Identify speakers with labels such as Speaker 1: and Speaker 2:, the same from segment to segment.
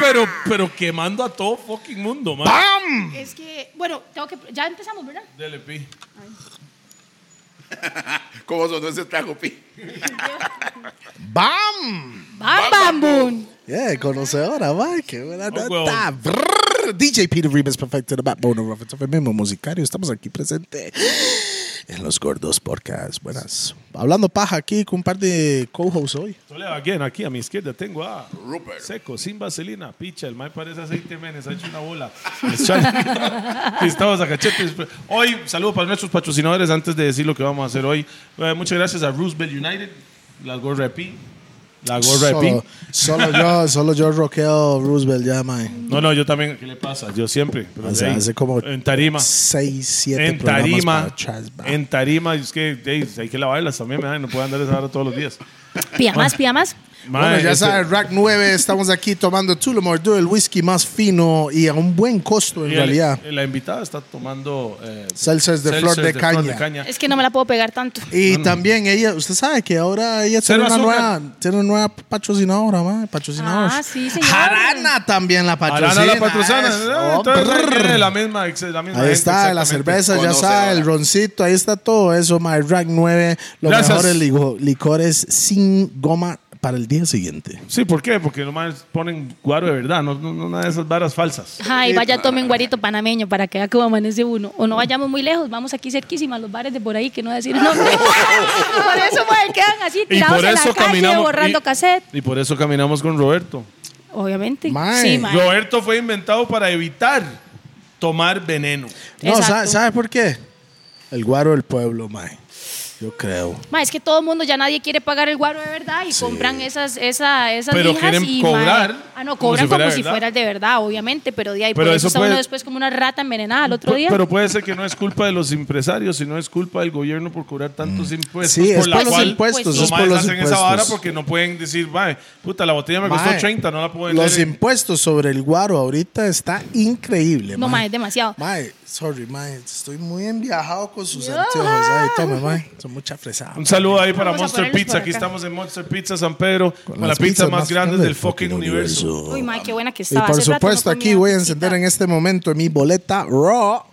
Speaker 1: pero, pero quemando a todo fucking mundo, man.
Speaker 2: ¡Pam!
Speaker 3: Es que, bueno, tengo que. Ya empezamos, ¿verdad?
Speaker 1: Dele, pi.
Speaker 4: ¿Cómo sonó ese trago, Pi?
Speaker 2: ¡Bam!
Speaker 3: ¡Bam, bam, boom!
Speaker 2: Yeah, conocedora, va. Qué buena
Speaker 1: huevón.
Speaker 2: nota. Brrr. DJ Peter Rivas, perfecto de Backbone of Roberts FM, Memo Musicario. Estamos aquí presente en los Gordos Podcast. Buenas. Hablando paja aquí con un par de co-hosts hoy.
Speaker 1: Solo again, aquí a mi izquierda tengo a
Speaker 4: Rupert.
Speaker 1: Seco, sin vaselina, picha, el mae parece aceite menes, ha hecho una bola. Les chal- Pistados a cachetes. Hoy, saludo para nuestros patrocinadores antes de decir lo que vamos a hacer hoy. Eh, muchas gracias a Roosevelt United, la gorra de pi. La gorra de pi.
Speaker 2: Solo, solo yo, solo yo roqueo Roosevelt ya, man.
Speaker 1: No, no, yo también, ¿qué le pasa? Yo siempre. pero
Speaker 2: O sea,
Speaker 1: de ahí,
Speaker 2: hace como
Speaker 1: En tarima.
Speaker 2: 6, 7
Speaker 1: En tarima.
Speaker 2: atrás, va.
Speaker 1: En tarima. y Es que hey, hay que lavarlas también, mae, no pueden andar esa hora todos los días.
Speaker 3: Pía más, pía más.
Speaker 2: Bueno,
Speaker 1: Mae,
Speaker 2: ya
Speaker 1: este-
Speaker 2: sabes, Rack 9, estamos aquí tomando Tullamore Dew, el whisky más fino y a un buen costo en
Speaker 1: y el-
Speaker 2: realidad.
Speaker 1: La invitada está tomando. eh,
Speaker 2: Salsas de flor
Speaker 1: seltzers
Speaker 2: de caña.
Speaker 3: Es que no me la puedo pegar tanto.
Speaker 2: Y también ella, usted sabe que ahora ella
Speaker 1: Cero
Speaker 2: tiene una,
Speaker 1: azúcar.
Speaker 2: nueva, tiene una nueva patrocinadora, ma, patrocinadora.
Speaker 3: Ah, sí, señor.
Speaker 2: Jarana también la patrocina.
Speaker 1: Arana la patrocina.
Speaker 2: es-
Speaker 1: Ah,
Speaker 2: oh,
Speaker 1: entonces,
Speaker 2: brr.
Speaker 1: tiene la misma, ex- la misma
Speaker 2: Ahí
Speaker 1: gente,
Speaker 2: está, la
Speaker 1: exactamente.
Speaker 2: cerveza, ya
Speaker 4: Conocedora.
Speaker 2: sabe, el roncito, ahí está todo eso, ma, el Rack 9, los
Speaker 1: Gracias.
Speaker 2: mejores ligo- licores sin goma para el día siguiente.
Speaker 1: Sí, ¿por qué? Porque nomás ponen guaro de verdad, no, no, no nada de esas varas falsas.
Speaker 3: Ay, vaya, tomen guarito panameño para que vea cómo amanece uno. O no vayamos muy lejos, vamos aquí cerquísima a los bares de por ahí, que no voy a decir el nombre. por eso, mae, quedan así tirados en la calle, borrando
Speaker 1: y-
Speaker 3: cassette.
Speaker 1: Y por eso caminamos con Roberto.
Speaker 3: Obviamente.
Speaker 2: Mae.
Speaker 3: Sí, mae.
Speaker 1: Roberto fue inventado para evitar tomar veneno.
Speaker 2: No, ¿sabe,
Speaker 3: Exacto.
Speaker 2: sabe por qué? El guaro del pueblo, mae. Yo creo.
Speaker 3: Ma, es que todo el mundo ya nadie quiere pagar el guaro de verdad y compran esas esa, esas
Speaker 1: Pero
Speaker 3: lijas
Speaker 1: quieren
Speaker 3: y,
Speaker 1: cobrar
Speaker 3: ma, ah no
Speaker 1: como si
Speaker 3: cobran
Speaker 1: fuera
Speaker 3: como si
Speaker 1: verdad.
Speaker 3: fuera de verdad obviamente pero de ahí
Speaker 1: Pero
Speaker 3: por
Speaker 1: eso
Speaker 3: eso, está
Speaker 1: puede-
Speaker 3: uno después como una rata envenenada al otro
Speaker 1: Pu-
Speaker 3: día
Speaker 1: Pero puede ser que no es culpa de los empresarios, sino es culpa del gobierno por cobrar tantos impuestos.
Speaker 2: Mm. Sí, es
Speaker 1: la
Speaker 2: por los
Speaker 1: cual
Speaker 2: impuestos,
Speaker 1: los
Speaker 2: es por
Speaker 1: maes
Speaker 2: los
Speaker 1: hacen
Speaker 2: impuestos.
Speaker 1: esa vara porque no pueden decir, "Mae, puta, la botella me costó
Speaker 2: Mae,
Speaker 1: 30, no la puedo vender.
Speaker 2: Los impuestos sobre el guaro ahorita está increíble.
Speaker 3: no
Speaker 2: mae.
Speaker 3: más es demasiado
Speaker 2: Mae, sorry, mae. Estoy muy enviajado con sus anteojos. Ay, tome, mae. Son mucha fresada.
Speaker 1: Un saludo ahí para
Speaker 3: Vamos a
Speaker 1: Monster
Speaker 3: ponerlos
Speaker 1: Pizza.
Speaker 3: por
Speaker 1: Aquí
Speaker 3: acá.
Speaker 1: estamos en Monster Pizza San Pedro, con, la
Speaker 2: las
Speaker 1: pizza
Speaker 2: pizzas
Speaker 1: más grande del fucking
Speaker 2: fucking
Speaker 1: universo.
Speaker 3: uy ma, qué buena
Speaker 2: Y
Speaker 3: que estaba
Speaker 2: por
Speaker 3: Hace rato no
Speaker 2: supuesto, aquí
Speaker 3: comía
Speaker 2: voy a
Speaker 3: pizza.
Speaker 2: encender en este momento mi boleta Raw.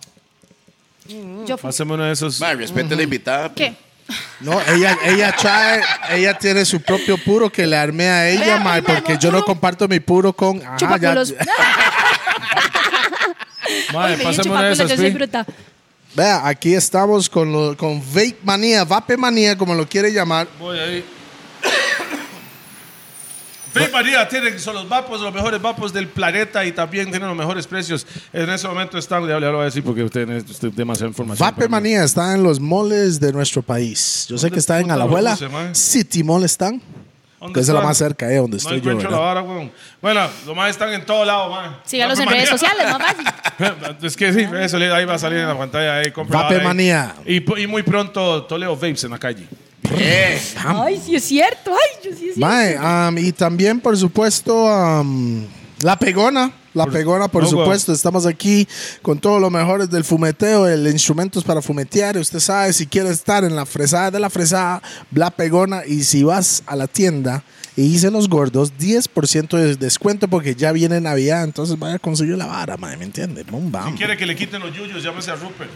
Speaker 3: yo fui-
Speaker 1: Hacemos uno de esos.
Speaker 4: Mae, respete la invitada.
Speaker 3: qué
Speaker 2: Ah, No, ella, ella trae, ella tiene su propio puro que le armé a ella,
Speaker 3: Vea,
Speaker 2: mae,
Speaker 3: mi mamá,
Speaker 2: porque yo no
Speaker 3: puro.
Speaker 2: comparto mi puro con. Ajá, ya-
Speaker 3: chupaculos
Speaker 1: Mae,
Speaker 3: Ay, me
Speaker 1: pásame
Speaker 3: dio
Speaker 1: una de
Speaker 3: chupaculos,
Speaker 1: esas.
Speaker 3: yo soy
Speaker 1: Pi.
Speaker 3: bruta
Speaker 2: Vea, aquí estamos con, lo, con Vape Manía, Vape Manía, como lo quiere llamar.
Speaker 1: Voy ahí. Fe María tienen son los vapos, los mejores vapos del planeta y también tienen los mejores precios. En ese momento están, ya le voy a decir porque usted tiene usted tiene demasiada información.
Speaker 2: Vape
Speaker 1: para mí.
Speaker 2: Manía está en los moles de nuestro país. Yo sé
Speaker 1: ¿Dónde
Speaker 2: que está en
Speaker 1: puta lo
Speaker 2: Alajuela.
Speaker 1: luce, man?
Speaker 2: City Mall están.
Speaker 1: ¿Dónde
Speaker 2: Que es la
Speaker 1: están?
Speaker 2: más cerca, eh, donde
Speaker 1: No
Speaker 2: estoy yo.
Speaker 1: encuentro la
Speaker 2: ¿verdad?
Speaker 1: vara, weón. Bueno, los más están en todos lados, man.
Speaker 3: sígalos en redes sociales más fácil
Speaker 1: es que sí, eso, ahí va a salir en la pantalla. Ahí, compra
Speaker 2: Vape
Speaker 1: ahí.
Speaker 2: Manía.
Speaker 1: Y, po- y muy pronto Toledo Vapes en la calle.
Speaker 4: Bien.
Speaker 3: ay sí es cierto ay yo sí es cierto
Speaker 2: Mae, am, y también, por supuesto, am, La Pegona. La Pegona, por
Speaker 1: no, weón.
Speaker 2: supuesto. Estamos aquí con todos los mejores del fumeteo, el instrumentos para fumetear. Usted sabe, si quiere estar en la fresada de la fresada, La Pegona. Y si vas a la tienda y dicen los gordos, 10% de descuento porque ya viene Navidad. Entonces vaya a conseguir la vara, mae, ¿me entiende? Boom, bam.
Speaker 1: Quiere que le quiten los yuyos, llámese a Rupert.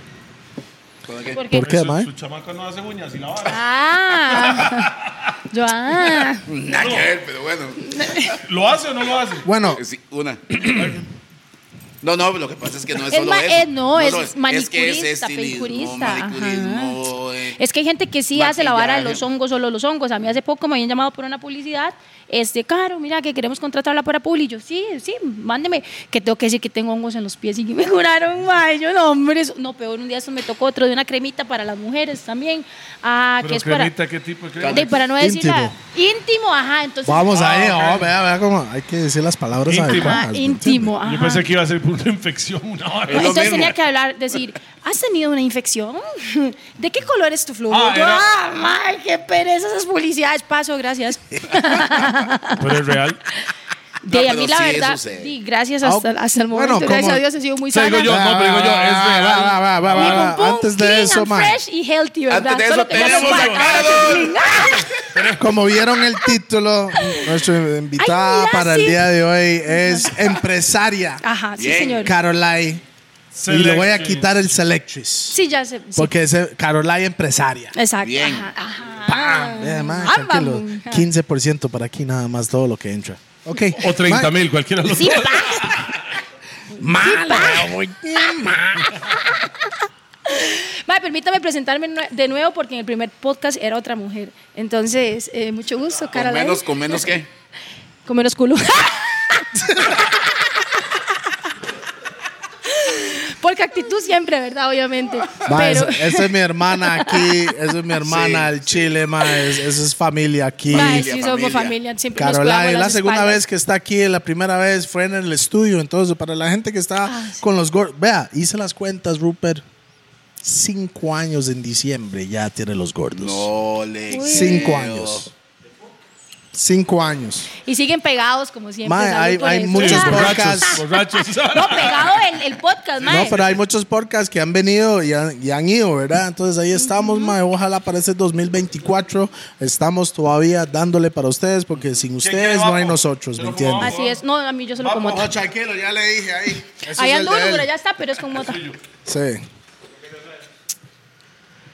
Speaker 3: ¿Por qué?
Speaker 2: ¿Por qué,
Speaker 1: Su-
Speaker 2: mae?
Speaker 1: Su chamaco no hace uñas y la vara.
Speaker 3: ah yo ah
Speaker 4: Pues, Nada que ver, pero bueno.
Speaker 1: ¿Lo hace o no lo hace?
Speaker 2: Bueno,
Speaker 4: Sí, una. No, no, lo que pasa es que no es
Speaker 3: Es
Speaker 4: solo
Speaker 3: ma-
Speaker 4: eso.
Speaker 3: eh, no, es
Speaker 4: solo
Speaker 3: manicurista,
Speaker 4: estilismo,
Speaker 3: pedicurista, ajá.
Speaker 4: manicurismo, eh,
Speaker 3: Es que hay gente que sí hace la vara de los
Speaker 4: Maquillaje.
Speaker 3: hongos, solo los hongos. A mí hace poco me habían llamado por una publicidad. Este, caro, mira, que queremos contratarla para Publi. Y yo, sí, sí, mándeme. Que tengo que decir que tengo hongos en los pies y que me curaron. Ay, yo, no, hombre. eso- No, peor, un día eso me tocó otro de una cremita para las mujeres también. Ah, que
Speaker 1: Pero
Speaker 3: es para...
Speaker 1: cremita, ¿qué tipo de crema?
Speaker 3: De, para no decir
Speaker 2: Íntimo.
Speaker 3: la- Íntimo, ajá. Entonces,
Speaker 2: vamos
Speaker 1: Ah,
Speaker 2: ahí.
Speaker 1: ok.
Speaker 2: oh, vea, vea cómo hay que decir las palabras
Speaker 1: Íntimo.
Speaker 2: adecuadas.
Speaker 3: Ajá,
Speaker 2: ¿me
Speaker 3: íntimo,
Speaker 1: Yo
Speaker 3: ajá.
Speaker 1: pensé que iba a ser por una infección, una vara.
Speaker 4: lo
Speaker 3: Entonces
Speaker 4: mismo.
Speaker 3: tenía que hablar, decir, ¿has tenido una infección? ¿De qué color es tu flujo?
Speaker 1: Ah,
Speaker 3: Yo,
Speaker 1: era-
Speaker 3: ah, mae, qué pereza esas publicidades, paso, gracias.
Speaker 1: Pero es real.
Speaker 3: De
Speaker 4: No,
Speaker 3: a mí
Speaker 4: pero
Speaker 3: la
Speaker 4: sí
Speaker 3: verdad,
Speaker 4: sucede.
Speaker 3: sí, gracias
Speaker 2: Ah,
Speaker 3: hasta, hasta el
Speaker 2: bueno,
Speaker 3: momento, gracias
Speaker 2: como-
Speaker 3: a Dios he sido muy
Speaker 1: Te
Speaker 3: sana.
Speaker 1: digo yo, no, pero digo yo, es
Speaker 2: Va,
Speaker 1: real.
Speaker 2: va, va, va,
Speaker 3: Mi
Speaker 2: va, va.
Speaker 3: pulmón
Speaker 2: Ah, Antes de
Speaker 3: clean
Speaker 2: eso,
Speaker 3: and
Speaker 2: mae.
Speaker 3: fresh y healthy, ¿verdad?
Speaker 4: Antes de
Speaker 3: Solo
Speaker 4: eso
Speaker 3: que ya no
Speaker 4: tenemos
Speaker 3: puedo
Speaker 4: a
Speaker 3: hablar.
Speaker 4: Carol.
Speaker 3: ¡Ah!
Speaker 2: Como vieron el título, nuestra invitada
Speaker 3: mira,
Speaker 2: para
Speaker 3: sí.
Speaker 2: el día de hoy es empresaria
Speaker 3: Ajá, sí,
Speaker 4: Bien.
Speaker 3: señor.
Speaker 2: Caroline. Y le voy a quitar el Selectris.
Speaker 3: Sí, ya sé. sí.
Speaker 2: Porque es Caroline empresaria.
Speaker 3: Exacto.
Speaker 4: Bien.
Speaker 3: Ajá, ajá.
Speaker 2: Eh, man,
Speaker 3: Ah,
Speaker 2: tranquilo.
Speaker 3: vamos.
Speaker 2: 15% para aquí nada más todo lo que entra. Ok.
Speaker 1: O 30 mil, cualquiera de los
Speaker 3: Sí,
Speaker 1: dos.
Speaker 3: pa.
Speaker 2: Mala.
Speaker 3: Mae, permítame presentarme nue- de nuevo porque en el primer podcast era otra mujer. Entonces, eh, mucho gusto, cara.
Speaker 4: Con menos, con menos que.
Speaker 3: Con menos culo. Porque actitud siempre, ¿verdad? Obviamente.
Speaker 2: Ma, esa,
Speaker 3: Pero,
Speaker 2: esa es mi hermana aquí, esa es mi hermana
Speaker 4: Sí,
Speaker 2: al Chile, ma, es- esa es familia aquí.
Speaker 3: mae,
Speaker 4: familia,
Speaker 3: sí, somos
Speaker 4: familia.
Speaker 3: familia. Siempre nos
Speaker 2: Caroline,
Speaker 3: cuidamos
Speaker 2: es la
Speaker 3: las
Speaker 2: segunda
Speaker 3: espaldas.
Speaker 2: vez que está aquí, la primera vez fue en el estudio, entonces para la gente que está
Speaker 3: Ah, sí.
Speaker 2: con los gordos, vea, hice las cuentas, Rupert, cinco años en diciembre ya tiene los gordos.
Speaker 4: No le.
Speaker 3: Uy.
Speaker 2: Cinco
Speaker 4: creo.
Speaker 2: años. Cinco años.
Speaker 3: Y siguen pegados, como siempre.
Speaker 2: Mae,
Speaker 3: salud
Speaker 2: hay-
Speaker 3: por
Speaker 2: hay
Speaker 3: eso.
Speaker 2: muchos
Speaker 1: Sí,
Speaker 3: Ah,
Speaker 2: podcasts.
Speaker 1: borrachos, borrachos.
Speaker 3: No, pegado el, el podcast, mae.
Speaker 2: No, pero hay muchos podcasts que han venido y han, y han ido, ¿verdad? Entonces ahí estamos, mae. Ojalá para ese 2024 estamos todavía dándole para ustedes, porque sin ustedes no hay
Speaker 1: vamos.
Speaker 2: nosotros, ¿me
Speaker 1: Pero
Speaker 2: entiendes?
Speaker 1: vamos.
Speaker 3: Así es. No, a mí yo solo como otra.
Speaker 4: tranquilo, ya le dije ahí.
Speaker 3: Ahí ando uno, pero ya está, pero es con mota.
Speaker 2: Sí.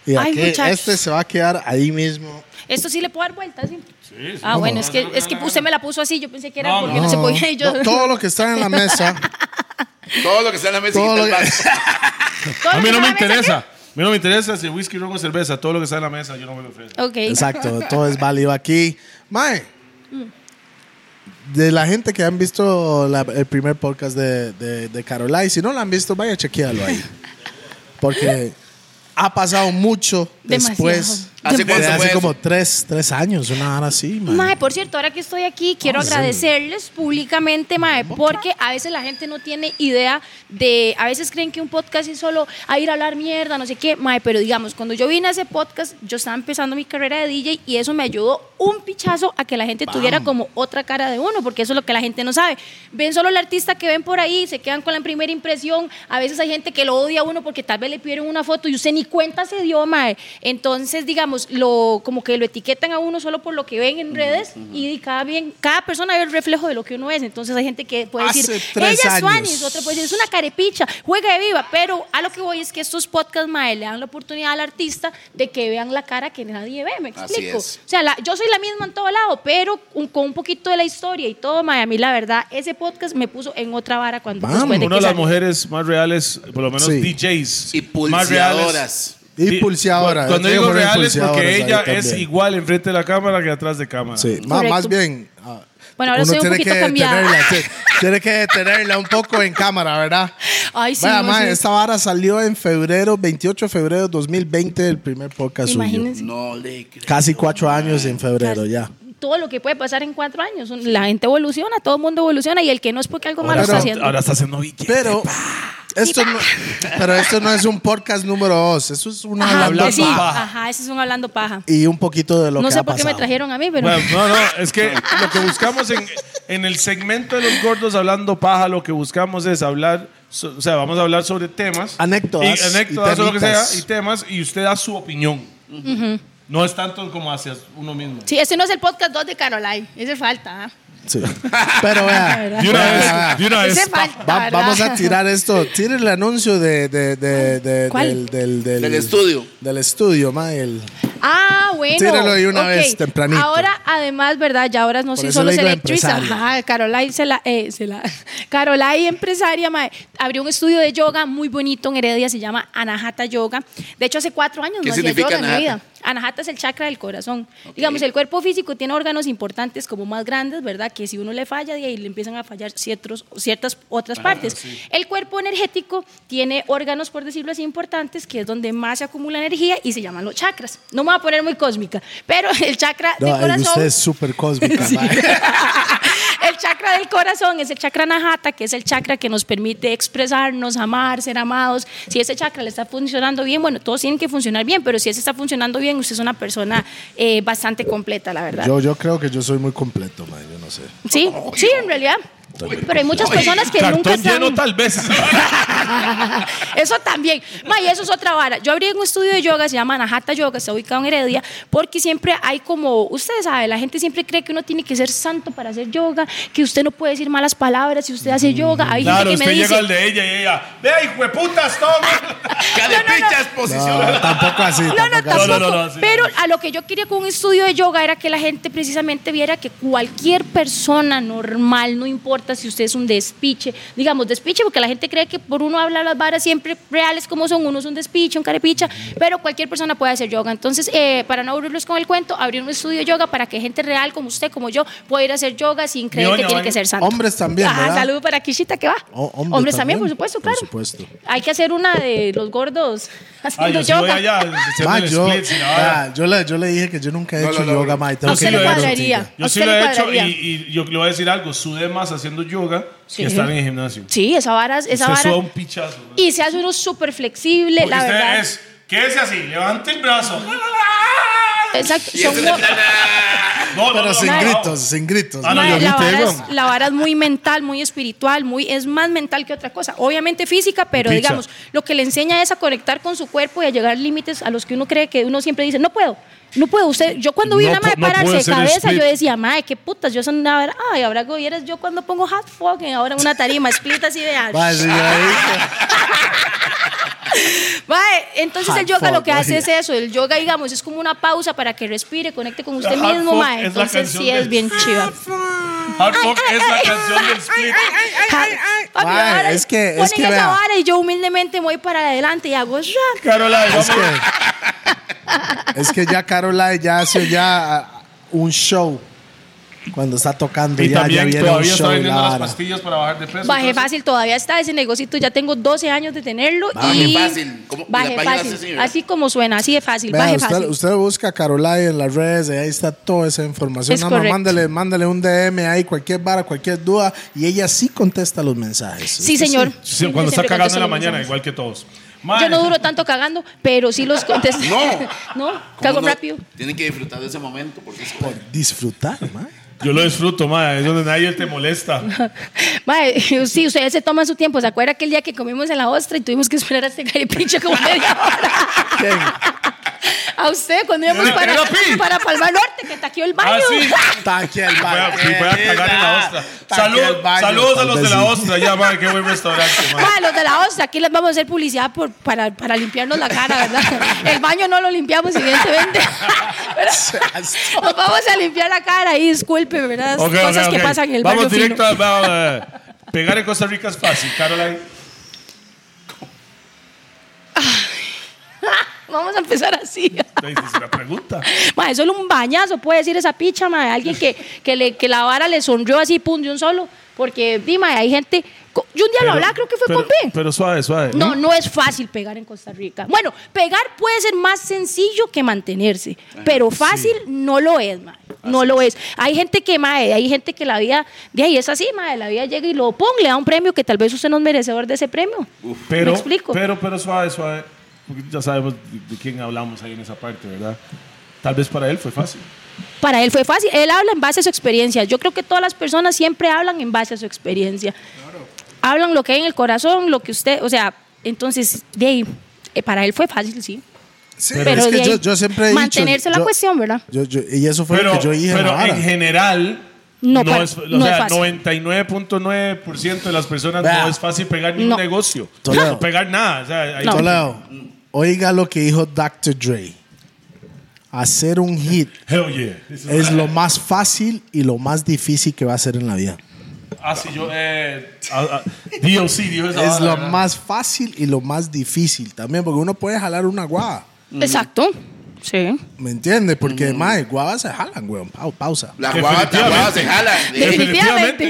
Speaker 2: Y
Speaker 3: Ay,
Speaker 2: aquí,
Speaker 3: muchachos.
Speaker 2: este se va a quedar ahí mismo.
Speaker 3: Esto sí le puedo dar vuelta, sí.
Speaker 1: Sí, sí.
Speaker 3: Ah, bueno, es que, es que usted me la puso así, yo pensé que era
Speaker 1: No,
Speaker 3: porque no, se podía y yo.
Speaker 2: No, todo lo que está en la mesa.
Speaker 4: Todo lo que está en la mesa.
Speaker 2: Todo
Speaker 4: quita
Speaker 2: lo
Speaker 4: el
Speaker 2: que-
Speaker 4: vaso.
Speaker 3: todo
Speaker 1: A
Speaker 3: lo
Speaker 1: mí
Speaker 3: que
Speaker 1: no me
Speaker 3: estaba en la mesa
Speaker 1: interesa. A mí no me interesa si whisky, ron o cerveza. Todo lo que está en la mesa, yo no me lo ofrezco.
Speaker 3: aquí. Ok.
Speaker 2: Exacto, todo es válido aquí. Mae, de la gente que han visto la- el primer podcast de, de, de Caroline, si no lo han visto, vaya chequealo ahí. Porque ha pasado mucho después.
Speaker 3: Demasiado.
Speaker 4: ¿Hace
Speaker 2: De
Speaker 4: cuánto fue
Speaker 2: hace
Speaker 4: eso?
Speaker 2: como tres, tres años, una hora así, mae.
Speaker 3: Mae, por cierto, ahora que estoy aquí, quiero agradecerles públicamente, Mae, porque a veces la gente no tiene idea de. A veces creen que un podcast es solo a ir a hablar mierda, no sé qué, Mae, pero digamos, cuando yo vine a ese podcast, yo estaba empezando mi carrera de DJ y eso me ayudó un pichazo a que la gente tuviera como otra cara de uno, porque eso es lo que la gente no sabe. Ven solo el artista que ven por ahí, se quedan con la primera impresión. A veces hay gente que lo odia a uno porque tal vez le pidieron una foto y usted ni cuenta se dio, Mae. Entonces, digamos, lo, como que lo etiquetan a uno solo por lo que ven en redes y cada, bien, cada persona ve el reflejo de lo que uno es. Entonces, hay gente que puede
Speaker 2: Hace
Speaker 3: decir, ella
Speaker 2: tres
Speaker 3: es Suanis,
Speaker 2: años.
Speaker 3: otra puede decir, pues es una carepicha, juega de viva. Pero a lo que voy es que estos podcasts, Mae, le dan la oportunidad al artista de que vean la cara que nadie ve, ¿me
Speaker 4: Así
Speaker 3: explico?
Speaker 4: es.
Speaker 3: O sea, la- yo soy la misma en todo lado, pero un- con un poquito de la historia y todo, mae, a mí la verdad, ese podcast me puso en otra vara cuando
Speaker 2: Vamos.
Speaker 3: después Oh, de
Speaker 1: Una
Speaker 3: que
Speaker 1: de las
Speaker 3: salió.
Speaker 1: mujeres más reales, por lo menos
Speaker 2: Sí.
Speaker 1: DJs.
Speaker 4: Y
Speaker 1: más reales.
Speaker 4: pulseadoras.
Speaker 2: Y
Speaker 1: Di-
Speaker 2: pulseadora.
Speaker 1: Cuando
Speaker 2: yo
Speaker 1: digo
Speaker 2: tengo que poner
Speaker 1: reales,
Speaker 2: pulseadoras
Speaker 1: porque
Speaker 2: ahí
Speaker 1: ella es
Speaker 2: también.
Speaker 1: igual enfrente de la cámara que atrás de cámara.
Speaker 2: Sí, ma-
Speaker 3: Correcto.
Speaker 2: más bien. ah,
Speaker 3: Bueno, ahora
Speaker 2: uno
Speaker 3: soy un
Speaker 2: tiene
Speaker 3: poquito
Speaker 2: que
Speaker 3: cambiada.
Speaker 2: Tenerla, ti- tiene que tenerla un poco en cámara, ¿verdad?
Speaker 3: Ay, sí,
Speaker 2: Vaya,
Speaker 3: no,
Speaker 2: ma,
Speaker 3: sí.
Speaker 2: esta vara salió en febrero, 28 de febrero de 2020, el primer podcast suyo.
Speaker 3: Imagínense
Speaker 4: No le creo.
Speaker 2: Casi cuatro años en febrero ya.
Speaker 3: todo lo que puede pasar en cuatro años. Un- La gente evoluciona, todo el mundo evoluciona y el que no es porque algo malo
Speaker 2: Ahora
Speaker 3: está
Speaker 2: no,
Speaker 3: haciendo.
Speaker 1: ahora está haciendo billete.
Speaker 2: Pero esto, no, pero esto no es un podcast número dos, eso es una
Speaker 3: Ajá,
Speaker 2: hablando
Speaker 3: que sí,
Speaker 2: paja.
Speaker 3: ajá, ese es un hablando paja.
Speaker 2: Y un poquito de lo
Speaker 3: No
Speaker 2: que
Speaker 3: sé
Speaker 2: ha
Speaker 3: por qué me
Speaker 2: pasado.
Speaker 3: trajeron a mí, pero
Speaker 1: Bueno, no, no, es que lo que buscamos en, en el segmento de los gordos hablando paja, lo que buscamos es hablar, so- o sea, vamos a hablar sobre temas.
Speaker 2: Anécdotas
Speaker 1: Y, anécdotas
Speaker 2: y
Speaker 1: o lo que sea,
Speaker 2: termitas.
Speaker 1: y temas, y usted da su opinión. No es tanto como hacia uno mismo.
Speaker 3: sí, ese no es el podcast 2 de Caroline, ese falta. ¿ah?
Speaker 2: Sí. Pero vea,
Speaker 3: De
Speaker 2: vea,
Speaker 1: de una
Speaker 3: Ese falta.
Speaker 2: Va-
Speaker 3: ¿verdad?
Speaker 2: vamos a tirar esto. Tiene el anuncio de, de- de- de-
Speaker 3: ¿Cuál?
Speaker 2: Del, del- del-
Speaker 4: Del estudio.
Speaker 2: Del estudio, ma, el-
Speaker 3: Ah, bueno.
Speaker 2: Tíralo ahí una
Speaker 3: ok.
Speaker 2: vez, tempranito.
Speaker 3: Ahora, además, ¿verdad? Ya ahora no
Speaker 2: Por
Speaker 3: sé,
Speaker 2: eso
Speaker 3: solo
Speaker 2: le
Speaker 3: se
Speaker 2: digo
Speaker 3: electriza.
Speaker 2: empresario.
Speaker 3: Ajá, Caroline se la, eh, se la- Caroline, empresaria, mae, abrió un estudio de yoga muy bonito en Heredia, se llama Anahata Yoga. De hecho, hace cuatro años
Speaker 4: ¿Qué
Speaker 3: no hacía
Speaker 4: significa
Speaker 3: yoga en mi vida.
Speaker 4: Anahata?
Speaker 3: Anahata es el chakra del corazón. Digamos, el cuerpo físico tiene órganos importantes como más grandes, ¿verdad? Que si uno le falla, de ahí le empiezan a fallar ciertos, ciertas otras partes. El cuerpo energético tiene órganos, por decirlo así, importantes, que es donde más se acumula energía y se llaman los chakras. No me voy a poner muy cósmica, pero el chakra
Speaker 2: No,
Speaker 3: del
Speaker 2: ay,
Speaker 3: corazón...
Speaker 2: usted es súper cósmica,
Speaker 3: Sí.
Speaker 2: ma.
Speaker 3: el chakra del corazón es el chakra najata, que es el chakra que nos permite expresarnos, amar, ser amados. Si ese chakra le está funcionando bien, bueno, todos tienen que funcionar bien, pero si ese está funcionando bien, usted es una persona eh, bastante completa, la verdad.
Speaker 2: Yo, yo creo que yo soy muy completo, ma, yo no sé.
Speaker 3: sí, sí, en realidad. Pero hay muchas personas que nunca
Speaker 1: Cartón
Speaker 3: están...
Speaker 1: lleno tal vez.
Speaker 3: Eso también. Ma, y eso es otra vara. Yo abrí un estudio de yoga, se llama Anahata Yoga, está ubicado en Heredia, porque siempre hay como, ustedes saben, la gente siempre cree que uno tiene que ser santo para hacer yoga, que usted no puede decir malas palabras si usted hace yoga. Hay
Speaker 1: Claro,
Speaker 3: gente
Speaker 1: usted
Speaker 3: que me dice,
Speaker 1: llega al de ella y ella, ve, hijo de putas,
Speaker 3: Ah,
Speaker 1: toma.
Speaker 4: Calepichas posición.
Speaker 2: No, tampoco así.
Speaker 3: No, no,
Speaker 2: tampoco
Speaker 3: tampoco.
Speaker 2: así.
Speaker 1: No, no, no, no, sí,
Speaker 3: pero
Speaker 1: no,
Speaker 3: a lo que yo quería con un estudio de yoga era que la gente precisamente viera que cualquier persona normal, no importa si usted es un despiche, digamos despiche, porque la gente cree que por uno hablar las varas siempre reales como son, uno es un despiche, un carepicha, pero cualquier persona puede hacer yoga. Entonces, eh, para no aburrirlos con el cuento, abrir un estudio de yoga para que gente real como usted, como yo, pueda ir a hacer yoga sin creer que
Speaker 1: Ñoña,
Speaker 3: tiene
Speaker 1: ¿vale?
Speaker 3: que ser santo.
Speaker 2: Hombres también,
Speaker 3: Ajá,
Speaker 2: ¿verdad?
Speaker 3: saludo para Kishita que va.
Speaker 2: Oh, hombre
Speaker 3: hombres
Speaker 2: también,
Speaker 3: también, por supuesto,
Speaker 2: por
Speaker 3: claro.
Speaker 2: supuesto.
Speaker 3: Hay que hacer una de los gordos
Speaker 1: Ay,
Speaker 3: haciendo
Speaker 1: yo sí voy
Speaker 3: yoga.
Speaker 1: allá, haciendo
Speaker 2: Ma,
Speaker 1: el
Speaker 2: yo,
Speaker 1: split, sí, ahora.
Speaker 2: ah, yo, le, yo le dije que yo nunca he
Speaker 4: No,
Speaker 2: hecho
Speaker 4: no, no,
Speaker 2: yoga,
Speaker 4: no.
Speaker 2: ma, y
Speaker 3: A
Speaker 2: tengo
Speaker 3: usted
Speaker 2: que
Speaker 3: le
Speaker 2: llegar a un
Speaker 3: cuadraría.
Speaker 2: sitio.
Speaker 1: Yo
Speaker 3: ¿A
Speaker 1: sí
Speaker 3: usted
Speaker 1: lo
Speaker 3: le
Speaker 1: he hecho y,
Speaker 3: cuadraría?
Speaker 1: y yo le voy a decir algo. Sudé más haciendo yoga
Speaker 3: Sí.
Speaker 1: que estar en el gimnasio.
Speaker 3: Sí, esa vara, esa
Speaker 1: usted
Speaker 3: vara.
Speaker 1: suda un pichazo. ¿no?
Speaker 3: Y se hace uno súper flexible,
Speaker 1: Porque
Speaker 3: la
Speaker 1: usted
Speaker 3: verdad.
Speaker 1: es, quédese así, levante el brazo.
Speaker 3: Exacto.
Speaker 4: Y
Speaker 3: son
Speaker 4: ese es el
Speaker 3: mo-
Speaker 4: plan. ah.
Speaker 1: No, no,
Speaker 2: Pero
Speaker 1: no,
Speaker 2: sin
Speaker 1: no, no.
Speaker 2: gritos, sin gritos.
Speaker 1: Ah, no,
Speaker 3: ma-
Speaker 1: yo
Speaker 3: la,
Speaker 1: ni te
Speaker 3: vara
Speaker 1: digo.
Speaker 3: es, la vara es muy mental, muy espiritual, muy, es más mental que otra cosa. Obviamente física, pero
Speaker 1: Picha.
Speaker 3: digamos, lo que le enseña es a conectar con su cuerpo y a llegar a límites a los que uno cree que uno siempre dice, no puedo. No puedo, usted, yo cuando vi
Speaker 1: No
Speaker 3: una
Speaker 1: pu-
Speaker 3: madre
Speaker 1: no
Speaker 3: pararse
Speaker 1: puede
Speaker 3: de
Speaker 1: ser
Speaker 3: cabeza,
Speaker 1: split.
Speaker 3: yo decía, madre, qué putas, yo son una vara, ay, ahora vieras yo cuando pongo hot fucking, ahora una tarima, split así de ah,
Speaker 2: Ma, sí, yo ahí-
Speaker 3: Mae, entonces el
Speaker 2: Ah,
Speaker 3: yoga lo que
Speaker 2: fuck,
Speaker 3: hace
Speaker 2: oye.
Speaker 3: es eso. El yoga, digamos, es como una pausa para que respire, conecte con usted
Speaker 1: Hard
Speaker 3: mismo,
Speaker 1: Fuck
Speaker 3: mae.
Speaker 1: es la
Speaker 3: Entonces
Speaker 1: canción
Speaker 3: sí es
Speaker 1: del-
Speaker 3: bien chiva.
Speaker 1: Hard Rock es la canción del split.
Speaker 3: Hard- Papi,
Speaker 2: Mae,
Speaker 3: la vara
Speaker 2: es que- es
Speaker 3: ponen
Speaker 2: que
Speaker 3: esa
Speaker 2: vea.
Speaker 3: vara y yo humildemente me voy para adelante y hago rap.
Speaker 1: Caroline,
Speaker 2: Es
Speaker 1: vamos.
Speaker 2: que, es que ya Caroline ya hace ya ah, un show cuando está tocando.
Speaker 1: Y
Speaker 2: ya, ya
Speaker 1: también
Speaker 2: viene un
Speaker 1: todavía
Speaker 2: show
Speaker 1: está
Speaker 2: y
Speaker 1: vendiendo
Speaker 2: la
Speaker 1: las
Speaker 2: vara.
Speaker 1: pastillas para bajar de peso.
Speaker 3: Bajé
Speaker 1: entonces-
Speaker 3: fácil, todavía está ese negocito. Ya tengo 12 años de tenerlo.
Speaker 4: Baje
Speaker 3: y
Speaker 4: fácil, ¿cómo? ¿Y la
Speaker 3: Bajé
Speaker 4: página
Speaker 3: fácil.
Speaker 4: así, señora?
Speaker 3: así como suena, así de fácil.
Speaker 2: Vea,
Speaker 3: Bajé
Speaker 2: usted,
Speaker 3: fácil.
Speaker 2: usted busca a Caroline en las redes, ahí está toda esa información.
Speaker 3: Es
Speaker 2: Nada más
Speaker 3: correcto.
Speaker 2: mándale, mándale un DM ahí, cualquier vara, cualquier duda, y ella sí contesta los mensajes.
Speaker 3: sí, señor.
Speaker 1: Sí,
Speaker 3: Siempre,
Speaker 1: cuando está cagando
Speaker 3: siempre
Speaker 1: en
Speaker 3: contesto
Speaker 1: la
Speaker 3: los
Speaker 1: mañana,
Speaker 3: mensajes.
Speaker 1: igual que todos.
Speaker 3: Yo
Speaker 1: Mae,
Speaker 3: no duro tanto cagando, pero sí los contesto.
Speaker 4: No.
Speaker 3: no, cago
Speaker 4: ¿Cómo no?
Speaker 3: rápido.
Speaker 4: Tienen que disfrutar de ese momento porque es
Speaker 2: Disfrutar, ma.
Speaker 1: yo lo disfruto, mae. Es donde nadie te molesta.
Speaker 3: Mae, sí, ustedes se toman su tiempo. ¿Se acuerda aquel día que comimos en la ostra y tuvimos que esperar hasta que pinche como media hora?
Speaker 2: ¿Quién?
Speaker 3: A usted, cuando íbamos
Speaker 1: Era-
Speaker 3: para,
Speaker 1: era Pi.
Speaker 3: para Palma Norte, que taqueó el baño.
Speaker 1: Ah, sí.
Speaker 2: Está aquí el
Speaker 1: Voy a,
Speaker 2: baño.
Speaker 1: voy a cagar en la ostra.
Speaker 2: Está
Speaker 1: Salud,
Speaker 2: aquí el baño,
Speaker 1: saludos a los de la
Speaker 2: tal vez.
Speaker 1: ostra. Ya, mae, qué buen restaurante, mae.
Speaker 3: Mae, los de la ostra, aquí les vamos a hacer publicidad por- para, para limpiarnos la cara, ¿verdad? El baño no lo limpiamos, evidentemente. Pero nos vamos a limpiar la cara y disculpe, ¿verdad? Las
Speaker 1: Ok, ok,
Speaker 3: Cosas
Speaker 1: ok.
Speaker 3: que pasan en el
Speaker 1: Vamos
Speaker 3: baño fino.
Speaker 1: directo a, a- a- pegar en Costa Rica es fácil, Caroline.
Speaker 3: Vamos a empezar así.
Speaker 1: Ahí Es una pregunta.
Speaker 3: Mae, solo un bañazo puede decir esa picha, mae. Alguien que, que, le, que la vara le sonrió así, pum, de un solo. Porque, di, mae, hay gente. co- Yo un día lo hablaba, creo que fue
Speaker 1: pero,
Speaker 3: con P.
Speaker 1: Pero suave, suave.
Speaker 3: No, no es fácil pegar en Costa Rica. Bueno, pegar puede ser más sencillo que mantenerse,
Speaker 1: Ah,
Speaker 3: pero fácil no lo es, mae. No lo es. Hay gente que, mae, hay gente que la vida, de ahí es así, mae, la vida llega y lo pone, le da un premio que tal vez usted no es merecedor de ese premio.
Speaker 1: Pero,
Speaker 3: ¿Me explico?
Speaker 1: pero, pero suave, suave. Porque ya sabemos de, de quién hablamos ahí en esa parte, ¿verdad? Tal vez para él fue fácil.
Speaker 3: Para él fue fácil. Él habla en base a su experiencia. Yo creo que todas las personas siempre hablan en base a su experiencia. Hablan lo que hay en el corazón, lo que usted, o sea, entonces, de ahí, eh, para él fue fácil, sí.
Speaker 2: Sí,
Speaker 3: Pero
Speaker 2: es
Speaker 3: de
Speaker 2: que yo,
Speaker 3: ahí,
Speaker 2: yo siempre he dicho,
Speaker 3: mantenerse la
Speaker 2: yo-
Speaker 3: cuestión, ¿verdad?
Speaker 2: yo- yo- y eso fue
Speaker 1: Pero,
Speaker 2: lo que yo dije. en la
Speaker 1: pero
Speaker 2: vara.
Speaker 1: en general,
Speaker 3: No pa-
Speaker 1: es, o
Speaker 3: no es
Speaker 1: sea,
Speaker 3: fácil.
Speaker 1: 99.9% de las personas
Speaker 2: Vea.
Speaker 1: no es fácil pegar ningún
Speaker 3: No.
Speaker 1: negocio.
Speaker 2: Toledo.
Speaker 1: No pegar nada. O sea, ahí-
Speaker 3: No.
Speaker 2: Toledo, oiga lo que dijo Dr. Dre. Hacer un hit
Speaker 1: Hell yeah. This is-
Speaker 2: es lo más fácil y lo más difícil que va a hacer en la vida.
Speaker 1: Ah, sí, yo. Eh, ah, ah, DLC dijo esa
Speaker 2: Es
Speaker 1: vara,
Speaker 2: lo
Speaker 1: ¿verdad?
Speaker 2: más fácil y lo más difícil también, porque uno puede jalar una guava.
Speaker 1: Mm.
Speaker 3: Exacto. Sí.
Speaker 2: ¿Me entiendes? Porque, mae, guavas se jalan, weón. Pau- pausa.
Speaker 4: La guava, la guava se jala.
Speaker 3: Definitivamente.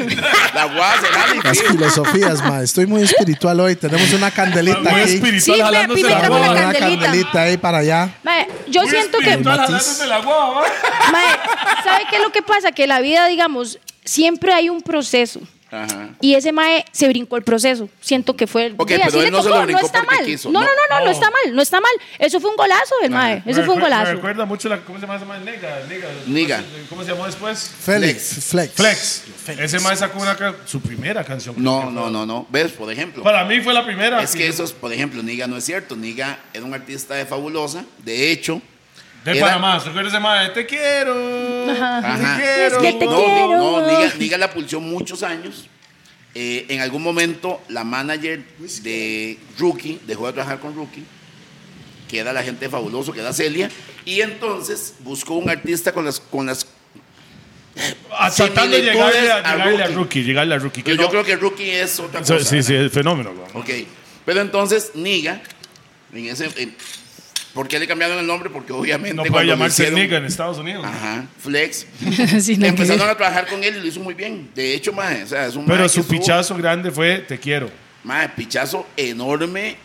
Speaker 4: La guava se jala y
Speaker 2: Las
Speaker 4: sí.
Speaker 2: filosofías, mae. Estoy muy espiritual hoy. Tenemos una candelita
Speaker 1: Muy
Speaker 2: aquí.
Speaker 1: espiritual
Speaker 3: Sí, fue,
Speaker 1: jalándose
Speaker 3: pime,
Speaker 1: la
Speaker 3: estamos en
Speaker 1: guava.
Speaker 3: la
Speaker 2: Una
Speaker 3: candelita.
Speaker 2: candelita ahí para allá.
Speaker 3: Mae, yo
Speaker 1: Muy
Speaker 3: siento que.
Speaker 1: espiritual
Speaker 2: Matiz.
Speaker 1: jalándose la guava, ¿va?
Speaker 3: Mae, ¿sabe qué es lo que pasa? Que la vida, digamos, siempre hay un proceso.
Speaker 4: Ajá.
Speaker 3: Y ese mae se brincó el proceso. Siento que fue.
Speaker 4: Ok,
Speaker 3: Sí,
Speaker 4: pero
Speaker 3: así
Speaker 4: él
Speaker 3: le
Speaker 4: no se
Speaker 3: tocó,
Speaker 4: lo brincó
Speaker 3: está
Speaker 4: porque
Speaker 3: mal.
Speaker 4: quiso.
Speaker 3: No, no, no, no,
Speaker 1: No.
Speaker 3: no está mal, no está mal. Eso fue un golazo del mae. Eso
Speaker 1: Me
Speaker 3: fue un
Speaker 1: recuer- Me
Speaker 3: golazo.
Speaker 1: recuerda mucho la, ¿cómo se llama ese más? Nega, Nega.
Speaker 4: Nega.
Speaker 1: ¿Cómo se llamó después?
Speaker 2: Félix. Flex.
Speaker 1: Flex. Ese más sacó una, ca- su primera canción.
Speaker 4: No, no, no, no. ¿Ves? Por ejemplo.
Speaker 1: Para mí fue la primera.
Speaker 4: Es que eso, es, por ejemplo, Niga no es cierto. Niga era un artista de fabulosa. De hecho,
Speaker 1: De
Speaker 4: era-
Speaker 1: Panamá, ¿se acuerda ese más? Te quiero.
Speaker 4: Ajá.
Speaker 1: Te quiero.
Speaker 3: Es que te
Speaker 4: no,
Speaker 3: quiero.
Speaker 4: no, Niga, Niga la pulsó muchos años. Eh, en algún momento, la manager de Rookie dejó de trabajar con Rookie, que era la gente de fabuloso, que era Celia, y entonces buscó un artista con las, con las
Speaker 1: Ah, Tratando de
Speaker 4: Similitudes
Speaker 1: llegarle a,
Speaker 4: a
Speaker 1: llegarle a
Speaker 4: Rookie.
Speaker 1: Rookie. Llegarle a Rookie. que
Speaker 4: Pero yo
Speaker 1: no-
Speaker 4: creo que Rookie es otra
Speaker 1: Sí,
Speaker 4: cosa.
Speaker 1: sí, sí,
Speaker 4: ¿verdad?
Speaker 1: es fenómeno. güey.
Speaker 4: Ok. Pero entonces, Niga, en ese, eh, ¿por qué le cambiaron el nombre? Porque obviamente.
Speaker 1: No puede
Speaker 4: cuando lo
Speaker 1: llamarse
Speaker 4: hicieron-
Speaker 1: Nigga en Estados Unidos.
Speaker 4: Ajá, Flex.
Speaker 3: Sí, no, que-
Speaker 4: Empezaron a trabajar con él y lo hizo muy bien. De hecho, mae, o sea, es un mae
Speaker 1: Pero
Speaker 4: que
Speaker 1: su
Speaker 4: estuvo-
Speaker 1: pichazo grande fue Te quiero.
Speaker 4: Mae, pichazo enorme,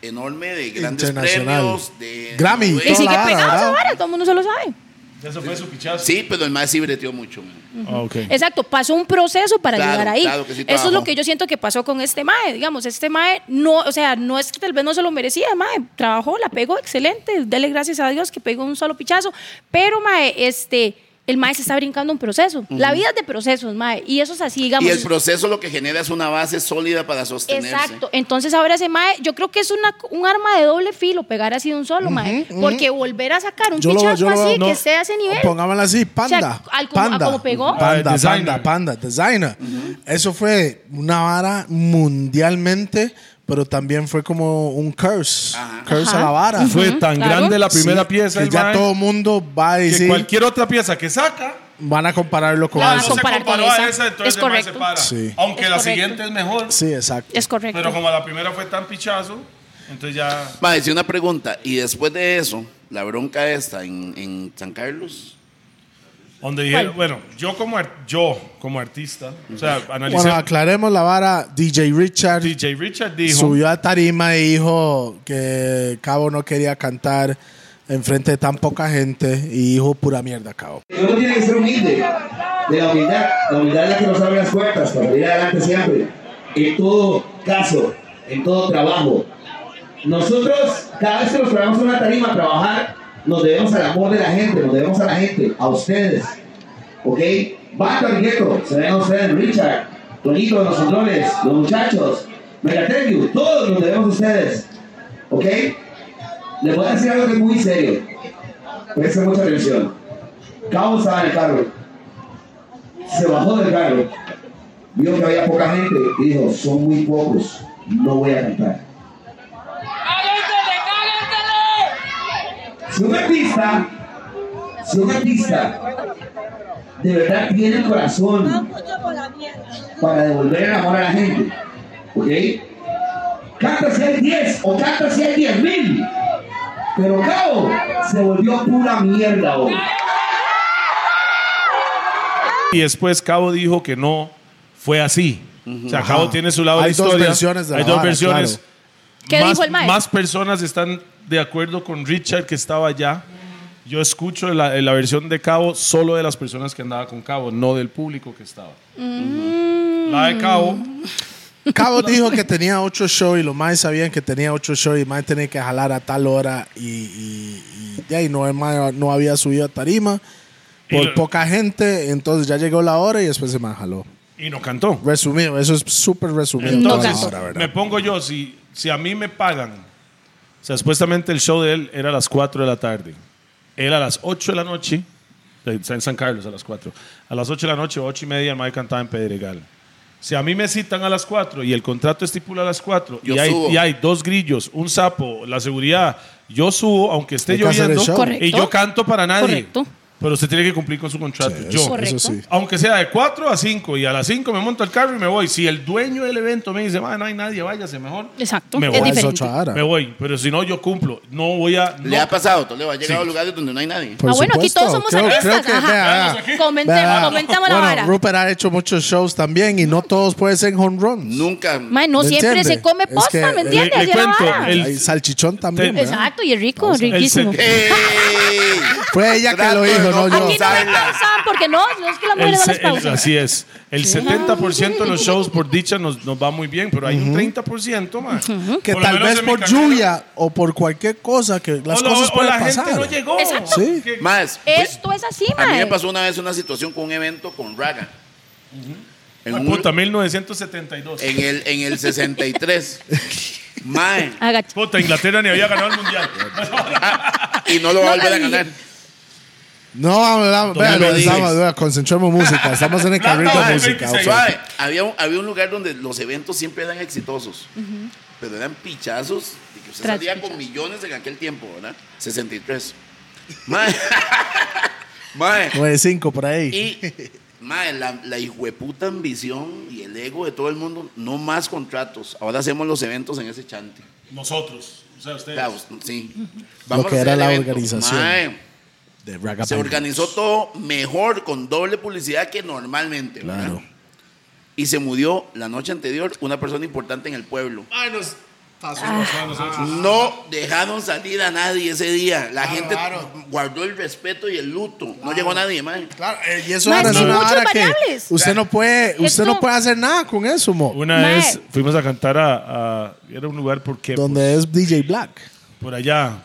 Speaker 4: enorme de grandes
Speaker 2: Internacional.
Speaker 4: premios. De
Speaker 2: Grammy.
Speaker 4: Noruega.
Speaker 3: Y
Speaker 2: toda
Speaker 3: sigue
Speaker 2: la vara,
Speaker 3: pegado esa
Speaker 2: ¿verdad?
Speaker 3: vara, todo el mundo se lo sabe.
Speaker 1: Eso fue su pichazo.
Speaker 4: Sí, pero el mae sí breteó mucho. mae.
Speaker 1: Ah, ok.
Speaker 3: Exacto, pasó un proceso para
Speaker 4: Claro,
Speaker 3: llegar ahí.
Speaker 4: claro que sí
Speaker 3: Eso es
Speaker 4: trabajó.
Speaker 3: lo que yo siento que pasó con este mae, digamos, este mae no, o sea, no es que tal vez no se lo merecía, mae, trabajó, la pegó excelente, dele gracias a Dios que pegó un solo pichazo, pero mae, este el mae se está brincando un proceso. La vida es de procesos, mae, y eso es así, digamos.
Speaker 4: Y el proceso lo que genera es una base sólida para sostenerse.
Speaker 3: Exacto. Entonces ahora ese mae, yo creo que es una, un arma de doble filo pegar así de un solo mae, porque volver a sacar un pichazo así
Speaker 2: no.
Speaker 3: que esté a ese nivel.
Speaker 2: Pongámoslo así, panda.
Speaker 3: al como- a
Speaker 2: panda.
Speaker 3: como pegó.
Speaker 2: Panda,
Speaker 1: Ah, designer.
Speaker 2: panda, panda, designer. Eso fue una vara mundialmente, pero también fue como un curse. Curse
Speaker 3: Ajá.
Speaker 2: a la vara.
Speaker 1: Fue tan
Speaker 3: claro.
Speaker 1: grande la primera
Speaker 2: Sí,
Speaker 1: pieza
Speaker 2: que
Speaker 1: el
Speaker 2: ya
Speaker 1: mae,
Speaker 2: todo mundo va a
Speaker 1: que
Speaker 2: decir,
Speaker 1: cualquier otra pieza que saca
Speaker 2: van a compararlo con
Speaker 3: La van
Speaker 1: Ah, no
Speaker 3: a
Speaker 2: eso.
Speaker 1: se
Speaker 3: comparar con
Speaker 1: comparó a
Speaker 3: esa.
Speaker 1: esa, entonces
Speaker 3: Es
Speaker 1: el mae se
Speaker 3: correcto.
Speaker 1: para.
Speaker 2: Sí.
Speaker 1: Aunque
Speaker 3: Es
Speaker 1: la
Speaker 3: correcto.
Speaker 1: siguiente es mejor,
Speaker 2: Sí, exacto.
Speaker 3: Es correcto.
Speaker 1: pero como la primera fue tan pichazo, entonces ya...
Speaker 4: Mae, sí, una pregunta. Y después de eso, la bronca esta en, en San Carlos.
Speaker 1: Donde dije,
Speaker 3: ¿Cuál?
Speaker 1: bueno, yo como, ar- yo como artista, o sea, analicé...
Speaker 2: Bueno, aclaremos la vara. DJ Richard
Speaker 1: DJ Richard dijo...
Speaker 2: subió a tarima y dijo que Cabo no quería cantar enfrente de tan poca gente y dijo pura mierda, Cabo.
Speaker 5: Uno tiene que ser humilde. De la humildad. La humildad es la que nos abre las puertas para ir adelante siempre. En todo caso, en todo trabajo. Nosotros, cada vez que nos ponemos una tarima a trabajar, nos debemos al amor de la gente, nos debemos a la gente, a ustedes. ¿Ok? Bato Argueto, se ven a ustedes, Richard, Tonito de los Honores, los muchachos, Megatengu, todos nos debemos a ustedes. ¿Ok? Les voy a decir algo que es muy serio. Presten mucha atención. Cabo estaba en el carro. Se bajó del carro. Vio que había poca gente y dijo, son muy pocos, no voy a cantar. Si un artista, si un artista de verdad tiene el corazón para devolver el amor a la gente, ¿ok? Canta si hay 10 o canta si hay 10 mil, pero Cabo se volvió pura mierda hoy.
Speaker 1: Y después Cabo dijo que no fue así. O sea, Cabo
Speaker 2: Ajá.
Speaker 1: tiene su lado de
Speaker 2: Hay
Speaker 1: la
Speaker 2: dos
Speaker 1: historia.
Speaker 2: versiones de
Speaker 1: Hay
Speaker 2: la
Speaker 1: dos
Speaker 2: vara,
Speaker 1: versiones.
Speaker 2: claro.
Speaker 3: ¿Qué
Speaker 1: más,
Speaker 3: dijo el mae?
Speaker 1: Más personas están de acuerdo con Richard que estaba allá. Yo escucho la, la versión de Cabo solo de las personas que andaba con Cabo, no del público que estaba. La de Cabo,
Speaker 2: Cabo dijo que tenía ocho shows y los más sabían que tenía ocho shows y más tenía que jalar a tal hora y, y, y de ahí no, el mae no había subido a tarima
Speaker 1: Y
Speaker 2: por
Speaker 1: lo-
Speaker 2: poca gente, entonces ya llegó la hora y después se más jaló.
Speaker 1: y no cantó.
Speaker 2: Resumido, eso es súper resumido.
Speaker 3: No
Speaker 2: toda la
Speaker 3: cantó.
Speaker 2: hora, ¿verdad?
Speaker 1: me pongo yo, si, si a mí me pagan, o sea, supuestamente el show de él era a las 4 de la tarde, él a las 8 de la noche, eh, está en San Carlos a las 4, a las 8 de la noche, 8 y media, el Mae cantaba en Pedregal. Si a mí me citan a las 4 y el contrato estipula a las 4 y
Speaker 4: Yo
Speaker 1: hay,
Speaker 4: subo.
Speaker 1: y hay dos grillos, un sapo, la seguridad, yo subo aunque esté
Speaker 2: Hay que hacer el
Speaker 1: lloviendo
Speaker 2: show.
Speaker 3: Correcto.
Speaker 1: y yo canto para nadie.
Speaker 3: Correcto.
Speaker 1: Pero usted tiene que cumplir con su contrato.
Speaker 2: Sí,
Speaker 1: yo.
Speaker 2: eso-
Speaker 3: Correcto.
Speaker 2: eso sí.
Speaker 1: Aunque sea de 4 a 5 y a las 5 me monto el carro y me voy. Si el dueño del evento me dice, "Ma, no hay nadie, váyase mejor.
Speaker 3: Exacto.
Speaker 1: Me
Speaker 3: es
Speaker 1: voy.
Speaker 2: Las
Speaker 3: diferente.
Speaker 2: ocho horas.
Speaker 1: Me voy, pero si no, yo cumplo. No voy a...
Speaker 4: ¿Le
Speaker 1: no-
Speaker 4: ha pasado, Toledo? Ha llegado
Speaker 1: Sí.
Speaker 4: a lugares donde no hay nadie.
Speaker 2: Por
Speaker 3: Ah, bueno, aquí todos somos artistas, ajá.
Speaker 2: vea,
Speaker 1: Vamos aquí.
Speaker 2: vea.
Speaker 3: Comentemos,
Speaker 2: Vea, vea.
Speaker 3: comentemos la
Speaker 2: Bueno,
Speaker 3: vara.
Speaker 2: Rupert ha hecho muchos shows también y no todos pueden ser home
Speaker 1: Pues-
Speaker 2: runs.
Speaker 4: Nunca.
Speaker 3: Mae, no
Speaker 2: ¿Me
Speaker 3: siempre
Speaker 2: entiende?
Speaker 3: se come
Speaker 2: Es que-
Speaker 3: posta, ¿me
Speaker 2: Le-
Speaker 1: le
Speaker 3: entiendes? Así es la
Speaker 1: cuento,
Speaker 3: vara.
Speaker 1: el-
Speaker 2: Hay salchichón también.
Speaker 1: Te-
Speaker 2: ¿verdad?
Speaker 3: Exacto, y es rico,
Speaker 1: El
Speaker 3: riquísimo.
Speaker 1: set-
Speaker 4: ¡Ey!
Speaker 2: Fue ella que
Speaker 4: Trato
Speaker 2: lo
Speaker 4: de
Speaker 2: dijo, no, yo.
Speaker 3: Aquí no me pausan porque no, no es que las
Speaker 1: El
Speaker 3: mujeres no nos
Speaker 1: se- el-
Speaker 3: pausan.
Speaker 1: así es. El 70% de los shows, por dicha, nos, nos va muy bien, pero hay un 30%, man.
Speaker 2: Que
Speaker 1: Por lo
Speaker 2: tal
Speaker 1: menos
Speaker 2: vez
Speaker 1: en mi
Speaker 2: por
Speaker 1: carrera-
Speaker 2: lluvia o por cualquier cosa, que las
Speaker 1: o lo-
Speaker 2: cosas
Speaker 1: o
Speaker 2: pueden
Speaker 1: la
Speaker 2: pasar.
Speaker 1: gente no llegó.
Speaker 3: Exacto.
Speaker 2: Sí.
Speaker 1: Que-
Speaker 4: Más,
Speaker 3: Esto es así,
Speaker 4: a mí me
Speaker 3: mae.
Speaker 4: pasó una vez una situación con un evento con Raga. en, un-
Speaker 1: Puta, 1972.
Speaker 4: en el, en el 63. Mae,
Speaker 3: Agacha.
Speaker 1: Puta, Inglaterra ni había ganado el mundial.
Speaker 4: y no lo va a
Speaker 3: No,
Speaker 4: volver a
Speaker 3: y-
Speaker 4: ganar.
Speaker 2: No, vamos, vamos,
Speaker 4: Todavía
Speaker 2: vean,
Speaker 4: lo dices.
Speaker 2: estamos, vean, concentremos música. Estamos en el carril
Speaker 1: Plata,
Speaker 2: de
Speaker 1: mae,
Speaker 2: música.
Speaker 1: 26.
Speaker 2: ok.
Speaker 4: Suave, había, un, había un lugar donde los eventos siempre eran exitosos, pero eran pichazos de que usted
Speaker 3: Tras
Speaker 4: salía
Speaker 3: pichazos.
Speaker 4: con millones en aquel tiempo, ¿verdad? 63. Mae, mae,
Speaker 2: 9-5 por ahí.
Speaker 4: y mae, la, la hijueputa ambición y el ego de todo el mundo, no más contratos. Ahora hacemos los eventos en ese chante.
Speaker 1: Nosotros. O sea, ustedes.
Speaker 4: Claro, sí. a
Speaker 2: que
Speaker 4: hacer
Speaker 2: era
Speaker 4: el
Speaker 2: la
Speaker 4: evento.
Speaker 2: organización.
Speaker 4: Mae,
Speaker 2: De Raga
Speaker 4: se
Speaker 2: Band.
Speaker 4: organizó todo mejor con doble publicidad que normalmente. ¿verdad?
Speaker 2: Claro.
Speaker 4: Y se murió la noche anterior una persona importante en el pueblo.
Speaker 1: Ay, nos pasó, pasó a nosotros.
Speaker 4: No dejaron salir a nadie ese día. La gente guardó el respeto y el luto. No llegó nadie, mae.
Speaker 2: Claro, eh, y eso
Speaker 3: Mae,
Speaker 2: ahora es
Speaker 3: son
Speaker 2: una
Speaker 3: muchas
Speaker 2: vara que
Speaker 3: variables.
Speaker 2: usted no puede, usted
Speaker 3: Esto-
Speaker 2: no puede hacer nada con eso, mo.
Speaker 1: Una
Speaker 3: Mae.
Speaker 1: vez fuimos a cantar a, a- Era un lugar por Quepos.
Speaker 2: Donde es DJ Black.
Speaker 1: Por allá.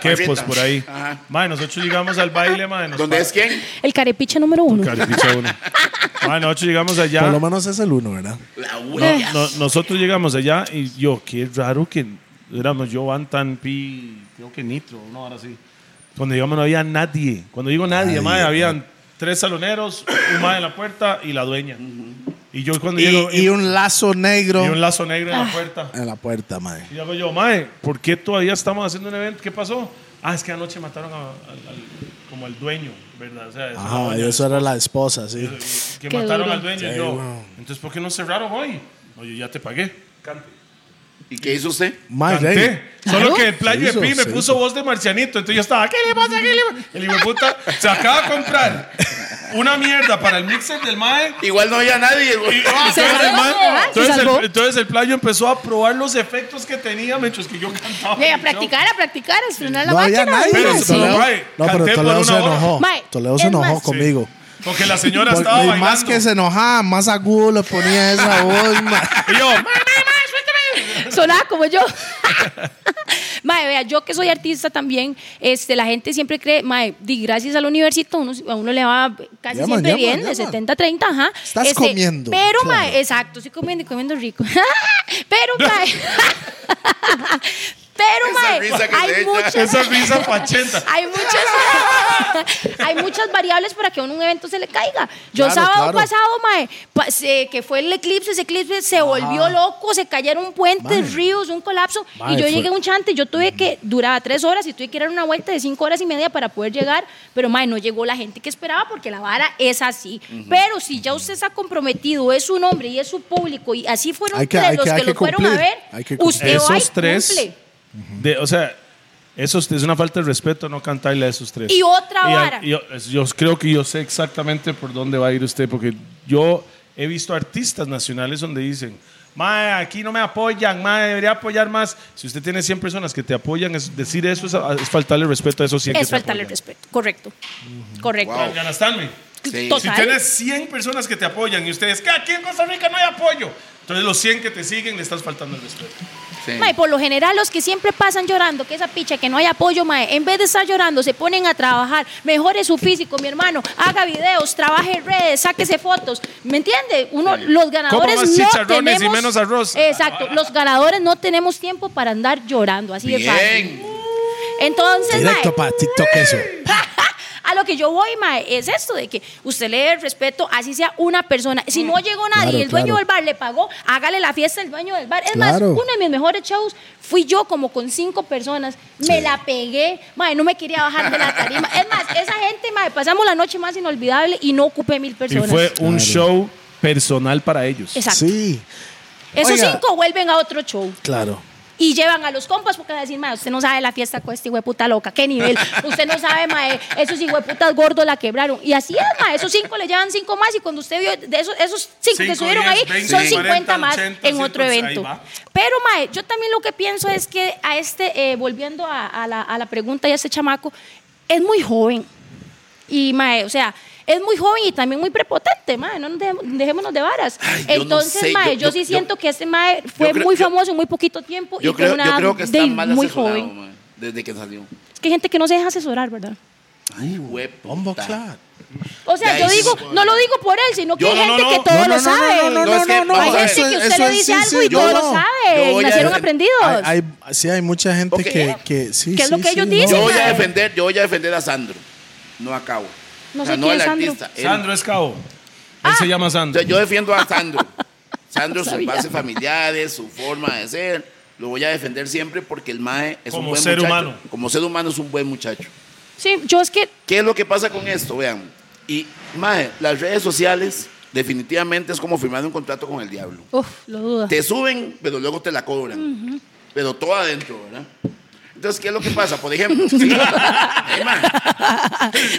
Speaker 1: Parrita, Quepos,
Speaker 4: Parrita.
Speaker 1: por ahí.
Speaker 4: Ajá.
Speaker 1: Mae, nosotros llegamos al baile, mae. nos
Speaker 4: ¿Dónde
Speaker 1: pa-
Speaker 4: es quién?
Speaker 3: El carepicha número uno.
Speaker 1: Caripicha uno. Mae, nosotros llegamos allá.
Speaker 2: Por lo menos es el uno, ¿verdad?
Speaker 4: La
Speaker 1: No,
Speaker 4: huella.
Speaker 1: no, nosotros llegamos allá y yo, qué raro que éramos yo, Bantan, Pi, creo que Nitro, no, ahora sí. Cuando llegamos no había nadie. Cuando digo nadie, más habían tres saloneros, un más en la puerta y la dueña. Y yo cuando
Speaker 2: Y,
Speaker 1: llego,
Speaker 2: y un lazo negro
Speaker 1: y un lazo negro en la puerta.
Speaker 2: en la puerta, mae.
Speaker 1: Y hago yo, mae, ¿por qué todavía estamos haciendo un evento? ¿Qué pasó? Ah, es que anoche mataron a- al- al- como al dueño, ¿verdad? O sea, es una
Speaker 2: Ajá,
Speaker 1: doña.
Speaker 2: y eso era la esposa, sí.
Speaker 1: que
Speaker 3: Qué
Speaker 1: mataron
Speaker 3: duro.
Speaker 1: al dueño. Y
Speaker 2: Sí,
Speaker 1: yo,
Speaker 2: weón.
Speaker 1: entonces, ¿por qué no cerraron hoy? No, yo ya te pagué. Cante.
Speaker 4: ¿Y qué hizo usted?
Speaker 2: Mae,
Speaker 1: Canté.
Speaker 2: rey.
Speaker 1: Solo
Speaker 3: Claro.
Speaker 1: que el playo
Speaker 2: Se
Speaker 1: de Pi
Speaker 2: hizo,
Speaker 1: me
Speaker 2: se
Speaker 1: puso
Speaker 2: hizo.
Speaker 1: voz de marcianito. Entonces yo estaba, ¿qué le pasa? ¿Qué le pasa? El hijo de puta se acaba de comprar una mierda para el mixer del Mae.
Speaker 4: Igual no había nadie. güey.
Speaker 1: Ah,
Speaker 3: Se
Speaker 1: entonces el
Speaker 3: salvó,
Speaker 1: mae-
Speaker 3: ¿verdad? Se
Speaker 1: entonces
Speaker 3: salvó.
Speaker 1: el- Entonces el playo empezó a probar los efectos que tenía mientras que yo cantaba.
Speaker 3: Ve,
Speaker 1: en
Speaker 3: a
Speaker 1: el
Speaker 3: practicar, a practicar, a frenar la
Speaker 2: No había
Speaker 3: máquina.
Speaker 2: nadie.
Speaker 1: Pero
Speaker 3: sí.
Speaker 1: se
Speaker 2: Toledo-
Speaker 1: mae,
Speaker 2: no, pero
Speaker 1: canté por
Speaker 2: Toledo
Speaker 1: una
Speaker 2: se
Speaker 1: hora.
Speaker 2: enojó.
Speaker 3: Mae,
Speaker 2: Toledo se
Speaker 3: es
Speaker 2: enojó
Speaker 3: más-
Speaker 2: conmigo.
Speaker 1: show. Porque la señora
Speaker 2: Por-
Speaker 1: estaba
Speaker 2: y
Speaker 1: bailando.
Speaker 2: más que se enojaba, más agudo le ponía esa voz, mae.
Speaker 1: Y yo,
Speaker 3: Sonaba como yo. Mae, vea, yo que soy artista también, este, la gente siempre cree, mae, di, gracias a la universidad uno, a uno le va casi
Speaker 2: Llaman,
Speaker 3: siempre
Speaker 2: llaman,
Speaker 3: bien, de
Speaker 2: llaman.
Speaker 3: 70 30, ajá. Este,
Speaker 2: Estás comiendo,
Speaker 3: Pero,
Speaker 2: claro.
Speaker 3: mae, exacto, estoy comiendo y comiendo rico. pero, mae. pero,
Speaker 4: Esa
Speaker 3: mae,
Speaker 4: risa que se
Speaker 3: hay
Speaker 4: echa.
Speaker 3: muchas...
Speaker 1: esa risa pachenta.
Speaker 3: Hay muchas, hay muchas variables para que a un evento se le caiga. Yo
Speaker 2: Claro,
Speaker 3: sábado
Speaker 2: claro.
Speaker 3: pasado, mae, pa- se- que fue el eclipse, ese eclipse se volvió loco, se cayeron puentes,
Speaker 2: Ah. Mae.
Speaker 3: ríos, un colapso.
Speaker 2: Mae,
Speaker 3: y yo
Speaker 2: fue- Mm.
Speaker 3: llegué a un chante, yo tuve que, duraba tres horas y tuve que ir a dar una vuelta de cinco horas y media para poder llegar, pero mae, no llegó la gente que esperaba porque la vara es así. Pero si ya usted está comprometido, es su nombre y es su público, y así fueron
Speaker 2: Hay que-
Speaker 3: tres
Speaker 2: hay
Speaker 3: los
Speaker 2: que-
Speaker 3: que,
Speaker 2: hay
Speaker 3: lo
Speaker 2: que
Speaker 3: fueron a
Speaker 2: cumplir,
Speaker 3: ver,
Speaker 2: hay que cumplir.
Speaker 3: usted va y
Speaker 1: Esos tres-
Speaker 3: cumple.
Speaker 1: De, o sea, eso es es una falta de respeto no cantarle a esos tres.
Speaker 3: Y otra
Speaker 1: a-
Speaker 3: vara.
Speaker 1: y yo, es- yo creo que yo sé exactamente por dónde va a ir usted, porque yo he visto artistas nacionales donde dicen, Mae, aquí no me apoyan, Mae, debería apoyar más. Si usted tiene 100 personas que te apoyan, es- decir eso es, es faltarle respeto a esos 100 que
Speaker 3: Es
Speaker 1: te
Speaker 3: faltarle
Speaker 1: apoyan.
Speaker 3: respeto, correcto. Correcto.
Speaker 4: Wow.
Speaker 1: Ganastarme.
Speaker 4: Sí.
Speaker 1: Si
Speaker 3: Total.
Speaker 1: tienes 100 personas que te apoyan y ustedes, que aquí en Costa Rica no hay apoyo, entonces los 100 que te siguen le estás faltando el respeto.
Speaker 4: Sí.
Speaker 3: Mae, por lo general, los que siempre pasan llorando, que esa picha, que no hay apoyo, mae, en vez de estar llorando, se ponen a trabajar, mejore su físico, mi hermano, haga videos, trabaje en redes, sáquese fotos. ¿Me entiende? Uno, los ganadores
Speaker 1: más
Speaker 3: no
Speaker 1: chicharrones y
Speaker 3: tenemos,
Speaker 1: menos arroz?
Speaker 3: Exacto, los ganadores no tenemos tiempo para andar llorando, así de fácil.
Speaker 4: Bien.
Speaker 3: Entonces, mae,
Speaker 2: Directo para TikTok eso.
Speaker 3: a lo que yo voy, mae, es esto de que usted le dé el respeto, así sea una persona. Si no llegó nadie
Speaker 2: Mm. Claro,
Speaker 3: y el dueño
Speaker 2: claro.
Speaker 3: del bar le pagó, hágale la fiesta al dueño del bar. Es más,
Speaker 2: Claro.
Speaker 3: uno de mis mejores shows fui yo como con cinco personas, me la pegué, mae, no me quería bajar de la tarima. Es más, esa gente, mae, pasamos la noche más inolvidable y no ocupé mil
Speaker 1: Y
Speaker 3: personas.
Speaker 1: fue un show personal para ellos.
Speaker 3: Exacto.
Speaker 2: Sí,
Speaker 3: Esos
Speaker 2: Oiga.
Speaker 3: cinco vuelven a otro show.
Speaker 2: claro.
Speaker 3: Y llevan a los compas porque van a decir, mae, usted no sabe la fiesta con este hueputa loca, qué nivel. Usted no sabe, mae, esos hueputas gordos la quebraron. Y así es, mae, esos cinco le llevan cinco más y cuando usted vio de esos, esos cinco,
Speaker 1: Cinco,
Speaker 3: que subieron
Speaker 1: diez,
Speaker 3: ahí,
Speaker 1: veinte,
Speaker 3: son
Speaker 1: cuarenta,
Speaker 3: 50 más
Speaker 1: ochenta,
Speaker 3: en otro
Speaker 1: ciento,
Speaker 3: evento.
Speaker 1: ahí va.
Speaker 3: Pero, mae, yo también lo que pienso es que a este, eh, volviendo a, a la, a la pregunta y a este chamaco, es muy joven. Y, mae, o sea, es muy joven y también muy prepotente, mae. No nos dejem- dejémonos de varas.
Speaker 4: Ay, yo no
Speaker 3: Entonces,
Speaker 4: sé,
Speaker 3: mae,
Speaker 4: yo-
Speaker 3: yo,
Speaker 4: yo-
Speaker 3: sí
Speaker 4: yo-
Speaker 3: siento que este mae fue
Speaker 4: creo-
Speaker 3: muy
Speaker 4: yo-
Speaker 3: famoso en muy poquito tiempo y
Speaker 4: Yo
Speaker 3: tiene
Speaker 4: creo,
Speaker 3: una
Speaker 4: yo creo que
Speaker 3: edad de
Speaker 4: está mal
Speaker 3: muy
Speaker 4: asesorado,
Speaker 3: joven.
Speaker 4: mae, desde que salió.
Speaker 3: Es que hay gente que no se deja asesorar, ¿verdad?
Speaker 4: Ay, güey.
Speaker 6: Bombo claro.
Speaker 3: O sea,
Speaker 4: Ya,
Speaker 3: yo
Speaker 4: eso
Speaker 3: digo,
Speaker 4: es-
Speaker 3: no lo digo por él, sino que
Speaker 4: Yo-
Speaker 3: hay
Speaker 4: no, no,
Speaker 3: gente
Speaker 4: no.
Speaker 3: que todo
Speaker 2: No, no,
Speaker 3: lo
Speaker 2: no, no,
Speaker 3: sabe.
Speaker 2: no,
Speaker 4: No, es
Speaker 2: no,
Speaker 4: que
Speaker 2: no, no.
Speaker 4: vamos
Speaker 3: Hay
Speaker 4: a ver.
Speaker 3: gente que
Speaker 2: Eso-
Speaker 3: usted
Speaker 2: eso
Speaker 3: le
Speaker 2: es-
Speaker 3: dice
Speaker 2: sí, sí,
Speaker 3: algo y
Speaker 2: yo
Speaker 3: todos
Speaker 2: no. Eh,
Speaker 3: lo
Speaker 4: Yo
Speaker 3: saben.
Speaker 4: voy a
Speaker 3: Nacieron
Speaker 4: defender-
Speaker 3: aprendidos.
Speaker 2: Hay, hay- sí, hay mucha gente
Speaker 4: Ok.
Speaker 2: que, que sí.
Speaker 3: ¿Qué es lo
Speaker 2: sí,
Speaker 3: que ellos
Speaker 2: sí,
Speaker 3: dicen?
Speaker 4: Yo voy a
Speaker 3: mae.
Speaker 4: defender, yo voy a defender a Sandro. No a Cabo.
Speaker 3: No
Speaker 4: O sea,
Speaker 3: sé quién
Speaker 4: al
Speaker 3: es Sandro.
Speaker 4: artista. él.
Speaker 1: Sandro es cabo. Él
Speaker 3: Ah.
Speaker 1: se llama
Speaker 4: O sea,
Speaker 1: Sandro.
Speaker 4: yo defiendo a Sandro. Sandro, sus
Speaker 3: Sabía.
Speaker 4: bases familiares, su forma de ser, lo voy a defender siempre porque el Mae es un
Speaker 1: Como
Speaker 4: buen
Speaker 1: ser
Speaker 4: muchacho.
Speaker 1: humano.
Speaker 4: Como ser humano es un buen muchacho.
Speaker 3: Sí, yo es que
Speaker 4: ¿Qué es lo que pasa con esto? Vean. Y, Mae, las redes sociales definitivamente es como firmar un contrato con el diablo.
Speaker 3: Uf, lo dudo.
Speaker 4: Te suben, pero luego te la cobran. Pero todo adentro, ¿verdad? Entonces, ¿qué es lo que pasa? Por ejemplo, Ay, mae.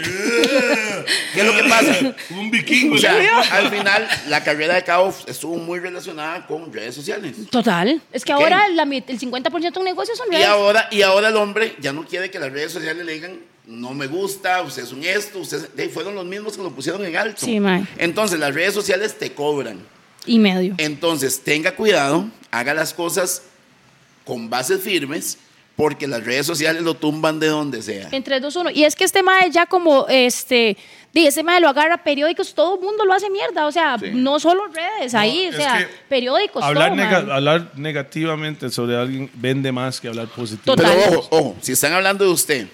Speaker 4: ¿qué es lo que pasa?
Speaker 1: Un vikingo.
Speaker 4: O sea,
Speaker 1: ya.
Speaker 4: al final, la carrera de Cabo estuvo muy relacionada con redes sociales.
Speaker 3: Total. Es que
Speaker 4: Ok.
Speaker 3: ahora la mit- el 50% de un negocio son
Speaker 4: Y
Speaker 3: redes.
Speaker 4: ahora, y ahora el hombre ya no quiere que las redes sociales le digan, no me gusta, usted es un esto, ustedes fueron los mismos que lo pusieron en alto.
Speaker 3: Sí, mae.
Speaker 4: Entonces, las redes sociales te cobran.
Speaker 3: Y medio.
Speaker 4: Entonces, tenga cuidado, haga las cosas con bases firmes, porque las redes sociales lo tumban de donde sea.
Speaker 3: En 3, 2, 1. Y es que este mae ya como, este, di, este mae lo agarra periódicos, todo el mundo lo hace mierda. O sea,
Speaker 4: Sí.
Speaker 3: no solo redes, ahí, o
Speaker 1: es
Speaker 3: sea,
Speaker 1: que
Speaker 3: periódicos,
Speaker 1: Hablar,
Speaker 3: todo,
Speaker 1: nega-
Speaker 3: mae.
Speaker 1: hablar negativamente sobre alguien vende más que hablar positivo.
Speaker 3: Total.
Speaker 4: Pero ojo, ojo, si están hablando de usted,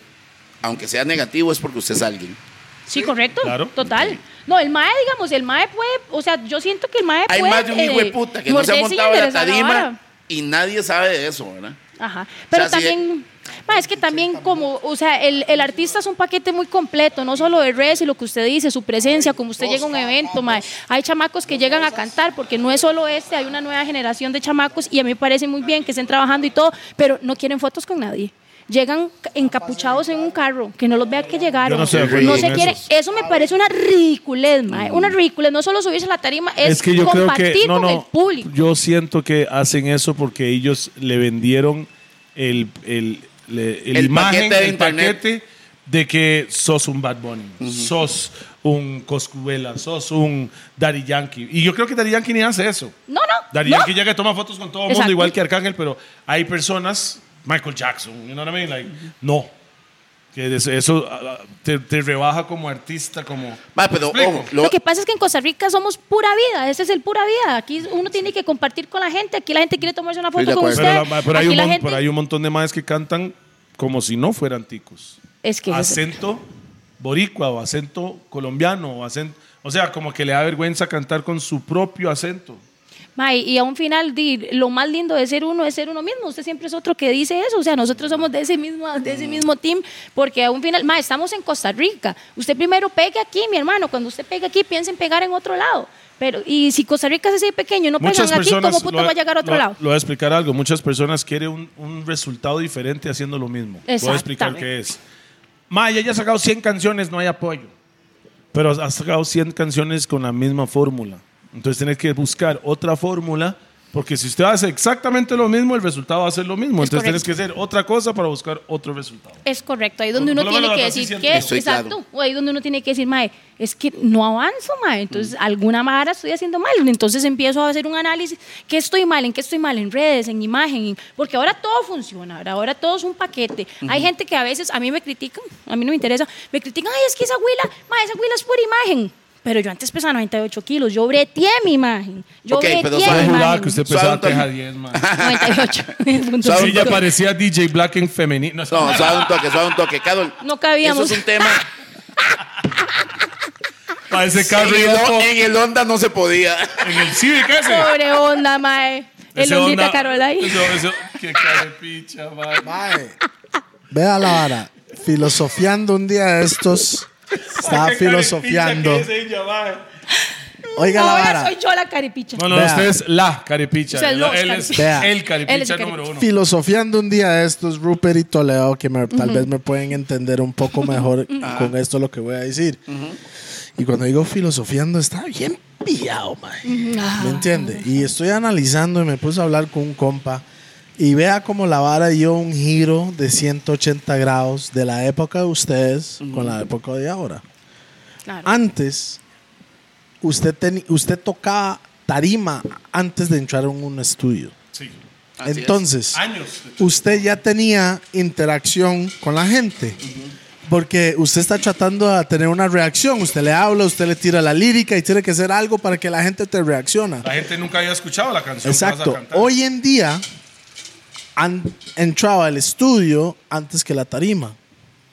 Speaker 4: aunque sea negativo, es porque usted es alguien.
Speaker 3: Eh, Sí, correcto.
Speaker 1: Claro.
Speaker 3: Total. No, el mae, digamos, el mae puede, o sea, yo siento que el mae
Speaker 4: Hay
Speaker 3: puede.
Speaker 4: más de un hijo de
Speaker 3: eh,
Speaker 4: puta que no se ha
Speaker 3: morderse y
Speaker 4: montado en la
Speaker 3: enderezar
Speaker 4: tarima
Speaker 3: vara.
Speaker 4: y nadie sabe de eso, ¿verdad?
Speaker 3: Ajá. Pero
Speaker 4: sea, sí,
Speaker 3: también, ma, es que también como, o sea, el, el artista es un paquete muy completo, no solo de redes y lo que usted dice, su presencia, como usted llega a un evento, ma. Hay chamacos que llegan a cantar, porque no es solo este, hay una nueva generación de chamacos y a mí me parece muy bien que estén trabajando y todo, pero no quieren fotos con nadie. Llegan ca- encapuchados en un carro, que no los vea que llegaron.
Speaker 1: Yo no estoy de acuerdo
Speaker 3: No
Speaker 1: con
Speaker 3: se quiere.
Speaker 1: esos. Mm.
Speaker 3: Eso me parece una ridiculez, mae. Una ridiculez. No solo subirse a la tarima, es,
Speaker 1: es que yo creo
Speaker 3: compartir
Speaker 1: que no,
Speaker 3: con el
Speaker 1: no,
Speaker 3: público.
Speaker 1: yo siento que hacen eso porque ellos le vendieron el, el, le- el
Speaker 4: El
Speaker 1: imagen,
Speaker 4: paquete de
Speaker 1: el
Speaker 4: internet.
Speaker 1: paquete de que sos un Bad Bunny, sos un Coscubela, sos un Daddy Yankee. Y yo creo que Daddy Yankee ni hace eso.
Speaker 3: No, no.
Speaker 1: Daddy
Speaker 3: no.
Speaker 1: Yankee llega y toma fotos con todo el mundo,
Speaker 3: Exacto.
Speaker 1: igual que Arcángel, pero hay personas, Michael Jackson, you know what I mean? Like, no. Que eso, eso, ah, ah, te, te rebaja como artista, como...
Speaker 4: Ma, pero
Speaker 1: ¿Me explico?
Speaker 4: ojo, lo-
Speaker 3: Lo que pasa es que en Costa Rica somos pura vida, ese es el pura vida. Aquí uno tiene que compartir con la gente, aquí la gente quiere tomarse una
Speaker 4: Estoy
Speaker 3: foto
Speaker 4: de
Speaker 3: con
Speaker 4: acuerdo.
Speaker 3: usted.
Speaker 1: Pero, la- pero hay
Speaker 3: aquí
Speaker 1: un
Speaker 3: la
Speaker 1: mon-
Speaker 3: gente-
Speaker 1: pero hay un montón de madres que cantan como si no fueran ticos.
Speaker 3: Es que es-
Speaker 1: acento boricua o acento colombiano o acento... O sea, como que le da vergüenza cantar con su propio acento.
Speaker 3: Mae, y a un final, di, lo más lindo de ser uno es ser uno mismo. Usted siempre es otro que dice eso. O sea, nosotros somos de ese mismo, de
Speaker 4: Mm.
Speaker 3: ese mismo team, porque a un final, mae, estamos en Costa Rica. Usted primero pegue aquí, mi hermano. Cuando usted pegue aquí, piensa en pegar en otro lado. Pero, y si Costa Rica es así de pequeño, y no pegan aquí, ¿cómo puta
Speaker 1: lo-
Speaker 3: va a llegar a otro
Speaker 1: lo-
Speaker 3: lado?
Speaker 1: Lo voy a explicar algo. Muchas personas quieren un, un resultado diferente haciendo lo mismo. Voy a explicar
Speaker 3: Exactamente.
Speaker 1: qué es. Maya ya ha sacado 100 canciones, no hay apoyo. Pero has sacado 100 canciones con la misma fórmula. Entonces tienes que buscar otra fórmula. Porque si usted hace exactamente lo mismo, el resultado va a ser lo mismo.
Speaker 3: Es
Speaker 1: Entonces tienes
Speaker 3: correcto.
Speaker 1: que hacer otra cosa para buscar otro resultado.
Speaker 3: Es correcto, ahí donde
Speaker 1: Por-
Speaker 3: uno
Speaker 1: por lo
Speaker 3: tiene
Speaker 1: menos
Speaker 3: que
Speaker 1: así
Speaker 3: decir
Speaker 1: siento.
Speaker 3: que
Speaker 4: Estoy
Speaker 3: exacto,
Speaker 4: claro.
Speaker 3: o ahí donde uno tiene que decir, mae, es que no avanzo, mae, entonces
Speaker 1: Mm.
Speaker 3: alguna mara estoy haciendo mal, entonces empiezo a hacer un análisis, ¿qué estoy mal? ¿En qué estoy mal? En redes, en imagen, en- porque ahora todo funciona, ahora, ahora todo es un paquete. Hay gente que a veces, a mí me critican, a mí no me interesa, me critican, ay, es que esa huila, mae, esa huila es pura imagen. Pero yo antes pesaba 98 kilos, yo breteé mi imagen, yo
Speaker 4: Ok, pero
Speaker 3: breteé
Speaker 4: suave.
Speaker 3: mi
Speaker 4: Ay,
Speaker 1: juraba
Speaker 3: imagen.
Speaker 1: que usted
Speaker 4: Suave
Speaker 1: pesaba
Speaker 4: un toque.
Speaker 1: 3 a 10, man.
Speaker 3: 98.
Speaker 4: Suave
Speaker 1: Sí, ya parecía DJ Black en femenino.
Speaker 4: No, suave un toque, suave un toque. Carol,
Speaker 3: No cabíamos.
Speaker 4: Eso es un tema.
Speaker 1: Parece
Speaker 4: En
Speaker 1: Carrie
Speaker 4: el,
Speaker 1: Oppo
Speaker 4: en el Honda no se podía.
Speaker 1: en el Civic ese.
Speaker 3: Pobre onda, mae. El
Speaker 1: Ese
Speaker 3: ondita
Speaker 1: onda-
Speaker 3: Carol ahí.
Speaker 1: Eso, eso, qué carepicha,
Speaker 2: Ah,
Speaker 1: man.
Speaker 2: Mae, vea la vara. Filosofiando un día de estos. Estaba
Speaker 1: Qué
Speaker 2: filosofiando.
Speaker 1: carepicha que es ella, man.
Speaker 2: Oiga la
Speaker 3: Ahora
Speaker 2: vara.
Speaker 3: soy yo la caripicha.
Speaker 1: No, no,
Speaker 2: Vea.
Speaker 1: usted es la carepicha.
Speaker 3: O sea,
Speaker 1: él
Speaker 3: los
Speaker 1: es
Speaker 2: carepichas.
Speaker 1: el
Speaker 3: Él es
Speaker 1: carepicha
Speaker 3: el
Speaker 1: número uno.
Speaker 2: Filosofiando un día de estos, Rupert y Toledo, que me- tal vez me pueden entender un poco mejor con esto lo que voy a decir. Y cuando digo filosofiando, está bien pillado, mae. ¿Me entiende? Y estoy analizando y me puse a hablar con un compa. Y vea como la vara dio un giro de 180 grados de la época de ustedes con la época de ahora.
Speaker 3: Claro.
Speaker 2: Antes, usted, teni- usted tocaba tarima antes de entrar en un estudio.
Speaker 1: Sí.
Speaker 4: Así es.
Speaker 2: Entonces,
Speaker 1: Años.
Speaker 2: usted ya tenía interacción con la gente. Porque usted está tratando de tener una reacción. Usted le habla, usted le tira la lírica y tiene que hacer algo para que la gente te reacciona.
Speaker 1: La gente nunca había escuchado la canción. que vas a
Speaker 2: Exacto.
Speaker 1: cantar.
Speaker 2: Hoy en día han entrado al estudio antes que la tarima.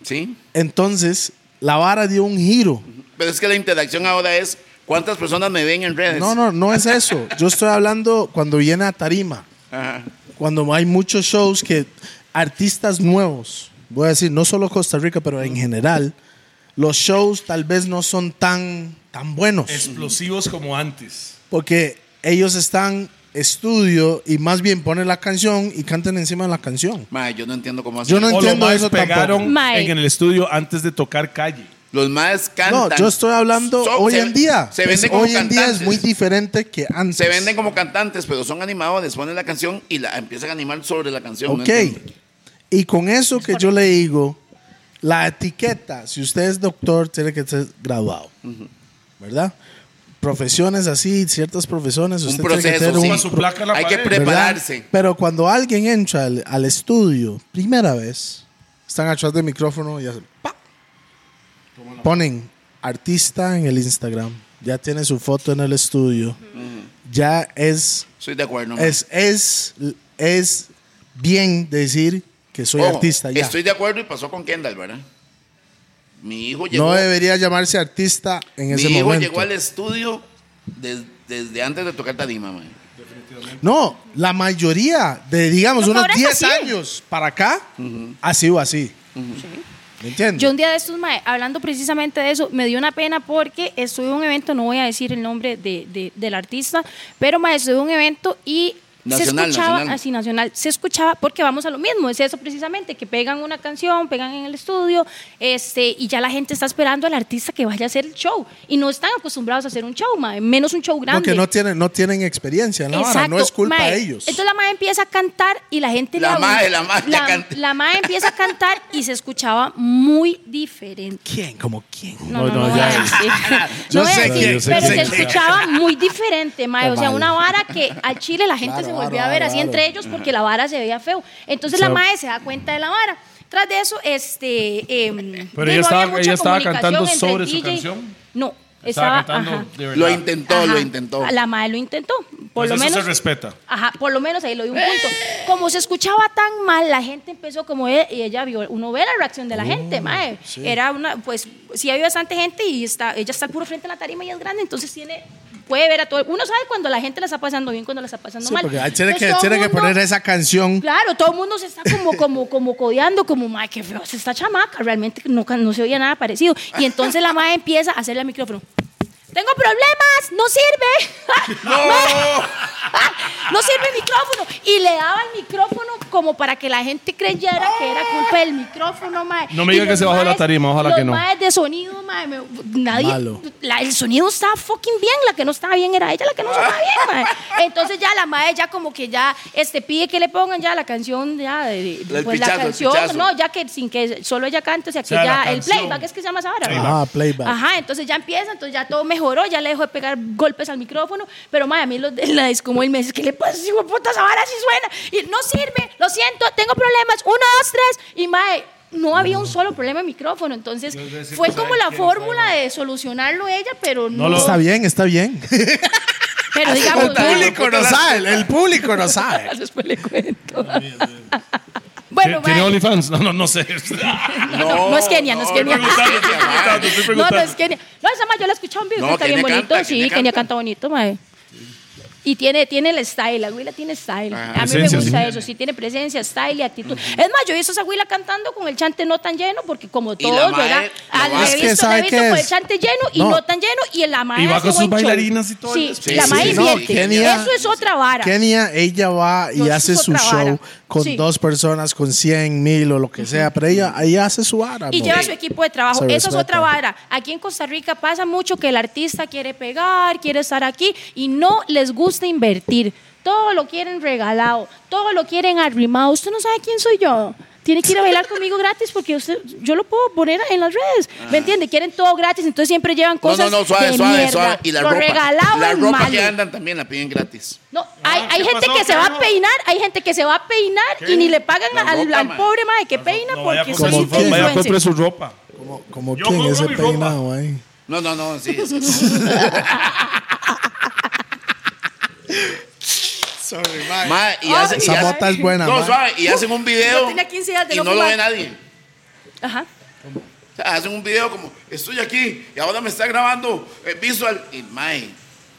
Speaker 4: Sí.
Speaker 2: Entonces, la vara dio un giro.
Speaker 4: Pero es que la interacción ahora es cuántas personas me ven en redes.
Speaker 2: No, no, no es eso. Yo estoy hablando cuando viene a tarima.
Speaker 4: Ajá.
Speaker 2: cuando hay muchos shows que artistas nuevos, voy a decir, no solo Costa Rica, pero en general, los shows tal vez no son tan, tan buenos.
Speaker 1: Explosivos como antes.
Speaker 2: Porque ellos están estudio y más bien ponen la canción y cantan encima de la canción.
Speaker 4: Mae, yo no entiendo cómo hacen.
Speaker 2: Yo no
Speaker 1: O los
Speaker 2: entiendo
Speaker 1: más
Speaker 2: eso
Speaker 1: pegaron
Speaker 2: tampoco.
Speaker 3: Mae.
Speaker 1: en el estudio antes de tocar calle.
Speaker 4: Los más
Speaker 2: No,
Speaker 4: cantan.
Speaker 2: yo estoy hablando
Speaker 4: Son-
Speaker 2: hoy
Speaker 4: se-
Speaker 2: en día.
Speaker 4: Se venden
Speaker 2: Es-
Speaker 4: como
Speaker 2: hoy en día es
Speaker 4: cantantes.
Speaker 2: muy diferente que antes.
Speaker 4: Se venden como cantantes, pero son animadores, ponen la canción y la empiezan a animar sobre la canción. no
Speaker 2: Ok.
Speaker 4: entiendo.
Speaker 2: Y con eso que yo le digo, la etiqueta, si usted es doctor, tiene que ser graduado. ¿Verdad? Profesiones así, ciertas profesiones,
Speaker 4: Un
Speaker 2: usted tiene que
Speaker 4: proceso,
Speaker 2: ser
Speaker 4: sí.
Speaker 2: un.
Speaker 1: Con su placa en la
Speaker 4: Hay que
Speaker 1: pared.
Speaker 2: ¿verdad?
Speaker 4: prepararse.
Speaker 2: Pero cuando alguien entra al, al estudio, primera vez, están atrás del micrófono y hacen. ¡pa! Ponen artista en el Instagram. Ya tiene su foto en el estudio. Ya es
Speaker 4: Soy de acuerdo. mae.
Speaker 2: es, es, es bien decir que soy
Speaker 4: Ojo,
Speaker 2: artista ya.
Speaker 4: Estoy de acuerdo y pasó con Kendall, ¿verdad? Mi hijo llegó,
Speaker 2: No debería llamarse artista en
Speaker 4: mi
Speaker 2: ese
Speaker 4: hijo
Speaker 2: momento.
Speaker 4: llegó al estudio des- desde antes de tocar Tadima, mae.
Speaker 2: No, la mayoría de, digamos,
Speaker 3: Lo que
Speaker 2: unos
Speaker 3: ahora es
Speaker 2: 10
Speaker 3: así.
Speaker 2: años para acá ha sido así. ¿Me entiendes?
Speaker 3: Yo un día de estos, mae, hablando precisamente de eso, me dio una pena porque estuve en un evento, no voy a decir el nombre de, de- del artista, pero mae, estuve en un evento y
Speaker 4: Nacional,
Speaker 3: se escuchaba,
Speaker 4: nacional.
Speaker 3: así nacional, se escuchaba porque vamos a lo mismo, es eso precisamente, que pegan una canción, pegan en el estudio, este, y ya la gente está esperando al artista que vaya a hacer el show. Y no están acostumbrados a hacer un show, mae, menos un show grande.
Speaker 2: Porque no tienen, no tienen experiencia en la vara,
Speaker 3: Exacto,
Speaker 2: no es culpa
Speaker 3: mae.
Speaker 2: de ellos.
Speaker 3: Entonces la madre empieza a cantar y la gente
Speaker 4: La
Speaker 3: le abu-
Speaker 4: mae, la mae, ya
Speaker 3: la,
Speaker 4: canta.
Speaker 3: la mae empieza a cantar y se escuchaba muy diferente.
Speaker 2: ¿Quién? ¿Como quién?
Speaker 3: No, no,
Speaker 1: No,
Speaker 3: no,
Speaker 1: no,
Speaker 3: voy
Speaker 1: ya
Speaker 3: a decir.
Speaker 2: Yo
Speaker 3: No voy a
Speaker 2: sé
Speaker 3: decir,
Speaker 1: quién, yo sé
Speaker 3: pero
Speaker 1: quién.
Speaker 3: se escuchaba muy diferente, mae. O sea, una vara que al Chile la gente
Speaker 2: Claro, claro,
Speaker 3: se volvió a ver
Speaker 2: claro,
Speaker 3: así
Speaker 2: claro.
Speaker 3: entre ellos porque la vara se veía feo. Entonces
Speaker 1: O
Speaker 3: la
Speaker 1: sea,
Speaker 3: mae se da cuenta de la vara. Tras de eso, este. em,
Speaker 1: Pero ella
Speaker 3: digo,
Speaker 1: estaba-
Speaker 3: había mucha
Speaker 1: ella estaba
Speaker 3: comunicación
Speaker 1: cantando
Speaker 3: entre el
Speaker 1: sobre su
Speaker 3: DJ.
Speaker 1: canción.
Speaker 3: No,
Speaker 1: Estaba
Speaker 3: estaba.
Speaker 1: cantando
Speaker 3: ajá.
Speaker 1: de verdad.
Speaker 4: Lo intentó, lo
Speaker 3: Ajá.
Speaker 4: intentó.
Speaker 3: La madre lo intentó. Por
Speaker 1: Pues
Speaker 3: lo
Speaker 1: eso
Speaker 3: menos.
Speaker 1: se respeta.
Speaker 3: Ajá, por lo menos ahí lo dio un punto. Como se escuchaba tan mal, la gente empezó como e- y ella vio, uno ve la reacción de la
Speaker 2: Mm,
Speaker 3: gente, mae. Era una, pues, sí había bastante gente y está, ella está puro frente a la tarima y es grande, entonces tiene, puede ver a todo. Uno sabe cuando la gente la está pasando bien, cuando la está pasando
Speaker 2: Sí,
Speaker 3: mal.
Speaker 2: porque ahí tiene
Speaker 3: Entonces,
Speaker 2: que,
Speaker 3: todo
Speaker 2: tiene que
Speaker 3: mundo-
Speaker 2: poner esa canción.
Speaker 3: Claro, todo el mundo se está como, como, como codeando, como, mae, qué feo es esta chamaca. Realmente no, ca- no se oía nada parecido. Y entonces la mae empieza a hacerle al micrófono. Tengo problemas, no sirve. Mae, no sirve el micrófono. Y le daba el micrófono como para que la gente creyera que era culpa del micrófono, mae.
Speaker 1: No me
Speaker 3: Y
Speaker 1: diga que
Speaker 3: los
Speaker 1: se bajó la
Speaker 3: maes-
Speaker 1: tarima, ojalá
Speaker 3: los
Speaker 1: que no.
Speaker 3: maes de sonido, mae, me- nadie.
Speaker 2: Malo.
Speaker 3: la- el sonido estaba fucking bien, la que no estaba bien era ella, la que no estaba bien, mae. Entonces ya la mae ya como que ya este, pide que le pongan ya la canción, ya de, de-
Speaker 4: El
Speaker 3: pues
Speaker 4: pichazo,
Speaker 3: la
Speaker 4: el
Speaker 3: canción,
Speaker 4: pichazo.
Speaker 3: no, ya que sin que solo ella cante, o sea, que
Speaker 1: sea, la
Speaker 3: ya el
Speaker 1: canción.
Speaker 3: playback es que se llama esa vara, ¿verdad?
Speaker 2: Ah, playback.
Speaker 3: Ajá, entonces ya empieza, entonces ya todo mejoró, ya le dejó de pegar golpes al micrófono, pero madre, a mí los de la disco móvil me dice, ¿qué le pasa? Hijo de puta, esa vara así suena. Y no sirve, lo siento, tengo problemas, uno, dos, tres, y madre, no había un solo problema de micrófono, entonces
Speaker 1: Dios decir,
Speaker 3: fue
Speaker 1: pues,
Speaker 3: como
Speaker 1: ¿sabe
Speaker 3: la
Speaker 1: qué?
Speaker 3: fórmula de solucionarlo ella, pero no,
Speaker 1: lo-
Speaker 2: Está bien, está bien.
Speaker 3: pero
Speaker 2: El
Speaker 3: digamos, no,
Speaker 2: público no sabe, el público no sabe.
Speaker 3: después le cuento.
Speaker 1: ¿Tiene
Speaker 3: bueno,
Speaker 1: tiene
Speaker 3: madre,
Speaker 1: OnlyFans? No, no, no sé.
Speaker 3: no, no, no es Kenia, no es Kenia.
Speaker 1: preguntando, estoy preguntando, estoy
Speaker 3: No, no
Speaker 1: preguntando.
Speaker 3: es Kenia. No, esa madre yo la he escuchado en vivo,
Speaker 4: No,
Speaker 3: canta bien
Speaker 4: Kenia
Speaker 3: bonito.
Speaker 4: canta,
Speaker 3: sí,
Speaker 4: Kenia
Speaker 3: Kenia,
Speaker 4: canta.
Speaker 3: canta. bonito, madre. Y tiene, tiene el style, la güila tiene style.
Speaker 4: Ah,
Speaker 3: a mí me
Speaker 1: Presencia,
Speaker 3: gusta
Speaker 1: sí.
Speaker 3: eso, sí tiene presencia, style y actitud. Es más, yo he visto a esa güila cantando con el chante no tan lleno, porque como
Speaker 4: Y la
Speaker 3: todos,
Speaker 4: mae,
Speaker 3: ¿verdad?
Speaker 4: la
Speaker 3: Ah,
Speaker 4: mae-
Speaker 3: la
Speaker 2: Es
Speaker 3: he
Speaker 2: que,
Speaker 3: visto, la
Speaker 2: ¿sabe
Speaker 3: he visto
Speaker 2: qué
Speaker 3: con
Speaker 2: es?
Speaker 3: el chante lleno y no,
Speaker 2: No.
Speaker 3: tan lleno, y la madre
Speaker 1: Y va
Speaker 3: hace
Speaker 1: con sus
Speaker 3: buen show.
Speaker 1: bailarinas y todo el
Speaker 3: Sí,
Speaker 1: despegue.
Speaker 3: la
Speaker 4: Sí,
Speaker 3: madre
Speaker 4: sí, no,
Speaker 3: invierte.
Speaker 2: Kenia-
Speaker 3: eso es otra vara.
Speaker 2: Kenia, ella va y
Speaker 3: No, eso
Speaker 2: hace
Speaker 3: es
Speaker 2: su
Speaker 3: otra vara.
Speaker 2: show con
Speaker 3: Sí.
Speaker 2: dos personas, con 100 mil o lo que sea, pero ella ahí hace su vara.
Speaker 3: Y
Speaker 2: amor.
Speaker 3: lleva su equipo de trabajo.
Speaker 2: Se
Speaker 3: Eso es otra
Speaker 2: respeta.
Speaker 3: vara. Aquí en Costa Rica pasa mucho que el artista quiere pegar, quiere estar aquí y no les gusta invertir. Todo lo quieren regalado, todo lo quieren arrimado. Usted no sabe quién soy yo. tiene que ir a bailar conmigo gratis porque usted, yo lo puedo poner en las redes. ¿Me entiende? Quieren todo gratis, entonces siempre llevan
Speaker 4: Ah. No,
Speaker 3: cosas.
Speaker 4: no, no, suave,
Speaker 3: de
Speaker 4: suave,
Speaker 3: mierda.
Speaker 4: suave. Y la
Speaker 3: lo
Speaker 4: ropa.
Speaker 3: regalado
Speaker 4: la
Speaker 3: es
Speaker 4: ropa
Speaker 3: malo.
Speaker 4: que Ah, andan también la piden gratis.
Speaker 3: No, hay, hay
Speaker 1: ¿qué
Speaker 3: gente
Speaker 1: pasó,
Speaker 3: que se va a
Speaker 1: Carlos?
Speaker 3: peinar, hay gente que se va a peinar y ni le pagan
Speaker 4: La
Speaker 3: al,
Speaker 4: ropa,
Speaker 3: al
Speaker 4: mae.
Speaker 3: pobre madre que peina
Speaker 1: No, vaya a
Speaker 3: porque
Speaker 1: comprar
Speaker 3: son
Speaker 1: su
Speaker 2: como
Speaker 1: ropa,
Speaker 2: quién.
Speaker 1: vaya a comprar
Speaker 3: influencers.
Speaker 1: su ropa.
Speaker 2: Como, como
Speaker 1: Yo
Speaker 2: quién
Speaker 1: compro
Speaker 2: ese
Speaker 1: mi ropa.
Speaker 2: peinado ahí.
Speaker 4: No, no, no, sí. es- Ma, y
Speaker 3: Ay,
Speaker 4: hacen- y
Speaker 2: Esa
Speaker 3: Ya-
Speaker 2: bota es buena,
Speaker 4: No,
Speaker 2: ma.
Speaker 4: suave, y hacen un video
Speaker 3: Yo tenía 15 días de
Speaker 4: y
Speaker 3: no
Speaker 4: no lo
Speaker 3: fumar.
Speaker 4: ve nadie.
Speaker 3: Ajá.
Speaker 4: O sea, hacen un video como, estoy aquí y ahora me está grabando eh, visual. Y mae,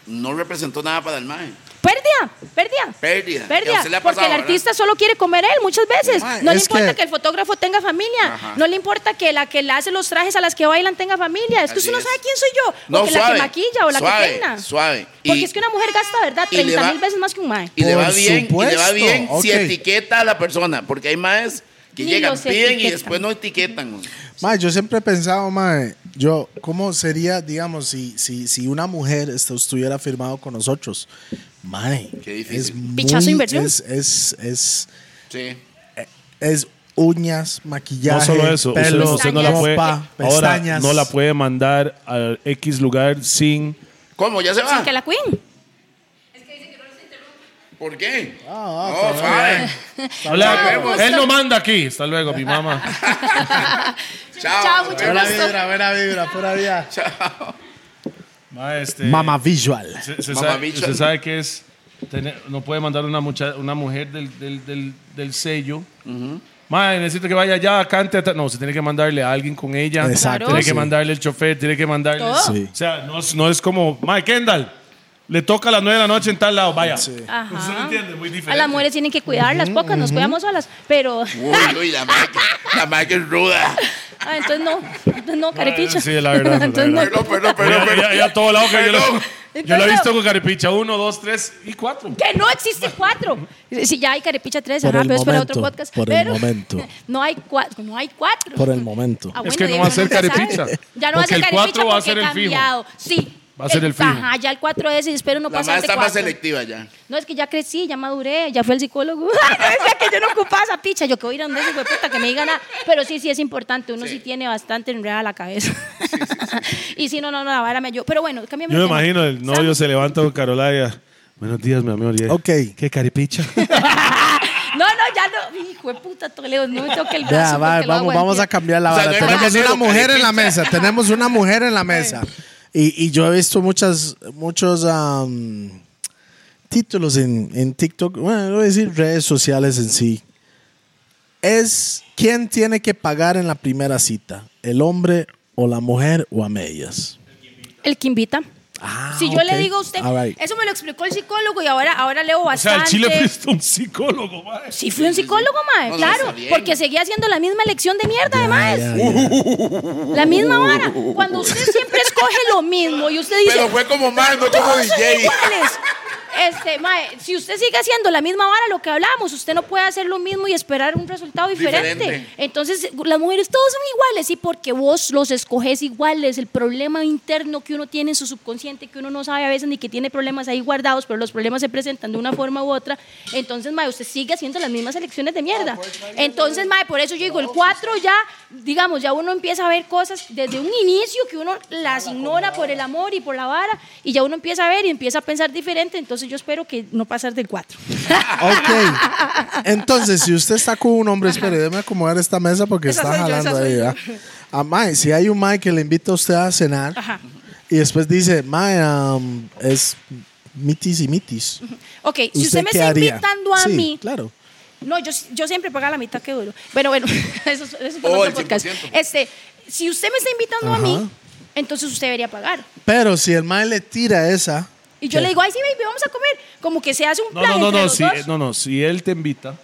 Speaker 4: no representó nada para el mae.
Speaker 3: Pérdida, pérdida.
Speaker 4: Pérdida. Y a
Speaker 3: Pérdida,
Speaker 4: usted le ha
Speaker 3: porque
Speaker 4: pasado,
Speaker 3: el
Speaker 4: ¿verdad?
Speaker 3: artista solo quiere comer él muchas veces.
Speaker 2: Mae,
Speaker 3: no le
Speaker 2: es
Speaker 3: importa
Speaker 2: que-
Speaker 3: que... el fotógrafo tenga familia.
Speaker 4: Ajá.
Speaker 3: No le importa que la que le hace los trajes a las que bailan tenga familia. Es que
Speaker 4: Así
Speaker 3: usted no
Speaker 4: es.
Speaker 3: sabe quién soy yo.
Speaker 4: No,
Speaker 3: o que la
Speaker 4: suave,
Speaker 3: que maquilla o la
Speaker 4: suave,
Speaker 3: que peina.
Speaker 4: suave.
Speaker 3: Porque
Speaker 4: Y-
Speaker 3: es que una mujer gasta, ¿verdad?
Speaker 4: y le
Speaker 3: 30 mil
Speaker 4: va-
Speaker 3: veces más que un mae.
Speaker 4: Y le
Speaker 2: Por
Speaker 4: va bien, y le va
Speaker 2: supuesto,
Speaker 4: bien si
Speaker 2: ok.
Speaker 4: etiqueta a la persona, porque hay maes que
Speaker 3: Ni
Speaker 4: llegan,
Speaker 3: los
Speaker 4: piden y
Speaker 3: etiquetan.
Speaker 4: después no etiquetan. güey.
Speaker 2: Ma, yo siempre he pensado, mae, yo, ¿cómo sería, digamos, si, si, si una mujer esto, estuviera firmado con nosotros? Mae,
Speaker 4: Qué difícil.
Speaker 2: es muy-
Speaker 3: Pichazo inversión.
Speaker 2: Es, es, es,
Speaker 4: Sí.
Speaker 2: es uñas, maquillaje,
Speaker 1: No solo eso, usted-
Speaker 2: pelo,
Speaker 3: usted no la
Speaker 2: eh, ropa,
Speaker 1: puede, ahora
Speaker 2: pestañas.
Speaker 1: no la puede mandar a X lugar sin
Speaker 4: ¿Cómo? ¿Ya se va?
Speaker 3: Sin que la cuiden.
Speaker 4: ¿Por qué?
Speaker 2: Ah, ah,
Speaker 4: no, suave.
Speaker 1: Hola,
Speaker 4: luego.
Speaker 1: él no manda aquí. Hasta luego, mi mamá.
Speaker 4: Chao.
Speaker 3: Chao, mucho
Speaker 2: Buena
Speaker 3: gusto.
Speaker 2: vibra, buena vibra, pura vida.
Speaker 1: Ma, este,
Speaker 2: Mama visual.
Speaker 1: Se, se
Speaker 4: Mamá
Speaker 1: sabe,
Speaker 4: bicha.
Speaker 1: se sabe que es. tener- no puede mandar una, mucha- una mujer del, del, del, del sello. Madre, necesito que vaya allá, cante. ata- No, se tiene que mandarle a alguien con ella.
Speaker 2: Exacto,
Speaker 1: Tiene que
Speaker 2: sí.
Speaker 1: mandarle el chofer, tiene que mandarle.
Speaker 3: Todo.
Speaker 2: Sí.
Speaker 1: O sea, no, es- no es como. Madre, Kendall, le toca a las 9 de la noche en tal lado, vaya.
Speaker 3: Ajá.
Speaker 1: Usted lo entiende, muy diferente.
Speaker 3: Ah. A las mujeres tienen que cuidarlas, pocas nos cuidamos solas, pero
Speaker 4: Uy, uy, la mae que- la mae que es ruda.
Speaker 3: ah, entonces no, entonces no, carepicha.
Speaker 1: sí, la verdad, la
Speaker 3: Entonces no.
Speaker 1: verdad.
Speaker 4: Perdón, perdón, perdón.
Speaker 1: Ya- ya-
Speaker 4: perdón.
Speaker 1: ya a todo lado que yo
Speaker 4: Perdón.
Speaker 1: lo, yo lo he visto con Caripicha. Uno, dos, tres y cuatro.
Speaker 3: Que no existe cuatro. Si ya hay carepicha tres,
Speaker 2: Por
Speaker 3: ajá,
Speaker 2: el
Speaker 3: pero es para
Speaker 2: momento,
Speaker 3: otro podcast.
Speaker 2: por el
Speaker 3: pero
Speaker 2: momento.
Speaker 3: No hay cuatro, no hay cuatro.
Speaker 2: Por el momento.
Speaker 3: Ah,
Speaker 1: Es
Speaker 3: bueno,
Speaker 1: que no
Speaker 3: ya
Speaker 1: va a
Speaker 3: uno
Speaker 1: ser
Speaker 3: sabe.
Speaker 1: carepicha.
Speaker 3: Ya no va a
Speaker 1: Porque
Speaker 3: ser
Speaker 1: el
Speaker 3: carepicha
Speaker 1: cuatro va a
Speaker 3: porque
Speaker 1: ser el fijo.
Speaker 3: cambiado. Sí.
Speaker 1: Va a ser el fijo.
Speaker 3: Ajá, ya el cuatro es y espero no
Speaker 4: La mae
Speaker 3: pasar de
Speaker 4: está más
Speaker 3: cuatro.
Speaker 4: selectiva ya.
Speaker 3: No, es que ya crecí, ya maduré, ya fui al psicólogo. Ay, yo decía que yo no ocupaba esa picha. Yo que voy a ir a donde ese puta que me digan nada. Pero sí, sí es importante. Uno sí, tiene bastante enredada la cabeza. y si no, no, no, la vara me yo. Pero bueno, cámbiame
Speaker 1: Yo me
Speaker 3: de tema.
Speaker 1: imagino, el novio se levanta con Carolina. Buenos días, mi amor. Y-
Speaker 2: Ok.
Speaker 1: ¿Qué caripicha?
Speaker 3: No, no, ya no. Hijo de puta, Toledo, no me toque el brazo.
Speaker 2: Ya, va,
Speaker 3: porque lo
Speaker 2: vamos, vamos a
Speaker 3: aguanté.
Speaker 2: cambiar la
Speaker 4: O sea,
Speaker 2: vara.
Speaker 4: no hay
Speaker 2: tenemos
Speaker 4: mañanero,
Speaker 2: una mujer en la
Speaker 4: carepicha.
Speaker 2: mesa. Tenemos una mujer en la mesa. Y, y yo he visto muchas, muchos am, títulos en, en TikTok. Bueno, voy a decir redes sociales en sí. Es quién tiene que pagar en la primera cita, el hombre o la mujer o a medias.
Speaker 3: El que invita.
Speaker 2: Ah,
Speaker 3: si yo
Speaker 2: ok.
Speaker 3: le digo a usted,
Speaker 2: All right.
Speaker 3: eso me lo explicó el psicólogo y ahora, ahora leo
Speaker 1: O sea,
Speaker 3: bastante.
Speaker 1: el chile fuiste un psicólogo, mae.
Speaker 3: Sí, fui un psicólogo, mae,
Speaker 4: No, no, está
Speaker 3: claro,
Speaker 4: bien.
Speaker 3: porque seguía haciendo la misma elección de mierda, además.
Speaker 2: Ya, ya.
Speaker 3: La misma vara. Cuando usted siempre escoge lo mismo y usted dice.
Speaker 4: Pero fue como mae, no como
Speaker 3: "Todos son
Speaker 4: DJ.
Speaker 3: iguales". Este, mae, si usted sigue haciendo la misma vara, lo que hablamos, usted no puede hacer lo mismo y esperar un resultado diferente.
Speaker 4: Diferente.
Speaker 3: Entonces, las mujeres todos son iguales y porque vos los escoges iguales, el problema interno que uno tiene en su subconsciente, que uno no sabe a veces ni que tiene problemas ahí guardados, pero los problemas se presentan de una forma u otra, entonces, mae, usted sigue haciendo las mismas elecciones de mierda. Entonces, mae, por eso yo digo, el 4 ya, digamos, ya uno empieza a ver cosas desde un inicio que uno las ignora por el amor y por la vara, y ya uno empieza a ver y empieza a pensar diferente, entonces yo espero que no pasar del 4.
Speaker 2: Ok. Entonces, si usted está con un hombre, espere, déjeme acomodar esta mesa porque
Speaker 3: Esa
Speaker 2: está
Speaker 3: soy yo,
Speaker 2: jalando
Speaker 3: esa soy
Speaker 2: ahí,
Speaker 3: yo.
Speaker 2: ¿verdad? A Mae, si hay un Mae que le invita a usted a cenar
Speaker 3: Ajá.
Speaker 2: y después dice, Mae, um, es mitis y mitis.
Speaker 3: Ok, si usted me
Speaker 2: qué
Speaker 3: está
Speaker 2: haría?
Speaker 3: invitando a
Speaker 2: Sí,
Speaker 3: mí,
Speaker 2: Claro.
Speaker 3: No, yo, yo siempre pagaba la mitad que duro. Pero bueno, eso, es- eso es para
Speaker 4: Oh,
Speaker 3: otro
Speaker 4: el
Speaker 3: podcast.
Speaker 4: 100%.
Speaker 3: Este, si usted me está invitando a
Speaker 2: Ajá.
Speaker 3: mí, entonces usted debería pagar.
Speaker 2: Pero si el Mae le tira esa.
Speaker 3: Y yo
Speaker 2: ¿qué?
Speaker 3: le digo, ay, sí, baby, vamos a comer. Como que se hace un
Speaker 1: No,
Speaker 3: plan
Speaker 1: no, no,
Speaker 3: entre
Speaker 1: no,
Speaker 3: los
Speaker 1: si,
Speaker 3: dos.
Speaker 1: no, no. Si él te invita,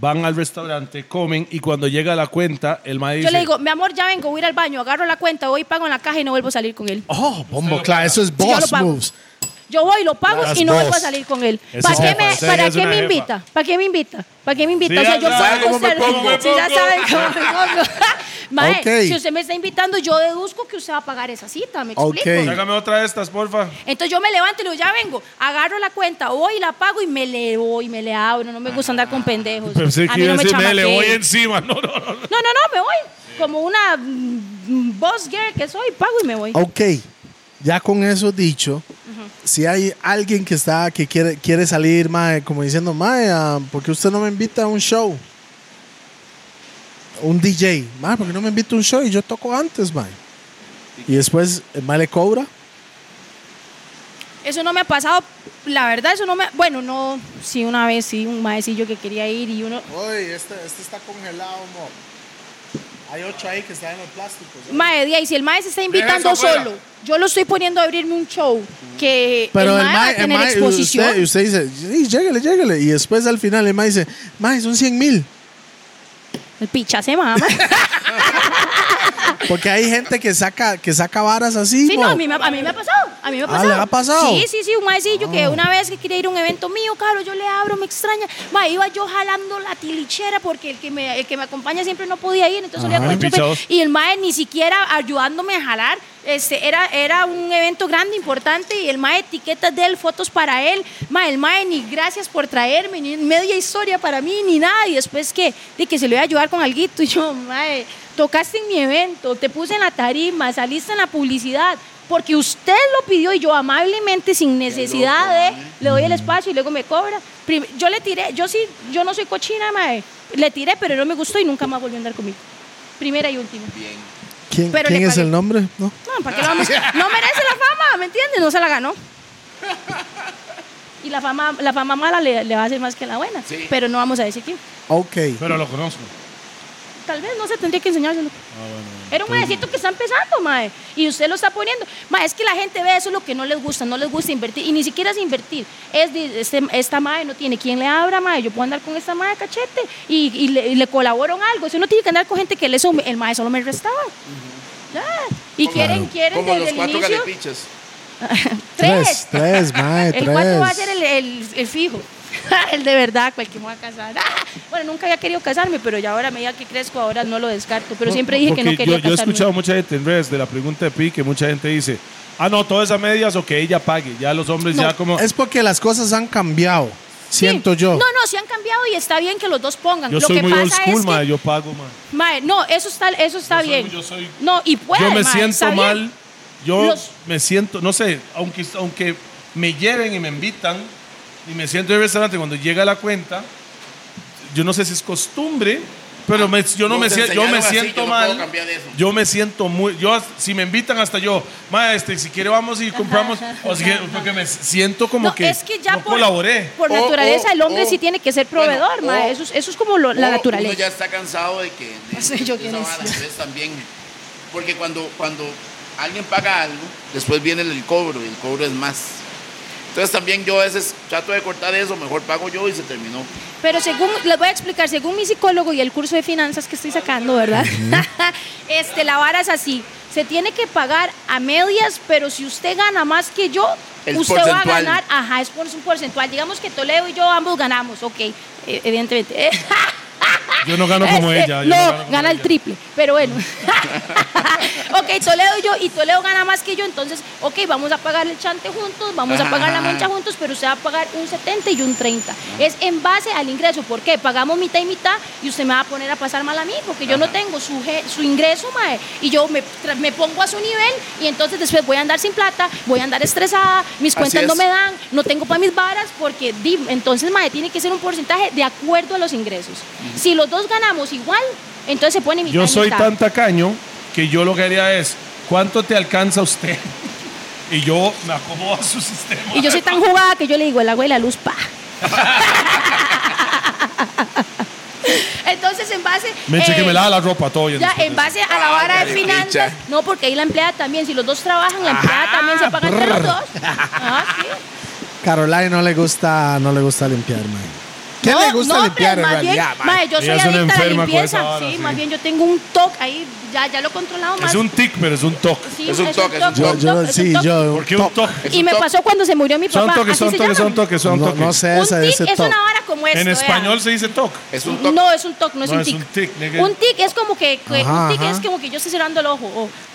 Speaker 1: van al restaurante, comen y cuando llega la cuenta, el mae dice.
Speaker 3: Yo le digo, mi amor, ya vengo, voy a ir al baño, agarro la cuenta, voy y pago en la caja y no vuelvo a salir con él.
Speaker 2: Oh, bombo, claro, eso es
Speaker 3: yo lo
Speaker 2: boss
Speaker 3: pago.
Speaker 2: moves.
Speaker 3: Yo voy, lo pago
Speaker 6: Las
Speaker 3: y no
Speaker 6: dos.
Speaker 3: vuelvo a salir con él.
Speaker 1: Esa
Speaker 3: ¿Para qué
Speaker 1: jefa,
Speaker 3: me,
Speaker 1: esa
Speaker 3: para
Speaker 1: es
Speaker 3: qué
Speaker 1: una
Speaker 3: me
Speaker 1: jefa.
Speaker 3: invita? ¿Para qué me invita? ¿Para qué me invita?
Speaker 1: Sí,
Speaker 3: o sea,
Speaker 1: ya
Speaker 3: yo
Speaker 1: sabe
Speaker 3: puedo
Speaker 1: cómo me
Speaker 3: ser-
Speaker 1: pongo, me
Speaker 3: Sí, ya
Speaker 1: pongo.
Speaker 3: saben cómo me pongo. Mae,
Speaker 2: Ok.
Speaker 3: si usted me está invitando, yo deduzco que usted va a pagar esa cita, ¿me
Speaker 2: Ok.
Speaker 3: explico?
Speaker 1: Hágame otra de estas, porfa.
Speaker 3: Entonces yo me levanto y le digo, ya vengo, agarro la cuenta, voy y la pago y me le voy, me le abro, no me gusta andar con pendejos.
Speaker 1: Pensé
Speaker 3: A
Speaker 1: que
Speaker 3: mí
Speaker 1: iba
Speaker 3: no
Speaker 1: a
Speaker 3: me
Speaker 1: decir, "Mele, voy
Speaker 3: chamaqueen".
Speaker 1: encima. No, no, no.
Speaker 3: No, no, no, me voy. Como una mm, boss girl que soy, pago y me voy.
Speaker 2: Ok, ya con eso dicho, si hay alguien que está que quiere, quiere salir, mae, como diciendo, mae, ah, ¿por qué usted no me invita a un show? Un DJ, mae, ¿por qué no me invita a un show? Y yo toco antes, mae. Y después, el mae le cobra.
Speaker 3: Eso no me ha pasado, la verdad, eso no me. Bueno, no, sí, una vez sí, un maecillo que quería ir y uno.
Speaker 2: Oye, este, está congelado, Hay ocho ahí que están en los plásticos. ¿eh?
Speaker 3: Mae, de ahí, si el mae se está invitando
Speaker 1: afuera.
Speaker 3: solo, yo lo estoy poniendo a abrirme un show que
Speaker 2: Pero el
Speaker 3: mae va a
Speaker 2: mae, el
Speaker 3: tener
Speaker 2: mae,
Speaker 3: exposición.
Speaker 2: usted, usted dice, sí, lléguele, lléguele. Y después al final el mae dice, mae, son 100 mil.
Speaker 3: El picha se mama.
Speaker 2: Porque hay gente que saca, que saca varas así.
Speaker 3: Sí, no,
Speaker 2: mo.
Speaker 3: a mí, me, ha- a mí me ha pasado. A mí me ha
Speaker 2: Ah,
Speaker 3: pasado.
Speaker 2: ¿le ha pasado? Ah.
Speaker 3: Sí, sí, sí, un maecillo que una vez que quería ir a un evento mío, claro, yo le abro, me extraña. Ma, iba yo jalando la tilichera porque el que me, el que me acompaña siempre no podía ir,
Speaker 2: Ah,
Speaker 3: entonces solía
Speaker 1: Ajá,
Speaker 3: con el chofer.
Speaker 1: pichados.
Speaker 3: Y el mae ni siquiera ayudándome a jalar. Este, era, era un evento grande, importante, y el mae etiquetas de él, fotos para él. Ma, el mae ni gracias por traerme, ni media historia para mí, ni nada. Y después que, de que se le iba a ayudar con alguito, y yo, mae, tocaste en mi evento, te puse en la tarima, saliste en la publicidad. Porque usted lo pidió y yo amablemente, sin necesidad de, le doy el espacio y luego me cobra. Prim- Yo le tiré, yo sí, yo no soy cochina, mae. Le tiré, pero no me gustó y nunca más volvió a andar conmigo. Primera y última.
Speaker 4: Bien.
Speaker 2: ¿Quién,
Speaker 3: Pero
Speaker 2: quién
Speaker 3: le
Speaker 2: es
Speaker 3: pagué.
Speaker 2: el nombre? No.
Speaker 3: No, ¿para qué lo vamos? No merece la fama, ¿me entiendes? No se la ganó. Y la fama, la fama mala le, le va a hacer más que la buena.
Speaker 4: Sí.
Speaker 3: Pero no vamos a decir quién.
Speaker 2: Ok.
Speaker 1: Pero lo conozco.
Speaker 3: Tal vez no se tendría que enseñárselo.
Speaker 4: Ah,
Speaker 3: Era un maecito que está empezando, mae. Y usted lo está poniendo. Mae, es que la gente ve eso lo que no les gusta. No les gusta invertir. Y ni siquiera es invertir. Es de- este- esta mae no tiene quien le abra, mae. Yo puedo andar con esta mae cachete y, y le, y le colaboro en algo. Si uno tiene que andar con gente que le sume, el mae solo me restaba. Ya. Y quieren, quieren
Speaker 4: Como
Speaker 3: desde
Speaker 4: los
Speaker 3: el
Speaker 4: cuatro
Speaker 3: inicio.
Speaker 4: galepichas.
Speaker 2: Tres, tres, mae,
Speaker 3: El
Speaker 2: tres.
Speaker 3: 4 va a ser el, el- el fijo. el de verdad, con el que me voy a casar. Ah, Bueno, nunca había querido casarme, pero ya ahora, a medida que crezco, ahora no lo descarto. Pero siempre dije que no
Speaker 1: Porque
Speaker 3: quería
Speaker 1: yo, yo he
Speaker 3: casarme.
Speaker 1: escuchado mucha gente en redes de la pregunta de Pi que mucha gente dice, ah, no, todas esas medias o que ella pague. Ya los hombres ya como...
Speaker 2: Es porque las cosas han cambiado,
Speaker 3: Sí.
Speaker 2: siento yo.
Speaker 3: No, no, se han cambiado y está bien que los dos pongan.
Speaker 1: Yo
Speaker 3: lo
Speaker 1: soy
Speaker 3: que
Speaker 1: muy
Speaker 3: pasa
Speaker 1: old school,
Speaker 3: es
Speaker 1: mae,
Speaker 3: que,
Speaker 1: yo pago, mae.
Speaker 3: mae, no, eso está, eso está
Speaker 1: Yo soy-
Speaker 3: bien.
Speaker 1: yo soy-
Speaker 3: no, y puede,
Speaker 1: yo me
Speaker 3: mae, está
Speaker 1: siento
Speaker 3: bien.
Speaker 1: mal. Yo
Speaker 3: Los-
Speaker 1: me siento, no sé, aunque, aunque me lleven y me invitan y me siento en el restaurante cuando llega la cuenta, yo no sé si es costumbre, pero me- yo no
Speaker 4: Nos
Speaker 1: me, sien- yo
Speaker 4: enseñaron
Speaker 1: me
Speaker 4: así,
Speaker 1: siento
Speaker 4: yo no puedo
Speaker 1: mal.
Speaker 4: cambiar eso.
Speaker 1: yo me siento muy, yo as- si me invitan hasta yo, maestro, si quiere vamos y compramos, o si quiere- porque me siento como
Speaker 3: No,
Speaker 1: que
Speaker 3: es que ya
Speaker 1: no
Speaker 3: por,
Speaker 1: colaboré. Oh,
Speaker 3: por
Speaker 4: O-
Speaker 3: naturaleza
Speaker 4: o-
Speaker 3: el hombre
Speaker 4: o-
Speaker 3: sí tiene que ser
Speaker 4: bueno,
Speaker 3: proveedor, mae.
Speaker 4: o-
Speaker 3: eso, es- eso es como lo-
Speaker 1: Oh,
Speaker 3: la
Speaker 4: O
Speaker 3: naturaleza.
Speaker 4: Uno ya está cansado de que. de-
Speaker 3: No sé yo
Speaker 4: de
Speaker 3: quién
Speaker 4: esa
Speaker 3: es.
Speaker 4: vara, ustedes también. Porque cuando, cuando alguien paga algo, después viene el cobro y el cobro es más. Entonces también yo a veces trato de cortar eso, mejor pago yo y se terminó.
Speaker 3: Pero según, les voy a explicar, según mi psicólogo y el curso de finanzas que estoy sacando, ¿verdad? este, la vara es así. Se tiene que pagar a medias, pero si usted gana más que yo,
Speaker 4: El
Speaker 3: usted va a
Speaker 4: porcentual.
Speaker 3: ganar, ajá, es por un porcentual. Digamos que Toledo y yo ambos ganamos, ok, eh, evidentemente. ¿eh?
Speaker 1: Yo no gano como
Speaker 3: Este,
Speaker 1: ella. yo
Speaker 3: No,
Speaker 1: gano como
Speaker 3: gana el
Speaker 1: ella.
Speaker 3: triple, pero bueno. ok, Toledo y yo, y Toledo gana más que yo, entonces, ok, vamos a pagar el chante juntos, vamos a pagar la moncha juntos, pero usted va a pagar un 70 y un 30. Es en base al ingreso, ¿por qué? Pagamos mitad y mitad y usted me va a poner a pasar mal a mí, porque yo no tengo su, ge- su ingreso, mae, y yo me, tra- me pongo a su nivel y entonces después voy a andar sin plata, voy a andar estresada, mis
Speaker 4: Así
Speaker 3: cuentas no
Speaker 4: es.
Speaker 3: me dan, no tengo para mis varas, porque di- entonces, mae, tiene que ser un porcentaje de acuerdo a los ingresos. Si los dos ganamos igual, entonces se pone mitad
Speaker 1: Yo
Speaker 3: y
Speaker 1: soy
Speaker 3: mitad.
Speaker 1: tan tacaño que yo lo que haría es, ¿cuánto te alcanza usted? Y yo me acomodo a su sistema.
Speaker 3: Y yo soy tan jugada que yo le digo, el agua y la luz, pa. Entonces, en base.
Speaker 1: Me eché
Speaker 3: eh,
Speaker 1: que me lava la ropa todo. bien
Speaker 3: Ya,
Speaker 1: después
Speaker 3: en
Speaker 1: de eso.
Speaker 3: base
Speaker 4: Ah,
Speaker 3: a la vara de finanzas, no, porque ahí la empleada también, si los dos trabajan, la empleada también se paga entre los dos. Ajá, sí.
Speaker 2: Caroline no le gusta, no le gusta limpiar, mae. ¿Qué le gusta
Speaker 3: hombre,
Speaker 2: limpiar en
Speaker 3: más
Speaker 2: realidad,
Speaker 3: bien,
Speaker 2: mae?
Speaker 3: mae, yo
Speaker 1: Ella
Speaker 3: soy
Speaker 1: es una
Speaker 3: adicta a la
Speaker 1: enferma con esa
Speaker 3: limpieza.
Speaker 1: vara,
Speaker 3: sí,
Speaker 1: sí.
Speaker 3: más bien yo tengo un toque ahí, ya, ya lo he controlado más.
Speaker 1: Es un tic, pero es un toc.
Speaker 3: sí,
Speaker 4: es un toque, es un
Speaker 2: Yo,
Speaker 4: toque.
Speaker 3: toque,
Speaker 2: yo,
Speaker 3: es un
Speaker 2: sí,
Speaker 3: toque.
Speaker 2: yo.
Speaker 1: ¿Por qué un toc?
Speaker 4: Es
Speaker 3: Y
Speaker 4: un
Speaker 3: me
Speaker 4: toque.
Speaker 3: pasó cuando se murió mi
Speaker 1: Son
Speaker 3: papá.
Speaker 1: toques,
Speaker 3: así
Speaker 1: son
Speaker 3: se
Speaker 1: toques,
Speaker 3: llama.
Speaker 1: son toques, son
Speaker 2: No,
Speaker 1: toques.
Speaker 2: no sé
Speaker 3: Un
Speaker 2: esa,
Speaker 3: tic
Speaker 2: ese
Speaker 3: es
Speaker 2: top.
Speaker 3: una vara como esta.
Speaker 1: En
Speaker 3: vea.
Speaker 1: español se dice toc.
Speaker 4: Es un toque.
Speaker 3: No, es un toque, no es
Speaker 1: No,
Speaker 3: un
Speaker 1: es
Speaker 3: tic.
Speaker 1: un tic, nigga.
Speaker 3: Un tic es como que, que-
Speaker 2: Ajá,
Speaker 3: un tic
Speaker 2: ajá.
Speaker 3: es como que yo estoy cerrando el ojo.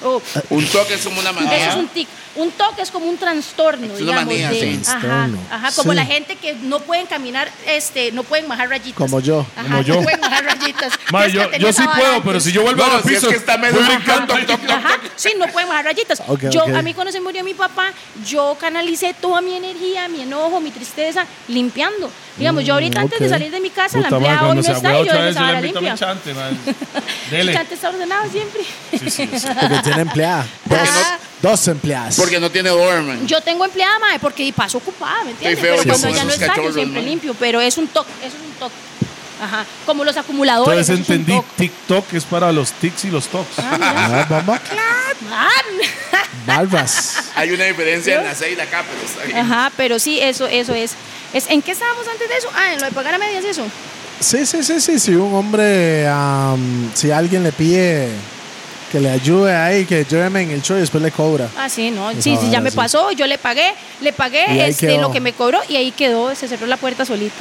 Speaker 3: o- o-
Speaker 4: Un toque es como una manera.
Speaker 3: Eso es un tic. Un toque es como un trastorno,
Speaker 4: Ah, Es una
Speaker 3: digamos.
Speaker 4: manía,
Speaker 3: de-
Speaker 4: sí.
Speaker 3: ajá,
Speaker 2: Trastorno.
Speaker 3: ajá, como
Speaker 2: Sí.
Speaker 3: la gente que no pueden caminar, este, no pueden bajar rayitas.
Speaker 2: Como yo.
Speaker 3: Ajá,
Speaker 1: Como
Speaker 3: no
Speaker 1: yo.
Speaker 3: pueden bajar rayitas.
Speaker 1: Mae,
Speaker 3: Es que
Speaker 1: yo,
Speaker 3: tenía
Speaker 1: yo
Speaker 3: esa
Speaker 1: sí
Speaker 3: vara
Speaker 1: puedo,
Speaker 3: antes.
Speaker 1: pero si yo vuelvo a
Speaker 4: No,
Speaker 1: los
Speaker 4: si es
Speaker 1: pisos.
Speaker 4: que está medio
Speaker 1: voy
Speaker 4: brincando,
Speaker 1: brincando.
Speaker 4: toc, toc,
Speaker 3: Ajá, sí, no pueden bajar rayitas.
Speaker 2: Ok,
Speaker 3: yo,
Speaker 2: ok.
Speaker 3: a mí cuando se murió mi papá, yo canalicé toda mi energía, mi enojo, mi tristeza, limpiando. Digamos, yo ahorita antes de
Speaker 2: ok.
Speaker 3: salir de mi casa,
Speaker 1: Puta
Speaker 3: la
Speaker 1: madre,
Speaker 3: empleada hoy
Speaker 1: cuando
Speaker 3: no
Speaker 1: se
Speaker 3: está
Speaker 1: agüe
Speaker 3: y yo
Speaker 1: otra
Speaker 3: dejé
Speaker 1: vez,
Speaker 3: esa
Speaker 1: yo le
Speaker 3: vara
Speaker 1: invito a mi
Speaker 3: limpia.
Speaker 1: chante, mae.
Speaker 3: El
Speaker 1: Dele.
Speaker 3: chante está ordenado siempre.
Speaker 1: Sí, sí, sí.
Speaker 2: Porque tiene empleada. Dos,
Speaker 3: Ah.
Speaker 2: dos empleadas.
Speaker 4: Porque no tiene dormen.
Speaker 3: Yo tengo empleada, madre, porque y paso ocupada, ¿me entiendes?
Speaker 4: feo
Speaker 3: Pero
Speaker 2: que
Speaker 3: cuando
Speaker 2: son
Speaker 3: ya no
Speaker 4: esos
Speaker 3: está, yo
Speaker 4: cachorros,
Speaker 3: siempre
Speaker 4: ¿no?
Speaker 3: limpio, pero es un toque, eso es un toque. Ajá, como los acumuladores.
Speaker 1: Entonces
Speaker 3: eso es un
Speaker 1: entendí,
Speaker 3: toque.
Speaker 1: TikTok es para los tics y los tocs.
Speaker 2: Ah, vamos.
Speaker 3: Man.
Speaker 2: Barbas.
Speaker 4: Hay una diferencia en la C y la K, pero está bien.
Speaker 3: Ajá, pero sí, eso, eso es. es. ¿En qué estábamos antes de eso? Ah, en lo de pagar a medias eso.
Speaker 2: Sí, sí, sí, sí. Si un hombre, am, si alguien le pide que le ayude ahí, que lléveme en el show y después le cobra.
Speaker 3: Ah, sí, no,
Speaker 2: Esa
Speaker 3: sí, sí, ya
Speaker 2: vara,
Speaker 3: me
Speaker 2: sí.
Speaker 3: pasó, yo le pagué, le
Speaker 2: Y
Speaker 3: pagué
Speaker 2: ahí
Speaker 3: este,
Speaker 2: quedó.
Speaker 3: lo que me cobró y ahí quedó, se cerró la puerta solito.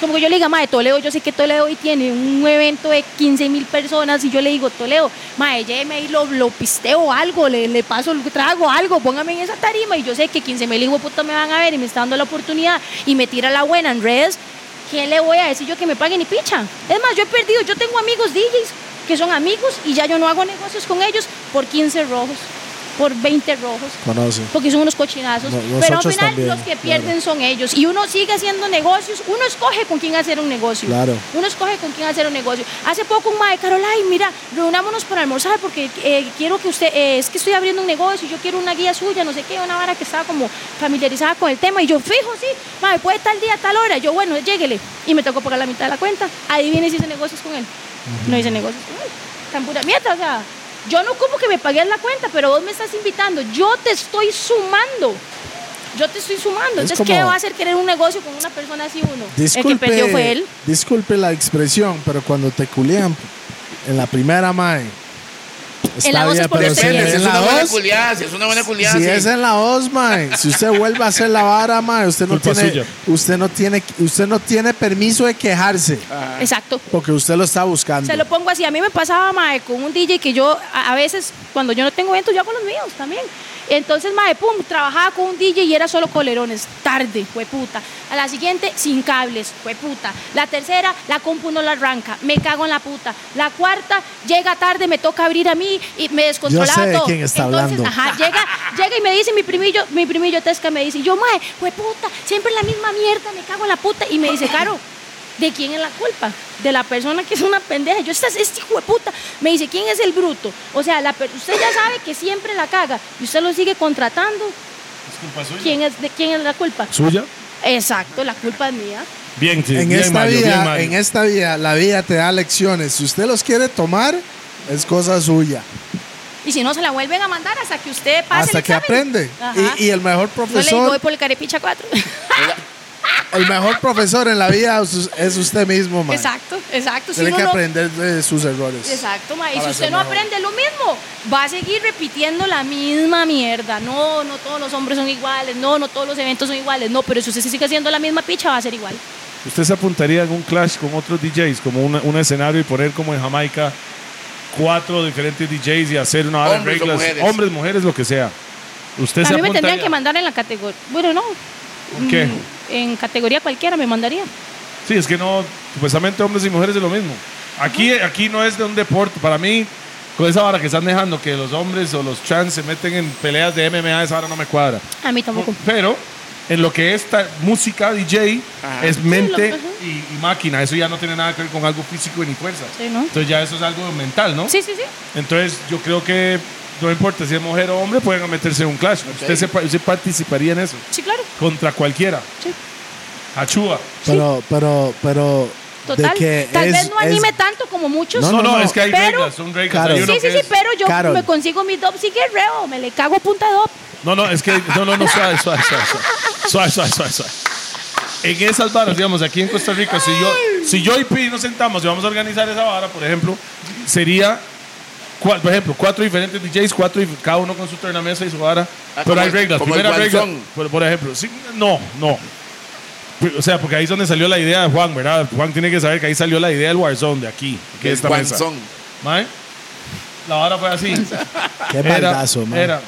Speaker 3: Como que yo le diga, mae, Toledo, yo sé que Toledo hoy tiene un evento de 15 mil personas y yo le digo, Toledo, mae, lléveme ahí, lo, lo pisteo algo, le, le paso, lo trago algo, póngame en esa tarima y yo sé que 15 mil hijos puta me van a ver y me está dando la oportunidad y me tira la buena en redes, ¿qué le voy a decir yo que me paguen y picha? Es más, yo he perdido, yo tengo amigos DJs que son amigos y ya yo no hago negocios con ellos por 15 rojos, por 20 rojos
Speaker 2: Conoce.
Speaker 3: porque son unos cochinazos.
Speaker 2: No,
Speaker 3: pero al
Speaker 2: nosotros
Speaker 3: final
Speaker 2: también,
Speaker 3: los que pierden son ellos. Y uno sigue haciendo negocios, uno escoge con quién hacer un negocio.
Speaker 2: Claro.
Speaker 3: Uno escoge con quién hacer un negocio. Hace poco un mae, Caroline, mira, reunámonos para almorzar porque eh, quiero que usted, eh, es que estoy abriendo un negocio, yo quiero una guía suya, no sé qué, una vara que estaba como familiarizada con el tema. Y yo, fijo, sí, mae, puede tal día, tal hora. Yo, bueno, lléguele. Y me tocó pagar la mitad de la cuenta. Adivine si hice negocios con él. No hice negocios con él. Tan pura mierda, o sea. Yo no como que me pagues la cuenta, pero vos me estás invitando. Yo te estoy sumando. Yo te estoy sumando.
Speaker 2: Es
Speaker 3: Entonces,
Speaker 2: como-
Speaker 3: ¿qué va a hacer querer un negocio con una persona así uno?
Speaker 2: Disculpe,
Speaker 3: El que perdió fue él.
Speaker 2: disculpe la expresión, pero cuando te culean en la primera mae.
Speaker 3: En la
Speaker 2: Está
Speaker 3: dos
Speaker 2: bien,
Speaker 3: es porque
Speaker 2: pero si
Speaker 4: Depende, si
Speaker 2: es
Speaker 4: es
Speaker 2: en la
Speaker 4: una buena
Speaker 2: dos,
Speaker 4: culiada, si es una buena culiada.
Speaker 2: si
Speaker 4: sí.
Speaker 2: es en la voz, mae, si usted vuelve a hacer la vara, mae, usted no
Speaker 1: Culpa
Speaker 2: tiene,
Speaker 1: suya.
Speaker 2: usted no tiene, usted no tiene permiso de quejarse,
Speaker 3: Exacto.
Speaker 2: porque usted lo está buscando.
Speaker 3: Se lo pongo así. A mí me pasaba, mae, con un DJ que yo, a, a veces, cuando yo no tengo eventos, yo hago los míos también. Entonces, mae, pum, trabajaba con un DJ y era solo colerones. Tarde, fue puta. A la siguiente, sin cables, fue puta. La tercera, la compu no la arranca. Me cago en la puta. La cuarta, llega tarde, me toca abrir a mí y me descontrolaba
Speaker 2: Yo sé de
Speaker 3: todo.
Speaker 2: quién está
Speaker 3: Entonces,
Speaker 2: hablando.
Speaker 3: ajá, llega, llega y me dice mi primillo, mi primillo Tesca me dice, yo, mae, fue puta, siempre la misma mierda, me cago en la puta. Y me dice, Caro, ¿De quién es la culpa? De la persona que es una pendeja. Yo, estás este hijo de puta. Me dice, ¿quién es el bruto? O sea, la per- usted ya sabe que siempre la caga y usted lo sigue contratando.
Speaker 1: Es culpa suya.
Speaker 3: ¿Quién es, ¿De quién es la culpa?
Speaker 1: ¿Suya?
Speaker 3: Exacto, la culpa es mía.
Speaker 1: Bien, sí.
Speaker 2: en
Speaker 1: bien,
Speaker 2: esta
Speaker 1: Mario, bien,
Speaker 2: vida,
Speaker 1: Mario.
Speaker 2: en esta vida, la vida te da lecciones. Si usted los quiere tomar, es cosa suya.
Speaker 3: Y si no, se la vuelven a mandar hasta que usted pase
Speaker 2: hasta
Speaker 3: el
Speaker 2: que
Speaker 3: examen.
Speaker 2: aprende.
Speaker 3: Ajá.
Speaker 2: Y, y el mejor
Speaker 3: No le digo, voy
Speaker 2: profesor,
Speaker 3: por el carepicha 4.
Speaker 2: el mejor profesor en la vida es es usted mismo, mae.
Speaker 3: exacto, exacto. Si
Speaker 2: Tiene
Speaker 3: uno
Speaker 2: que
Speaker 3: no-
Speaker 2: aprender de sus errores.
Speaker 3: Exacto, ma. Y si
Speaker 2: Para
Speaker 3: usted
Speaker 2: ser
Speaker 3: no
Speaker 2: mejor.
Speaker 3: aprende lo mismo, va a seguir repitiendo la misma mierda. No, no todos los hombres son iguales. No, no todos los eventos son iguales. No, pero si usted sigue haciendo la misma picha, va a ser igual.
Speaker 1: ¿Usted se apuntaría en un clash con otros DJs, como una- un escenario y poner como en Jamaica cuatro diferentes DJs y hacer una hora de
Speaker 4: Hombres o
Speaker 1: reglas?
Speaker 4: mujeres.
Speaker 1: Hombres, mujeres, lo que sea. ¿Usted
Speaker 3: a
Speaker 1: se
Speaker 3: mí me
Speaker 1: apuntaría?
Speaker 3: tendrían que mandar en la categoría. Bueno, no.
Speaker 1: ¿Por qué?
Speaker 3: Mm, En categoría cualquiera me mandaría.
Speaker 1: Sí, es que no, supuestamente hombres y mujeres es lo mismo. Aquí, aquí no es de un deporte. Para mí, con esa vara que están dejando, que los hombres o los trans se meten en peleas de MMA, esa vara no me cuadra.
Speaker 3: A mí tampoco.
Speaker 1: Pero en lo que es ta- música, DJ,
Speaker 4: Ajá.
Speaker 1: es mente
Speaker 3: lo- ajá.
Speaker 1: y, y máquina. Eso ya no tiene nada que ver con algo físico ni fuerza.
Speaker 3: Sí, ¿no?
Speaker 1: Entonces ya eso es algo mental, ¿no?
Speaker 3: Sí, sí, sí.
Speaker 1: Entonces yo creo que no importa si es mujer o hombre, pueden meterse en un clash. Usted, se, pa- usted participaría en eso.
Speaker 3: Sí, claro.
Speaker 1: Contra cualquiera.
Speaker 3: Sí.
Speaker 1: Achúa.
Speaker 2: Pero, pero, pero.
Speaker 3: Total.
Speaker 2: de que
Speaker 3: Tal
Speaker 2: es-
Speaker 3: vez no
Speaker 2: es-
Speaker 3: anime tanto como muchos.
Speaker 1: No,
Speaker 2: No,
Speaker 1: no,
Speaker 2: no,
Speaker 1: es que hay
Speaker 3: pero-
Speaker 1: reglas, son reglas.
Speaker 2: Claro.
Speaker 1: Hay uno
Speaker 3: Sí, sí,
Speaker 1: que
Speaker 3: sí,
Speaker 1: es-
Speaker 3: pero yo
Speaker 2: Carol.
Speaker 3: me consigo mi dop sí guerrero, me le cago a punta de dop.
Speaker 1: No, no, es que. No, no, no, suave, suave, suave. Suave, suave, suave. suave, suave. en esas varas, digamos, aquí en Costa Rica, si yo, si yo y Pi nos sentamos y vamos a organizar esa vara, por ejemplo, sería, cua- por ejemplo, cuatro diferentes DJs, cuatro, dif- cada uno con su tornamesa y su vara,
Speaker 4: Ah,
Speaker 1: pero
Speaker 4: como
Speaker 1: hay
Speaker 4: el-
Speaker 1: reglas.
Speaker 4: como el
Speaker 1: Primera regla,
Speaker 4: guanzón.
Speaker 1: por, por ejemplo, sí, no, no. Pues, O sea, porque ahí es donde salió la idea de Juan, ¿verdad? Juan tiene que saber que ahí salió la idea del Warzone de aquí, que
Speaker 4: El
Speaker 1: esta mesa.
Speaker 4: guanzón.
Speaker 1: Mae, La vara fue así.
Speaker 2: Qué
Speaker 1: Era,
Speaker 2: baldazo, man.
Speaker 1: era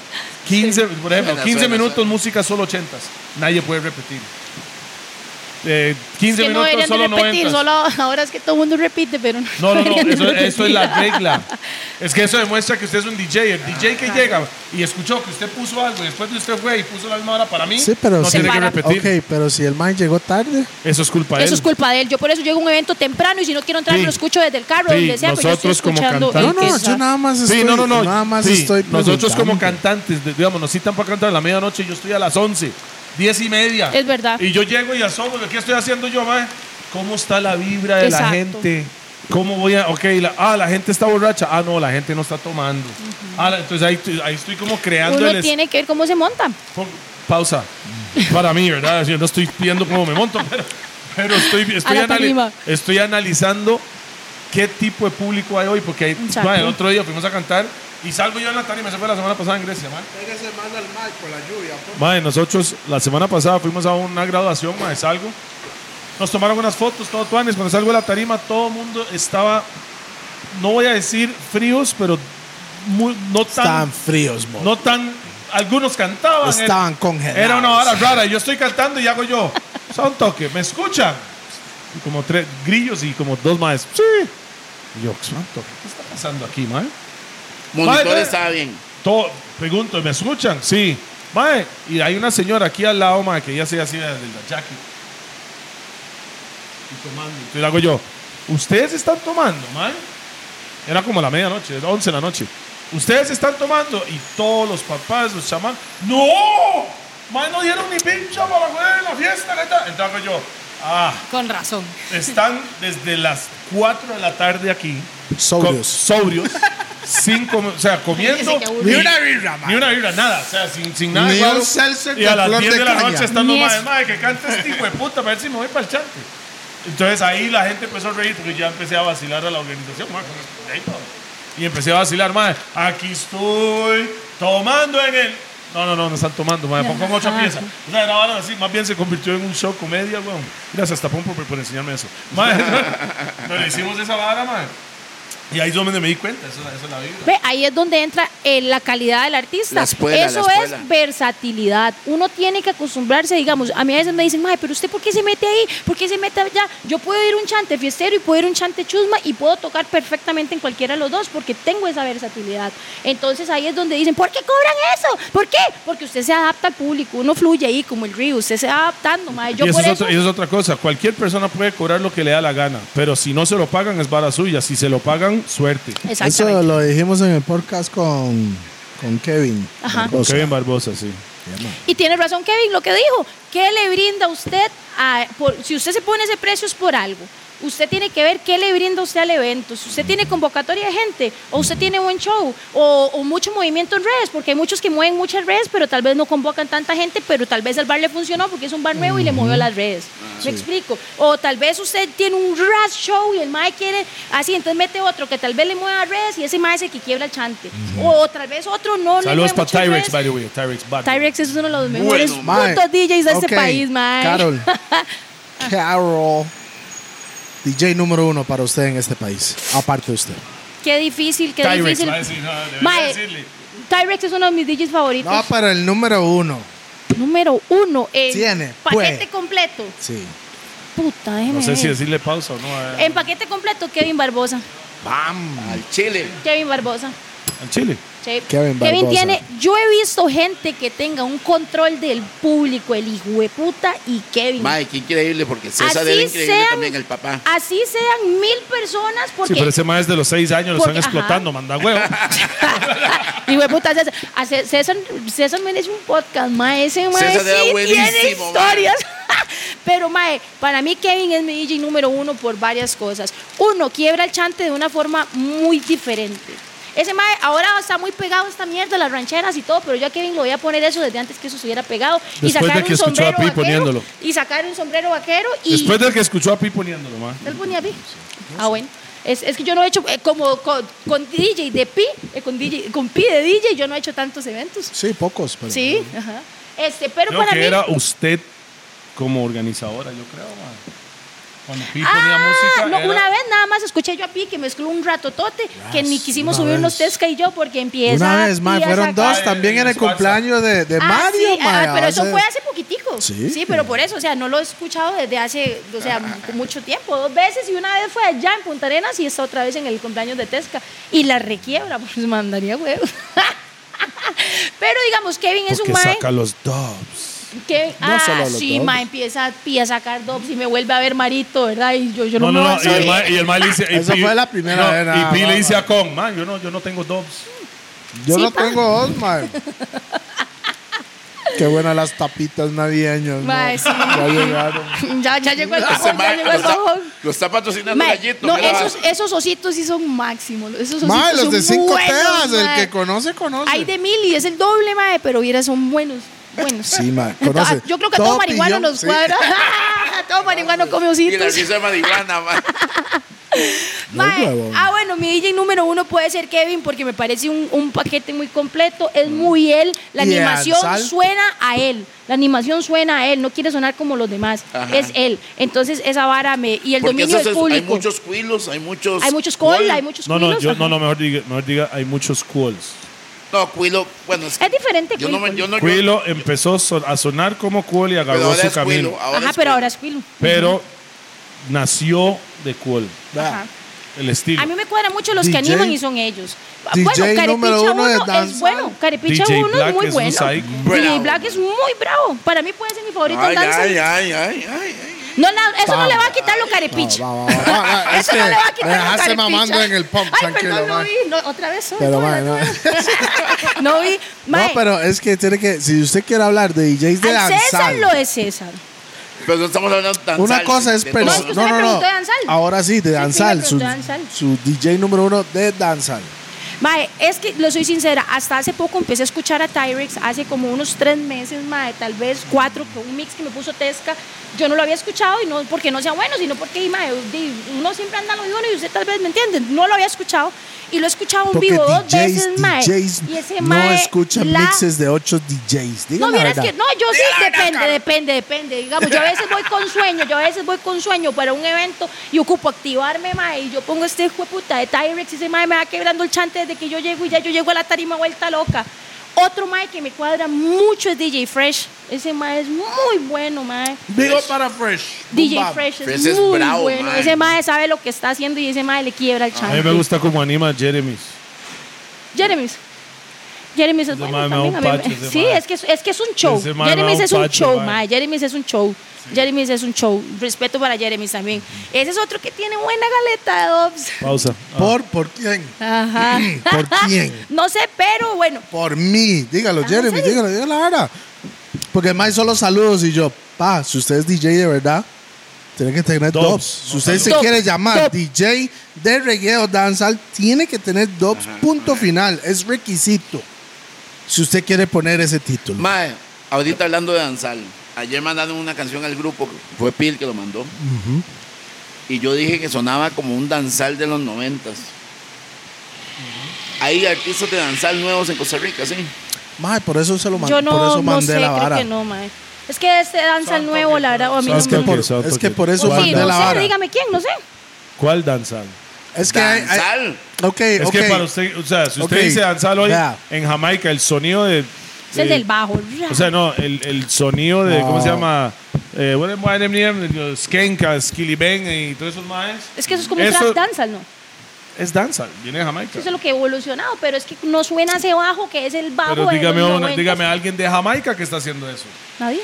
Speaker 1: 15, por ejemplo,
Speaker 4: Suena,
Speaker 1: 15
Speaker 4: suena,
Speaker 1: minutos
Speaker 4: suena.
Speaker 1: música solo 80. Nadie puede repetir. Eh, 15
Speaker 3: que no
Speaker 1: minutos
Speaker 3: deberían de
Speaker 1: solo
Speaker 3: repetir,
Speaker 1: 90.
Speaker 3: solo ahora es que todo el mundo repite, pero no.
Speaker 1: No, no, no,
Speaker 3: deberían de
Speaker 1: eso, eso es la
Speaker 3: repetir.
Speaker 1: regla. Es que eso demuestra que usted es un DJ. El DJ que llega y escuchó que usted puso algo y después de usted fue y puso la misma hora para mí,
Speaker 2: Sí, pero
Speaker 1: no
Speaker 2: si-
Speaker 1: tiene que
Speaker 3: Separa.
Speaker 1: repetir.
Speaker 2: Ok, pero si el man llegó tarde,
Speaker 1: Eso es culpa de él.
Speaker 3: Eso es culpa de él. Yo por eso llego a un evento temprano y si no quiero entrar,
Speaker 1: Sí.
Speaker 3: lo escucho desde el carro,
Speaker 1: Sí,
Speaker 3: donde sea, pero yo estoy
Speaker 1: nosotros como
Speaker 3: escuchando. el
Speaker 2: No,
Speaker 1: cantantes.
Speaker 3: que
Speaker 2: no,
Speaker 3: está.
Speaker 2: yo nada más estoy.
Speaker 1: Sí, no, no, no.
Speaker 2: Nada más
Speaker 1: Sí,
Speaker 2: estoy.
Speaker 1: Nosotros como
Speaker 2: preguntando.
Speaker 1: cantantes, de- digamos, nos citan para cantar a la medianoche y yo estoy a las 11, 10 y media.
Speaker 3: Es verdad.
Speaker 1: Y yo llego y asomo, ¿qué estoy haciendo yo, mae? ¿Cómo está la vibra de la
Speaker 3: Exacto.
Speaker 1: gente? ¿Cómo voy a.? Ok, la- ah, la gente está borracha. Ah, no, la gente no está tomando. Ah, la- entonces ahí, tu- ahí estoy como creando el.
Speaker 3: Uno
Speaker 1: es-
Speaker 3: tiene que ver cómo se monta.
Speaker 1: pon- pausa. Para mí, ¿verdad? Yo no estoy viendo cómo me monto, pero, pero estoy, estoy,
Speaker 3: la
Speaker 1: anali-
Speaker 3: tarima.
Speaker 1: estoy analizando qué tipo de público hay hoy, porque hay-
Speaker 3: Exacto.
Speaker 1: mae, el otro día fuimos a cantar y salgo yo en la tarima, eso fue la semana pasada en Grecia, mae. Mae, nosotros la semana pasada fuimos a una graduación, mae, salgo. Nos tomaron unas fotos, todo tuanes. Cuando salgo de la tarima, todo el mundo estaba, no voy a decir fríos, pero muy- no tan.
Speaker 2: Estaban fríos, mo.
Speaker 1: No tan. Algunos cantaban.
Speaker 2: Estaban
Speaker 1: era-
Speaker 2: congelados.
Speaker 1: Era una hora rara. Yo estoy cantando y hago yo. "O sea, un toque. ¿Me escuchan? Y como tres grillos y como dos maes. Sí. Y yo, "Santo, ¿qué está pasando aquí, mae?
Speaker 4: Monitor
Speaker 1: Madre.
Speaker 4: estaba bien.
Speaker 1: Todo, pregunto, ¿me escuchan? Sí. Mae, y hay una señora aquí al lado, mae, que ya se hacía del Jackie. Y tomando. Entonces le hago yo, ¿ustedes están tomando, mae? Era como la medianoche, era 11 de la noche. ¿Ustedes están tomando? Y todos los papás, los chamán, ¡No! Mae, no dieron ni pincha para la de la fiesta, ¿qué tal? Entonces hago yo, ¡ah!
Speaker 3: Con razón.
Speaker 1: Están desde las 4 de la tarde aquí.
Speaker 2: Sobrios.
Speaker 1: co- sobrios. sin com- o sea, comiendo.
Speaker 3: Ay, ese que aburrido. Ni
Speaker 1: una birra, Ni una birra, nada. O sea, sin, sin nada.
Speaker 2: Ni
Speaker 1: claro.
Speaker 2: un seltzer
Speaker 1: Y
Speaker 2: con
Speaker 1: a las
Speaker 2: flor
Speaker 1: 10 de,
Speaker 2: de
Speaker 1: la
Speaker 2: caña.
Speaker 1: noche están los
Speaker 3: Ni
Speaker 1: madres,
Speaker 3: eso.
Speaker 1: madre, que canta este hijo de puta, a ver si me voy para el chante. Entonces ahí la gente empezó a reír porque ya empecé a vacilar a la organización. madre, con esto, madre. Y empecé a vacilar, madre. Aquí estoy tomando en el. No, no, no, no están tomando, madre. Pon con otra
Speaker 3: Ajá.
Speaker 1: pieza. O sea, era ahora así, más bien se convirtió en un show comedia, weón. Gracias, Tapón, por, por enseñarme eso. Madre, pero hicimos esa vara, madre. Y ahí es donde me di cuenta, eso, eso es la vida.
Speaker 3: Ve, ahí es donde entra eh, la calidad del artista.
Speaker 4: La escuela,
Speaker 3: Eso
Speaker 4: la escuela.
Speaker 3: es versatilidad. Uno tiene que acostumbrarse, digamos, a mí a veces me dicen, "Mae, pero usted por qué se mete ahí? ¿Por qué se mete allá? Yo puedo ir un chante fiestero y puedo ir un chante chusma y puedo tocar perfectamente en cualquiera de los dos porque tengo esa versatilidad. Entonces ahí es donde dicen, ¿por qué cobran eso? ¿Por qué? Porque usted se adapta al público, uno fluye ahí como el río, usted se va adaptando, mae. Yo
Speaker 1: y eso,
Speaker 3: por
Speaker 1: es
Speaker 3: eso,
Speaker 1: otra, y eso es otra cosa. Cualquier persona puede cobrar lo que le da la gana, pero si no se lo pagan es vara suya. Si se lo pagan, suerte.
Speaker 3: Exactamente.
Speaker 2: Eso lo dijimos en el podcast con, con Kevin.
Speaker 3: Ajá.
Speaker 1: Con
Speaker 2: Barbosa.
Speaker 1: Kevin Barbosa, sí.
Speaker 3: Y tiene razón Kevin lo que dijo. ¿Qué le brinda usted? a- por- si usted se pone ese precio es por algo. Usted tiene que ver qué le brinda usted al evento. Si usted tiene convocatoria de gente, o usted tiene buen show, o, o mucho movimiento en redes, porque hay muchos que mueven muchas redes, pero tal vez no convocan tanta gente, pero tal vez al bar le funcionó porque es un bar nuevo y le movió las redes.
Speaker 1: Ah,
Speaker 3: ¿Me explico? O tal vez usted tiene un ras show y el mae quiere así, entonces mete otro que tal vez le mueva redes y ese mae es el que quiebra el chante. o, tal vez otro no. le
Speaker 1: Saludos
Speaker 3: mueve
Speaker 1: para
Speaker 3: muchas
Speaker 1: Tyrex,
Speaker 3: redes.
Speaker 1: by the way. Tyrex Bad.
Speaker 3: Tyrex es uno de los mejores
Speaker 4: Bueno,
Speaker 2: mae.
Speaker 3: putos DJs de este
Speaker 2: Ok,
Speaker 3: país, mae.
Speaker 2: Carol. Carol. DJ número uno para usted en este país. Aparte de usted.
Speaker 3: Qué difícil, qué
Speaker 1: Tyrex,
Speaker 3: difícil.
Speaker 1: va a decir, no, debería
Speaker 3: Mae.
Speaker 1: decirle.
Speaker 3: Tyrex es uno de mis DJs favoritos.
Speaker 2: No, pero el número uno.
Speaker 3: Número uno. En
Speaker 2: Tiene,
Speaker 3: Paquete
Speaker 2: pues.
Speaker 3: completo.
Speaker 2: Sí.
Speaker 3: Puta, déjeme
Speaker 1: No sé si
Speaker 3: ver.
Speaker 1: decirle pausa o no. eh.
Speaker 3: En paquete completo, Kevin Barbosa.
Speaker 4: Al chile.
Speaker 3: Kevin Barbosa.
Speaker 1: Al Chile.
Speaker 3: Sí.
Speaker 2: Kevin Barbosa.
Speaker 3: tiene. Yo he visto gente que tenga un control del público, el hijo de puta y Kevin.
Speaker 4: Mae, qué increíble, porque César era increíble también, el papá.
Speaker 3: así sean mil personas
Speaker 1: Sí,
Speaker 3: porque
Speaker 1: pero ese más de los seis años lo están
Speaker 3: Porque- ajá.
Speaker 1: explotando, manda huevo.
Speaker 3: y güey, puta, César, a Ce- César, César merece un podcast, mae. Ese mae
Speaker 4: César era
Speaker 3: sí tiene
Speaker 4: buenísimo,
Speaker 3: historias. Pero, mae, para mí Kevin es mi DJ número uno por varias cosas. Uno, quiebra el chante de una forma muy diferente. Ese mae ahora está muy pegado a esta mierda, las rancheras y todo, pero yo a Kevin lo voy a poner eso desde antes que eso estuviera pegado.
Speaker 1: Después
Speaker 3: y sacar
Speaker 1: de que
Speaker 3: un
Speaker 1: escuchó a
Speaker 3: sombrero
Speaker 1: Pi
Speaker 3: vaquero,
Speaker 1: poniéndolo.
Speaker 3: Y sacar un sombrero vaquero y.
Speaker 1: Después del Pues que escuchó a Pi poniéndolo, ma.
Speaker 3: ¿Él ponía Pi? Ah, bueno. Es, es que yo no he hecho, eh, como con, con DJ de Pi, eh, con, DJ, con Pi de DJ, yo no he hecho tantos eventos.
Speaker 2: Sí, pocos, pero.
Speaker 3: Sí, ajá. Este, pero
Speaker 1: Creo
Speaker 3: para
Speaker 1: que
Speaker 3: mí.
Speaker 1: era usted como organizadora, yo creo, ma. Cuando Pi ponía
Speaker 3: Ah,
Speaker 1: música.
Speaker 3: no,
Speaker 1: era- Ah,
Speaker 3: una vez nada más escuché yo a Pi que mezcló un ratotote que ni quisimos
Speaker 2: una
Speaker 3: subirnos
Speaker 2: vez.
Speaker 3: Tesca y yo porque empieza.
Speaker 2: Una vez, mae,
Speaker 3: Pi a
Speaker 2: fueron
Speaker 3: sacar-
Speaker 2: dos también en el
Speaker 1: Ay,
Speaker 2: cumpleaños de, de
Speaker 3: Ah,
Speaker 2: Mario,
Speaker 3: sí, ah,
Speaker 2: mae,
Speaker 3: pero eso
Speaker 2: hace-
Speaker 3: fue hace poquitico.
Speaker 2: Sí.
Speaker 3: Sí. pero por eso, o sea, no lo he escuchado desde hace, o sea, mucho tiempo, dos veces y una vez fue allá en Punta Arenas y está otra vez en el cumpleaños de Tesca y la requiebra, pues mandaría huevos. pero digamos, Kevin es
Speaker 1: Porque
Speaker 3: un mae
Speaker 1: saca los dubs.
Speaker 3: que
Speaker 2: No solo
Speaker 3: ah,
Speaker 2: los
Speaker 3: sí,
Speaker 2: dos.
Speaker 3: ma, empieza a, pi- a sacar dobs y me vuelve a ver Marito, ¿verdad? Y yo, yo no,
Speaker 1: No, no,
Speaker 3: me voy
Speaker 1: no.
Speaker 3: a
Speaker 1: Y el
Speaker 3: saber.
Speaker 1: ma, y el ma le dice. y
Speaker 2: Esa
Speaker 1: Pi-
Speaker 2: fue la primera
Speaker 1: no,
Speaker 2: vez, nada
Speaker 1: Y Pi
Speaker 2: más,
Speaker 1: le dice
Speaker 2: ma.
Speaker 1: a Con, ma, yo no, yo no tengo dubs.
Speaker 2: Yo
Speaker 3: Sí,
Speaker 2: no
Speaker 3: pa.
Speaker 2: tengo dos, mae. Qué buenas las tapitas navideñas, mae.
Speaker 3: Mae, sí.
Speaker 2: Ya llegaron.
Speaker 3: ya, ya llegó el
Speaker 4: Ese
Speaker 3: bajón, ya
Speaker 4: mae
Speaker 3: llegó
Speaker 4: lo,
Speaker 3: el
Speaker 4: está,
Speaker 3: bajón.
Speaker 4: lo está patrocinando
Speaker 3: Ma,
Speaker 4: Gallito.
Speaker 3: no,
Speaker 4: mira,
Speaker 3: esos, esos ositos sí son máximos. Esos ositos
Speaker 2: Mae, los
Speaker 3: son
Speaker 2: de cinco
Speaker 3: buenos,
Speaker 2: teas, el
Speaker 3: ma.
Speaker 2: que conoce, conoce.
Speaker 3: Hay de mil y es el doble, mae, pero hubiera son buenos. Buenos.
Speaker 2: Sí, mae,
Speaker 3: Ah,
Speaker 2: conoce.
Speaker 3: Yo creo que todo,
Speaker 2: Todo
Speaker 3: marihuano
Speaker 2: pillón,
Speaker 3: nos
Speaker 2: sí.
Speaker 3: cuadra. todo marihuano come
Speaker 4: y la
Speaker 3: ositos.
Speaker 4: risa de marihuana, ma.
Speaker 2: No,
Speaker 3: Mae,
Speaker 2: huevón.
Speaker 3: ah, bueno, mi DJ número uno puede ser Kevin porque me parece un, un paquete muy completo. Es muy él. La
Speaker 2: Mm. Y el
Speaker 3: animación
Speaker 2: salto.
Speaker 3: suena a él. La animación suena a él. No quiere sonar como los demás.
Speaker 4: Ajá.
Speaker 3: Es él. Entonces, esa vara me. Y el
Speaker 4: Porque
Speaker 3: dominio
Speaker 4: eso
Speaker 3: del
Speaker 4: es- hay
Speaker 3: público.
Speaker 4: muchos cuilos, hay muchos.
Speaker 3: Hay muchos call, hay muchos
Speaker 1: No, no,
Speaker 3: cuilos,
Speaker 1: yo,
Speaker 3: ajá.
Speaker 1: no, no, mejor diga, mejor diga, hay muchos quills.
Speaker 4: No, cuilo, bueno, es, que
Speaker 3: Es diferente.
Speaker 4: yo no me.
Speaker 3: cuilo.
Speaker 4: Yo no, yo-
Speaker 1: Quilo empezó so- a sonar como cool y
Speaker 4: pero
Speaker 1: agarró
Speaker 4: ahora
Speaker 1: su
Speaker 4: es
Speaker 1: camino.
Speaker 4: cuilo. Ahora
Speaker 3: Ajá, pero
Speaker 4: es cuilo.
Speaker 3: ahora es cuilo.
Speaker 1: Pero nació de cool.
Speaker 3: Ajá.
Speaker 1: El estilo.
Speaker 3: A mí me cuadran mucho los que
Speaker 2: DJ
Speaker 3: animan y son ellos.
Speaker 2: DJ
Speaker 3: bueno,
Speaker 2: número
Speaker 3: Carepicha
Speaker 2: uno de
Speaker 3: 1 es
Speaker 2: danza.
Speaker 3: bueno. Carepicha
Speaker 1: DJ
Speaker 3: 1
Speaker 1: Black
Speaker 3: es muy
Speaker 1: es un
Speaker 3: bueno.
Speaker 1: psycho.
Speaker 4: Bravo.
Speaker 3: DJ Black es muy bravo. Para mí puede ser mi favorito en
Speaker 4: Ay,
Speaker 3: danza.
Speaker 4: ay, ay, ay, ay, ay.
Speaker 3: No, no, eso
Speaker 2: Pam.
Speaker 3: no le va a quitar lo carepicha.
Speaker 2: Va, va, va, va, va, va, es
Speaker 3: eso no
Speaker 2: que
Speaker 3: le va a
Speaker 2: Este, me
Speaker 3: quitar lo
Speaker 2: dejaste
Speaker 3: carepicha.
Speaker 2: mamando en el pump,
Speaker 3: Ay,
Speaker 2: tranquilo,
Speaker 3: perdón,
Speaker 2: ma.
Speaker 3: no vi. No, otra vez.
Speaker 2: Pero,
Speaker 3: otra
Speaker 2: ma,
Speaker 3: vez,
Speaker 2: no.
Speaker 3: otra vez. no vi.
Speaker 2: No,
Speaker 3: Mae,
Speaker 2: pero es que tiene que. Si usted quiere hablar de DJs de
Speaker 3: al César
Speaker 2: danzal.
Speaker 3: lo es César.
Speaker 4: Pero no estamos hablando tan
Speaker 2: Una
Speaker 4: sal,
Speaker 2: cosa es
Speaker 4: de
Speaker 2: perso-
Speaker 3: No,
Speaker 4: todo.
Speaker 3: es que usted me preguntó de danzal.
Speaker 2: Ahora sí, de
Speaker 3: Sí, sí, me
Speaker 2: danzal.
Speaker 3: preguntó
Speaker 2: Su,
Speaker 3: de danzal.
Speaker 2: su DJ número uno de danzal.
Speaker 3: Mae, es que lo soy sincera, hasta hace poco empecé a escuchar a Tyrex, hace como unos tres meses, mae, tal vez cuatro, con un mix que me puso Tesca. Yo no lo había escuchado y no porque no sea bueno, sino porque mae, di- uno siempre anda lo de uno y usted tal vez me entiende, no lo había escuchado y lo he escuchado en
Speaker 2: Porque
Speaker 3: vivo dos
Speaker 2: DJs,
Speaker 3: veces, mae.
Speaker 2: DJs
Speaker 3: y ese
Speaker 2: no
Speaker 3: mae
Speaker 2: escuchan
Speaker 3: la-
Speaker 2: mixes de ocho DJs. Diga
Speaker 3: no,
Speaker 2: la
Speaker 3: vieras
Speaker 2: verdad.
Speaker 3: que no, yo sí, depende, depende, depende. Digamos, yo a veces voy con sueño, yo a veces voy con sueño para un evento y ocupo activarme, mae, y yo pongo este jueputa de Tyrex y ese mae me va quebrando el chante desde que yo llego y ya yo llego a la tarima vuelta loca. Otro mae que me cuadra mucho es DJ Fresh. Ese mae es muy bueno, mae.
Speaker 2: Digo para Fresh.
Speaker 3: DJ
Speaker 2: Boom, bam.
Speaker 3: Fresh es
Speaker 4: Fresh es
Speaker 3: muy
Speaker 4: bravo,
Speaker 3: bueno.
Speaker 4: mae.
Speaker 3: Ese mae sabe lo que está haciendo y ese mae le quiebra el
Speaker 1: A mí
Speaker 3: chante.
Speaker 1: me gusta cómo anima a Jeremy.
Speaker 3: Jeremy's. Jeremy's es
Speaker 1: Ese
Speaker 3: bueno
Speaker 1: mae me da
Speaker 3: también.
Speaker 1: un
Speaker 3: a mí me-
Speaker 1: pacho, ese
Speaker 3: sí,
Speaker 1: mae.
Speaker 3: es que, es es que es un show.
Speaker 1: Ese mae me da
Speaker 3: Jeremy's
Speaker 1: un
Speaker 3: es un
Speaker 1: pacho,
Speaker 3: show,
Speaker 1: mae.
Speaker 3: mae. Jeremy's es un show. Jeremy's es un show. Respeto para Jeremy's también. Ese es otro que tiene buena galeta de Dobbs.
Speaker 1: Pausa. Ah.
Speaker 2: ¿Por, ¿Por quién?
Speaker 3: Ajá.
Speaker 2: ¿Por quién?
Speaker 3: No sé, pero bueno.
Speaker 2: Por mí. Dígalo,
Speaker 3: Ah, ¿en
Speaker 2: Jeremy.
Speaker 3: serio?
Speaker 2: Dígalo, dígalo ahora. Porque más solo saludos y yo, pa, si usted es DJ de verdad, tiene que tener
Speaker 1: Dubs.
Speaker 2: dubs.
Speaker 1: No
Speaker 2: Si usted se
Speaker 3: saludos.
Speaker 2: quiere
Speaker 3: Dub,
Speaker 2: llamar
Speaker 3: dub.
Speaker 2: DJ de reggae o danzal, tiene que tener dubs, punto final. Es requisito. Si usted quiere poner ese título.
Speaker 4: Mae, ahorita hablando de danzal. Ayer mandaron una canción al grupo, fue Pil que lo mandó. Y yo dije que sonaba como un danzal de los noventas. Hay artistas de danzal nuevos en Costa Rica, sí.
Speaker 2: Mae, por eso se lo mandé.
Speaker 3: Yo
Speaker 2: por
Speaker 3: no,
Speaker 2: eso
Speaker 3: no
Speaker 2: mandé
Speaker 3: sé,
Speaker 2: la
Speaker 3: creo
Speaker 2: vara.
Speaker 3: que no, mae. Es que este danza el nuevo, la verdad, o a mí no
Speaker 1: ¿Sabes
Speaker 2: Es que,
Speaker 1: Santo
Speaker 3: me...
Speaker 2: por,
Speaker 1: que, santo
Speaker 2: es que
Speaker 1: que.
Speaker 2: por eso
Speaker 1: Pues
Speaker 3: Sí,
Speaker 2: mandé
Speaker 3: no
Speaker 2: la
Speaker 3: sé,
Speaker 2: vara.
Speaker 3: dígame quién, no sé.
Speaker 1: ¿Cuál danzal?
Speaker 2: Es que hay- hay-
Speaker 4: Danzal.
Speaker 2: ok,
Speaker 1: Es
Speaker 2: ok.
Speaker 1: que para usted, o sea, si usted
Speaker 2: Ok,
Speaker 1: dice danzal hoy
Speaker 2: vea.
Speaker 1: en Jamaica, el sonido de.
Speaker 3: Es el
Speaker 1: de-
Speaker 3: del bajo.
Speaker 1: O sea, no, el, el sonido de. ¿Cómo se
Speaker 2: No.
Speaker 1: llama? Eh, bueno, bueno, eh, Skenka, Skilliben y todos esos maes.
Speaker 3: es que eso es como un
Speaker 1: eso-
Speaker 3: trap danza, ¿no?
Speaker 1: Es danzal, viene de Jamaica.
Speaker 3: Eso es lo que ha evolucionado, pero es que no suena ese bajo que es el bajo
Speaker 1: Pero
Speaker 3: de
Speaker 1: dígame,
Speaker 3: los
Speaker 1: una-
Speaker 3: 90.
Speaker 1: dígame a alguien de Jamaica que está haciendo eso.
Speaker 3: Nadie.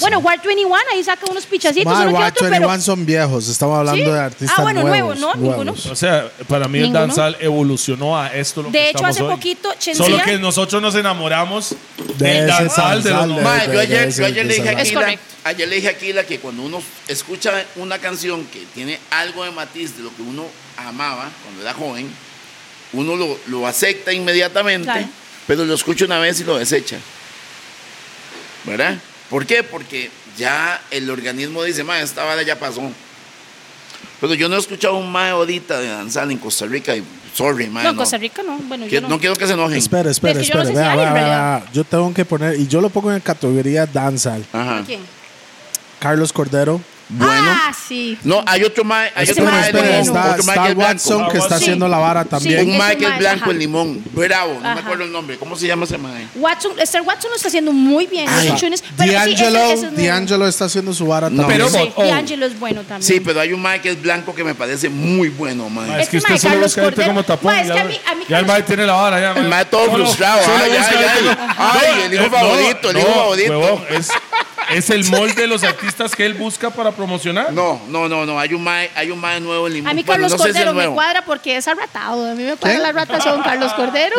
Speaker 3: Bueno, War 21 ahí saca unos pichacitos,
Speaker 2: Mae,
Speaker 3: pues, uno que
Speaker 2: Wild
Speaker 3: otro,
Speaker 2: 21
Speaker 3: pero
Speaker 2: son viejos. Estamos hablando
Speaker 3: Sí.
Speaker 2: de artistas
Speaker 3: Ah, bueno, nuevo,
Speaker 2: nuevos.
Speaker 3: no, ninguno.
Speaker 1: O sea, para mí
Speaker 3: Ninguno.
Speaker 1: el danzal evolucionó a esto lo que
Speaker 3: de hecho
Speaker 1: estamos
Speaker 3: hace
Speaker 1: hoy.
Speaker 3: poquito
Speaker 1: Solo
Speaker 3: Chensia
Speaker 1: que nosotros nos enamoramos
Speaker 2: ese
Speaker 1: del danzal de los
Speaker 2: danzal,
Speaker 1: noventas.
Speaker 2: de-
Speaker 4: Mae, yo
Speaker 2: de-
Speaker 4: ayer,
Speaker 2: de-
Speaker 4: yo ayer
Speaker 2: de-
Speaker 4: le dije
Speaker 2: de-
Speaker 4: a
Speaker 3: Es
Speaker 4: Aquila,
Speaker 3: correcto.
Speaker 4: ayer le dije a Aquila que cuando uno escucha una canción que tiene algo de matiz de lo que uno amaba cuando era joven, uno lo, lo acepta inmediatamente,
Speaker 3: Claro.
Speaker 4: pero lo escucha una vez y lo desecha. ¿Verdad? ¿Por qué? Porque ya el organismo dice, ma, esta vara ya pasó. Pero yo no he escuchado un mae ahorita de danzar en Costa Rica. Y, sorry, mae.
Speaker 3: No,
Speaker 4: No,
Speaker 3: en Costa Rica no. Bueno,
Speaker 4: Que-
Speaker 3: yo no.
Speaker 4: no quiero que se enojen.
Speaker 2: Espera, espera,
Speaker 3: Es que yo no
Speaker 2: espera.
Speaker 3: sé
Speaker 2: vea,
Speaker 3: si hay,
Speaker 2: vea,
Speaker 3: en
Speaker 2: vea,
Speaker 3: realidad.
Speaker 2: vea. Yo tengo que poner, y yo lo pongo en categoría danza.
Speaker 4: Ajá.
Speaker 3: ¿Quién?
Speaker 2: Carlos Cordero. Este
Speaker 4: Bueno.
Speaker 3: Ah, sí.
Speaker 4: No, hay otro mae. Hay
Speaker 3: Ese
Speaker 4: otro
Speaker 3: mae
Speaker 4: mae
Speaker 3: es
Speaker 4: de limón,
Speaker 3: bueno.
Speaker 2: Está,
Speaker 4: otro mae
Speaker 2: está
Speaker 4: que es blanco.
Speaker 2: Watson que está
Speaker 1: Ah, Sí.
Speaker 2: haciendo la vara también.
Speaker 3: Sí.
Speaker 4: Un mae
Speaker 3: Ese
Speaker 4: que es
Speaker 3: mae,
Speaker 4: blanco
Speaker 3: ajá.
Speaker 4: el limón. Bravo, no me
Speaker 3: Ajá.
Speaker 4: acuerdo el nombre. ¿Cómo se llama ese mae?
Speaker 3: Watson, Esther Watson lo está haciendo muy bien.
Speaker 4: Ay.
Speaker 3: Los chunes. Pero sí, ese-
Speaker 2: D'Angelo
Speaker 3: ese es nuevo.
Speaker 2: D'Angelo está haciendo su vara
Speaker 4: No.
Speaker 2: también.
Speaker 6: Pero-
Speaker 3: Sí,
Speaker 6: Oh.
Speaker 3: D'Angelo es bueno también.
Speaker 4: Sí, pero hay un mae que es blanco que me parece muy bueno, mae.
Speaker 1: Es que
Speaker 3: Este
Speaker 1: usted solo
Speaker 3: mae,
Speaker 1: busca
Speaker 3: Carlos
Speaker 1: gente como
Speaker 3: Cordero.
Speaker 1: tapón.
Speaker 3: Ma, es
Speaker 1: ya,
Speaker 3: que a mí- a mí
Speaker 1: ya el
Speaker 3: Carlos-
Speaker 1: mae tiene la vara. Ya,
Speaker 4: El mae todo frustrado.
Speaker 1: solo
Speaker 4: Ay,
Speaker 1: busca
Speaker 4: ay,
Speaker 1: gente
Speaker 4: ay.
Speaker 1: como-
Speaker 4: Ay, el hijo
Speaker 1: eh,
Speaker 4: favorito, el hijo favorito.
Speaker 1: huevón, es, es el molde de los artistas que él busca para promocionar.
Speaker 4: No, no, no, no. Hay un mae, hay un mae nuevo en limón.
Speaker 3: A mí
Speaker 4: Bueno,
Speaker 3: Carlos
Speaker 4: no sé si es
Speaker 3: Cordero me
Speaker 4: nuevo.
Speaker 3: cuadra porque es arratado. A mí me cuadra la ratazón Carlos Cordero.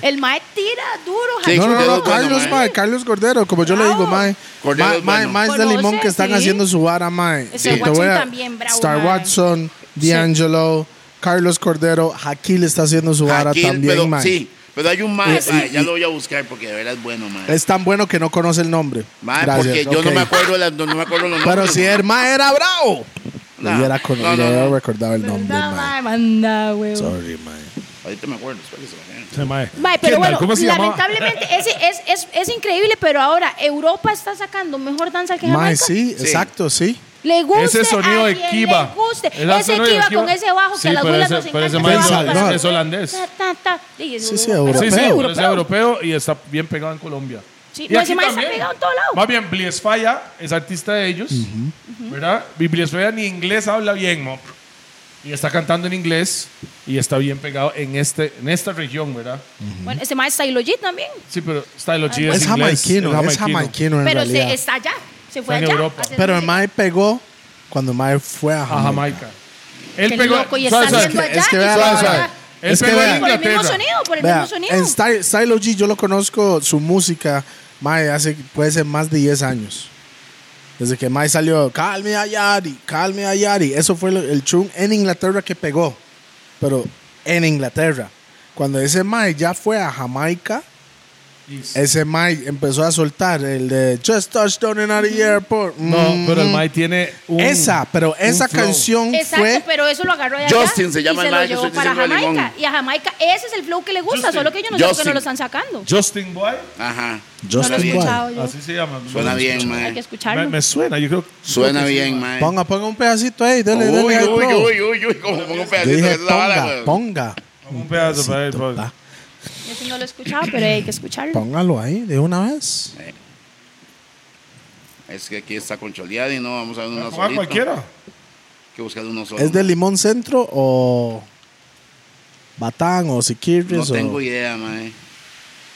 Speaker 3: El mae tira duro.
Speaker 4: Sí,
Speaker 3: Jaime.
Speaker 2: No, no, no,
Speaker 4: Cordero es bueno,
Speaker 2: Carlos,
Speaker 4: mae.
Speaker 2: mae, Carlos Cordero, como yo le digo, mae.
Speaker 4: Cordero
Speaker 2: Mae,
Speaker 4: es
Speaker 2: mae,
Speaker 4: bueno.
Speaker 2: mae es de
Speaker 3: Conoce,
Speaker 2: limón que están
Speaker 3: sí.
Speaker 2: haciendo su vara, mae.
Speaker 3: Ese
Speaker 2: Te
Speaker 3: Watson
Speaker 2: voy a-
Speaker 3: también, bravo,
Speaker 2: Star
Speaker 3: mae.
Speaker 2: Watson, D'Angelo, Carlos Cordero, Jaquil está haciendo su vara
Speaker 4: Aquí,
Speaker 2: también,
Speaker 4: pero,
Speaker 2: mae.
Speaker 4: Sí, pero hay un mae,
Speaker 2: Eh,
Speaker 4: mae,
Speaker 2: y-
Speaker 4: ya
Speaker 2: y-
Speaker 4: lo voy a buscar porque de verdad es bueno, mae.
Speaker 2: Es tan bueno que no conoce el nombre.
Speaker 4: Mae,
Speaker 2: Gracias,
Speaker 4: porque yo no
Speaker 2: ok.
Speaker 4: me acuerdo, las- no, no me acuerdo los nombres.
Speaker 2: Pero er- si
Speaker 4: mae.
Speaker 2: el mae era bravo.
Speaker 4: No,
Speaker 2: Le hubiera con-
Speaker 4: no,
Speaker 2: le
Speaker 4: no,
Speaker 2: hubiera
Speaker 4: no.
Speaker 2: recordado el nombre,
Speaker 3: No,
Speaker 2: mae.
Speaker 3: mae, manda, huevo.
Speaker 2: Sorry, mae.
Speaker 4: Ahorita me acuerdo, espera que se me
Speaker 1: Ese mae.
Speaker 3: Mae, pero
Speaker 1: Kendall,
Speaker 3: bueno,
Speaker 1: ¿cómo se llamaba?
Speaker 3: lamentablemente ese es, es, es increíble, pero ahora Europa está sacando mejor danza que Jamaica.
Speaker 2: Mae, sí,
Speaker 4: Sí.
Speaker 2: exacto, sí.
Speaker 3: Le gusta
Speaker 1: Ese sonido
Speaker 3: a
Speaker 1: de
Speaker 3: quien
Speaker 1: Kiba.
Speaker 3: Le guste.
Speaker 1: El lance
Speaker 3: Ese
Speaker 1: sonido de
Speaker 3: Kiba
Speaker 1: Kiba.
Speaker 3: con ese bajo
Speaker 1: Sí,
Speaker 3: que a las
Speaker 1: pero
Speaker 3: abuelas
Speaker 1: ese-
Speaker 3: nos
Speaker 1: pero ese
Speaker 3: encanta. ese
Speaker 1: mae
Speaker 3: bajo
Speaker 2: es-
Speaker 3: para-
Speaker 1: es holandés.
Speaker 3: Ta, ta, ta. Sí, es
Speaker 2: Sí, sí, pues.
Speaker 3: europeo.
Speaker 1: Sí, sí,
Speaker 2: Europeo.
Speaker 1: pero es europeo y está bien pegado en Colombia.
Speaker 3: Sí,
Speaker 1: Y
Speaker 3: no,
Speaker 1: aquí
Speaker 3: ese mae está
Speaker 1: también.
Speaker 3: pegado en todo lado.
Speaker 1: Más bien, Blies Falla es artista de ellos, ¿verdad? Y Blies Falla ni inglés habla bien, mo. Y está cantando en inglés y está bien pegado en, este, en esta región, ¿verdad?
Speaker 3: Bueno, ese mae está Iloyit también.
Speaker 1: Sí, pero Style OG es,
Speaker 2: Es
Speaker 1: inglés,
Speaker 2: jamaiquino, es jamaiquino en
Speaker 3: Pero
Speaker 2: realidad.
Speaker 3: se está allá. Se fue
Speaker 1: Está en
Speaker 3: allá.
Speaker 1: Europa.
Speaker 3: hace-
Speaker 2: Pero el Mae pegó cuando Mae fue a
Speaker 1: A
Speaker 2: Jamaica.
Speaker 1: Jamaica. Él
Speaker 3: Qué
Speaker 1: pegó.
Speaker 3: loco, y
Speaker 1: ¿sabes,
Speaker 3: está
Speaker 1: sabes?
Speaker 2: Es que,
Speaker 3: haciendo
Speaker 2: es que vea,
Speaker 3: allá, que
Speaker 2: la-
Speaker 3: se
Speaker 2: vea,
Speaker 3: vaya.
Speaker 1: Él
Speaker 2: es que
Speaker 1: pegó en
Speaker 2: vea,
Speaker 3: Por el mismo
Speaker 1: Inglaterra.
Speaker 3: sonido, por el
Speaker 2: vea,
Speaker 3: mismo sonido.
Speaker 2: en Style, Style OG yo lo conozco, su música, Mae, hace, puede ser más de 10 años. Desde que Mae salió, Calme Ayari, Calme Ayari. Eso fue lo- el chun en Inglaterra que pegó, pero en Inglaterra. Cuando ese Mae ya fue a Jamaica, ese Mae empezó a soltar el de Just Touchdown in the Airport.
Speaker 1: No, pero el
Speaker 2: Mm.
Speaker 1: Mae tiene un-
Speaker 2: Esa, pero esa
Speaker 1: flow.
Speaker 2: canción
Speaker 3: Exacto, pues.
Speaker 2: fue.
Speaker 3: pero eso lo agarró de allá
Speaker 4: Justin se llama
Speaker 3: y
Speaker 4: el
Speaker 3: se lo
Speaker 4: mae que
Speaker 3: llevó
Speaker 4: estoy
Speaker 3: para
Speaker 4: diciendo de
Speaker 3: Jamaica.
Speaker 4: Limón.
Speaker 3: Y a Jamaica ese es el flow que le gusta,
Speaker 1: Justin.
Speaker 3: solo que ellos no sé por qué
Speaker 4: Justin.
Speaker 3: no lo están sacando.
Speaker 1: Justin Boy.
Speaker 4: Ajá.
Speaker 3: No lo
Speaker 2: Justin
Speaker 3: he
Speaker 2: Bieber.
Speaker 3: escuchado yo.
Speaker 1: Así se llama.
Speaker 4: Suena bien,
Speaker 3: Hay que
Speaker 4: mae.
Speaker 1: Me,
Speaker 3: escucharlo.
Speaker 1: me suena, yo creo.
Speaker 4: Suena bien, mae.
Speaker 2: Ponga, ponga un pedacito ahí, dale, dale.
Speaker 4: Uy,
Speaker 2: ahí,
Speaker 4: uy,
Speaker 2: bro.
Speaker 4: uy, uy, uy, como pongo un
Speaker 2: Yo
Speaker 4: pedacito de
Speaker 2: dije,
Speaker 4: esa bala,
Speaker 2: ponga,
Speaker 4: güey.
Speaker 2: ponga.
Speaker 1: Un pedazo para él. por-
Speaker 2: Pa,
Speaker 3: Ese no lo he escuchado, pero hay que escucharlo.
Speaker 2: Póngalo ahí de una vez.
Speaker 4: Es que aquí está con choleada y no vamos a ver uno
Speaker 1: Ponga
Speaker 4: solito.
Speaker 1: cualquiera.
Speaker 4: Hay que buscar uno solo.
Speaker 2: ¿Es de Limón Centro o Batán o
Speaker 4: No
Speaker 2: Siquirres o
Speaker 4: tengo idea, mae.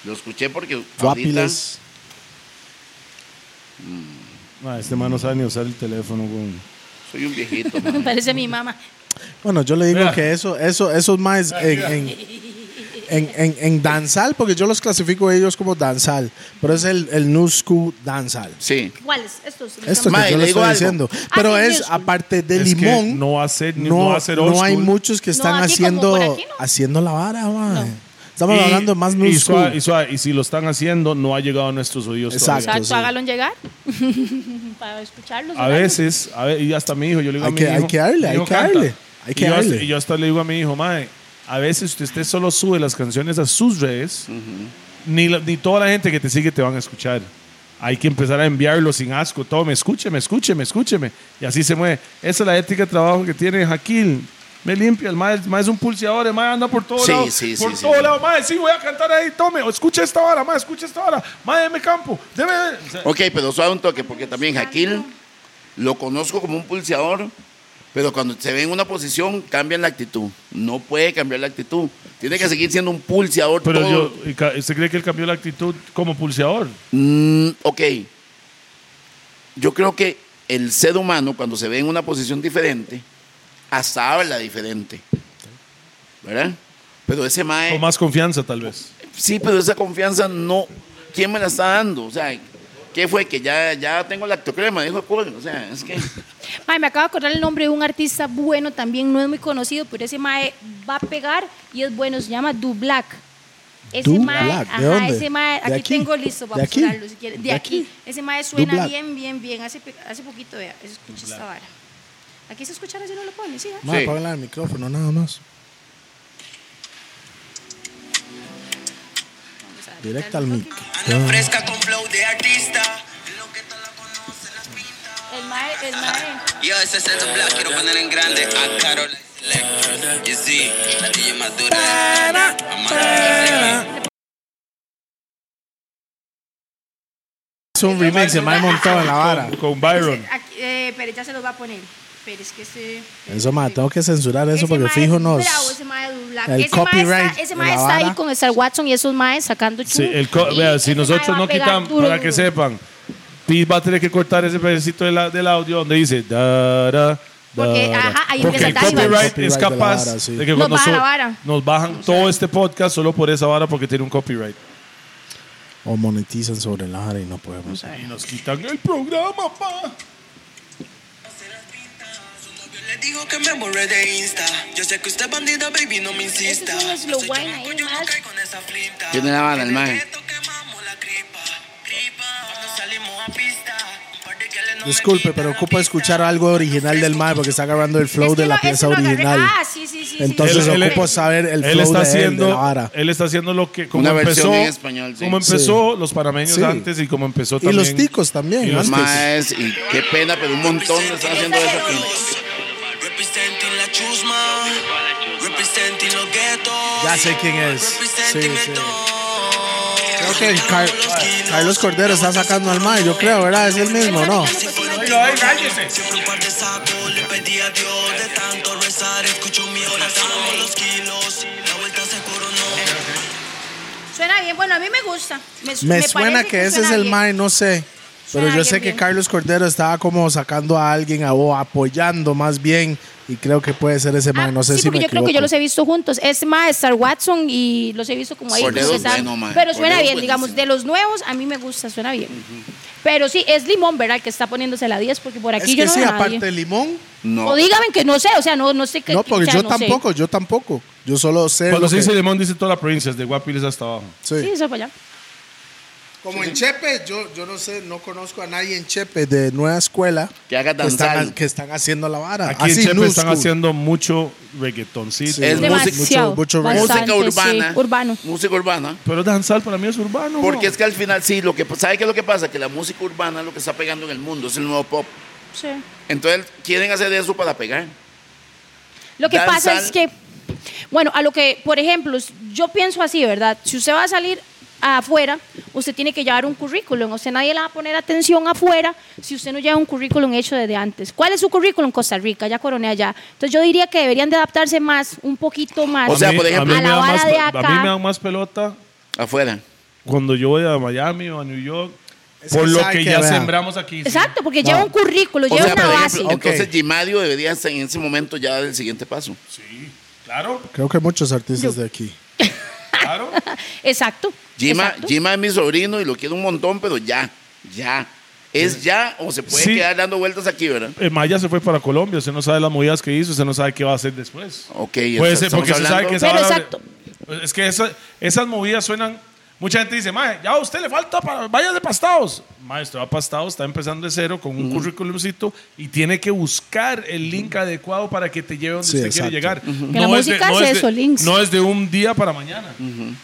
Speaker 4: Lo escuché porque ahorita
Speaker 2: Guapiles?
Speaker 1: Ma, este man no sabe ni usar el teléfono. Con...
Speaker 4: soy un viejito, mae.
Speaker 3: Parece mi mamá.
Speaker 2: Bueno, yo le digo
Speaker 1: Vea.
Speaker 2: que eso, eso, esos más en, en, en, en- en danzal, porque yo los clasifico ellos como danzal, pero es el, el new school danzal.
Speaker 4: Sí.
Speaker 3: ¿Cuáles? Estos. los
Speaker 2: Esto
Speaker 3: que-
Speaker 4: Mae,
Speaker 2: que yo
Speaker 4: le
Speaker 2: le
Speaker 4: digo
Speaker 2: estoy
Speaker 4: algo.
Speaker 2: diciendo.
Speaker 4: Ah,
Speaker 3: sí,
Speaker 2: Pero
Speaker 3: new
Speaker 2: es,
Speaker 3: school.
Speaker 2: aparte de
Speaker 1: Es que
Speaker 2: limón,
Speaker 1: no va a ser- no
Speaker 2: no,
Speaker 1: va a ser
Speaker 2: no
Speaker 1: old
Speaker 2: hay
Speaker 1: school.
Speaker 2: muchos que
Speaker 3: No,
Speaker 2: están
Speaker 3: aquí como
Speaker 2: haciendo,
Speaker 3: por aquí, ¿no?
Speaker 2: haciendo la vara. mae. Estamos hablando más new
Speaker 1: y,
Speaker 2: school.
Speaker 1: suave, y, suave, y si lo están haciendo, no ha llegado a nuestros oídos.
Speaker 2: Exacto.
Speaker 1: todavía.
Speaker 3: Exacto,
Speaker 2: sí.
Speaker 3: hágalo llegar. Para escucharlos.
Speaker 1: A veces, a ve- y hasta mi hijo, yo le digo
Speaker 2: Hay
Speaker 1: a mi
Speaker 2: que-
Speaker 1: hijo.
Speaker 2: hay que darle,
Speaker 1: mi
Speaker 2: hay
Speaker 1: hijo
Speaker 2: que
Speaker 1: canta.
Speaker 2: darle, hay
Speaker 1: Y
Speaker 2: que
Speaker 1: yo hasta-
Speaker 2: darle.
Speaker 1: Y yo hasta le digo a mi hijo, mae, a veces usted, usted solo sube las canciones a sus redes, ni, la- ni toda la gente que te sigue te van a escuchar. Hay que empezar a enviarlo sin asco, todo, me escúcheme, escúcheme, escúcheme. Y así se mueve. Esa es la ética de trabajo que tiene Jaquil. Me limpia, el mae, el mae es un pulseador, el mae anda por todo
Speaker 4: Sí,
Speaker 1: lado.
Speaker 4: sí, sí,
Speaker 1: por
Speaker 4: sí.
Speaker 1: todo lado, mae, sí, voy a cantar ahí, tome, o escucha esta hora, mae, escucha esta hora, mae, deme campo, deme. o sea,
Speaker 4: Ok, pero suave un toque, porque también Jaquil lo conozco como un pulseador, pero cuando se ve en una posición, cambian la actitud. No puede cambiar la actitud. Tiene que seguir siendo un pulseador
Speaker 1: Pero
Speaker 4: todo.
Speaker 1: yo, y ca- ¿usted cree que él cambió la actitud como pulseador?
Speaker 4: Mm, ok. Yo creo que el ser humano, cuando se ve en una posición diferente, hasta habla diferente. ¿Verdad? Pero ese mae.
Speaker 1: Con más confianza, tal vez.
Speaker 4: Sí, pero esa confianza no. ¿Quién me la está dando? O sea, ¿qué fue? Que ya, ya tengo lactocrema, dijo el culo. O sea, es que.
Speaker 3: Mae, me acabo de acordar el nombre de un artista bueno también, no es muy conocido, pero ese mae va a pegar y es bueno, se llama Du Black. Ese
Speaker 2: Du
Speaker 3: mae,
Speaker 2: Black, ¿de
Speaker 3: ajá,
Speaker 2: dónde?
Speaker 3: ese mae,
Speaker 2: ¿De
Speaker 3: aquí,
Speaker 2: aquí?
Speaker 3: tengo listo para
Speaker 2: ¿De aquí?
Speaker 3: buscarlo si quiere. De,
Speaker 2: ¿De
Speaker 3: aquí.
Speaker 2: aquí?
Speaker 3: Ese mae
Speaker 2: Black.
Speaker 3: suena bien, bien, bien. Hace, pe- hace poquito, vea, escucha esta vara. Aquí se escucha, si no lo pone, sí. ah?
Speaker 2: Más
Speaker 4: Sí.
Speaker 2: el micrófono, nada más.
Speaker 3: Vamos a
Speaker 2: Directa al
Speaker 3: darle un
Speaker 2: mic.
Speaker 3: toque.
Speaker 6: Anda fresca con flow de artista. Lo que todas la conocen, las pintas.
Speaker 3: El mae, el mae.
Speaker 6: Yo, ese es el black, quiero poner en grande a Carol Select. You see, la DJ más dura. Amanda,
Speaker 2: Es un remix, se me ha montado en la vara.
Speaker 1: Con, con Byron.
Speaker 3: Aquí, eh, pero ya se los va a poner. Pero es que este, ese.
Speaker 2: Eso, ma, tengo que censurar eso
Speaker 3: ese
Speaker 2: porque
Speaker 3: mae
Speaker 2: fijo
Speaker 3: es
Speaker 2: nos.
Speaker 3: bravo, ese mae de Black.
Speaker 2: el
Speaker 3: Ese mae está-
Speaker 2: copyright
Speaker 3: ese
Speaker 2: de
Speaker 3: mae
Speaker 2: la
Speaker 3: está ahí
Speaker 2: vara.
Speaker 3: con Star Watson y esos maes sacando chu.
Speaker 1: Sí, el co-
Speaker 3: Y
Speaker 1: vea, si
Speaker 3: ese mae
Speaker 1: nosotros
Speaker 3: va a
Speaker 1: no
Speaker 3: pegar
Speaker 1: quitamos,
Speaker 3: duro,
Speaker 1: para
Speaker 3: duro.
Speaker 1: que sepan, Piz va a tener que cortar ese pedacito de la- del audio donde dice. Da, da, da,
Speaker 3: Porque,
Speaker 1: da.
Speaker 3: ajá, ahí
Speaker 1: Porque
Speaker 3: empieza
Speaker 1: el
Speaker 3: el Taliban.
Speaker 1: copyright
Speaker 2: Copyright
Speaker 1: es
Speaker 2: de la
Speaker 1: capaz
Speaker 2: vara, sí.
Speaker 1: de que
Speaker 3: Nos
Speaker 1: cuando
Speaker 3: baja la
Speaker 1: so-
Speaker 3: vara.
Speaker 1: nos bajan todo este podcast solo por esa vara porque tiene un copyright.
Speaker 2: O monetizan sobre la área y no podemos.
Speaker 1: Y nos quitan el programa, pa.
Speaker 6: le digo que me borré de Insta. Yo sé que usted es bandida, baby, no me insista.
Speaker 3: Ese es un slow
Speaker 6: Soy
Speaker 3: wine
Speaker 6: chamaco,
Speaker 3: ahí,
Speaker 6: yo no
Speaker 3: más.
Speaker 6: caigo en esa flinta.
Speaker 4: Tiene la bala, el
Speaker 6: En
Speaker 4: man.
Speaker 6: gueto quemamos la cripa, cripa. Cuando salimos a pista, un par de gales no me
Speaker 2: Disculpe,
Speaker 6: quitan
Speaker 2: pero
Speaker 6: la
Speaker 2: ocupa
Speaker 6: pista.
Speaker 2: escuchar algo original del mae porque está agarrando el flow
Speaker 3: Es que
Speaker 2: de la
Speaker 3: lo- ese
Speaker 2: pieza
Speaker 3: lo agarré.
Speaker 2: original.
Speaker 3: Ah, sí, sí, sí. sí,
Speaker 2: Entonces
Speaker 3: sí, sí.
Speaker 2: ocupo saber el
Speaker 1: Él
Speaker 2: flow
Speaker 1: está
Speaker 2: de él, de
Speaker 1: haciendo,
Speaker 2: la vara.
Speaker 1: él está haciendo lo que como
Speaker 4: Una versión
Speaker 1: empezó,
Speaker 4: en español, sí.
Speaker 1: como empezó los panameños
Speaker 2: Sí.
Speaker 1: antes y como empezó
Speaker 2: Y
Speaker 1: también.
Speaker 2: los ticos también.
Speaker 1: Y los
Speaker 2: antes.
Speaker 4: Más, y qué pena, pero un montón están haciendo eso aquí.
Speaker 6: Representing la chusma, representing los guetos.
Speaker 2: Ya sé quién es.
Speaker 6: Representing
Speaker 2: Sí, sí.
Speaker 6: el
Speaker 2: Creo que Car- Carlos Cordero está sacando al mae, yo creo, ¿verdad? Es el mismo, ¿no?
Speaker 6: Siempre un par de sacos le pedí a Dios de tanto rezar. Escucho mi oración por los kilos. La vuelta se coronó.
Speaker 3: Suena bien, bueno, a mí me gusta. Me, su-
Speaker 2: Me,
Speaker 3: me
Speaker 2: suena
Speaker 3: parece
Speaker 2: que, ese es
Speaker 3: suena
Speaker 2: el
Speaker 3: bien.
Speaker 2: mae, no sé. Pero
Speaker 3: Suena
Speaker 2: yo
Speaker 3: bien,
Speaker 2: sé que
Speaker 3: bien.
Speaker 2: Carlos Cordero estaba como sacando a alguien a- o apoyando más bien. Y creo que puede ser ese
Speaker 3: Ah,
Speaker 2: mae, no sé
Speaker 3: sí,
Speaker 2: si
Speaker 3: porque
Speaker 2: me
Speaker 3: yo creo que yo los
Speaker 2: equivoco.
Speaker 3: he visto juntos. Es más, Star Watson y los he visto como ahí.
Speaker 4: Cordero
Speaker 3: como que
Speaker 4: es
Speaker 3: están-
Speaker 4: bueno, mae.
Speaker 3: pero suena
Speaker 4: Cordero es
Speaker 3: bien, digamos,
Speaker 4: buenísimo.
Speaker 3: de los nuevos a mí me gusta, suena bien. Pero sí, es Limón, ¿verdad? El que está poniéndose la 10, porque por aquí
Speaker 2: Es
Speaker 3: yo
Speaker 2: que
Speaker 3: no
Speaker 2: sí,
Speaker 3: veo a
Speaker 2: aparte
Speaker 3: nadie.
Speaker 2: de Limón.
Speaker 4: No.
Speaker 3: O dígame que no sé, o sea, no, no sé qué.
Speaker 2: No,
Speaker 3: qué-
Speaker 2: porque
Speaker 3: o sea,
Speaker 2: yo
Speaker 3: no sé.
Speaker 2: tampoco, yo tampoco. Yo solo sé.
Speaker 1: Cuando
Speaker 2: lo
Speaker 1: se
Speaker 2: que-
Speaker 1: dice limón dice toda la provincia, desde Guapiles hasta abajo.
Speaker 2: sí.
Speaker 3: Sí, eso para allá.
Speaker 2: Como en Chepe, yo, yo no sé, no conozco a nadie en Chepe de nueva escuela
Speaker 4: Que haga
Speaker 2: están,
Speaker 4: danzal.
Speaker 2: que están haciendo la vara.
Speaker 1: Aquí
Speaker 2: Así,
Speaker 1: en Chepe
Speaker 2: new
Speaker 1: están
Speaker 2: school.
Speaker 1: haciendo mucho reggaetoncito.
Speaker 2: Sí.
Speaker 4: Es música-
Speaker 3: Demasiado.
Speaker 2: mucho- mucho
Speaker 3: bastante,
Speaker 4: Música urbana.
Speaker 3: sí, urbano.
Speaker 4: Música urbana.
Speaker 1: Pero danzal para mí es urbano.
Speaker 4: Porque
Speaker 1: bro.
Speaker 4: es que al final, sí, lo que, ¿sabe qué es lo que pasa? Que la música urbana es lo que está pegando en el mundo, es el nuevo pop.
Speaker 3: Sí.
Speaker 4: Entonces, quieren hacer eso para pegar.
Speaker 3: Lo que pasa
Speaker 4: Danzal.
Speaker 3: es que, bueno, a lo que, por ejemplo, yo pienso así, ¿verdad? Si usted va a salir afuera, usted tiene que llevar un currículum. Usted nadie le va a poner atención afuera si usted no lleva un currículum hecho desde antes. ¿Cuál es su currículum? Costa Rica, ya coroné allá. Entonces yo diría que deberían de adaptarse más, un poquito más.
Speaker 4: O sea,
Speaker 1: A mí-
Speaker 4: por ejemplo-
Speaker 1: a
Speaker 3: A
Speaker 1: mí,
Speaker 3: la
Speaker 1: me da
Speaker 3: vara
Speaker 1: más,
Speaker 3: de
Speaker 1: a
Speaker 3: acá.
Speaker 1: mí me dan más pelota
Speaker 4: Afuera.
Speaker 1: cuando yo voy a Miami o a New York.
Speaker 2: Es que
Speaker 1: por lo
Speaker 2: sabe
Speaker 1: que
Speaker 2: que
Speaker 1: ya
Speaker 2: vea.
Speaker 1: sembramos aquí. sí.
Speaker 3: Exacto, porque
Speaker 2: No.
Speaker 3: lleva un currículum,
Speaker 4: O
Speaker 3: lleva
Speaker 4: sea,
Speaker 3: una
Speaker 4: por
Speaker 3: base.
Speaker 4: ejemplo, entonces Gimadio debería estar en ese momento ya dar el siguiente paso.
Speaker 1: Sí, claro,
Speaker 2: Creo que muchos artistas de aquí.
Speaker 1: claro.
Speaker 3: Exacto.
Speaker 4: Gima,
Speaker 3: exacto.
Speaker 4: Gima es mi sobrino y lo quiero un montón, pero ya, ya. Es ya o se puede
Speaker 1: Sí.
Speaker 4: quedar dando vueltas aquí, ¿verdad?
Speaker 1: Eh, Maya se fue para Colombia, usted no sabe las movidas que hizo, usted no sabe qué va a hacer después.
Speaker 4: Ok,
Speaker 1: Puede
Speaker 4: entonces,
Speaker 1: ser, porque
Speaker 4: estamos
Speaker 1: se sabe
Speaker 4: hablando-
Speaker 1: que esa
Speaker 3: Pero
Speaker 1: vara-
Speaker 3: exacto.
Speaker 1: Es que esa- esas movidas suenan. Mucha gente dice, mae, ya a usted le falta para vaya de pastados. Mae, usted va a pastados, está empezando de cero con un currículumcito y tiene que buscar el link adecuado para que te lleve donde
Speaker 2: Sí,
Speaker 1: usted
Speaker 2: exacto.
Speaker 1: quiere llegar.
Speaker 3: Que la música es
Speaker 1: de-
Speaker 3: eso, links.
Speaker 1: no es de un día para mañana.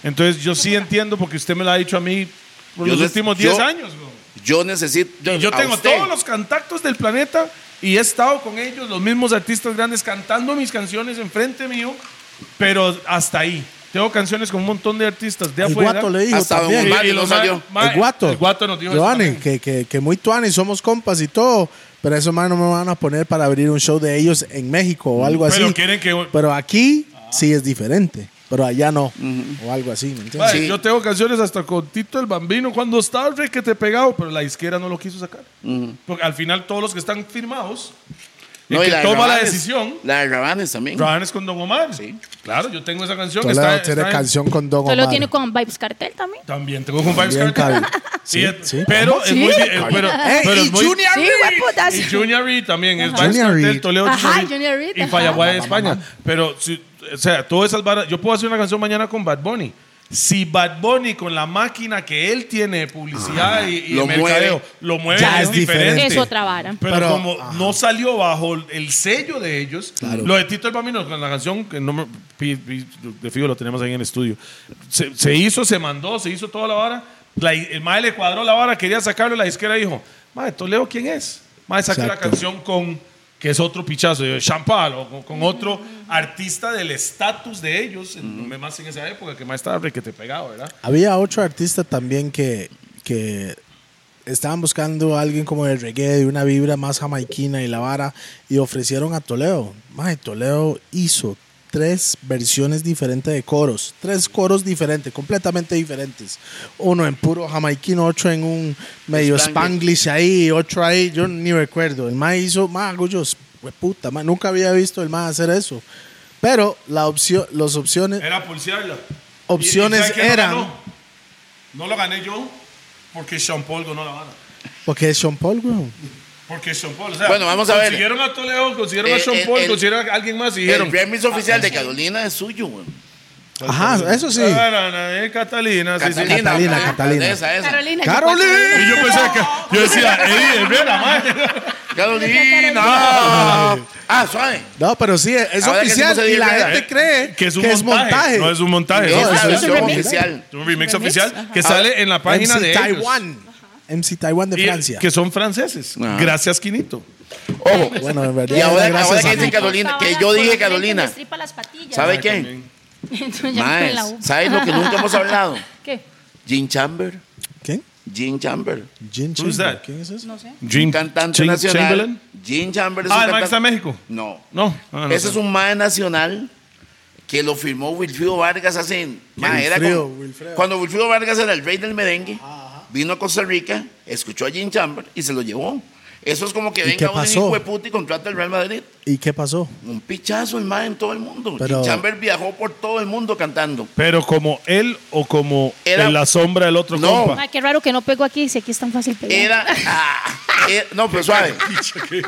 Speaker 1: Entonces yo sí entiendo porque usted me lo ha dicho a mí por
Speaker 4: Yo
Speaker 1: los
Speaker 4: les-
Speaker 1: últimos
Speaker 4: yo-
Speaker 1: 10 años. güey.
Speaker 4: Yo necesito.
Speaker 1: Y yo
Speaker 4: a
Speaker 1: tengo
Speaker 4: usted.
Speaker 1: todos los contactos del planeta y he estado con ellos, los mismos artistas grandes, cantando mis canciones enfrente mío, pero hasta ahí. Tengo canciones con un montón de artistas de
Speaker 2: El
Speaker 1: afuera.
Speaker 2: guato le dijo
Speaker 4: Hasta Don
Speaker 2: también.
Speaker 1: Y-
Speaker 4: Mario.
Speaker 1: y
Speaker 4: no
Speaker 1: los ma-
Speaker 4: salió.
Speaker 1: ma-
Speaker 2: el guato.
Speaker 1: El guato nos dijo. eso
Speaker 2: Giovanni,
Speaker 1: también.
Speaker 2: que, que, que muy tuani, somos compas y todo. Pero esos más no me van a poner para abrir un show de ellos en México o algo
Speaker 1: Pero
Speaker 2: así.
Speaker 1: quieren que-
Speaker 2: Pero aquí sí es diferente. Pero allá no. O algo así, ¿me entiendes?
Speaker 1: Madre,
Speaker 4: Sí.
Speaker 1: Yo tengo canciones hasta con Tito el Bambino cuando estaba re que te pegado, pero la izquierda no lo quiso sacar. Porque al final todos los que están firmados,
Speaker 4: No,
Speaker 1: el
Speaker 4: y
Speaker 1: que
Speaker 4: de
Speaker 1: toma la
Speaker 4: Rabanes.
Speaker 1: decisión,
Speaker 4: La de Rabanes también.
Speaker 1: Rabanes con Don Omar. Claro, yo tengo esa canción.
Speaker 2: Solo
Speaker 1: está-
Speaker 2: tiene
Speaker 1: está en-
Speaker 2: canción con Don
Speaker 3: Solo
Speaker 2: Omar.
Speaker 3: tiene con Vibes Cartel también.
Speaker 1: También tengo con Vibes
Speaker 2: Bien,
Speaker 1: Cartel.
Speaker 2: Cari.
Speaker 1: Sí, es-
Speaker 2: sí.
Speaker 1: pero es
Speaker 3: Sí.
Speaker 1: muy. di- eh, pero,
Speaker 2: Ey,
Speaker 1: pero
Speaker 2: y
Speaker 1: es muy-
Speaker 2: Junior
Speaker 3: Sí, hueputas.
Speaker 1: Y Junior Reed también es Vice
Speaker 2: Ajá. Junior
Speaker 1: Cartel,
Speaker 2: Reed.
Speaker 1: Toledo
Speaker 3: Ajá,
Speaker 1: Junior Reed
Speaker 3: Junior Reed,
Speaker 1: y
Speaker 3: ajá.
Speaker 1: Fayaguá de España. Pero, si- o sea, todo esas varas. Yo puedo hacer una canción mañana con Bad Bunny. Si Bad Bunny con la máquina que él tiene de publicidad y, y
Speaker 4: Lo
Speaker 1: mercadeo
Speaker 4: mueve.
Speaker 1: lo mueve,
Speaker 2: Ya
Speaker 1: es,
Speaker 2: es
Speaker 1: diferente.
Speaker 2: diferente.
Speaker 3: Es otra vara.
Speaker 1: Pero,
Speaker 2: Pero,
Speaker 1: como no salió bajo el sello de ellos, lo de Tito el Bambino con la canción que no me, pi- pi- de fijo lo tenemos ahí en el estudio. Se, se hizo, se mandó, se hizo toda la vara. La- el mae le cuadró la vara, quería sacarlo. La disquera dijo: Mae, Toledo, ¿quién es? Mae, saca la
Speaker 2: Exacto.
Speaker 1: canción con que es otro pichazo, de Champal, o con, con otro artista del estatus de ellos, en- más en esa época, que más estaba te pegado, ¿verdad?
Speaker 2: Había otro artista también que, que estaban buscando a alguien como de reggae, de una vibra más jamaiquina y la vara, y ofrecieron a Toledo. Mae, Toledo hizo tres versiones diferentes de coros, tres coros diferentes, completamente diferentes. Uno en puro jamaiquino, otro en un medio
Speaker 4: Spanglish.
Speaker 2: spanglish ahí, otro ahí, yo ni recuerdo. El mae hizo, mae, hago yo, puta, mae, nunca había visto el mae hacer eso. Pero la opción, las opciones,
Speaker 1: Era pulsearla.
Speaker 2: Opciones
Speaker 1: Eh, ¿Y- y sabe quién lo
Speaker 2: eran-
Speaker 1: ganó? No lo gané yo porque Sean Paul ganó la vara.
Speaker 2: porque es Sean Paul, weón.
Speaker 1: Porque Sean Paul. O sea,
Speaker 4: Bueno, vamos a ver.
Speaker 1: Consiguieron a Toledo, consiguieron a
Speaker 4: Eh,
Speaker 1: Sean
Speaker 4: eh,
Speaker 1: Paul,
Speaker 4: el-
Speaker 1: consiguieron a alguien más y dijeron. Ah,
Speaker 4: El remix oficial de Carolina es suyo, güey.
Speaker 2: Ajá, eso sí.
Speaker 1: "Ah, na, na, eh, Catalina, sí, sí, sí".
Speaker 4: Catalina,
Speaker 2: Catalina,
Speaker 4: ah,
Speaker 2: Catalina.
Speaker 4: Esa, esa.
Speaker 3: Carolina.
Speaker 2: Carolina.
Speaker 1: Y yo pensé que. Yo decía, Eddie Herrera, mae.
Speaker 4: Carolina. Ah, suave.
Speaker 2: No, pero sí, es
Speaker 4: Ahora que
Speaker 2: oficial.
Speaker 4: se puso
Speaker 2: y la
Speaker 4: Diego Herrera,
Speaker 2: gente cree
Speaker 1: Que es un montaje. No es un montaje.
Speaker 4: Es
Speaker 2: No,
Speaker 1: es
Speaker 4: la
Speaker 2: eso es
Speaker 4: versión
Speaker 3: remix.
Speaker 4: oficial.
Speaker 1: un remix
Speaker 3: remix,
Speaker 1: oficial
Speaker 3: ajá.
Speaker 1: que sale en la página
Speaker 2: MC
Speaker 1: de ellos.
Speaker 2: Taiwán. MC Taiwán de
Speaker 1: Y-
Speaker 2: Francia.
Speaker 1: Que son franceses.
Speaker 4: Ajá.
Speaker 1: Gracias, Quinito.
Speaker 4: Ojo.
Speaker 2: bueno, en verdad.
Speaker 4: Y ahora-
Speaker 2: gracias
Speaker 4: ahora que
Speaker 2: a-
Speaker 4: dicen Carolina, que yo dije Carolina. ¿Sabe qué? Maes, ¿sabe lo que nunca hemos hablado?
Speaker 3: ¿Qué?
Speaker 4: Gene Chamber.
Speaker 2: ¿Quién?
Speaker 4: Gene Chamber.
Speaker 2: Jim
Speaker 1: Who's
Speaker 2: Chamberlain.
Speaker 1: that?
Speaker 2: ¿Quién es eso?
Speaker 3: No sé.
Speaker 1: Jim-
Speaker 4: Cantante
Speaker 1: Jim
Speaker 4: nacional.
Speaker 1: Chamberlain.
Speaker 4: Gene Chamber es
Speaker 1: Ah,
Speaker 4: un
Speaker 1: el Maes
Speaker 4: cantante-
Speaker 1: está en México.
Speaker 4: No.
Speaker 1: No. Ah, no
Speaker 4: Ese
Speaker 1: sé.
Speaker 4: es un mae nacional que lo firmó Wilfrido Vargas hace. mae, era
Speaker 2: Wilfrido,
Speaker 4: como-
Speaker 2: Wilfredo.
Speaker 4: Cuando Wilfrido Vargas era el rey del merengue, vino a Costa Rica, escuchó a Gene Chamber y se lo llevó. Eso es como que
Speaker 2: ¿Y qué
Speaker 4: venga un
Speaker 2: pasó?
Speaker 4: hijo de puta y contrata al Real Madrid.
Speaker 2: ¿Y qué pasó?
Speaker 4: Un pichazo el mae en todo el mundo.
Speaker 2: Pero-
Speaker 4: Gene Chamber viajó por todo el mundo cantando.
Speaker 1: Pero como él o como
Speaker 4: Era-
Speaker 1: en la sombra del otro
Speaker 4: No.
Speaker 1: compa.
Speaker 3: Ay, qué raro que no pego aquí, si aquí es tan fácil pegar.
Speaker 4: Era. ah, eh, no, pero suave.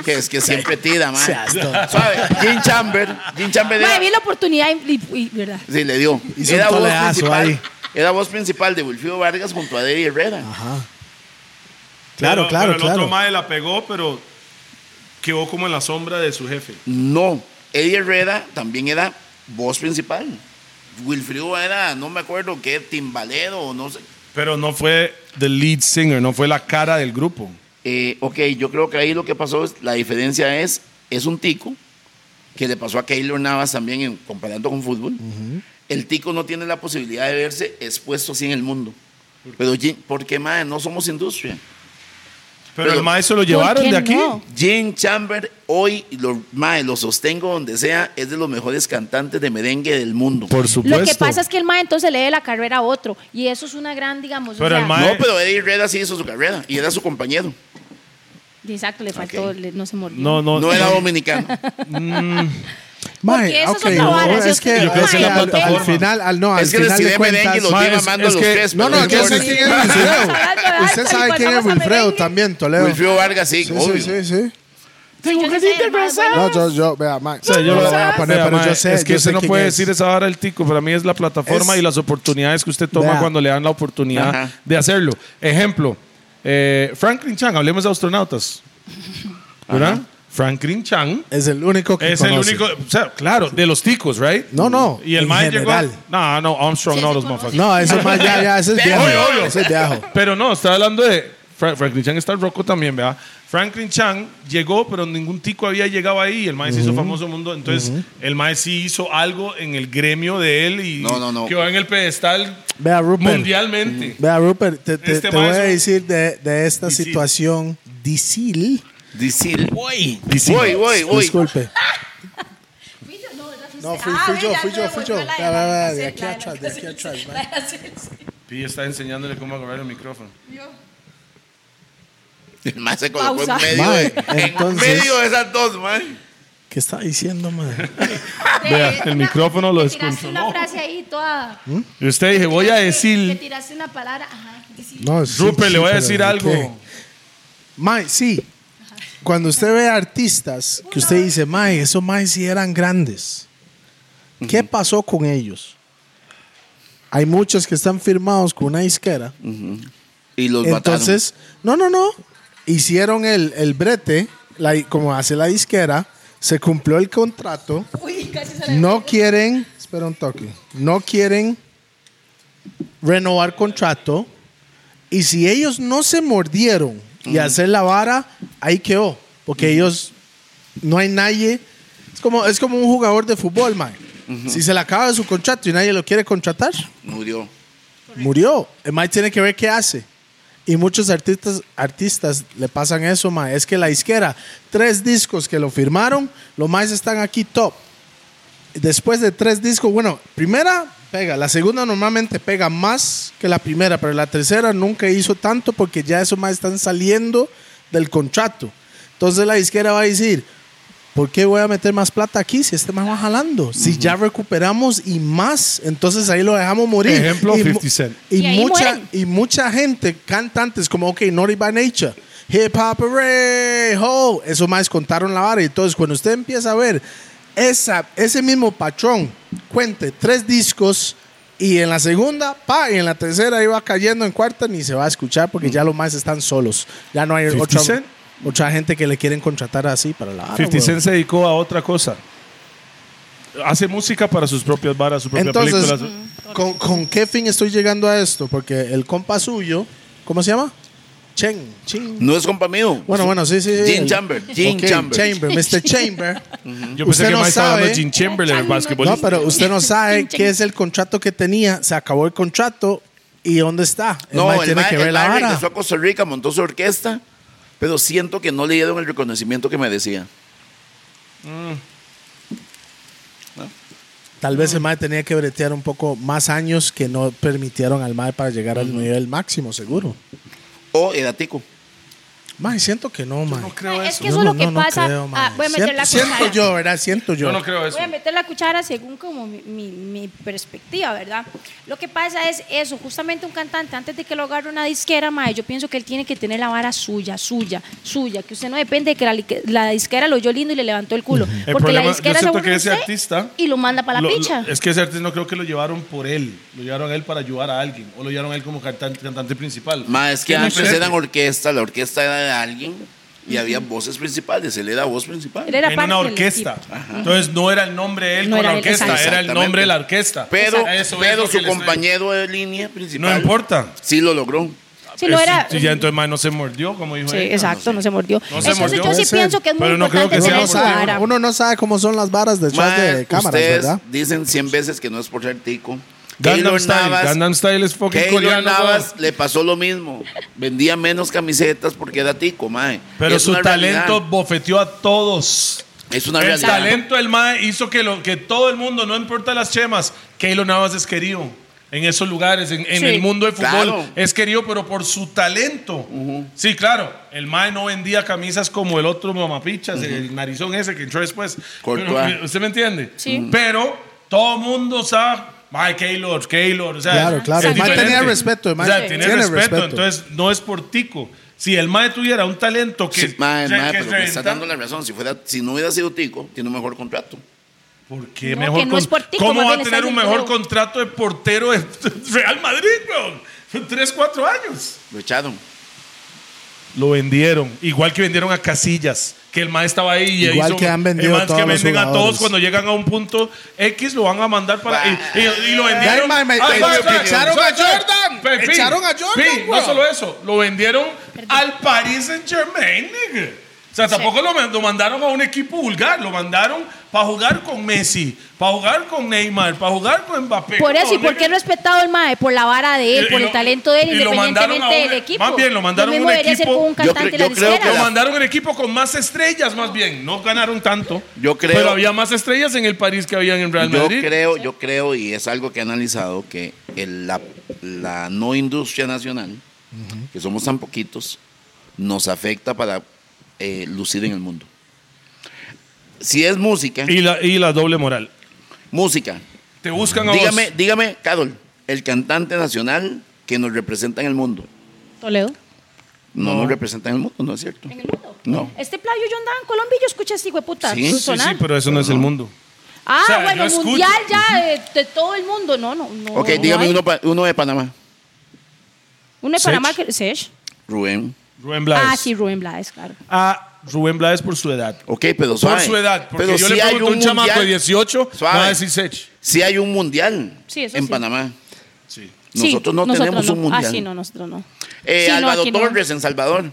Speaker 4: que es que siempre tira, mae.
Speaker 2: Seas tonto.
Speaker 4: Suave. Gene Chamber. Gene Chamber
Speaker 3: Madre,
Speaker 4: era.
Speaker 3: vi la oportunidad y, y- y- ¿verdad?
Speaker 4: Sí, le dio.
Speaker 2: Hizo un
Speaker 4: Era voz,
Speaker 2: toledazo
Speaker 4: principal,
Speaker 2: ahí.
Speaker 4: era voz principal de Wilfrido Vargas junto a Eddie Herrera.
Speaker 2: Ajá. Claro,
Speaker 1: Pero-
Speaker 2: claro,
Speaker 1: pero El
Speaker 2: claro.
Speaker 1: otro mae la pegó, pero quedó como en la sombra de su jefe.
Speaker 4: No, Eddie Herrera también era voz principal. Wilfrido era, no me acuerdo qué, timbalero o no sé.
Speaker 1: Pero no fue the lead singer, no fue la cara del grupo.
Speaker 4: Eh, ok, yo creo que ahí lo que pasó es, la diferencia es, es un tico, que le pasó a Keylor Navas también en- comparando con fútbol. El tico no tiene la posibilidad de verse expuesto así en el mundo. Pero, Jim- porque, madre, no somos industria.
Speaker 1: Pero,
Speaker 4: Pero-
Speaker 1: el maestro lo
Speaker 3: ¿Por
Speaker 1: llevaron
Speaker 3: qué
Speaker 1: de aquí.
Speaker 3: no?
Speaker 4: Jim Chamber, hoy, lo, mae, lo sostengo donde sea, es de los mejores cantantes de merengue del mundo.
Speaker 1: Por supuesto.
Speaker 3: Lo que pasa es que el mae entonces le dé la carrera a otro. Y eso es una gran, digamos.
Speaker 1: Pero
Speaker 3: o sea,
Speaker 1: el mae-
Speaker 4: no, pero Eddie Herrera sí hizo su carrera y era su compañero.
Speaker 3: Exacto, le faltó,
Speaker 4: Ok.
Speaker 3: le- no se mordió.
Speaker 1: No, no.
Speaker 4: No era dominicano.
Speaker 2: Mae,
Speaker 3: eso es
Speaker 2: ok,
Speaker 3: otra vara,
Speaker 2: no,
Speaker 3: si
Speaker 2: es
Speaker 3: usted-
Speaker 2: que
Speaker 1: Yo creo que
Speaker 2: al-
Speaker 1: la
Speaker 2: al-
Speaker 1: plataforma.
Speaker 2: Al final, al no, al
Speaker 4: es que le
Speaker 2: final de
Speaker 4: tiré merengue y
Speaker 2: cuentas.
Speaker 4: los
Speaker 1: mae,
Speaker 4: vi
Speaker 1: es-
Speaker 4: mamando
Speaker 1: es
Speaker 4: los
Speaker 1: que-
Speaker 4: tres.
Speaker 2: No,
Speaker 4: pero
Speaker 2: no, yo sé
Speaker 4: importa.
Speaker 2: quién es Wilfredo.
Speaker 3: Hablando de
Speaker 2: Usted
Speaker 3: alcohol,
Speaker 2: sabe quién es
Speaker 3: vamos a
Speaker 2: Wilfredo
Speaker 3: merengue.
Speaker 2: también, Toledo.
Speaker 4: Wilfrido Vargas, sí,
Speaker 2: Sí,
Speaker 4: obvio.
Speaker 2: sí, sí, sí.
Speaker 3: Tengo que
Speaker 2: No, yo, yo, vea, Mae.
Speaker 1: O sea, yo
Speaker 2: no
Speaker 1: lo
Speaker 2: voy a poner,
Speaker 1: Vea,
Speaker 2: pero
Speaker 1: mae,
Speaker 2: yo sé.
Speaker 1: Es que
Speaker 2: yo
Speaker 1: usted
Speaker 2: sé
Speaker 1: no
Speaker 2: quién
Speaker 1: puede
Speaker 2: es.
Speaker 1: decir esa vara del tico. Para mí es la plataforma
Speaker 2: Es-
Speaker 1: y las oportunidades que usted toma
Speaker 2: Vea.
Speaker 1: cuando le dan la oportunidad
Speaker 4: Ajá.
Speaker 1: de hacerlo. Ejemplo, eh, Franklin Chang, hablemos de astronautas. ¿Verdad? Franklin Chang
Speaker 2: Es el único que
Speaker 1: es el
Speaker 2: conoce.
Speaker 1: único. O sea, claro, de los ticos, ¿right?
Speaker 2: No, no.
Speaker 1: Y el
Speaker 2: en
Speaker 1: mae llegó. a-
Speaker 2: general.
Speaker 1: No, no, Armstrong,
Speaker 3: Sí,
Speaker 1: no,
Speaker 3: sí
Speaker 1: los
Speaker 3: conoce.
Speaker 1: motherfuckers.
Speaker 2: No, eso es más, ya, ya, ese es viejo.
Speaker 1: Obvio, obvio.
Speaker 2: Ese es viejo.
Speaker 1: Pero no, está hablando de. Fra- Franklin Chang está roco también, ¿verdad? Franklin Chang llegó, pero ningún tico había llegado ahí. El maestro hizo famoso mundo. Entonces, el maestro sí hizo algo en el gremio de él y
Speaker 4: No, no, no.
Speaker 1: quedó en el pedestal
Speaker 2: Vea, Rupert.
Speaker 1: mundialmente.
Speaker 2: Vea, Rupert, te, te-
Speaker 1: Este
Speaker 2: te voy a
Speaker 1: maestro-
Speaker 2: decir de, de esta
Speaker 1: Dicil.
Speaker 2: situación dicil.
Speaker 4: Dicil.
Speaker 1: Dicil.
Speaker 4: Voy, voy, voy.
Speaker 2: Disculpe. No, fui- fui yo,
Speaker 3: Ah,
Speaker 2: fui yo,
Speaker 3: ella
Speaker 2: fui yo.
Speaker 3: devolvió la
Speaker 2: Ya, va, va,
Speaker 3: de
Speaker 2: de
Speaker 3: hacer,
Speaker 2: aquí
Speaker 3: la de
Speaker 2: atrás, de aquí atrás. va.
Speaker 3: la de hacer.
Speaker 1: Pi está enseñándole cómo agarrar el micrófono.
Speaker 4: El mae se colocó en
Speaker 3: Pausa.
Speaker 4: medio,
Speaker 2: Mae,
Speaker 4: de, en
Speaker 2: entonces-
Speaker 4: medio de esas dos, mae.
Speaker 2: ¿Qué está diciendo, madre?
Speaker 1: Vea,
Speaker 3: Eh,
Speaker 1: el
Speaker 3: una-
Speaker 1: micrófono lo
Speaker 3: que Tiraste
Speaker 1: descontroló.
Speaker 3: una frase ahí toda.
Speaker 1: Y usted dije, voy a
Speaker 3: que- Que
Speaker 1: decir.
Speaker 3: tiraste una palabra. Ajá. que sí.
Speaker 2: No, sí,
Speaker 1: Rupert,
Speaker 2: sí,
Speaker 1: le voy a
Speaker 2: pero
Speaker 1: decir
Speaker 2: ¿de
Speaker 1: algo.
Speaker 2: qué? Mae, sí. Cuando usted ve artistas que usted dice, Mae, esos Mae sí eran grandes. ¿Qué pasó con ellos? Hay muchos que están firmados con una disquera.
Speaker 4: Y los mataron.
Speaker 2: Entonces, no, no, no. Hicieron el, el brete, la- como hace la disquera, se cumplió el contrato.
Speaker 3: Uy, casi se le-
Speaker 2: No quieren, espera un toque, no quieren renovar contrato. Y si ellos no se mordieron y hacer la vara, ahí quedó. Porque ellos, no hay nadie. Es como, es como un jugador de fútbol, man. Si se le acaba su contrato y nadie lo quiere contratar,
Speaker 4: Murió.
Speaker 2: murió. El man tiene que ver qué hace. Y muchos artistas, artistas le pasan eso, man. Es que la isquera, tres discos que lo firmaron, los más están aquí top. Después de tres discos, bueno, primera pega, la segunda normalmente pega más que la primera, pero la tercera nunca hizo tanto porque ya esos más están saliendo del contrato. Entonces la disquera va a decir, ¿por qué voy a meter más plata aquí si este más va jalando? Si ya recuperamos y más, entonces ahí lo dejamos morir.
Speaker 1: Ejemplo,
Speaker 2: Y mu-
Speaker 1: 50 Cent.
Speaker 2: y,
Speaker 3: Y ahí
Speaker 2: mucha,
Speaker 3: mueren.
Speaker 2: y mucha gente, cantantes como, ok, Naughty by Nature, Hip Hop Hooray, Ho, eso más contaron la vara. Entonces, cuando usted empieza a ver esa, ese mismo patrón, cuente tres discos y en la segunda, pa, y en la tercera iba cayendo, en cuarta ni se va a escuchar porque ya los más están solos. Ya no hay
Speaker 1: 50
Speaker 2: otra,
Speaker 1: Cent.
Speaker 2: otra gente que le quieren contratar así para la vara.
Speaker 1: 50
Speaker 2: weón.
Speaker 1: Cent se dedicó a otra cosa. Hace música para sus propias varas, su propia
Speaker 2: Entonces,
Speaker 1: película.
Speaker 2: ¿con, con qué fin estoy llegando a esto? Porque el compa suyo, ¿cómo se llama? Chen, Chin.
Speaker 4: No es compa mío.
Speaker 2: Bueno, bueno, sí, sí. sí.
Speaker 4: Gene
Speaker 2: El-
Speaker 4: Chamber, Gene
Speaker 2: Ok,
Speaker 4: Chamber.
Speaker 2: Mr. Chamber.
Speaker 1: Yo pensé
Speaker 2: usted
Speaker 1: que
Speaker 2: no
Speaker 1: Mike estaba hablando
Speaker 2: sabe.
Speaker 1: de Jim Chamberlain, el
Speaker 3: No,
Speaker 2: No,
Speaker 1: basquetbolista.
Speaker 2: pero usted no sabe qué es el contrato que tenía. Se acabó el contrato y dónde está. El
Speaker 4: No,
Speaker 2: mae
Speaker 4: el
Speaker 2: tiene
Speaker 4: mae-
Speaker 2: que
Speaker 4: el
Speaker 2: ver la
Speaker 4: mae
Speaker 2: vara.
Speaker 4: regresó a Costa Rica, montó su orquesta, pero siento que no le dieron el reconocimiento que me decía.
Speaker 2: Tal vez el MAE tenía que bretear un poco más años que no permitieron al MAE para llegar al nivel máximo, seguro.
Speaker 4: O era tico.
Speaker 2: MAE, siento que no, MAE.
Speaker 3: Ay, Es que eso es lo que pasa.
Speaker 2: creo, mae.
Speaker 3: Ah, voy a meter
Speaker 2: siento,
Speaker 3: la cuchara.
Speaker 2: siento yo, ¿verdad? Siento yo.
Speaker 1: Yo no creo eso.
Speaker 3: Voy a meter la cuchara según como mi, mi- mi perspectiva, ¿verdad? Lo que pasa es eso, justamente un cantante, antes de que lo agarre una disquera, mae, yo pienso que él tiene que tener la vara suya, suya, suya, que usted no depende de que la, lique- la disquera lo oyó lindo y le levantó el culo.
Speaker 1: El
Speaker 3: porque
Speaker 1: problema-
Speaker 3: la
Speaker 1: yo
Speaker 3: disquera se
Speaker 1: siento
Speaker 3: aburre
Speaker 1: que
Speaker 3: de
Speaker 1: ese
Speaker 3: usted
Speaker 1: artista
Speaker 3: y lo manda para la
Speaker 1: Lo- lo-
Speaker 3: picha.
Speaker 1: es que ese artista no creo que lo llevaron por él. Lo llevaron a él para ayudar a alguien. O lo llevaron a él como cantante, cantante principal.
Speaker 4: Más es que
Speaker 1: Es
Speaker 4: antes
Speaker 1: diferente.
Speaker 4: eran orquesta, la orquesta era de alguien y había voces principales, él era voz principal.
Speaker 3: Él era
Speaker 1: en
Speaker 3: parte
Speaker 1: una
Speaker 3: del
Speaker 1: orquesta.
Speaker 3: equipo.
Speaker 1: Entonces no era el nombre de él
Speaker 3: No
Speaker 1: con
Speaker 3: era
Speaker 1: la
Speaker 3: él,
Speaker 1: orquesta,
Speaker 3: exacto.
Speaker 1: era el nombre de la orquesta.
Speaker 4: Pero,
Speaker 1: Eso es
Speaker 4: pero
Speaker 1: lo que
Speaker 4: su
Speaker 1: le estoy-
Speaker 4: compañero de línea principal.
Speaker 1: No importa.
Speaker 4: Sí lo logró.
Speaker 3: Si no
Speaker 1: Es-
Speaker 3: era.
Speaker 1: si Pues ya entonces más no se mordió, como dijo
Speaker 3: Sí,
Speaker 1: ella.
Speaker 3: exacto, no se mordió.
Speaker 1: No se
Speaker 3: Entonces
Speaker 1: mordió.
Speaker 3: yo
Speaker 2: Puede
Speaker 3: sí
Speaker 2: ser,
Speaker 3: pienso que es muy
Speaker 1: pero no creo
Speaker 3: importante
Speaker 1: que sea
Speaker 2: Uno no,
Speaker 3: tener
Speaker 1: por
Speaker 3: su
Speaker 1: mordió.
Speaker 2: sabe,
Speaker 3: vara.
Speaker 2: uno no sabe cómo son las varas detrás
Speaker 4: Mae,
Speaker 2: de cámaras,
Speaker 4: ustedes
Speaker 2: ¿verdad?
Speaker 4: dicen 100 veces que no es por ser tico.
Speaker 1: Gangnam
Speaker 4: Keylor
Speaker 1: Style. Gangnam Style es fucking
Speaker 4: Keylor
Speaker 1: coreano.
Speaker 4: Navas
Speaker 1: weón.
Speaker 4: le pasó lo mismo. Vendía menos camisetas porque era tico, mae.
Speaker 1: Pero
Speaker 4: Es
Speaker 1: su
Speaker 4: una realidad.
Speaker 1: talento bofeteó a todos.
Speaker 4: es una
Speaker 1: El
Speaker 4: realidad.
Speaker 1: talento del MAE hizo que, lo, que todo el mundo, no importa las chemas, Keylor Navas es querido en esos lugares, en, en
Speaker 3: Sí.
Speaker 1: el mundo del fútbol.
Speaker 4: Claro.
Speaker 1: Es querido, pero por su talento. Sí, claro. El MAE no vendía camisas como el otro mamapichas, el narizón ese que entró después.
Speaker 4: Courtois.
Speaker 1: Bueno, ¿Usted me entiende?
Speaker 3: Sí. Ujú.
Speaker 1: Pero todo el mundo sabe. Mae, Keylor, Keylor. O sea,
Speaker 2: Claro,
Speaker 1: es
Speaker 2: claro.
Speaker 3: El mae
Speaker 1: diferente.
Speaker 2: tenía respeto, el mae
Speaker 1: O sea,
Speaker 2: sí.
Speaker 1: tiene,
Speaker 2: tiene
Speaker 1: respeto,
Speaker 2: respeto.
Speaker 1: Entonces, no es por tico. Si el MAE tuviera un talento que.
Speaker 4: Sí, mae,
Speaker 1: o sea,
Speaker 4: mae,
Speaker 1: que
Speaker 4: pero
Speaker 1: se
Speaker 4: me está
Speaker 1: renta-
Speaker 4: dando la razón. Si, fuera, si no hubiera sido tico, tiene un mejor contrato.
Speaker 1: ¿Por qué
Speaker 3: No,
Speaker 1: mejor
Speaker 3: que no
Speaker 1: con-
Speaker 3: es por ti,
Speaker 1: ¿Cómo
Speaker 3: como
Speaker 1: va a
Speaker 3: bien
Speaker 1: tener
Speaker 3: está
Speaker 1: un mejor
Speaker 3: diciendo.
Speaker 1: contrato de portero de Real Madrid, weón? Son Tres, cuatro años.
Speaker 4: Lo echaron.
Speaker 1: Lo vendieron. Igual que vendieron a Casillas, que el MAE estaba ahí. y
Speaker 2: Igual que han vendido
Speaker 1: el mae
Speaker 2: a todos
Speaker 1: que
Speaker 2: los
Speaker 1: venden a todos
Speaker 2: jugadores.
Speaker 1: cuando llegan a un punto X, lo van a mandar para. Y, y- y lo vendieron.
Speaker 2: mae, me-
Speaker 1: Ah,
Speaker 2: me-
Speaker 1: mae,
Speaker 2: me
Speaker 1: mae,
Speaker 2: echaron
Speaker 1: mae,
Speaker 2: a Jordan.
Speaker 1: mae, mae,
Speaker 2: Echaron a
Speaker 1: mae,
Speaker 2: Jordan,
Speaker 1: mae, No
Speaker 2: weón.
Speaker 1: solo eso, lo vendieron al Paris Saint Germain, nigga. O sea, tampoco lo, man- lo mandaron a un equipo vulgar, lo mandaron para jugar con Messi, para jugar con Neymar, para jugar con Mbappé.
Speaker 3: Por eso, ¿y
Speaker 1: No,
Speaker 3: por qué
Speaker 1: nigga.
Speaker 3: respetado el MAE? Por la vara de él,
Speaker 1: Y- y
Speaker 3: por
Speaker 1: lo-
Speaker 3: el talento de él,
Speaker 1: y lo mandaron
Speaker 3: independientemente
Speaker 1: a un-
Speaker 3: del equipo.
Speaker 1: más bien, lo mandaron a
Speaker 3: mismo
Speaker 1: un
Speaker 3: debería ser
Speaker 1: equipo-
Speaker 3: con un
Speaker 4: Yo
Speaker 3: cantante
Speaker 4: cre-
Speaker 3: de la
Speaker 4: yo creo que
Speaker 3: disquera.
Speaker 1: Lo
Speaker 4: la-
Speaker 1: mandaron el equipo con más estrellas, más bien. No ganaron tanto.
Speaker 4: Yo creo-
Speaker 1: Pero había más estrellas en el París que había en el Real
Speaker 4: Yo
Speaker 1: Madrid.
Speaker 4: creo, yo creo, y es algo que he analizado, que el- la, la no industria nacional, que somos tan poquitos, nos afecta para eh, lucir en el mundo. si es música,
Speaker 1: Y la, y la doble moral.
Speaker 4: música.
Speaker 1: Te buscan a
Speaker 4: Dígame,
Speaker 1: vos.
Speaker 4: dígame, Carol, el cantante nacional que nos representa en el mundo.
Speaker 3: Toledo.
Speaker 4: No, nos representa en el mundo, ¿no es cierto?
Speaker 3: En el mundo.
Speaker 4: No.
Speaker 3: Este playo yo andaba en Colombia y yo escuché así, hueputa,
Speaker 4: Sí, pues, sí,
Speaker 1: Sí,
Speaker 3: sonar.
Speaker 1: sí, pero eso no es el mundo.
Speaker 3: Ah,
Speaker 1: o sea,
Speaker 3: bueno,
Speaker 1: yo escucho.
Speaker 3: mundial ya de, de todo el mundo. No, no, no.
Speaker 4: Ok,
Speaker 3: no
Speaker 1: Oh.
Speaker 4: dígame
Speaker 3: hay.
Speaker 4: uno, pa- uno de Panamá.
Speaker 3: Uno de
Speaker 1: Sech.
Speaker 3: Panamá, que- Sech.
Speaker 4: Rubén.
Speaker 1: Rubén Blades.
Speaker 3: Ah, sí, Rubén Blades, claro.
Speaker 2: Ah,
Speaker 1: A Rubén Blades por su edad.
Speaker 4: Ok, pero
Speaker 1: Por
Speaker 4: suave.
Speaker 1: su edad. Porque
Speaker 4: pero
Speaker 1: yo
Speaker 4: sí
Speaker 1: le
Speaker 4: hay
Speaker 1: pregunto a un, chamaco de
Speaker 4: mundial-
Speaker 1: 18,
Speaker 4: Suave.
Speaker 1: va a decir Sech.
Speaker 4: Sí hay un mundial
Speaker 3: Sí, eso
Speaker 4: en
Speaker 3: sí.
Speaker 4: Panamá.
Speaker 1: Sí.
Speaker 3: Sí,
Speaker 4: Nosotros no tenemos
Speaker 3: no.
Speaker 4: un mundial.
Speaker 3: Ah, sí, no, nosotros no.
Speaker 4: Eh,
Speaker 3: Sí, no,
Speaker 4: Álvaro
Speaker 3: aquí no.
Speaker 4: Torres en Salvador.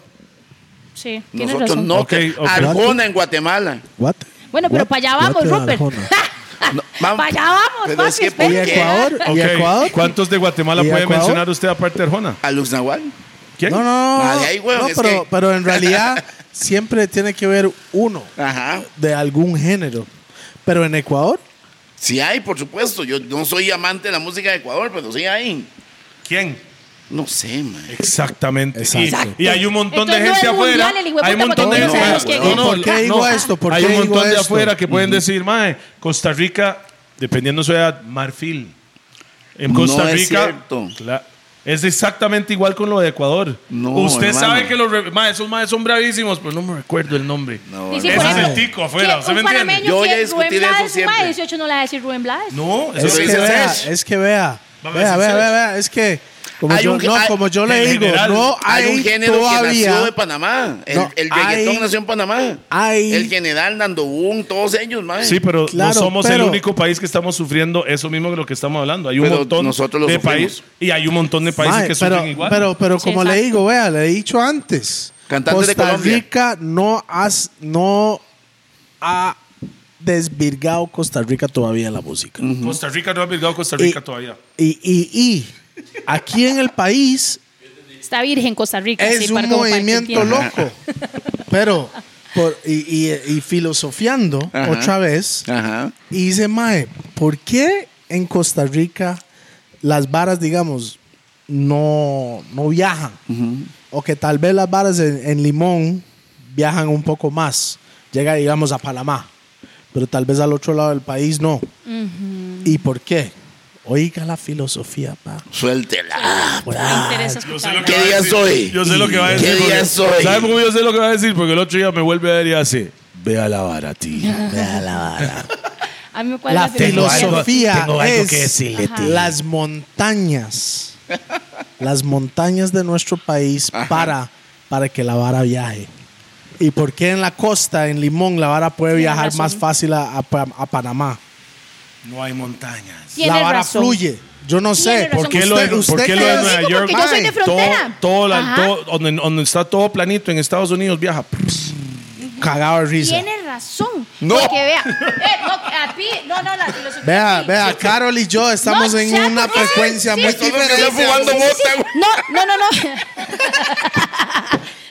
Speaker 3: Sí, tienes
Speaker 4: Nosotros
Speaker 3: razón.
Speaker 4: no.
Speaker 1: Ok, ok.
Speaker 4: Arjona en Guatemala.
Speaker 2: What?
Speaker 3: Bueno, pero
Speaker 2: What?
Speaker 3: para allá vamos,
Speaker 2: What the
Speaker 3: Rupert.
Speaker 2: Arjona?
Speaker 4: No, vamos.
Speaker 3: para allá vamos,
Speaker 4: Pero
Speaker 3: Ah, papi,
Speaker 4: es que
Speaker 2: ¿Y
Speaker 3: espere.
Speaker 4: ¿por qué?
Speaker 2: Ecuador?
Speaker 1: Ok,
Speaker 2: ¿Y Ecuador?
Speaker 1: ¿Cuántos de Guatemala
Speaker 2: ¿Y
Speaker 1: puede
Speaker 2: Ecuador?
Speaker 1: mencionar usted aparte de Arjona?
Speaker 4: A Lux Nahual.
Speaker 1: ¿Quién?
Speaker 2: No, no, no.
Speaker 4: Ah, de ahí, weón,
Speaker 2: no
Speaker 4: es
Speaker 2: pero,
Speaker 4: que-
Speaker 2: pero en realidad siempre tiene que haber uno
Speaker 4: Ajá.
Speaker 2: de algún género. Pero en Ecuador,
Speaker 4: Sí hay, por supuesto. Yo no soy amante de la música de Ecuador, pero sí hay.
Speaker 1: ¿Quién?
Speaker 4: No sé, man.
Speaker 1: Exactamente.
Speaker 2: Exacto.
Speaker 1: Y- Y, hay un montón
Speaker 3: Entonces,
Speaker 1: de gente
Speaker 3: no es
Speaker 1: afuera.
Speaker 3: mundial, el hijo de
Speaker 1: hay un
Speaker 3: puta,
Speaker 1: montón de
Speaker 3: porque
Speaker 1: gente
Speaker 4: no
Speaker 1: afuera.
Speaker 4: sabemos quién es.
Speaker 2: ¿Por qué digo esto? ¿Por
Speaker 1: hay
Speaker 2: qué
Speaker 1: un
Speaker 2: digo
Speaker 1: montón de
Speaker 2: esto?
Speaker 1: afuera que pueden decir, mae, Costa Rica, dependiendo de su edad, marfil. En
Speaker 4: No
Speaker 1: Costa
Speaker 4: es
Speaker 1: Rica.
Speaker 4: cierto.
Speaker 1: cla- es exactamente igual con lo de Ecuador.
Speaker 4: No,
Speaker 1: Usted
Speaker 4: hermano.
Speaker 1: sabe que los re- mae, esos maes son bravísimos, pero no me recuerdo el nombre.
Speaker 4: No,
Speaker 3: Y si,
Speaker 1: Ese
Speaker 3: por
Speaker 1: es el
Speaker 3: ejemplo,
Speaker 1: tico afuera,
Speaker 3: ¿quién-
Speaker 1: ¿usted me
Speaker 3: un
Speaker 1: entiende?
Speaker 3: panameño
Speaker 4: Yo
Speaker 3: que
Speaker 4: voy a
Speaker 3: es
Speaker 4: discutir
Speaker 3: Rubén
Speaker 4: eso
Speaker 3: Blades,
Speaker 4: siempre.
Speaker 3: mae, 18 no le va a decir Rubén Blades.
Speaker 1: No, eso
Speaker 2: es
Speaker 1: lo
Speaker 2: que,
Speaker 1: dice
Speaker 2: vea,
Speaker 1: Sech.
Speaker 2: es que vea,
Speaker 1: Vamos a
Speaker 2: vea,
Speaker 1: decir
Speaker 2: vea,
Speaker 1: Sech.
Speaker 2: vea, vea, es que como
Speaker 4: Hay
Speaker 2: yo,
Speaker 4: un ge-
Speaker 2: no,
Speaker 4: hay-
Speaker 2: como yo le
Speaker 1: en
Speaker 2: digo,
Speaker 1: general,
Speaker 2: no hay,
Speaker 4: Hay un género
Speaker 2: todavía
Speaker 4: que nació de Panamá. El,
Speaker 2: No,
Speaker 4: el reggaetón
Speaker 2: hay-
Speaker 4: nació en Panamá.
Speaker 2: hay-
Speaker 4: El general Nando Boom, todos ellos, man.
Speaker 1: Sí, pero
Speaker 2: Claro,
Speaker 1: no somos
Speaker 2: pero-
Speaker 1: el único país que estamos sufriendo eso mismo de lo que estamos hablando. Hay un
Speaker 4: Pero
Speaker 1: montón
Speaker 4: nosotros lo
Speaker 1: de
Speaker 4: sufrimos.
Speaker 1: países y hay un montón de países
Speaker 2: Mae,
Speaker 1: que
Speaker 2: pero,
Speaker 1: sufren igual.
Speaker 2: pero, pero
Speaker 3: Sí,
Speaker 2: como le
Speaker 3: exacto.
Speaker 2: digo, vea, le he dicho antes,
Speaker 4: Cantantes de
Speaker 2: Costa
Speaker 4: Colombia.
Speaker 2: Rica no, has, no ha desvirgado Costa Rica todavía en la música.
Speaker 4: Mm.
Speaker 1: Costa Rica no ha virgado Costa Rica
Speaker 2: Y-
Speaker 1: todavía.
Speaker 2: Y, y, y aquí en el país
Speaker 3: Está virgen Costa Rica.
Speaker 2: es
Speaker 3: sí,
Speaker 2: un
Speaker 3: para como para que
Speaker 2: movimiento
Speaker 3: entienda.
Speaker 2: loco. Pero, por- y, y- y filosofiando
Speaker 4: Ajá.
Speaker 2: otra vez,
Speaker 4: Ajá.
Speaker 2: y dice, Mae, ¿por qué en Costa Rica las varas, digamos, no, no viajan? O que tal vez las varas en, en Limón viajan un poco más, llega, digamos, a Panamá, pero tal vez al otro lado del país no. ¿Y por qué? Oiga la filosofía, pa.
Speaker 4: Suéltela.
Speaker 3: Me interesa escucharla.
Speaker 4: ¿Qué día soy?
Speaker 1: Yo sé lo que va a
Speaker 4: ¿Qué
Speaker 1: decir.
Speaker 4: día
Speaker 1: porque-
Speaker 4: soy?
Speaker 1: ¿Sabe por qué yo sé lo que va a decir? Porque el otro día me vuelve a ver y hace. Ve a la vara, tío.
Speaker 2: Vea la vara.
Speaker 3: A mí me cuadra
Speaker 2: La filosofía
Speaker 1: tengo algo
Speaker 2: es
Speaker 1: que decirle,
Speaker 3: Ajá. tío.
Speaker 2: las montañas, las montañas de nuestro país para, para que la vara viaje. ¿Y por qué en la costa, en Limón, la vara puede
Speaker 3: Tiene
Speaker 2: viajar
Speaker 3: razón.
Speaker 2: más fácil a, a Pa- a Panamá?
Speaker 1: No hay montañas.
Speaker 3: Tiene
Speaker 2: la vara
Speaker 3: razón.
Speaker 2: fluye. Yo no
Speaker 3: Tiene
Speaker 2: sé.
Speaker 3: razón.
Speaker 2: ¿Por qué
Speaker 1: lo de-
Speaker 2: usted, usted
Speaker 1: por qué
Speaker 2: que
Speaker 1: lo de
Speaker 2: es-
Speaker 1: Nueva
Speaker 3: Digo,
Speaker 1: York?
Speaker 3: porque yo soy de
Speaker 2: Ay,
Speaker 1: Todo,
Speaker 3: frontera.
Speaker 1: todo la-
Speaker 3: Ajá.
Speaker 1: todo- donde, donde está todo planito en Estados Unidos viaja.
Speaker 2: Cagado de risa.
Speaker 3: Tiene razón.
Speaker 1: No.
Speaker 3: Porque vea. Eh, no, a ti, no, no, la filosofía.
Speaker 2: Vea,
Speaker 3: sí.
Speaker 2: vea, Carol y yo estamos
Speaker 3: No,
Speaker 2: en
Speaker 3: sea
Speaker 2: una
Speaker 3: porque-
Speaker 2: frecuencia
Speaker 3: sí,
Speaker 2: muy
Speaker 3: sí, sí,
Speaker 2: diferente.
Speaker 3: sí, sí, sí, sí. No, no, no, no.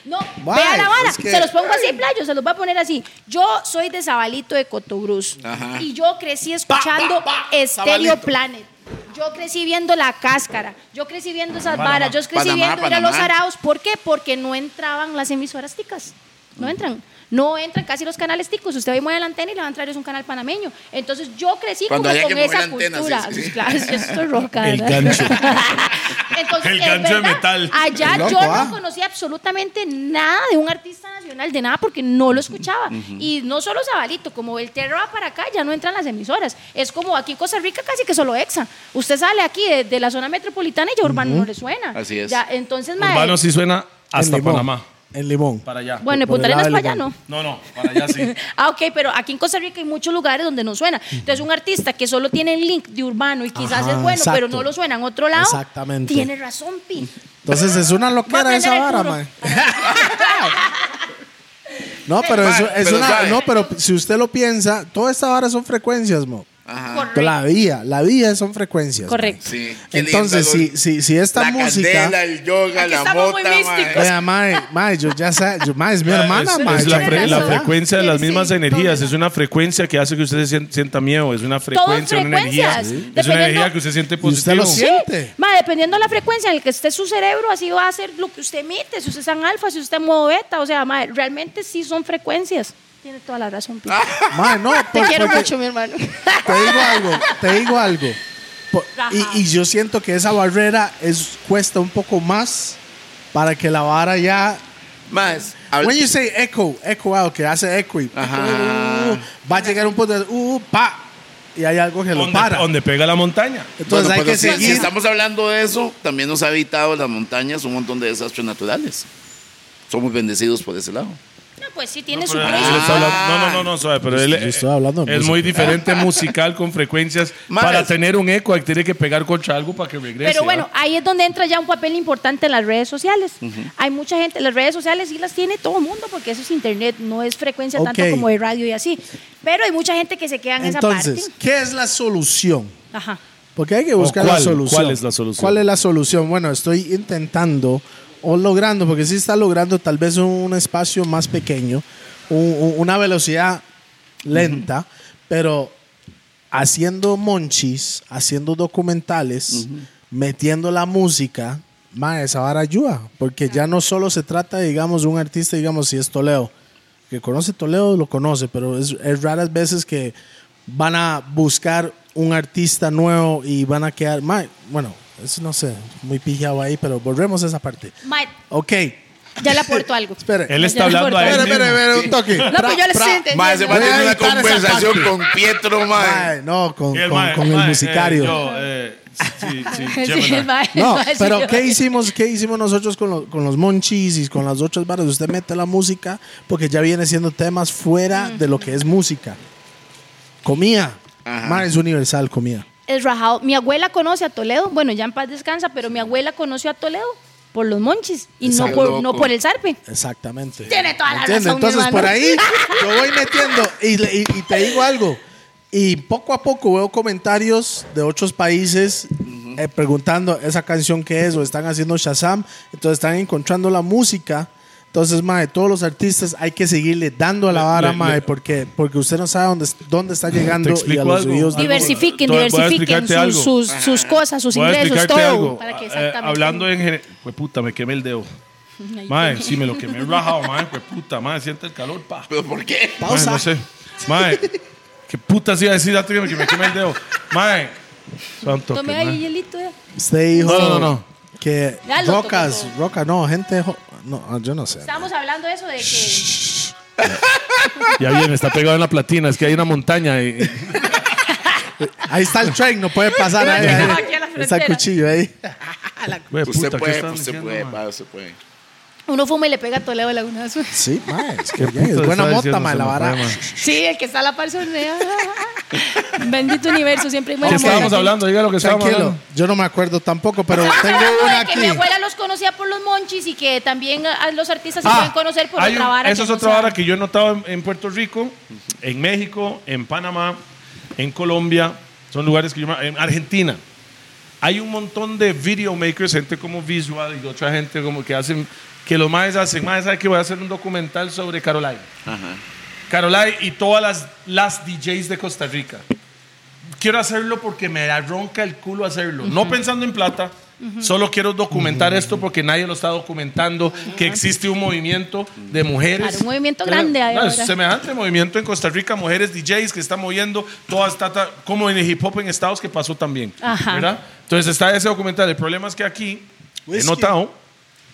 Speaker 3: No,
Speaker 2: Mae,
Speaker 3: vea la vara.
Speaker 2: es que-
Speaker 3: Se los pongo así, playo, se los voy a poner así. Yo soy de Zabalito de Cotobruz.
Speaker 4: Ajá.
Speaker 3: Y yo crecí escuchando Stereo
Speaker 4: Zabalito.
Speaker 3: Planet. Yo crecí viendo la cáscara. Yo crecí viendo esas varas. Yo crecí
Speaker 4: Panamá,
Speaker 3: viendo ir a los
Speaker 4: Panamá.
Speaker 3: araos. ¿Por qué? Porque no entraban las emisoras ticas. No entran. No entran casi los canales ticos. Usted hoy mueve la antena y le van a traer es un canal panameño. Entonces yo crecí como
Speaker 4: Cuando haya
Speaker 3: con
Speaker 4: que mover
Speaker 3: esa
Speaker 4: la antena,
Speaker 3: cultura.
Speaker 4: sí, sí.
Speaker 3: Claro, yo soy roca.
Speaker 1: El
Speaker 3: ¿verdad?
Speaker 1: gancho.
Speaker 3: Entonces,
Speaker 1: El
Speaker 3: es
Speaker 1: gancho de
Speaker 3: verdad,
Speaker 1: metal.
Speaker 3: Allá
Speaker 2: Loco,
Speaker 3: yo
Speaker 2: ah.
Speaker 3: no conocía absolutamente nada de un artista nacional, de nada, porque no lo escuchaba. Y no solo Zabalito, como el Terra para acá ya no entran las emisoras. Es como aquí en Costa Rica casi que solo EXA. Usted sale aquí de, de la zona metropolitana y ya Urbano no le suena.
Speaker 4: Así es.
Speaker 3: Ya, entonces, mae,
Speaker 1: Urbano sí suena hasta
Speaker 2: en Limón,
Speaker 1: Panamá.
Speaker 2: En Limón.
Speaker 1: Para allá.
Speaker 3: bueno, en
Speaker 2: por el
Speaker 3: Punta
Speaker 2: lado
Speaker 3: Arenas para
Speaker 2: del
Speaker 3: allá
Speaker 2: Limón.
Speaker 3: no.
Speaker 1: No, no, para allá sí.
Speaker 3: Ah, ok, pero aquí en Costa Rica hay muchos lugares donde no suena. Entonces, un artista que solo tiene el link de urbano y quizás
Speaker 2: Ajá,
Speaker 3: es bueno, pero
Speaker 2: exacto.
Speaker 3: no lo suena en otro lado.
Speaker 2: Exactamente.
Speaker 3: Tiene razón, Pi.
Speaker 2: Entonces es una
Speaker 3: Voy a
Speaker 2: loquera
Speaker 3: prender
Speaker 2: esa
Speaker 3: el
Speaker 2: vara,
Speaker 3: culo.
Speaker 2: mae. No, pero
Speaker 4: Mae,
Speaker 2: es, es
Speaker 4: pero
Speaker 2: una.
Speaker 4: sabe.
Speaker 2: No, pero si usted lo piensa, toda esta vara son frecuencias, mo.
Speaker 4: Ajá.
Speaker 3: Correcto.
Speaker 2: La vida, la vida son frecuencias. mae.
Speaker 3: Correcto.
Speaker 4: Sí. qué lindo,
Speaker 2: Entonces,
Speaker 4: Lord.
Speaker 2: si, si, si esta
Speaker 4: la
Speaker 2: música.
Speaker 4: candela, el yoga,
Speaker 3: Aquí
Speaker 4: la
Speaker 3: estamos muy
Speaker 4: mota,
Speaker 3: místicos.
Speaker 4: mae.
Speaker 2: Vea, mae, mae, yo ya sé, yo, mae, es mi
Speaker 1: Es-
Speaker 2: hermana,
Speaker 1: es,
Speaker 2: mae.
Speaker 1: la,
Speaker 2: ya-
Speaker 1: fre-
Speaker 3: Tiene
Speaker 1: la
Speaker 3: razón.
Speaker 1: frecuencia de
Speaker 3: Tiene-
Speaker 1: las mismas
Speaker 3: sí,
Speaker 1: energías.
Speaker 3: todo.
Speaker 1: Es una frecuencia que hace que usted se sien- sienta miedo. Es una frecuencia, una energía.
Speaker 3: frecuencias,
Speaker 1: Es una energía
Speaker 3: dependiendo-
Speaker 1: que usted siente
Speaker 2: Y usted
Speaker 1: positivo.
Speaker 2: lo siente.
Speaker 3: Ma, dependiendo de la frecuencia en la que esté su cerebro, así va a ser lo que usted emite. Si usted está en alfa, si usted está en modo beta, o sea, ma, realmente sí son frecuencias. Tiene toda la razón, Picha.
Speaker 2: Mae, no,
Speaker 3: Te
Speaker 2: por-
Speaker 3: quiero
Speaker 2: Ah. porque-
Speaker 3: mucho, mi hermano.
Speaker 2: Te digo algo, te digo algo. Por-
Speaker 3: Ajá.
Speaker 2: y, y yo siento que esa barrera es, cuesta un poco más para que la vara ya.
Speaker 4: Más.
Speaker 2: When you say echo, echo out, que hace echo y
Speaker 4: Ajá.
Speaker 2: va a llegar un punto de uh, pa, y hay algo que lo
Speaker 1: Donde,
Speaker 2: para.
Speaker 1: donde pega la montaña.
Speaker 2: Entonces
Speaker 4: Bueno,
Speaker 2: hay
Speaker 4: pero
Speaker 2: que
Speaker 4: pues, si, si
Speaker 2: seguir.
Speaker 4: estamos hablando de eso, también nos ha evitado las montañas un montón de desastres naturales. Somos bendecidos por ese lado.
Speaker 3: No, pues sí, tiene
Speaker 1: No,
Speaker 3: su
Speaker 1: pero
Speaker 3: precio.
Speaker 1: él Ah, está hablando- no, no, no, no, suave, pero él
Speaker 2: Yo estoy hablando de
Speaker 1: es
Speaker 2: música.
Speaker 1: muy diferente musical con frecuencias.
Speaker 4: Más.
Speaker 1: Para tener un eco, hay- tiene que pegar contra algo para que regrese.
Speaker 3: Pero bueno,
Speaker 1: ¿ah?
Speaker 3: ahí es donde entra ya un papel importante en las redes sociales. Hay mucha gente, las redes sociales sí las tiene todo el mundo porque eso es internet, no es frecuencia
Speaker 2: Ok.
Speaker 3: tanto como de radio y así. Pero hay mucha gente que se queda en
Speaker 2: Entonces,
Speaker 3: esa parte.
Speaker 2: ¿qué es la solución?
Speaker 3: Ajá.
Speaker 2: Porque hay que buscar
Speaker 1: cuál?
Speaker 2: la solución.
Speaker 1: ¿Cuál es la solución?
Speaker 2: ¿Cuál es la solución? Bueno, estoy intentando o logrando, porque sí está logrando tal vez un espacio más pequeño, un- un- una velocidad lenta, pero haciendo monchis, haciendo documentales, metiendo la música, ma, esa vara ayuda, porque ya no solo se trata, digamos, de un artista, digamos, si es Toledo, que conoce Toledo, lo conoce, pero es, es raras veces que van a buscar un artista nuevo y van a quedar, ma, bueno, eso no sé, muy pillado ahí, pero volvemos a esa parte.
Speaker 3: Mae,
Speaker 2: Ok,
Speaker 3: ya le aporto algo.
Speaker 2: espere.
Speaker 1: él está
Speaker 3: Ya le
Speaker 1: hablando a él.
Speaker 2: Espere,
Speaker 1: mismo.
Speaker 2: espere, espere, un toque.
Speaker 3: No, pero yo les estoy
Speaker 4: Mae, se va a
Speaker 2: Voy a
Speaker 3: entendiendo.
Speaker 4: tener una
Speaker 2: editar esa
Speaker 4: conversación
Speaker 2: parte.
Speaker 4: con Pietro, mae.
Speaker 2: Mae, no, con,
Speaker 1: Y el
Speaker 2: con-
Speaker 1: mae-
Speaker 2: con
Speaker 1: mae,
Speaker 2: el
Speaker 1: eh,
Speaker 2: musicario.
Speaker 1: yo, eh, sí, sí,
Speaker 3: Sí,
Speaker 1: Gemini.
Speaker 3: el mae-
Speaker 2: No,
Speaker 3: el mae
Speaker 2: pero
Speaker 3: sí-
Speaker 2: ¿qué hicimos, ¿qué hicimos nosotros con, lo- con los monchis y con las otras barras? Usted mete la música porque ya viene siendo temas fuera de lo que es música. Comida.
Speaker 4: Ajá.
Speaker 2: Man, es universal, comida.
Speaker 3: Es rajado. Mi abuela conoce a Toledo. Bueno, ya en paz descansa, pero mi abuela conoció a Toledo por los monchis y no
Speaker 4: Exacto.
Speaker 3: por, no
Speaker 4: Loco.
Speaker 3: por el zarpe.
Speaker 2: Exactamente.
Speaker 3: Tiene toda la
Speaker 2: ¿Entiende?
Speaker 3: razón, mi
Speaker 2: Entonces,
Speaker 3: hermano.
Speaker 2: por ahí yo voy metiendo y, le- y- y te digo algo. Y poco a poco veo comentarios de otros países eh, preguntando esa canción que es o están haciendo Shazam. Entonces están encontrando la música. Entonces, mae, todos los artistas hay que seguirle dando a la
Speaker 1: Le-
Speaker 2: vara,
Speaker 1: le-
Speaker 2: mae,
Speaker 1: le-
Speaker 2: porque, porque usted no sabe dónde, dónde está llegando
Speaker 1: Te
Speaker 2: y
Speaker 1: explico
Speaker 2: a los
Speaker 1: algo. Ah,
Speaker 2: oídos
Speaker 1: Algo-
Speaker 2: de-
Speaker 3: Diversifiquen,
Speaker 1: Te voy a
Speaker 3: diversifiquen
Speaker 1: explicarte
Speaker 3: sus,
Speaker 1: algo.
Speaker 3: sus, sus cosas, sus
Speaker 1: Voy a
Speaker 3: ingresos,
Speaker 1: explicarte
Speaker 3: todo.
Speaker 1: algo.
Speaker 3: Para que
Speaker 1: Eh,
Speaker 3: exactamente-
Speaker 1: hablando en general. Pues puta, me quemé el dedo. Mae, sí, me lo quemé rajado, mae. Pues puta, mae, siente el calor, pa.
Speaker 4: ¿Pero por qué?
Speaker 1: Mae,
Speaker 2: Pausa.
Speaker 1: no sé. Mae, qué puta se iba a decir antes que me- que me quemé el dedo. Mae, santo.
Speaker 3: Tome
Speaker 1: que,
Speaker 3: ahí
Speaker 1: mae.
Speaker 3: hielito. eh.
Speaker 2: Usted dijo
Speaker 1: No, no, no.
Speaker 2: que
Speaker 3: Ya lo
Speaker 2: rocas,
Speaker 3: tocó.
Speaker 2: roca, no, gente, jo- no, ah, yo no sé.
Speaker 3: Estábamos hablando de eso de que.
Speaker 1: Ya bien, está pegado en la platina, es que hay una montaña. y- y-
Speaker 2: Ahí está el tren, no puede pasar. ahí, ahí.
Speaker 3: Aquí a la
Speaker 2: Está el
Speaker 3: frontera.
Speaker 2: cuchillo ahí.
Speaker 1: Güey,
Speaker 4: Usted
Speaker 1: puta, ¿qué
Speaker 4: puede,
Speaker 1: están
Speaker 4: usted
Speaker 1: diciendo,
Speaker 4: puede,
Speaker 1: mae?
Speaker 4: pa, usted puede.
Speaker 3: Uno fuma y le pega a Toledo la una azul.
Speaker 2: Sí, mae, es que
Speaker 1: Qué
Speaker 2: ya es
Speaker 1: puta
Speaker 2: buena
Speaker 1: está
Speaker 2: mota,
Speaker 1: diciendo,
Speaker 2: mae,
Speaker 1: se
Speaker 2: la
Speaker 1: me
Speaker 2: vara.
Speaker 1: fue, mae.
Speaker 3: Sí, el que está a la par ah, sornea. ah. Bendito universo, siempre hay buena
Speaker 1: ¿Qué
Speaker 3: moral
Speaker 1: estábamos
Speaker 3: aquí.
Speaker 1: hablando? Diga lo que estábamos
Speaker 2: Tranquilo,
Speaker 1: hablando.
Speaker 2: yo no me acuerdo tampoco, pero tengo
Speaker 3: Hablando de
Speaker 2: una
Speaker 3: que mi
Speaker 2: aquí.
Speaker 3: abuela los conocía por los monchis y que también a a los artistas se
Speaker 1: Ah,
Speaker 3: pueden conocer por
Speaker 1: hay
Speaker 3: otra
Speaker 1: un-
Speaker 3: vara.
Speaker 1: Esa
Speaker 3: que
Speaker 1: es
Speaker 3: no
Speaker 1: otra
Speaker 3: saben.
Speaker 1: vara que yo he notado en, en Puerto Rico, en México, en Panamá, en Colombia. Son lugares que yo. me- En Argentina. Hay un montón de videomakers, gente como Visual y otra gente como que hacen. Que los maes hacen. Maes, ¿sabe que voy a hacer un documental sobre Caroline?
Speaker 4: Ajá.
Speaker 1: Caroline y todas las, las DJs de Costa Rica. Quiero hacerlo porque me da ronca el culo hacerlo. No pensando en plata, solo quiero documentar esto porque nadie lo está documentando, que existe un movimiento de mujeres.
Speaker 3: Claro, un movimiento grande ahí
Speaker 1: No, es
Speaker 3: ahora.
Speaker 1: semejante movimiento en Costa Rica, mujeres DJs que están moviendo, todas tata, como en el hip hop en Estados que pasó también.
Speaker 3: Ajá.
Speaker 1: ¿verdad? Entonces está ese documental. El problema es que aquí he
Speaker 2: Whisky.
Speaker 1: notado.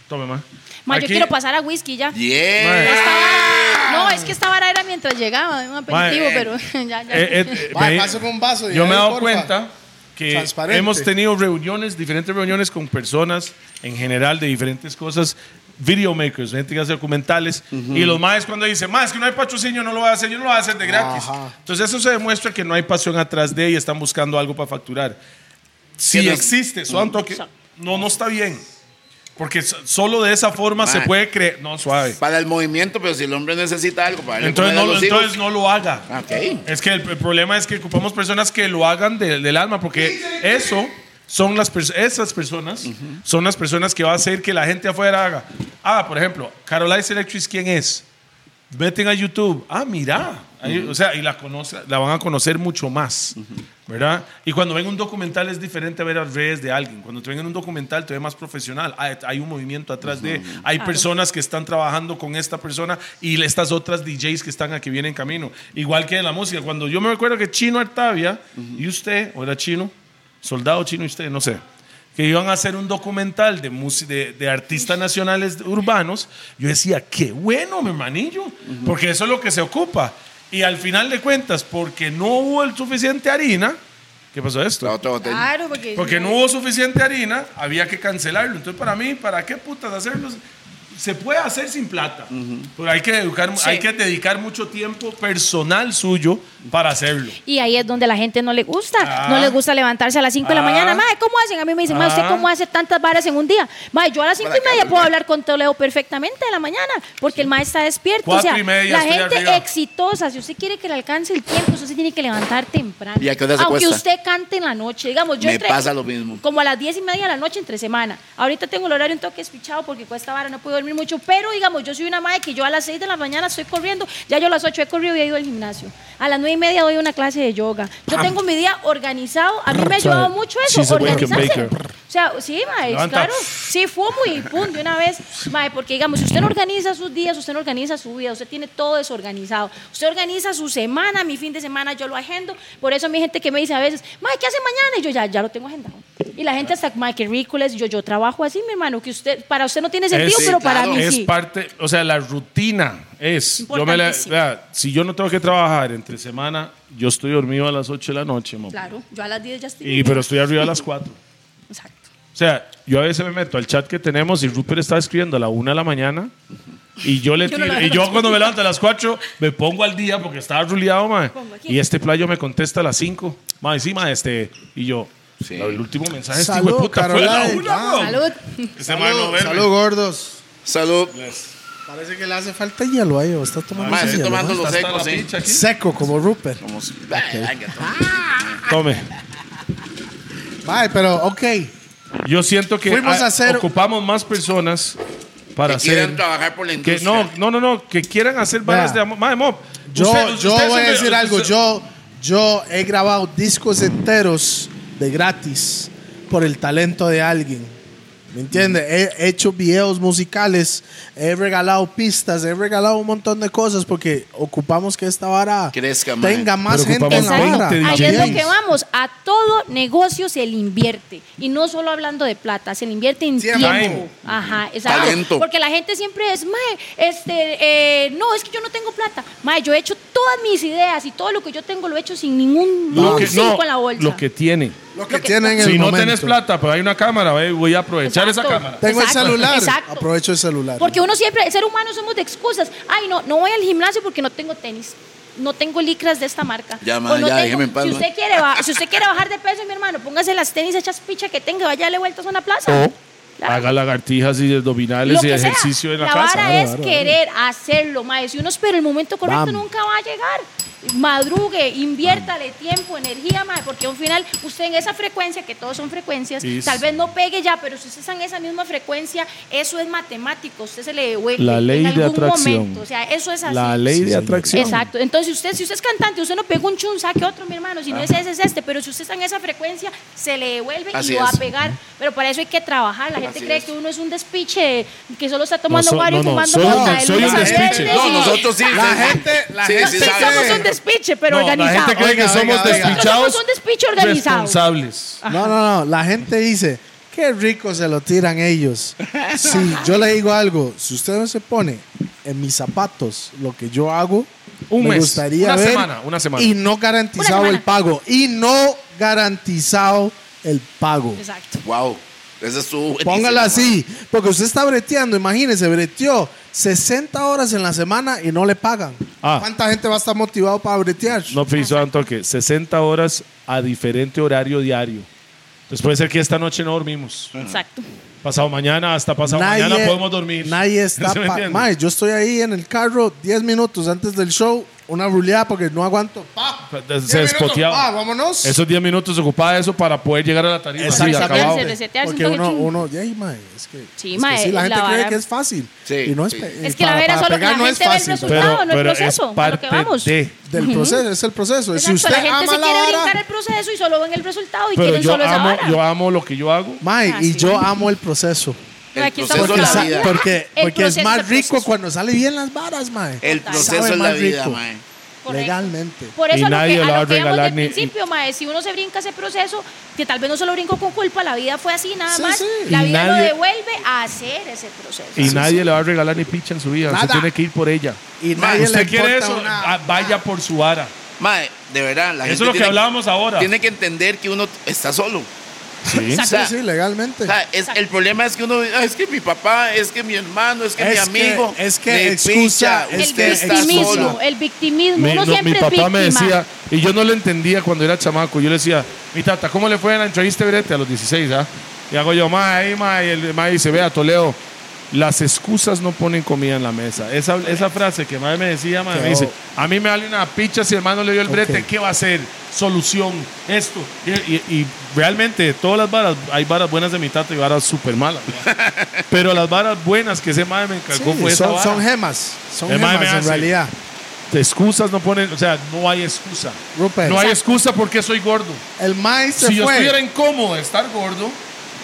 Speaker 1: Tome más.
Speaker 3: Ma, yo quiero pasar a whisky ya.
Speaker 4: Yeah.
Speaker 3: Esta vara- No, es que esta vara era mientras llegaba, un aperitivo,
Speaker 1: Ma, eh,
Speaker 3: pero ya, ya.
Speaker 2: Va, pásame un vaso y
Speaker 1: Yo
Speaker 2: ahí,
Speaker 1: me he dado
Speaker 2: porfa.
Speaker 1: cuenta que
Speaker 2: Transparente.
Speaker 1: hemos tenido reuniones, diferentes reuniones con personas en general de diferentes cosas, videomakers, gente que hace documentales, y los maes cuando dicen, más que no hay patrocinio, no lo voy a hacer, yo no lo voy a hacer de gratis.
Speaker 2: Ajá.
Speaker 1: Entonces eso se demuestra que no hay pasión atrás de y están buscando algo para facturar. Si
Speaker 4: Que no-
Speaker 1: existe, suave, un toque, no, no está bien. Porque so- solo de esa forma se
Speaker 4: Ma.
Speaker 1: puede creer. No, suave.
Speaker 4: Para el movimiento, pero si el hombre necesita algo para darle
Speaker 1: Entonces
Speaker 4: comer a
Speaker 1: no, lo-
Speaker 4: los hijos.
Speaker 1: entonces no lo haga.
Speaker 4: Ah, Ok.
Speaker 1: Es que el, el problema es que ocupamos personas que lo hagan de- del alma, porque eso son las pers- esas personas son las personas que va a hacer que la gente afuera haga. Ah, por ejemplo, Caroline's Electric, ¿quién es? Meten a YouTube. Ah, mira, Ahí, O sea, y la, conoce- la van a conocer mucho más, ¿verdad? Y cuando ven un documental es diferente a ver las redes de alguien. Cuando te ven un documental te ve más profesional. Hay, hay un movimiento atrás de... Hay personas que están trabajando con esta persona y estas otras DJs que están aquí vienen en camino. Igual que en la música. Cuando yo me recuerdo que Chino Artavia y usted, o era Chino, soldado Chino y usted, no sé que iban a hacer un documental de, mus- de, de artistas nacionales urbanos, yo decía, qué bueno, mi hermanillo, porque eso es lo que se ocupa. Y al final de cuentas, porque no hubo el suficiente harina, ¿qué pasó esto?
Speaker 4: La otra botella.
Speaker 3: Claro, porque.
Speaker 1: Porque no hubo suficiente harina, había que cancelarlo. Entonces, para mí, ¿para qué putas hacerlo? Se puede hacer sin plata, pero hay que, educar, hay que dedicar mucho tiempo personal suyo para hacerlo.
Speaker 3: Y ahí es donde la gente no le gusta.
Speaker 1: Ah.
Speaker 3: No le gusta levantarse a las 5 de la
Speaker 1: Ah.
Speaker 3: mañana. Mae, ¿cómo hacen? A mí me dicen, mae, ¿usted
Speaker 1: Ah.
Speaker 3: cómo hace tantas varas en un día? Mae, yo a las 5
Speaker 4: Para
Speaker 3: y
Speaker 4: acá,
Speaker 3: media
Speaker 4: ¿verdad?
Speaker 3: puedo hablar con Toledo perfectamente en la mañana, porque el mae está despierto.
Speaker 1: Cuatro
Speaker 3: o sea,
Speaker 1: y media,
Speaker 3: la
Speaker 1: estoy
Speaker 3: gente
Speaker 1: arriba.
Speaker 3: exitosa, si usted quiere que le alcance el tiempo, usted se tiene que levantar temprano.
Speaker 4: ¿Y a qué hora se
Speaker 3: Aunque
Speaker 4: acuesta?
Speaker 3: usted cante en la noche. Digamos, pues yo
Speaker 4: Me
Speaker 3: entre-
Speaker 4: pasa lo mismo.
Speaker 3: Como a las 10 y media de la noche entre semana. Ahorita tengo el horario un toque espichado porque cuesta vara, no puedo dormir mucho. Pero digamos, yo soy una madre que yo a las 6 de la mañana estoy corriendo. Ya yo a las 8 he corrido y he ido al gimnasio. A las 9 y media doy una clase de yoga. Yo tengo mi día organizado. A mí me ha ayudado mucho eso,
Speaker 1: Ah. She's a wicked
Speaker 3: organizarse.
Speaker 1: baker.
Speaker 3: O sea, sí, mae, es
Speaker 1: Levanta.
Speaker 3: claro. Sí, fumo y pum, de una vez. Mae, porque digamos, si usted no organiza sus días, usted no organiza su vida, usted tiene todo desorganizado. Usted organiza su semana, mi fin de semana yo lo agendo. Por eso mi gente que me dice a veces, mae, ¿qué hace mañana? Y yo ya, ya lo tengo agendado. Y la gente hasta, mae, qué ridículo es. Yo, yo trabajo así, mi hermano, que usted, para usted no tiene sentido,
Speaker 1: Es-
Speaker 3: pero para mí
Speaker 1: es
Speaker 3: sí.
Speaker 1: parte, o sea, la rutina es. Yo me la-
Speaker 3: Importantísimo.
Speaker 1: vea, si yo no tengo que trabajar entre semana, yo estoy dormido a las 8 de la noche, mamá.
Speaker 3: Claro, yo a las 10 ya estoy.
Speaker 1: Y, pero estoy arriba a las 4.
Speaker 3: Exacto.
Speaker 1: O sea, yo a veces me meto al chat que tenemos y Rupert está escribiendo a la 1 de la mañana y yo le
Speaker 3: Yo no
Speaker 1: tiro-
Speaker 3: la
Speaker 1: y
Speaker 3: veo.
Speaker 1: yo cuando me levanto a las 4 me pongo al día porque estaba ruleado, mae.
Speaker 3: Pongo aquí.
Speaker 1: Y este playo me contesta a las 5. Mae, sí, mae, este y yo
Speaker 4: Sí.
Speaker 1: El último mensaje este
Speaker 2: Salud,
Speaker 1: hijo de puta fue a la
Speaker 2: Caroline.
Speaker 1: una, weón.
Speaker 3: Salud.
Speaker 1: Ese mae no verme.
Speaker 2: Salud, gordos.
Speaker 4: Salud.
Speaker 2: Parece que le hace falta hielo a ellos. Está tomando
Speaker 4: Mae,
Speaker 2: ese
Speaker 4: estoy
Speaker 2: hielo,
Speaker 4: tomando
Speaker 2: ¿no?
Speaker 4: los
Speaker 1: Está la
Speaker 4: secos, sí.
Speaker 1: pincha aquí.
Speaker 2: Seco como Rupert.
Speaker 4: Como si- Ay, venga, toma.
Speaker 1: Tome.
Speaker 2: Mae, pero ok.
Speaker 1: Yo siento que
Speaker 2: Fuimos
Speaker 1: ah,
Speaker 2: a hacer-
Speaker 1: ocupamos más personas para
Speaker 4: Que quieran
Speaker 1: hacer
Speaker 4: trabajar por la
Speaker 1: que
Speaker 4: industria.
Speaker 1: no, no, no, no, que quieran hacer varas de
Speaker 2: Vea.
Speaker 1: amor. Madre, Mob,
Speaker 2: Yo,
Speaker 1: usted-
Speaker 2: yo
Speaker 1: usted
Speaker 2: voy a
Speaker 1: se me-
Speaker 2: decir algo.
Speaker 1: usted-
Speaker 2: Yo, yo he grabado discos enteros de gratis por el talento de alguien. ¿Me entiendes? He hecho videos musicales, he regalado pistas, he regalado un montón de cosas porque ocupamos que esta vara
Speaker 4: Crezca, mae.
Speaker 2: tenga más
Speaker 1: Pero
Speaker 2: gente en la
Speaker 1: ocupamos
Speaker 2: vara.
Speaker 1: 20
Speaker 3: Ahí es lo
Speaker 1: DJs.
Speaker 3: que vamos. A todo negocio se le invierte. Y no solo hablando de plata, se le invierte en
Speaker 2: Tiempo.
Speaker 1: Time.
Speaker 3: tiempo. Ajá, exacto.
Speaker 4: Talento.
Speaker 3: Porque la gente siempre es, mae, este, eh, no, es que yo no tengo plata. Mae, yo he hecho todas mis ideas y todo lo que yo tengo lo he hecho sin ningún
Speaker 1: lo
Speaker 3: un
Speaker 1: que,
Speaker 3: cinco
Speaker 1: no,
Speaker 3: en la bolsa.
Speaker 1: lo que tiene.
Speaker 2: Lo que tienen en el
Speaker 1: Si no
Speaker 2: momento.
Speaker 1: tenés plata, pero hay una cámara, ve, voy a aprovechar
Speaker 3: Exacto.
Speaker 1: esa cámara.
Speaker 2: Tengo
Speaker 3: Exacto,
Speaker 2: el celular.
Speaker 3: exacto.
Speaker 2: Aprovecho el celular.
Speaker 3: Porque uno siempre, el ser humano somos de excusas. Ay, no, no voy al gimnasio porque no tengo tenis. No tengo licras de esta marca.
Speaker 4: Ya, madre,
Speaker 3: O no
Speaker 4: ya, déjeme en paz,
Speaker 3: si,
Speaker 4: madre.
Speaker 3: usted quiere, ba- si usted quiere bajar de peso, mi hermano, póngase las tenis hechas picha que tenga, vaya a darle vueltas a una plaza.
Speaker 1: O
Speaker 3: Claro.
Speaker 1: haga lagartijas y abdominales y
Speaker 3: que sea.
Speaker 1: ejercicio en la,
Speaker 3: vara
Speaker 1: casa.
Speaker 3: es querer hacerlo, mae. Si uno espera el momento correcto,
Speaker 2: Vamos.
Speaker 3: nunca va a llegar. Madrugue, inviértale tiempo, energía, mae, porque al final usted en esa frecuencia, que todos son frecuencias,
Speaker 1: Sí, sí.
Speaker 3: tal vez no pegue ya, pero si usted está en esa misma frecuencia, eso es matemático, usted se le devuelve
Speaker 1: La ley
Speaker 3: en
Speaker 1: de
Speaker 3: algún
Speaker 1: atracción.
Speaker 3: momento, o sea, eso es así.
Speaker 1: La ley de atracción.
Speaker 3: Exacto. Entonces, usted, si usted es cantante, usted no pega un chun, saque otro, mi hermano. Si no es ese, es este. Pero si usted está en esa frecuencia, se le devuelve
Speaker 4: Ah. Así
Speaker 3: y lo va
Speaker 4: es.
Speaker 3: a pegar. Pero para eso hay que trabajar. La gente
Speaker 4: Así
Speaker 3: cree
Speaker 4: es.
Speaker 3: que uno es un despiche, que solo está tomando
Speaker 1: so-
Speaker 3: varios
Speaker 1: no, no,
Speaker 3: fumando
Speaker 1: soy un-
Speaker 3: mota de
Speaker 1: soy un
Speaker 3: lunes a
Speaker 1: despiche.
Speaker 3: viernes
Speaker 4: No,
Speaker 3: y-
Speaker 4: nosotros sí.
Speaker 2: La
Speaker 4: sí, sí.
Speaker 2: gente- la
Speaker 4: Sí,
Speaker 3: No,
Speaker 4: sí,
Speaker 3: sí,
Speaker 4: sabe.
Speaker 3: somos un despiche, pero
Speaker 1: No, la
Speaker 3: organizado.
Speaker 1: gente cree que
Speaker 2: Oiga,
Speaker 1: somos
Speaker 2: oiga, oiga.
Speaker 1: despichados.
Speaker 3: Nosotros somos un despiche organizado.
Speaker 1: Responsables.
Speaker 2: No, no, no. La gente dice, qué rico se lo tiran ellos. Sí, yo le digo algo. Si usted no se pone en mis zapatos lo que yo hago,
Speaker 1: Un
Speaker 2: me
Speaker 1: mes,
Speaker 2: gustaría
Speaker 1: una
Speaker 2: ver,
Speaker 1: semana, una semana.
Speaker 2: Y no
Speaker 3: Una
Speaker 2: garantizado
Speaker 3: semana.
Speaker 2: el pago. Y no garantizado el pago.
Speaker 3: Exacto.
Speaker 4: Wow. Ese estuvo buenísimo,
Speaker 2: Póngala
Speaker 4: mae.
Speaker 2: así, porque usted está breteando, imagínese, breteó 60 horas en la semana y no le pagan.
Speaker 1: Ah.
Speaker 2: ¿Cuánta gente va a estar motivado para bretear?
Speaker 1: No piso tanto que 60 horas a diferente horario diario. Entonces puede ser que esta noche no dormimos.
Speaker 4: Mm.
Speaker 3: Exacto.
Speaker 1: Pasado mañana, hasta pasado mañana podemos dormir.
Speaker 2: Nadie está.
Speaker 1: ¿Sí me
Speaker 2: pa-
Speaker 1: entiende?
Speaker 2: Mae, yo estoy ahí en el carro 10 minutos antes del show, una ruleada porque no aguanto. Pa,
Speaker 1: Pues, se
Speaker 2: Ah,
Speaker 1: despoteaba.
Speaker 2: vámonos.
Speaker 1: Esos 10 minutos ocupaba eso para poder llegar a la tarifa. Sí,
Speaker 3: Exactamente.
Speaker 1: acabado.
Speaker 3: Se resetearse
Speaker 2: Porque
Speaker 3: un toque
Speaker 2: uno,
Speaker 3: chum.
Speaker 2: uno, yeah, mae, es que,
Speaker 3: Sí,
Speaker 2: es que
Speaker 3: mae,
Speaker 2: sí, la
Speaker 3: es
Speaker 2: gente
Speaker 3: la
Speaker 2: cree
Speaker 3: vara.
Speaker 2: que es fácil.
Speaker 4: Sí,
Speaker 2: y no es,
Speaker 4: sí.
Speaker 2: pe-
Speaker 3: Es que la
Speaker 2: para-
Speaker 3: vara
Speaker 2: para
Speaker 3: solo la
Speaker 2: pegar no
Speaker 3: gente
Speaker 2: es
Speaker 3: ve el
Speaker 2: fácil, pero
Speaker 3: resultado. Claro, no es proceso, a lo que vamos.
Speaker 1: de.
Speaker 2: del proceso, es el proceso.
Speaker 4: Pues
Speaker 2: Si usted
Speaker 3: Exacto, la gente
Speaker 2: ama
Speaker 3: se
Speaker 2: la
Speaker 3: quiere
Speaker 2: vara,
Speaker 3: brincar el proceso y solo ven el resultado y
Speaker 1: Pero
Speaker 3: quieren
Speaker 1: yo
Speaker 3: solo esa
Speaker 1: amo,
Speaker 3: vara.
Speaker 1: yo amo lo que yo hago.
Speaker 2: mae,
Speaker 3: Ah,
Speaker 2: y
Speaker 3: sí.
Speaker 2: yo amo el proceso.
Speaker 4: El
Speaker 3: Aquí
Speaker 4: proceso
Speaker 3: estamos
Speaker 4: es la
Speaker 2: Sa-
Speaker 4: vida.
Speaker 2: Porque, porque
Speaker 3: El
Speaker 2: es
Speaker 3: proceso
Speaker 2: más
Speaker 3: es el
Speaker 2: rico
Speaker 3: proceso.
Speaker 2: cuando sale bien las varas, mae.
Speaker 4: El
Speaker 3: Total.
Speaker 4: proceso
Speaker 2: Sabe
Speaker 4: es la
Speaker 2: más
Speaker 4: vida,
Speaker 2: rico.
Speaker 4: mae.
Speaker 3: Correcto.
Speaker 2: Legalmente.
Speaker 3: Por
Speaker 1: Y
Speaker 3: eso a lo
Speaker 1: nadie
Speaker 3: que,
Speaker 1: la va
Speaker 3: a
Speaker 1: a
Speaker 3: lo que
Speaker 1: regalar
Speaker 3: del
Speaker 1: ni-
Speaker 3: principio, mae, si uno se brinca ese proceso, que tal vez no se lo brincó con culpa, la vida fue así nada
Speaker 2: Sí,
Speaker 3: más,
Speaker 2: sí.
Speaker 3: la
Speaker 1: Y
Speaker 3: vida lo
Speaker 1: nadie-
Speaker 3: devuelve a hacer ese proceso.
Speaker 1: Y nadie le va a regalar ni picha en su vida.
Speaker 2: Nada.
Speaker 1: Usted tiene que ir por ella.
Speaker 2: Y
Speaker 4: Mae,
Speaker 2: nadie le
Speaker 1: Usted quiere
Speaker 2: importa
Speaker 1: eso,
Speaker 2: una-
Speaker 1: ah, vaya por su vara.
Speaker 4: Mae, de verdad, la gente
Speaker 1: Eso es lo que
Speaker 4: tiene,
Speaker 1: hablábamos ahora.
Speaker 4: tiene que entender que uno está solo.
Speaker 1: Sí.
Speaker 2: Sí,
Speaker 4: sea,
Speaker 2: sí, legalmente.
Speaker 4: O sea, es- el problema es que uno, "Ah, es que mi papá, es que mi hermano, es que mi
Speaker 2: Es que-
Speaker 4: amigo.
Speaker 2: es que
Speaker 4: Me
Speaker 2: excusa,
Speaker 4: picha,
Speaker 3: el
Speaker 2: es que
Speaker 4: usted está
Speaker 2: excusa.
Speaker 4: solo.
Speaker 3: victimismo, el victimismo,
Speaker 1: Mi,
Speaker 3: uno
Speaker 1: no,
Speaker 3: siempre
Speaker 1: mi
Speaker 3: es
Speaker 1: papá
Speaker 3: víctima.
Speaker 1: me decía, y yo no lo entendía cuando era chamaco, yo le decía, mi tata, ¿cómo le fue en la entrevista de brete a los 16? ah?" Y hago yo, ma, ahí, ma", y el ma dice, vea, Toleo, las excusas no ponen comida en la mesa. Esa, esa frase que madre me decía, madre, me
Speaker 2: Quedó.
Speaker 1: dice, a mí me vale una picha si el hermano le dio el brete,
Speaker 2: Ok.
Speaker 1: ¿qué va a hacer? Solución, esto. Y, y- y realmente, de todas las varas, hay varas buenas de mi tata y varas súper malas. ¿verdad? Pero las varas buenas que ese madre me
Speaker 2: Sí,
Speaker 1: encargó fue esa
Speaker 2: son,
Speaker 1: vara.
Speaker 2: son gemas. Son
Speaker 1: El mae me
Speaker 2: gemas en
Speaker 1: hace-
Speaker 2: realidad.
Speaker 1: Te excusas no ponen, o sea, no hay excusa.
Speaker 2: Rupert.
Speaker 1: No hay
Speaker 2: Exacto.
Speaker 1: excusa porque soy gordo.
Speaker 2: El maíz se
Speaker 1: si yo
Speaker 2: fue.
Speaker 1: estuviera incómodo de estar gordo,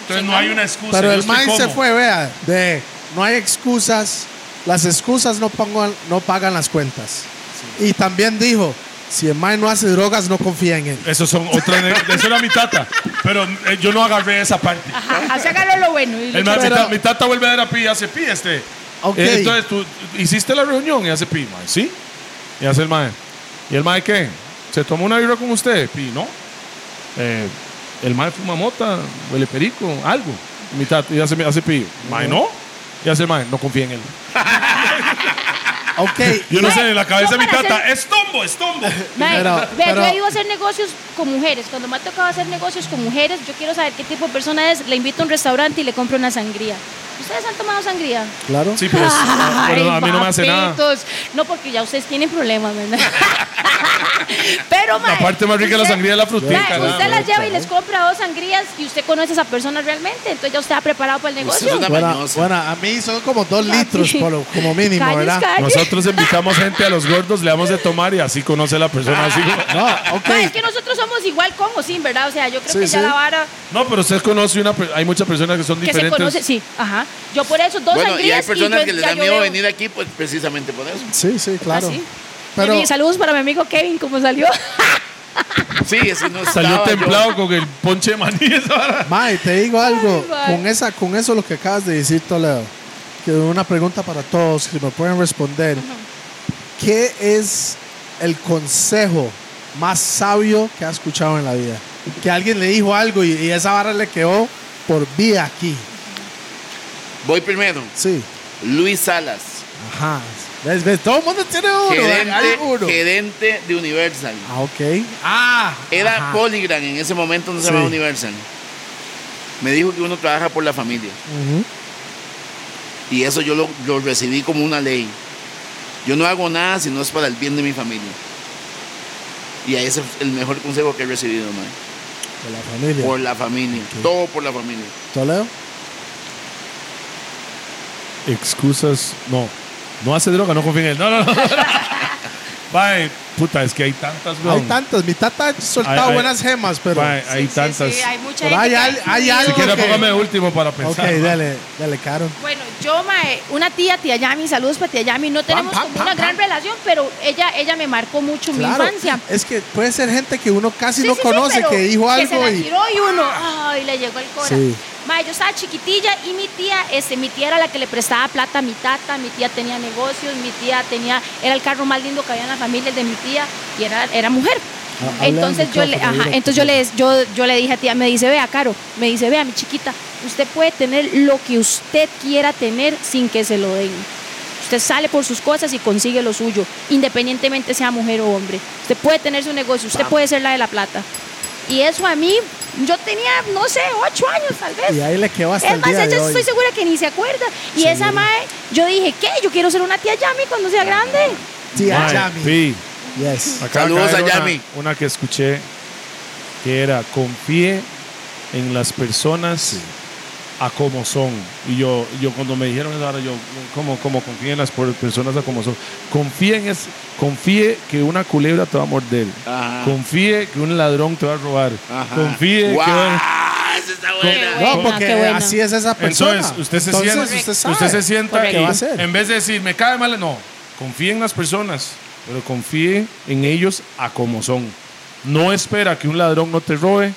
Speaker 1: entonces no hay una excusa.
Speaker 2: Pero
Speaker 1: yo
Speaker 2: el
Speaker 1: estoy
Speaker 2: maíz se
Speaker 1: cómodo.
Speaker 2: fue, vea. De no hay excusas. Las excusas no, pongan, no pagan las cuentas. Y también dijo: si el maíz no hace drogas, no confía en él.
Speaker 1: Eso son otras. eso era mi tata. Pero eh, yo no agarré esa parte.
Speaker 3: Ajá, se agarró lo bueno. y lo
Speaker 1: El ma- mi,
Speaker 2: Pero-
Speaker 1: ta- mi tata vuelve a ver a Pi y hace Pi este.
Speaker 2: Ok.
Speaker 1: Eh, entonces tú hiciste la reunión y hace Pi, mae, ¿sí? Y hace el mae. ¿Y el mae qué? ¿Se tomó una birra con usted? Pi, ¿no? Eh, el mae fuma mota, huele perico, algo. Y mi tata, y hace, hace Pi, mae, ¿no? Y hace el mae, no confía en él.
Speaker 2: Ok.
Speaker 1: Yo no
Speaker 3: Mae,
Speaker 1: sé, en la cabeza de
Speaker 3: yo
Speaker 1: mi
Speaker 3: para
Speaker 1: tata, es tombo, es tombo.
Speaker 3: Mae,
Speaker 2: Pero-
Speaker 3: vea,
Speaker 2: pero-
Speaker 3: yo he ido a hacer negocios con mujeres. Cuando me ha tocado hacer negocios con mujeres, yo quiero saber qué tipo de persona es. Le invito a un restaurante y le compro una sangría. ¿Ustedes han tomado sangría?
Speaker 2: Claro.
Speaker 1: Sí, pero, es-
Speaker 3: Ah,
Speaker 1: pero a
Speaker 3: Ay,
Speaker 1: mí no me hace nada.
Speaker 3: papitos. No, porque ya ustedes tienen problemas, ¿verdad? pero, mae,
Speaker 1: La parte más rica de la
Speaker 3: usted-
Speaker 1: sangría es la
Speaker 3: mae,
Speaker 1: frutita. nada
Speaker 3: usted
Speaker 1: más.
Speaker 3: las
Speaker 2: ¿eh?
Speaker 3: lleva y les compra dos sangrías y usted conoce a esa persona realmente. Entonces ya usted ha preparado para el
Speaker 2: Pues
Speaker 4: Usted es
Speaker 3: negocio.
Speaker 4: una
Speaker 2: Bueno,
Speaker 4: mañosa.
Speaker 2: bueno, a mí son como dos litros por- como mínimo,
Speaker 3: Calles,
Speaker 2: ¿verdad?
Speaker 3: calles.
Speaker 1: Nosotros invitamos gente a los gordos, le damos de tomar y así conoce la persona. Así.
Speaker 2: No, ok.
Speaker 3: Mae, es que nosotros somos igual con o sin, ¿verdad? O sea, yo creo
Speaker 2: Sí,
Speaker 3: que ya
Speaker 2: sí.
Speaker 3: la vara...
Speaker 1: No, pero usted conoce una. per- Hay muchas personas que son
Speaker 3: que se
Speaker 1: diferentes.
Speaker 3: conoce, sí, ajá. Yo por eso dos
Speaker 4: Bueno,
Speaker 3: sangrías
Speaker 4: y hay personas
Speaker 3: yo-
Speaker 4: que les
Speaker 3: ya
Speaker 4: da
Speaker 3: yo
Speaker 4: miedo
Speaker 3: veo.
Speaker 4: venir aquí, pues precisamente por eso.
Speaker 2: Sí, sí, claro.
Speaker 3: Ah, sí.
Speaker 2: Pero,
Speaker 3: Kevin, saludos para mi amigo Kevin, ¿cómo salió?
Speaker 4: Sí, eso no
Speaker 1: Salió
Speaker 4: estaba yo.
Speaker 1: templado con el ponche de maní. esa vara.
Speaker 2: Mae, te digo algo.
Speaker 3: Ay, mae.
Speaker 2: con, esa, con eso lo que acabas de decir, Toledo, que una pregunta para todos, que me pueden responder. ¿Qué es el consejo más sabio que has escuchado en la vida? Que alguien le dijo algo y, y esa vara le quedó por vida aquí.
Speaker 4: Voy primero.
Speaker 2: Sí.
Speaker 4: Luis Salas,
Speaker 2: Ajá. ¿Ves, ves? Todo el mundo tiene uno. hay
Speaker 4: gerente,
Speaker 2: uno.
Speaker 4: gerente de Universal.
Speaker 2: Ah, ok. Ah.
Speaker 4: Era
Speaker 2: ajá.
Speaker 4: Polygram en ese momento, no se
Speaker 2: Sí.
Speaker 4: llamaba Universal. Me dijo que uno trabaja por la familia.
Speaker 2: Ujú.
Speaker 4: Y eso yo lo, lo recibí como una ley. Yo no hago nada si no es para el bien de mi familia. Y ese es el mejor consejo que he recibido, mae.
Speaker 2: De la familia.
Speaker 4: Por la familia. Todo por la familia.
Speaker 2: Toledo.
Speaker 1: Excusas. No. No hace droga, no confíen en él. No, no, no. Mae, puta, es que hay tantas.
Speaker 2: Hay
Speaker 1: weón.
Speaker 2: tantas. Mi tata ha soltado
Speaker 1: Ay, ay.
Speaker 2: buenas gemas, pero.
Speaker 1: Mae, hay tantas.
Speaker 3: hay mucha
Speaker 2: Pero hay al- hay algo
Speaker 1: Si quiere,
Speaker 2: Ok.
Speaker 1: póngame de último para
Speaker 2: Ok,
Speaker 1: pensar. mae.
Speaker 2: dale, dale, Caro.
Speaker 3: Bueno, yo, mae, una tía, tía Yami, saludos para tía Yami. No tenemos
Speaker 2: pam,
Speaker 3: como
Speaker 2: pam,
Speaker 3: una
Speaker 2: pam.
Speaker 3: gran relación, pero ella, ella me marcó mucho mi infancia.
Speaker 2: Es que puede ser gente que uno casi
Speaker 3: Sí,
Speaker 2: no
Speaker 3: sí, sí,
Speaker 2: conoce,
Speaker 3: pero
Speaker 2: que dijo
Speaker 3: se
Speaker 2: algo
Speaker 3: la
Speaker 2: y.
Speaker 3: tiró y uno, ay, le llegó el corazón.
Speaker 2: Sí.
Speaker 3: yo estaba chiquitilla y mi tía, este, mi tía era la que le prestaba plata a mi tata, mi tía tenía negocios, mi tía tenía, era el carro más lindo que había en la familia el de mi tía y era, era mujer.
Speaker 2: Ah,
Speaker 3: Entonces
Speaker 2: habla
Speaker 3: yo,
Speaker 2: al
Speaker 3: le,
Speaker 2: micrófono,
Speaker 3: ajá,
Speaker 2: dilo.
Speaker 3: entonces yo, le, yo, yo le dije a tía, me dice, vea, Caro, me dice, vea, mi chiquita, usted puede tener lo que usted quiera tener sin que se lo den. Usted sale por sus cosas y consigue lo suyo, independientemente sea mujer o hombre. Usted puede tener su negocio, usted puede ser la de la plata. Y eso a mí, yo tenía, no sé, ocho años tal vez.
Speaker 2: Y ahí le quedó hasta
Speaker 3: Es
Speaker 2: el
Speaker 3: más,
Speaker 2: día
Speaker 3: ella
Speaker 2: de hoy.
Speaker 3: estoy segura que ni se acuerda. Y esa mae, yo dije, ¿qué? Yo quiero ser una tía Yami cuando sea grande.
Speaker 2: Tía
Speaker 1: Mae,
Speaker 2: Yami.
Speaker 1: sí.
Speaker 2: ah, Yes.
Speaker 1: Acaba de
Speaker 4: Saludos
Speaker 1: caer
Speaker 4: a
Speaker 1: una-
Speaker 4: Yami.
Speaker 1: Una, que escuché que era confíe en las personas a como son. Y yo, yo cuando me dijeron eso ahora, yo, como como confíe en las por- personas a como son? Confíe, en es, confíe que una culebra te va a morder.
Speaker 4: Ajá.
Speaker 1: Confíe que un ladrón te va a robar.
Speaker 4: Ajá.
Speaker 1: Confíe
Speaker 4: ¡Guau!
Speaker 1: que...
Speaker 4: Esa está buena.
Speaker 3: Qué
Speaker 2: No,
Speaker 3: buena,
Speaker 2: porque
Speaker 3: qué buena.
Speaker 2: así es esa persona.
Speaker 1: Entonces, usted se
Speaker 2: Entonces,
Speaker 1: sienta,
Speaker 2: usted
Speaker 1: usted,
Speaker 2: sabe.
Speaker 1: se sienta
Speaker 2: Correcto.
Speaker 1: y
Speaker 2: ¿Qué va a hacer?
Speaker 1: en vez de decir, me cae mal, no, confíe en las personas, pero confíe en ellos a como son. No espera que un ladrón no te robe,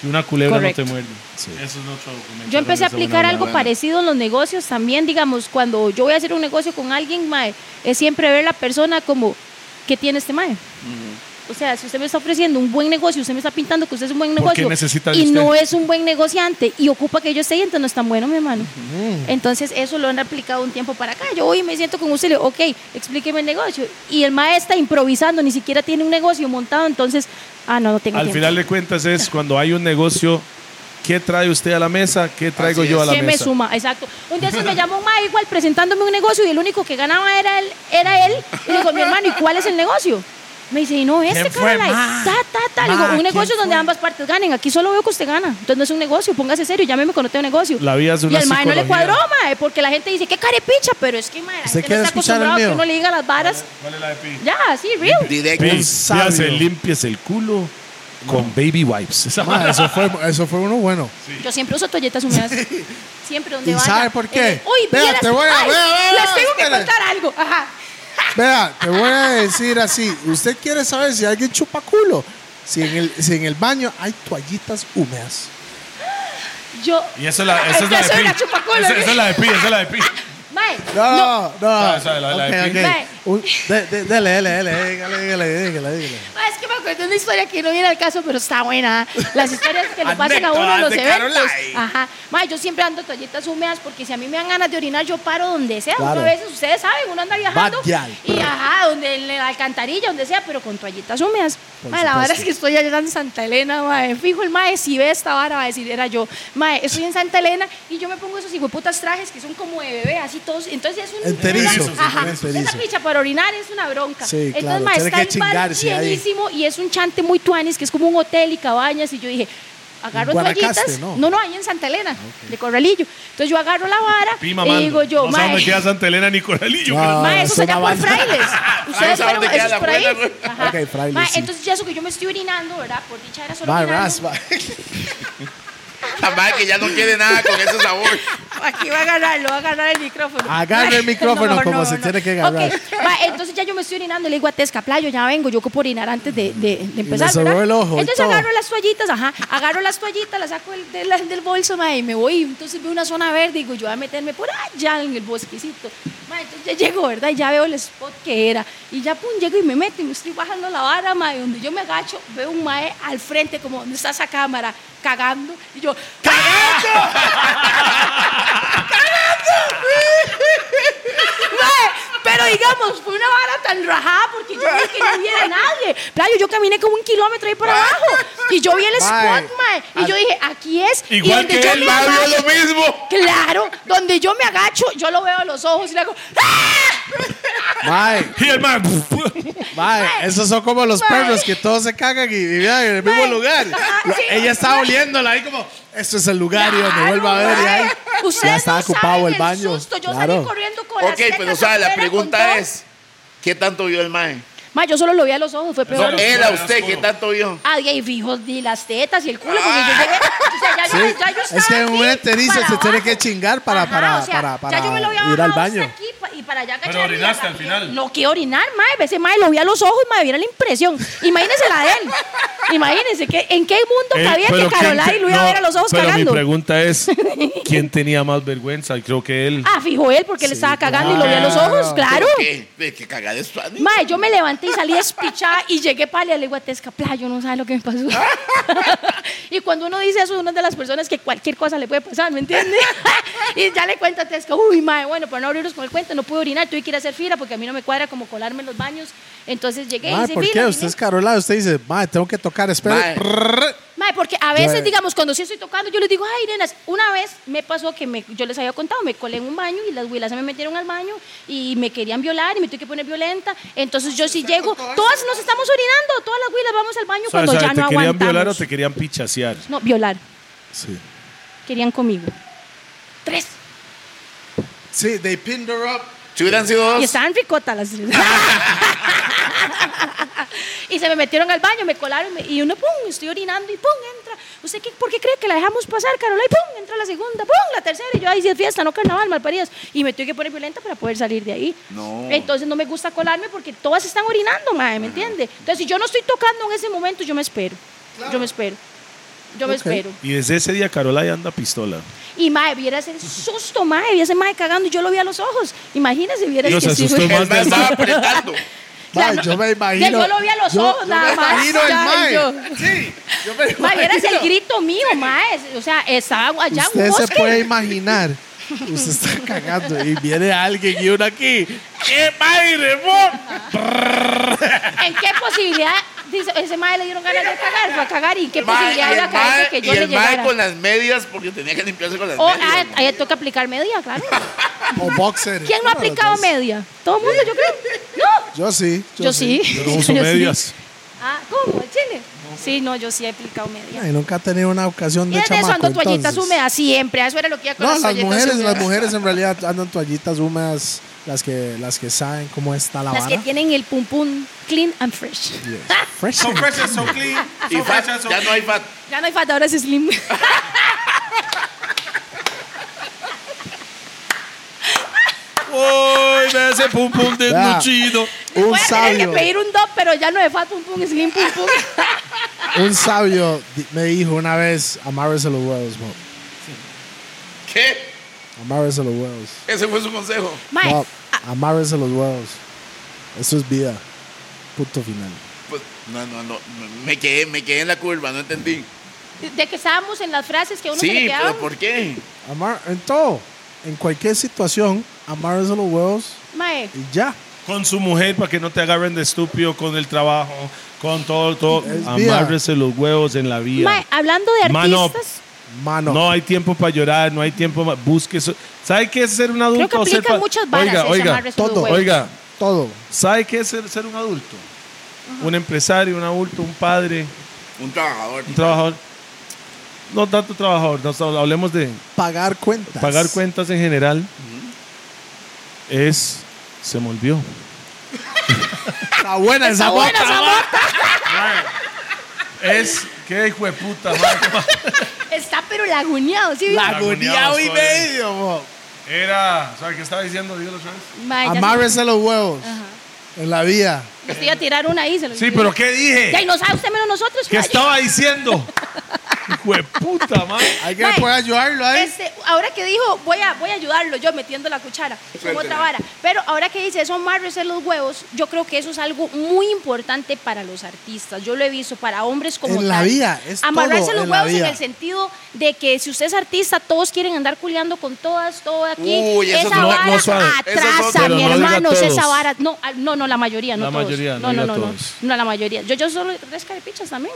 Speaker 1: que una culebra
Speaker 3: Correcto.
Speaker 1: no te muerde. Eso es otro comentario
Speaker 3: Yo empecé
Speaker 1: de
Speaker 3: a
Speaker 1: esa buena
Speaker 3: aplicar
Speaker 1: onda.
Speaker 3: algo
Speaker 4: buena.
Speaker 3: parecido en los negocios también, digamos, cuando yo voy a hacer un negocio con alguien, mae, es siempre ver la persona como, ¿qué tiene este mae? O sea, si usted me está ofreciendo un buen negocio, usted me está pintando que usted es un buen
Speaker 1: ¿Por
Speaker 3: negocio
Speaker 1: qué necesita de
Speaker 3: y
Speaker 1: usted?
Speaker 3: no es un buen negociante y ocupa que yo esté ahí, entonces no es tan bueno, mi hermano. Entonces eso lo han aplicado un tiempo para acá. Yo hoy me siento con usted y le digo, ok, explíqueme el negocio. Y el mae está improvisando, ni siquiera tiene un negocio montado, entonces, ah, no, no tengo
Speaker 1: Al
Speaker 3: tiempo.
Speaker 1: final de cuentas es cuando hay un negocio, ¿qué trae usted a la mesa? ¿Qué traigo
Speaker 4: Así
Speaker 1: yo
Speaker 4: es.
Speaker 1: a la
Speaker 3: que me
Speaker 1: mesa?
Speaker 3: suma, exacto. Un día se me llamó un mae igual presentándome un negocio y el único que ganaba era él. Era él. Y le digo, mi hermano, ¿y cuál es el negocio? Me dice, y no, este,
Speaker 1: ¿Quién fue,
Speaker 3: Caroline.
Speaker 1: ma?
Speaker 3: Ta, ta, ta. Le
Speaker 2: Ma,
Speaker 3: digo, un
Speaker 2: ¿quién
Speaker 3: negocio donde ambas partes ganen. Aquí solo veo que usted gana. Entonces no es un negocio, póngase serio, llámeme cuando tenga un negocio.
Speaker 1: La vida es
Speaker 3: y
Speaker 1: una
Speaker 3: el mae no le
Speaker 1: psicología.
Speaker 3: cuadró, mae, porque la gente dice, qué carepicha, pero es que, mae, la
Speaker 2: ¿Usted
Speaker 3: gente
Speaker 2: quiere
Speaker 3: no está
Speaker 2: escuchar el
Speaker 3: acostumbrada a que
Speaker 2: mío?
Speaker 3: uno le diga las varas.
Speaker 1: ¿Cuál es la de Pi?
Speaker 3: Ya, sí, real.
Speaker 4: Directo.
Speaker 1: Pi,
Speaker 2: Un sabio.
Speaker 1: píase, límpiese el culo con baby wipes. Esa
Speaker 2: Ma, eso, fue, eso fue uno bueno.
Speaker 3: Yo siempre uso toalletas húmedas. Siempre donde
Speaker 2: ¿Y
Speaker 3: vaya.
Speaker 2: sabe por qué?
Speaker 3: Eh, Uy,
Speaker 2: Vea,
Speaker 3: vieras-
Speaker 2: te voy a-
Speaker 3: ay,
Speaker 2: vea, vea,
Speaker 3: Les tengo que
Speaker 2: espere.
Speaker 3: contar algo. Ajá.
Speaker 2: Vea, te voy a decir así. Usted quiere saber si alguien chupa culo. Si en el, si en el baño hay toallitas húmedas.
Speaker 3: Yo.
Speaker 1: Y eso es la, esa es la
Speaker 3: Yo soy
Speaker 1: de Pi.
Speaker 3: una chupaculo,
Speaker 1: Esa-
Speaker 3: ¿sí?
Speaker 1: esa es la de Pi, esa es la de Pi.
Speaker 3: Mae, no.
Speaker 2: No, no.
Speaker 1: Sabe, sabe, Ah, la- la de
Speaker 2: Ok,
Speaker 1: Pink.
Speaker 2: ok.
Speaker 3: Mae.
Speaker 2: Un- de- de- Dele, dele, dele. Dígale, dígale, dígale, dígale.
Speaker 3: Mae, Ah, es que me acuerdo de una historia que no viene al caso, pero está buena. Las historias que le pasan a uno en
Speaker 4: Anécdotas
Speaker 3: los
Speaker 4: de
Speaker 3: eventos.
Speaker 4: Caroline.
Speaker 3: Ajá. Mae, yo siempre ando toallitas húmedas porque si a mí me dan ganas de orinar, yo paro donde sea.
Speaker 2: Claro.
Speaker 3: Uno a veces, ustedes saben, uno anda viajando.
Speaker 2: Batial.
Speaker 3: Y ajá, donde en la alcantarilla, donde sea, pero con toallitas húmedas.
Speaker 2: Por
Speaker 3: Mae, la
Speaker 2: supuesto.
Speaker 3: vara es que estoy allá en Santa Elena, mae. Fijo, el mae, si ve esta vara, va a decir, era yo. Mae, estoy en Santa Elena y yo me pongo esos hijueputas trajes que son como de bebé, así todos. Entonces es un.
Speaker 2: Enterizo,
Speaker 3: una- Ajá.
Speaker 2: enterizo.
Speaker 3: Esa picha para orinar es una bronca.
Speaker 2: Sí,
Speaker 3: Entonces,
Speaker 2: claro,
Speaker 3: mae,
Speaker 2: tiene
Speaker 3: está
Speaker 2: que
Speaker 3: el bar
Speaker 2: chingarse ahí.
Speaker 3: llenísimo y es un chante muy tuanis, que es como un hotel y cabañas. Y yo dije, agarro
Speaker 2: En Guanacaste,
Speaker 3: toallitas.
Speaker 2: ¿no? Ah,
Speaker 3: ¿no? no, ahí en Santa Elena, de Corralillo. Entonces yo agarro la vara
Speaker 1: Pi
Speaker 3: y
Speaker 1: mamando.
Speaker 3: digo yo,
Speaker 1: no sé
Speaker 3: mae.
Speaker 1: dónde queda Santa Elena ni Coralillo.
Speaker 2: No.
Speaker 1: pero-
Speaker 3: Mae, eso
Speaker 2: es
Speaker 3: se
Speaker 2: una
Speaker 3: por
Speaker 2: banda.
Speaker 3: frailes.
Speaker 4: Ahí
Speaker 3: Ustedes
Speaker 4: es a donde
Speaker 3: fueron,
Speaker 4: queda
Speaker 3: eso es
Speaker 4: la
Speaker 3: por ahí.
Speaker 4: buena, ¿no?
Speaker 3: Ajá.
Speaker 2: Ok, frailes,
Speaker 3: Mae,
Speaker 2: sí.
Speaker 3: entonces ya eso que yo me estoy orinando, ¿verdad? Por dicha era solo
Speaker 2: Va,
Speaker 3: orinando.
Speaker 2: ras, va.
Speaker 4: La madre que ya no quiere nada con ese sabor.
Speaker 3: Aquí va a agarrarlo, va a agarrar el micrófono.
Speaker 2: Agarra el micrófono como se tiene que agarrar.
Speaker 3: Ok, va, entonces ya yo me estoy orinando y le digo a Tesca, playo, ya vengo, yo ocupo orinar antes de, de- de empezar.
Speaker 2: le sobró
Speaker 3: ¿verdad?
Speaker 2: el ojo y
Speaker 3: entonces
Speaker 2: todo.
Speaker 3: agarro las toallitas, ajá, agarro las toallitas, las saco del, del- del bolso, mae, y me voy. Entonces veo una zona verde y digo, yo voy a meterme por allá en el bosquecito. Mae, entonces ya llego, ¿verdad? Y ya veo el spot que era. Y ya, pum, llego y me meto y me estoy bajando la vara, mae, donde yo me agacho, veo un mae al frente, como, ¿dónde está esa cámara? Cagando. Y yo, ¡cagando! Mae, Pero digamos, fue una vara tan rajada porque yo vi que no viera a nadie. Playo, yo caminé como un kilómetro ahí para abajo y yo vi el
Speaker 2: Mae,
Speaker 3: spot, mae. Y yo dije, aquí es. Y
Speaker 1: Igual
Speaker 3: donde
Speaker 1: que
Speaker 3: yo
Speaker 1: él,
Speaker 3: me
Speaker 1: mae, vio
Speaker 3: agacho-
Speaker 4: lo mismo.
Speaker 3: Claro, donde yo me agacho, yo lo veo a los ojos y le hago, ¡ah!
Speaker 2: Mae,
Speaker 1: Y el mae,
Speaker 2: mae, esos son como los
Speaker 3: Mae.
Speaker 2: perros que todos se cagan y vivían en el mismo
Speaker 3: Mae.
Speaker 2: lugar.
Speaker 3: Ajá,
Speaker 2: Lo-
Speaker 3: Ah, sí.
Speaker 2: Ella estaba oliéndola ahí como, este es el lugar y donde
Speaker 3: Claro,
Speaker 2: vuelva a ver. y ahí,
Speaker 3: mae. Ustedes
Speaker 2: ya estaba
Speaker 3: no
Speaker 2: ocupado
Speaker 3: saben
Speaker 2: el baño.
Speaker 3: Susto. Yo
Speaker 2: Claro.
Speaker 3: salí corriendo con las
Speaker 4: Ok, pero
Speaker 3: tetas
Speaker 4: sabe, la
Speaker 3: afuera, con
Speaker 4: pregunta
Speaker 3: todo.
Speaker 4: es, ¿qué tanto vio el mae?
Speaker 3: Mae, yo solo lo vi a los ojos, fue
Speaker 4: No,
Speaker 3: peor.
Speaker 4: él a usted, ¿qué tanto vio?
Speaker 3: Ah, y ahí fijo, ni las tetas y el culo, porque yo llegué. O sea, ya, yo-
Speaker 2: Sí,
Speaker 3: ya yo estaba
Speaker 2: es que
Speaker 3: aquí
Speaker 2: un enterizo
Speaker 3: para
Speaker 2: se tiene
Speaker 3: abajo.
Speaker 2: que chingar para-
Speaker 3: Ajá,
Speaker 2: para-
Speaker 3: o sea,
Speaker 2: para- para
Speaker 3: ya yo me lo había
Speaker 2: ir al
Speaker 3: bajado
Speaker 2: baño.
Speaker 3: hasta aquí pa- y para allá
Speaker 1: Pero
Speaker 3: agacharme y
Speaker 1: orinaste
Speaker 3: hasta
Speaker 1: al
Speaker 3: aquí.
Speaker 1: final.
Speaker 3: No, que orinar, mae. pues Ese mae lo vi a los ojos, mae, viera la impresión. Imagínense la de él. Imagínense, que, ¿en qué
Speaker 1: Eh,
Speaker 3: mundo cabía que
Speaker 1: pero ¿quién
Speaker 3: Caroline
Speaker 1: te-
Speaker 3: lo iba a
Speaker 1: no,
Speaker 3: ver a los ojos
Speaker 1: pero
Speaker 3: cagando?
Speaker 1: mi pregunta es, ¿quién tenía más vergüenza? Y creo que él.
Speaker 3: Ah, fijo él, porque él estaba cagando y lo vi a los
Speaker 2: claro.
Speaker 3: ojos, claro.
Speaker 4: ¿Qué? ¿Qué qué cagada es tu ánimo?
Speaker 3: Mae, yo me levanté y salí despichada y llegué para la guatesca, playo, no sabe lo que me pasó. y cuando uno dice eso, uno es de las personas que cualquier cosa le puede pasar, ¿me entiendes? y ya le cuenta a Tesca, uy, mae, bueno, para no abrirnos con el cuento, no pude orinar, tuve que ir a hacer fila porque a mí no me cuadra como colarme en los baños. Entonces llegué y
Speaker 2: Mae,
Speaker 3: hice
Speaker 2: ¿por
Speaker 3: fila.
Speaker 2: qué?
Speaker 3: vine.
Speaker 2: Usted es Carola, usted dice, mae, tengo que tocar, espera.
Speaker 4: Mae.
Speaker 2: Prrr.
Speaker 3: Mae, Mae, porque a veces,
Speaker 2: Yo-
Speaker 3: digamos, cuando sí estoy tocando, yo les digo, ay, nenas, una vez me pasó que me- yo les había contado, me colé en un baño y las huilas se me metieron al baño y me querían violar y me tuve que poner violenta. Entonces yo sí llego, todas nos estamos orinando, todas las huilas vamos al baño
Speaker 1: O sea,
Speaker 3: cuando
Speaker 1: o sea,
Speaker 3: ya
Speaker 1: ¿Te
Speaker 3: no
Speaker 1: querían
Speaker 3: aguantamos.
Speaker 1: violar o te querían pichasear?
Speaker 3: No, violar,
Speaker 1: Sí.
Speaker 3: querían conmigo. Tres.
Speaker 2: Sí, they pinned her up.
Speaker 4: Si hubieran sido
Speaker 3: Y
Speaker 4: dos,
Speaker 3: estaban ricotas las tres. y se me metieron al baño, me colaron me- y uno, pum, estoy orinando y pum, entra. ¿Usted qué, por qué cree que la dejamos pasar, Carola? Y pum, entra la segunda, pum, la tercera. Y yo ahí sí es fiesta, no carnaval, malparidas. Y me tuve que poner violenta para poder salir de ahí.
Speaker 4: No.
Speaker 3: Entonces no me gusta colarme porque todas están orinando, madre, ¿me entiende? Entonces si yo no estoy tocando en ese momento, yo me espero. Yo me espero. Yo me
Speaker 2: Ok.
Speaker 3: espero.
Speaker 1: Y desde ese día Carola ya anda pistola.
Speaker 3: Y mae, viera ese susto, mae, viera ese mae cagando y yo lo vi a los ojos. Imagínese, viera
Speaker 1: Dios,
Speaker 3: que
Speaker 1: se
Speaker 3: sí,
Speaker 1: asustó
Speaker 3: güey.
Speaker 1: más
Speaker 4: el más estaba apretando.
Speaker 2: Mae,
Speaker 3: Ya,
Speaker 2: yo me imagino.
Speaker 3: Ya, yo lo vi a los
Speaker 2: yo-
Speaker 3: ojos,
Speaker 2: yo
Speaker 3: nada
Speaker 2: me
Speaker 3: más.
Speaker 2: imagino el
Speaker 3: Ya,
Speaker 2: mae.
Speaker 3: yo-
Speaker 2: Sí, yo me
Speaker 3: Mae, vieras el
Speaker 2: imagino.
Speaker 3: grito mío, mae. O sea, estaba allá en
Speaker 2: Usted
Speaker 3: un
Speaker 2: se
Speaker 3: bosque.
Speaker 2: puede imaginar. Usted está cagando y viene alguien y uno aquí. ¡Qué madre, mo!
Speaker 3: ¿En qué posibilidad? Dice, ese mae le dieron ganas de cagar, para cagar. ¿Y qué
Speaker 4: Mae,
Speaker 3: posibilidad
Speaker 4: y
Speaker 3: había
Speaker 4: el
Speaker 3: cagar de que
Speaker 4: mae,
Speaker 3: yo
Speaker 4: y
Speaker 3: le
Speaker 4: el mae
Speaker 3: llegara?
Speaker 4: con las medias porque tenía que limpiarse con las
Speaker 3: O,
Speaker 4: medias.
Speaker 3: ah,
Speaker 4: mae.
Speaker 3: ahí toca aplicar media, claro.
Speaker 2: O boxer.
Speaker 3: ¿Quién no ha
Speaker 2: Uno de los
Speaker 3: aplicado
Speaker 2: dos.
Speaker 3: media? Todo el mundo, yo creo. No.
Speaker 2: Yo sí.
Speaker 3: Yo, sí.
Speaker 1: Yo no uso
Speaker 3: Yo sí.
Speaker 1: medias.
Speaker 3: Ah, ¿cómo? ¿El chile? Sí, no, yo sí he aplicado media.
Speaker 2: Ay, nunca ha tenido una ocasión
Speaker 3: Y
Speaker 2: de
Speaker 3: desde eso
Speaker 2: chamaco,
Speaker 3: ando toallitas
Speaker 2: entonces.
Speaker 3: húmedas siempre. Eso era lo que iba con
Speaker 2: No, las
Speaker 3: toallitas
Speaker 2: mujeres,
Speaker 3: húmedas.
Speaker 2: las mujeres en realidad andan toallitas húmedas, las que, las que saben cómo está la
Speaker 3: Las que
Speaker 2: vara.
Speaker 3: tienen el pum pum clean and fresh.
Speaker 2: Fresh.
Speaker 4: Y fat, ya no hay fat.
Speaker 3: Ya no hay falta, ahora es slim.
Speaker 1: ¡Uy, me hace pum pum de
Speaker 2: Vea.
Speaker 1: nuchido!
Speaker 2: Un
Speaker 3: Voy a tener
Speaker 2: sabio,
Speaker 3: que pedir un dop, pero ya no me falta un pum slim pum pum.
Speaker 2: un sabio di- me dijo una vez, amárrese los huevos, mo.
Speaker 4: ¿Qué?
Speaker 2: Amárrese los huevos.
Speaker 4: Ese fue su consejo.
Speaker 3: Mae,
Speaker 2: No,
Speaker 3: ah,
Speaker 2: amárrese los huevos. Eso es vida. Punto final.
Speaker 4: Pues, no, no, no. Me quedé, me quedé en la curva, no entendí.
Speaker 3: de que estábamos en las frases que a uno se le
Speaker 4: Sí,
Speaker 3: quedaban.
Speaker 4: pero ¿por qué?
Speaker 2: Amar, en todo, en cualquier situación, amárrese los huevos
Speaker 3: Mae,
Speaker 2: y ya.
Speaker 1: Con su mujer para que no te agarren de estúpido, con el trabajo, con todo, todo.
Speaker 2: Es vida.
Speaker 1: Amárrese los huevos en la vida.
Speaker 3: mae, hablando de
Speaker 1: Mano.
Speaker 3: artistas,
Speaker 2: Mano.
Speaker 1: No. hay tiempo para llorar, no hay tiempo para... Busque eso. ¿Sabe qué es ser un adulto?
Speaker 3: creo que
Speaker 1: o ser
Speaker 3: aplican
Speaker 1: pa-
Speaker 3: muchas varas
Speaker 1: Oiga,
Speaker 3: ese
Speaker 1: oiga,
Speaker 3: amarre solo
Speaker 2: todo,
Speaker 3: huevo.
Speaker 1: oiga.
Speaker 2: Todo.
Speaker 1: ¿Sabe qué es ser, ser un adulto? Un empresario, un adulto, un padre,
Speaker 4: Un trabajador.
Speaker 1: un trabajador. No tanto trabajador, nos hablemos de
Speaker 2: Pagar cuentas.
Speaker 1: pagar cuentas en general. Es... Se me olvidó.
Speaker 2: Está buena esa
Speaker 3: buena
Speaker 2: bota,
Speaker 3: Ah, esa
Speaker 2: ma.
Speaker 1: Es... ¡Qué hijo de puta!
Speaker 3: está pero laguneado, ¿sí?
Speaker 2: Laguneado y
Speaker 1: Laguneado,
Speaker 2: medio, mo.
Speaker 1: Era... ¿Sabes qué estaba diciendo? Dígalo otra vez.
Speaker 3: Mae, ya
Speaker 2: Amárrese los huevos. En la vida.
Speaker 3: se- les iba a tirar una ahí, se lo
Speaker 1: Sí,
Speaker 3: olvidé.
Speaker 1: pero ¿qué dije?
Speaker 3: Ya, y no sabe usted menos nosotros,
Speaker 1: ¿Qué
Speaker 3: mae.
Speaker 1: estaba diciendo? Hijo de puta, man.
Speaker 2: Alguien
Speaker 3: Mae,
Speaker 2: puede ayudarlo ahí.
Speaker 3: Este, ahora que dijo, voy a, voy a ayudarlo yo metiendo la cuchara con otra vara. Pero ahora que dice eso, amarrese los huevos, yo creo que eso es algo muy importante para los artistas. Yo lo he visto para hombres como
Speaker 2: En la
Speaker 3: tal.
Speaker 2: vida, es
Speaker 3: Amarrarse
Speaker 2: todo
Speaker 3: los
Speaker 2: en la
Speaker 3: huevos en
Speaker 2: vida.
Speaker 3: el sentido de que si usted es artista, todos quieren andar culeando con todas, todo aquí.
Speaker 4: Uy, eso
Speaker 3: esa
Speaker 4: es- no,
Speaker 3: vara
Speaker 1: no, suave.
Speaker 4: Eso es
Speaker 3: atrasa,
Speaker 4: otro.
Speaker 1: Pero
Speaker 3: mi
Speaker 1: no diga
Speaker 3: hermano,
Speaker 1: todos.
Speaker 3: esa vara. No, ah, no, no, la mayoría, no
Speaker 1: La
Speaker 3: todos.
Speaker 1: mayoría, no
Speaker 3: no, no,
Speaker 1: diga
Speaker 3: no, no,
Speaker 1: todos.
Speaker 3: no, la mayoría. Yo, yo solo tres carepichas también.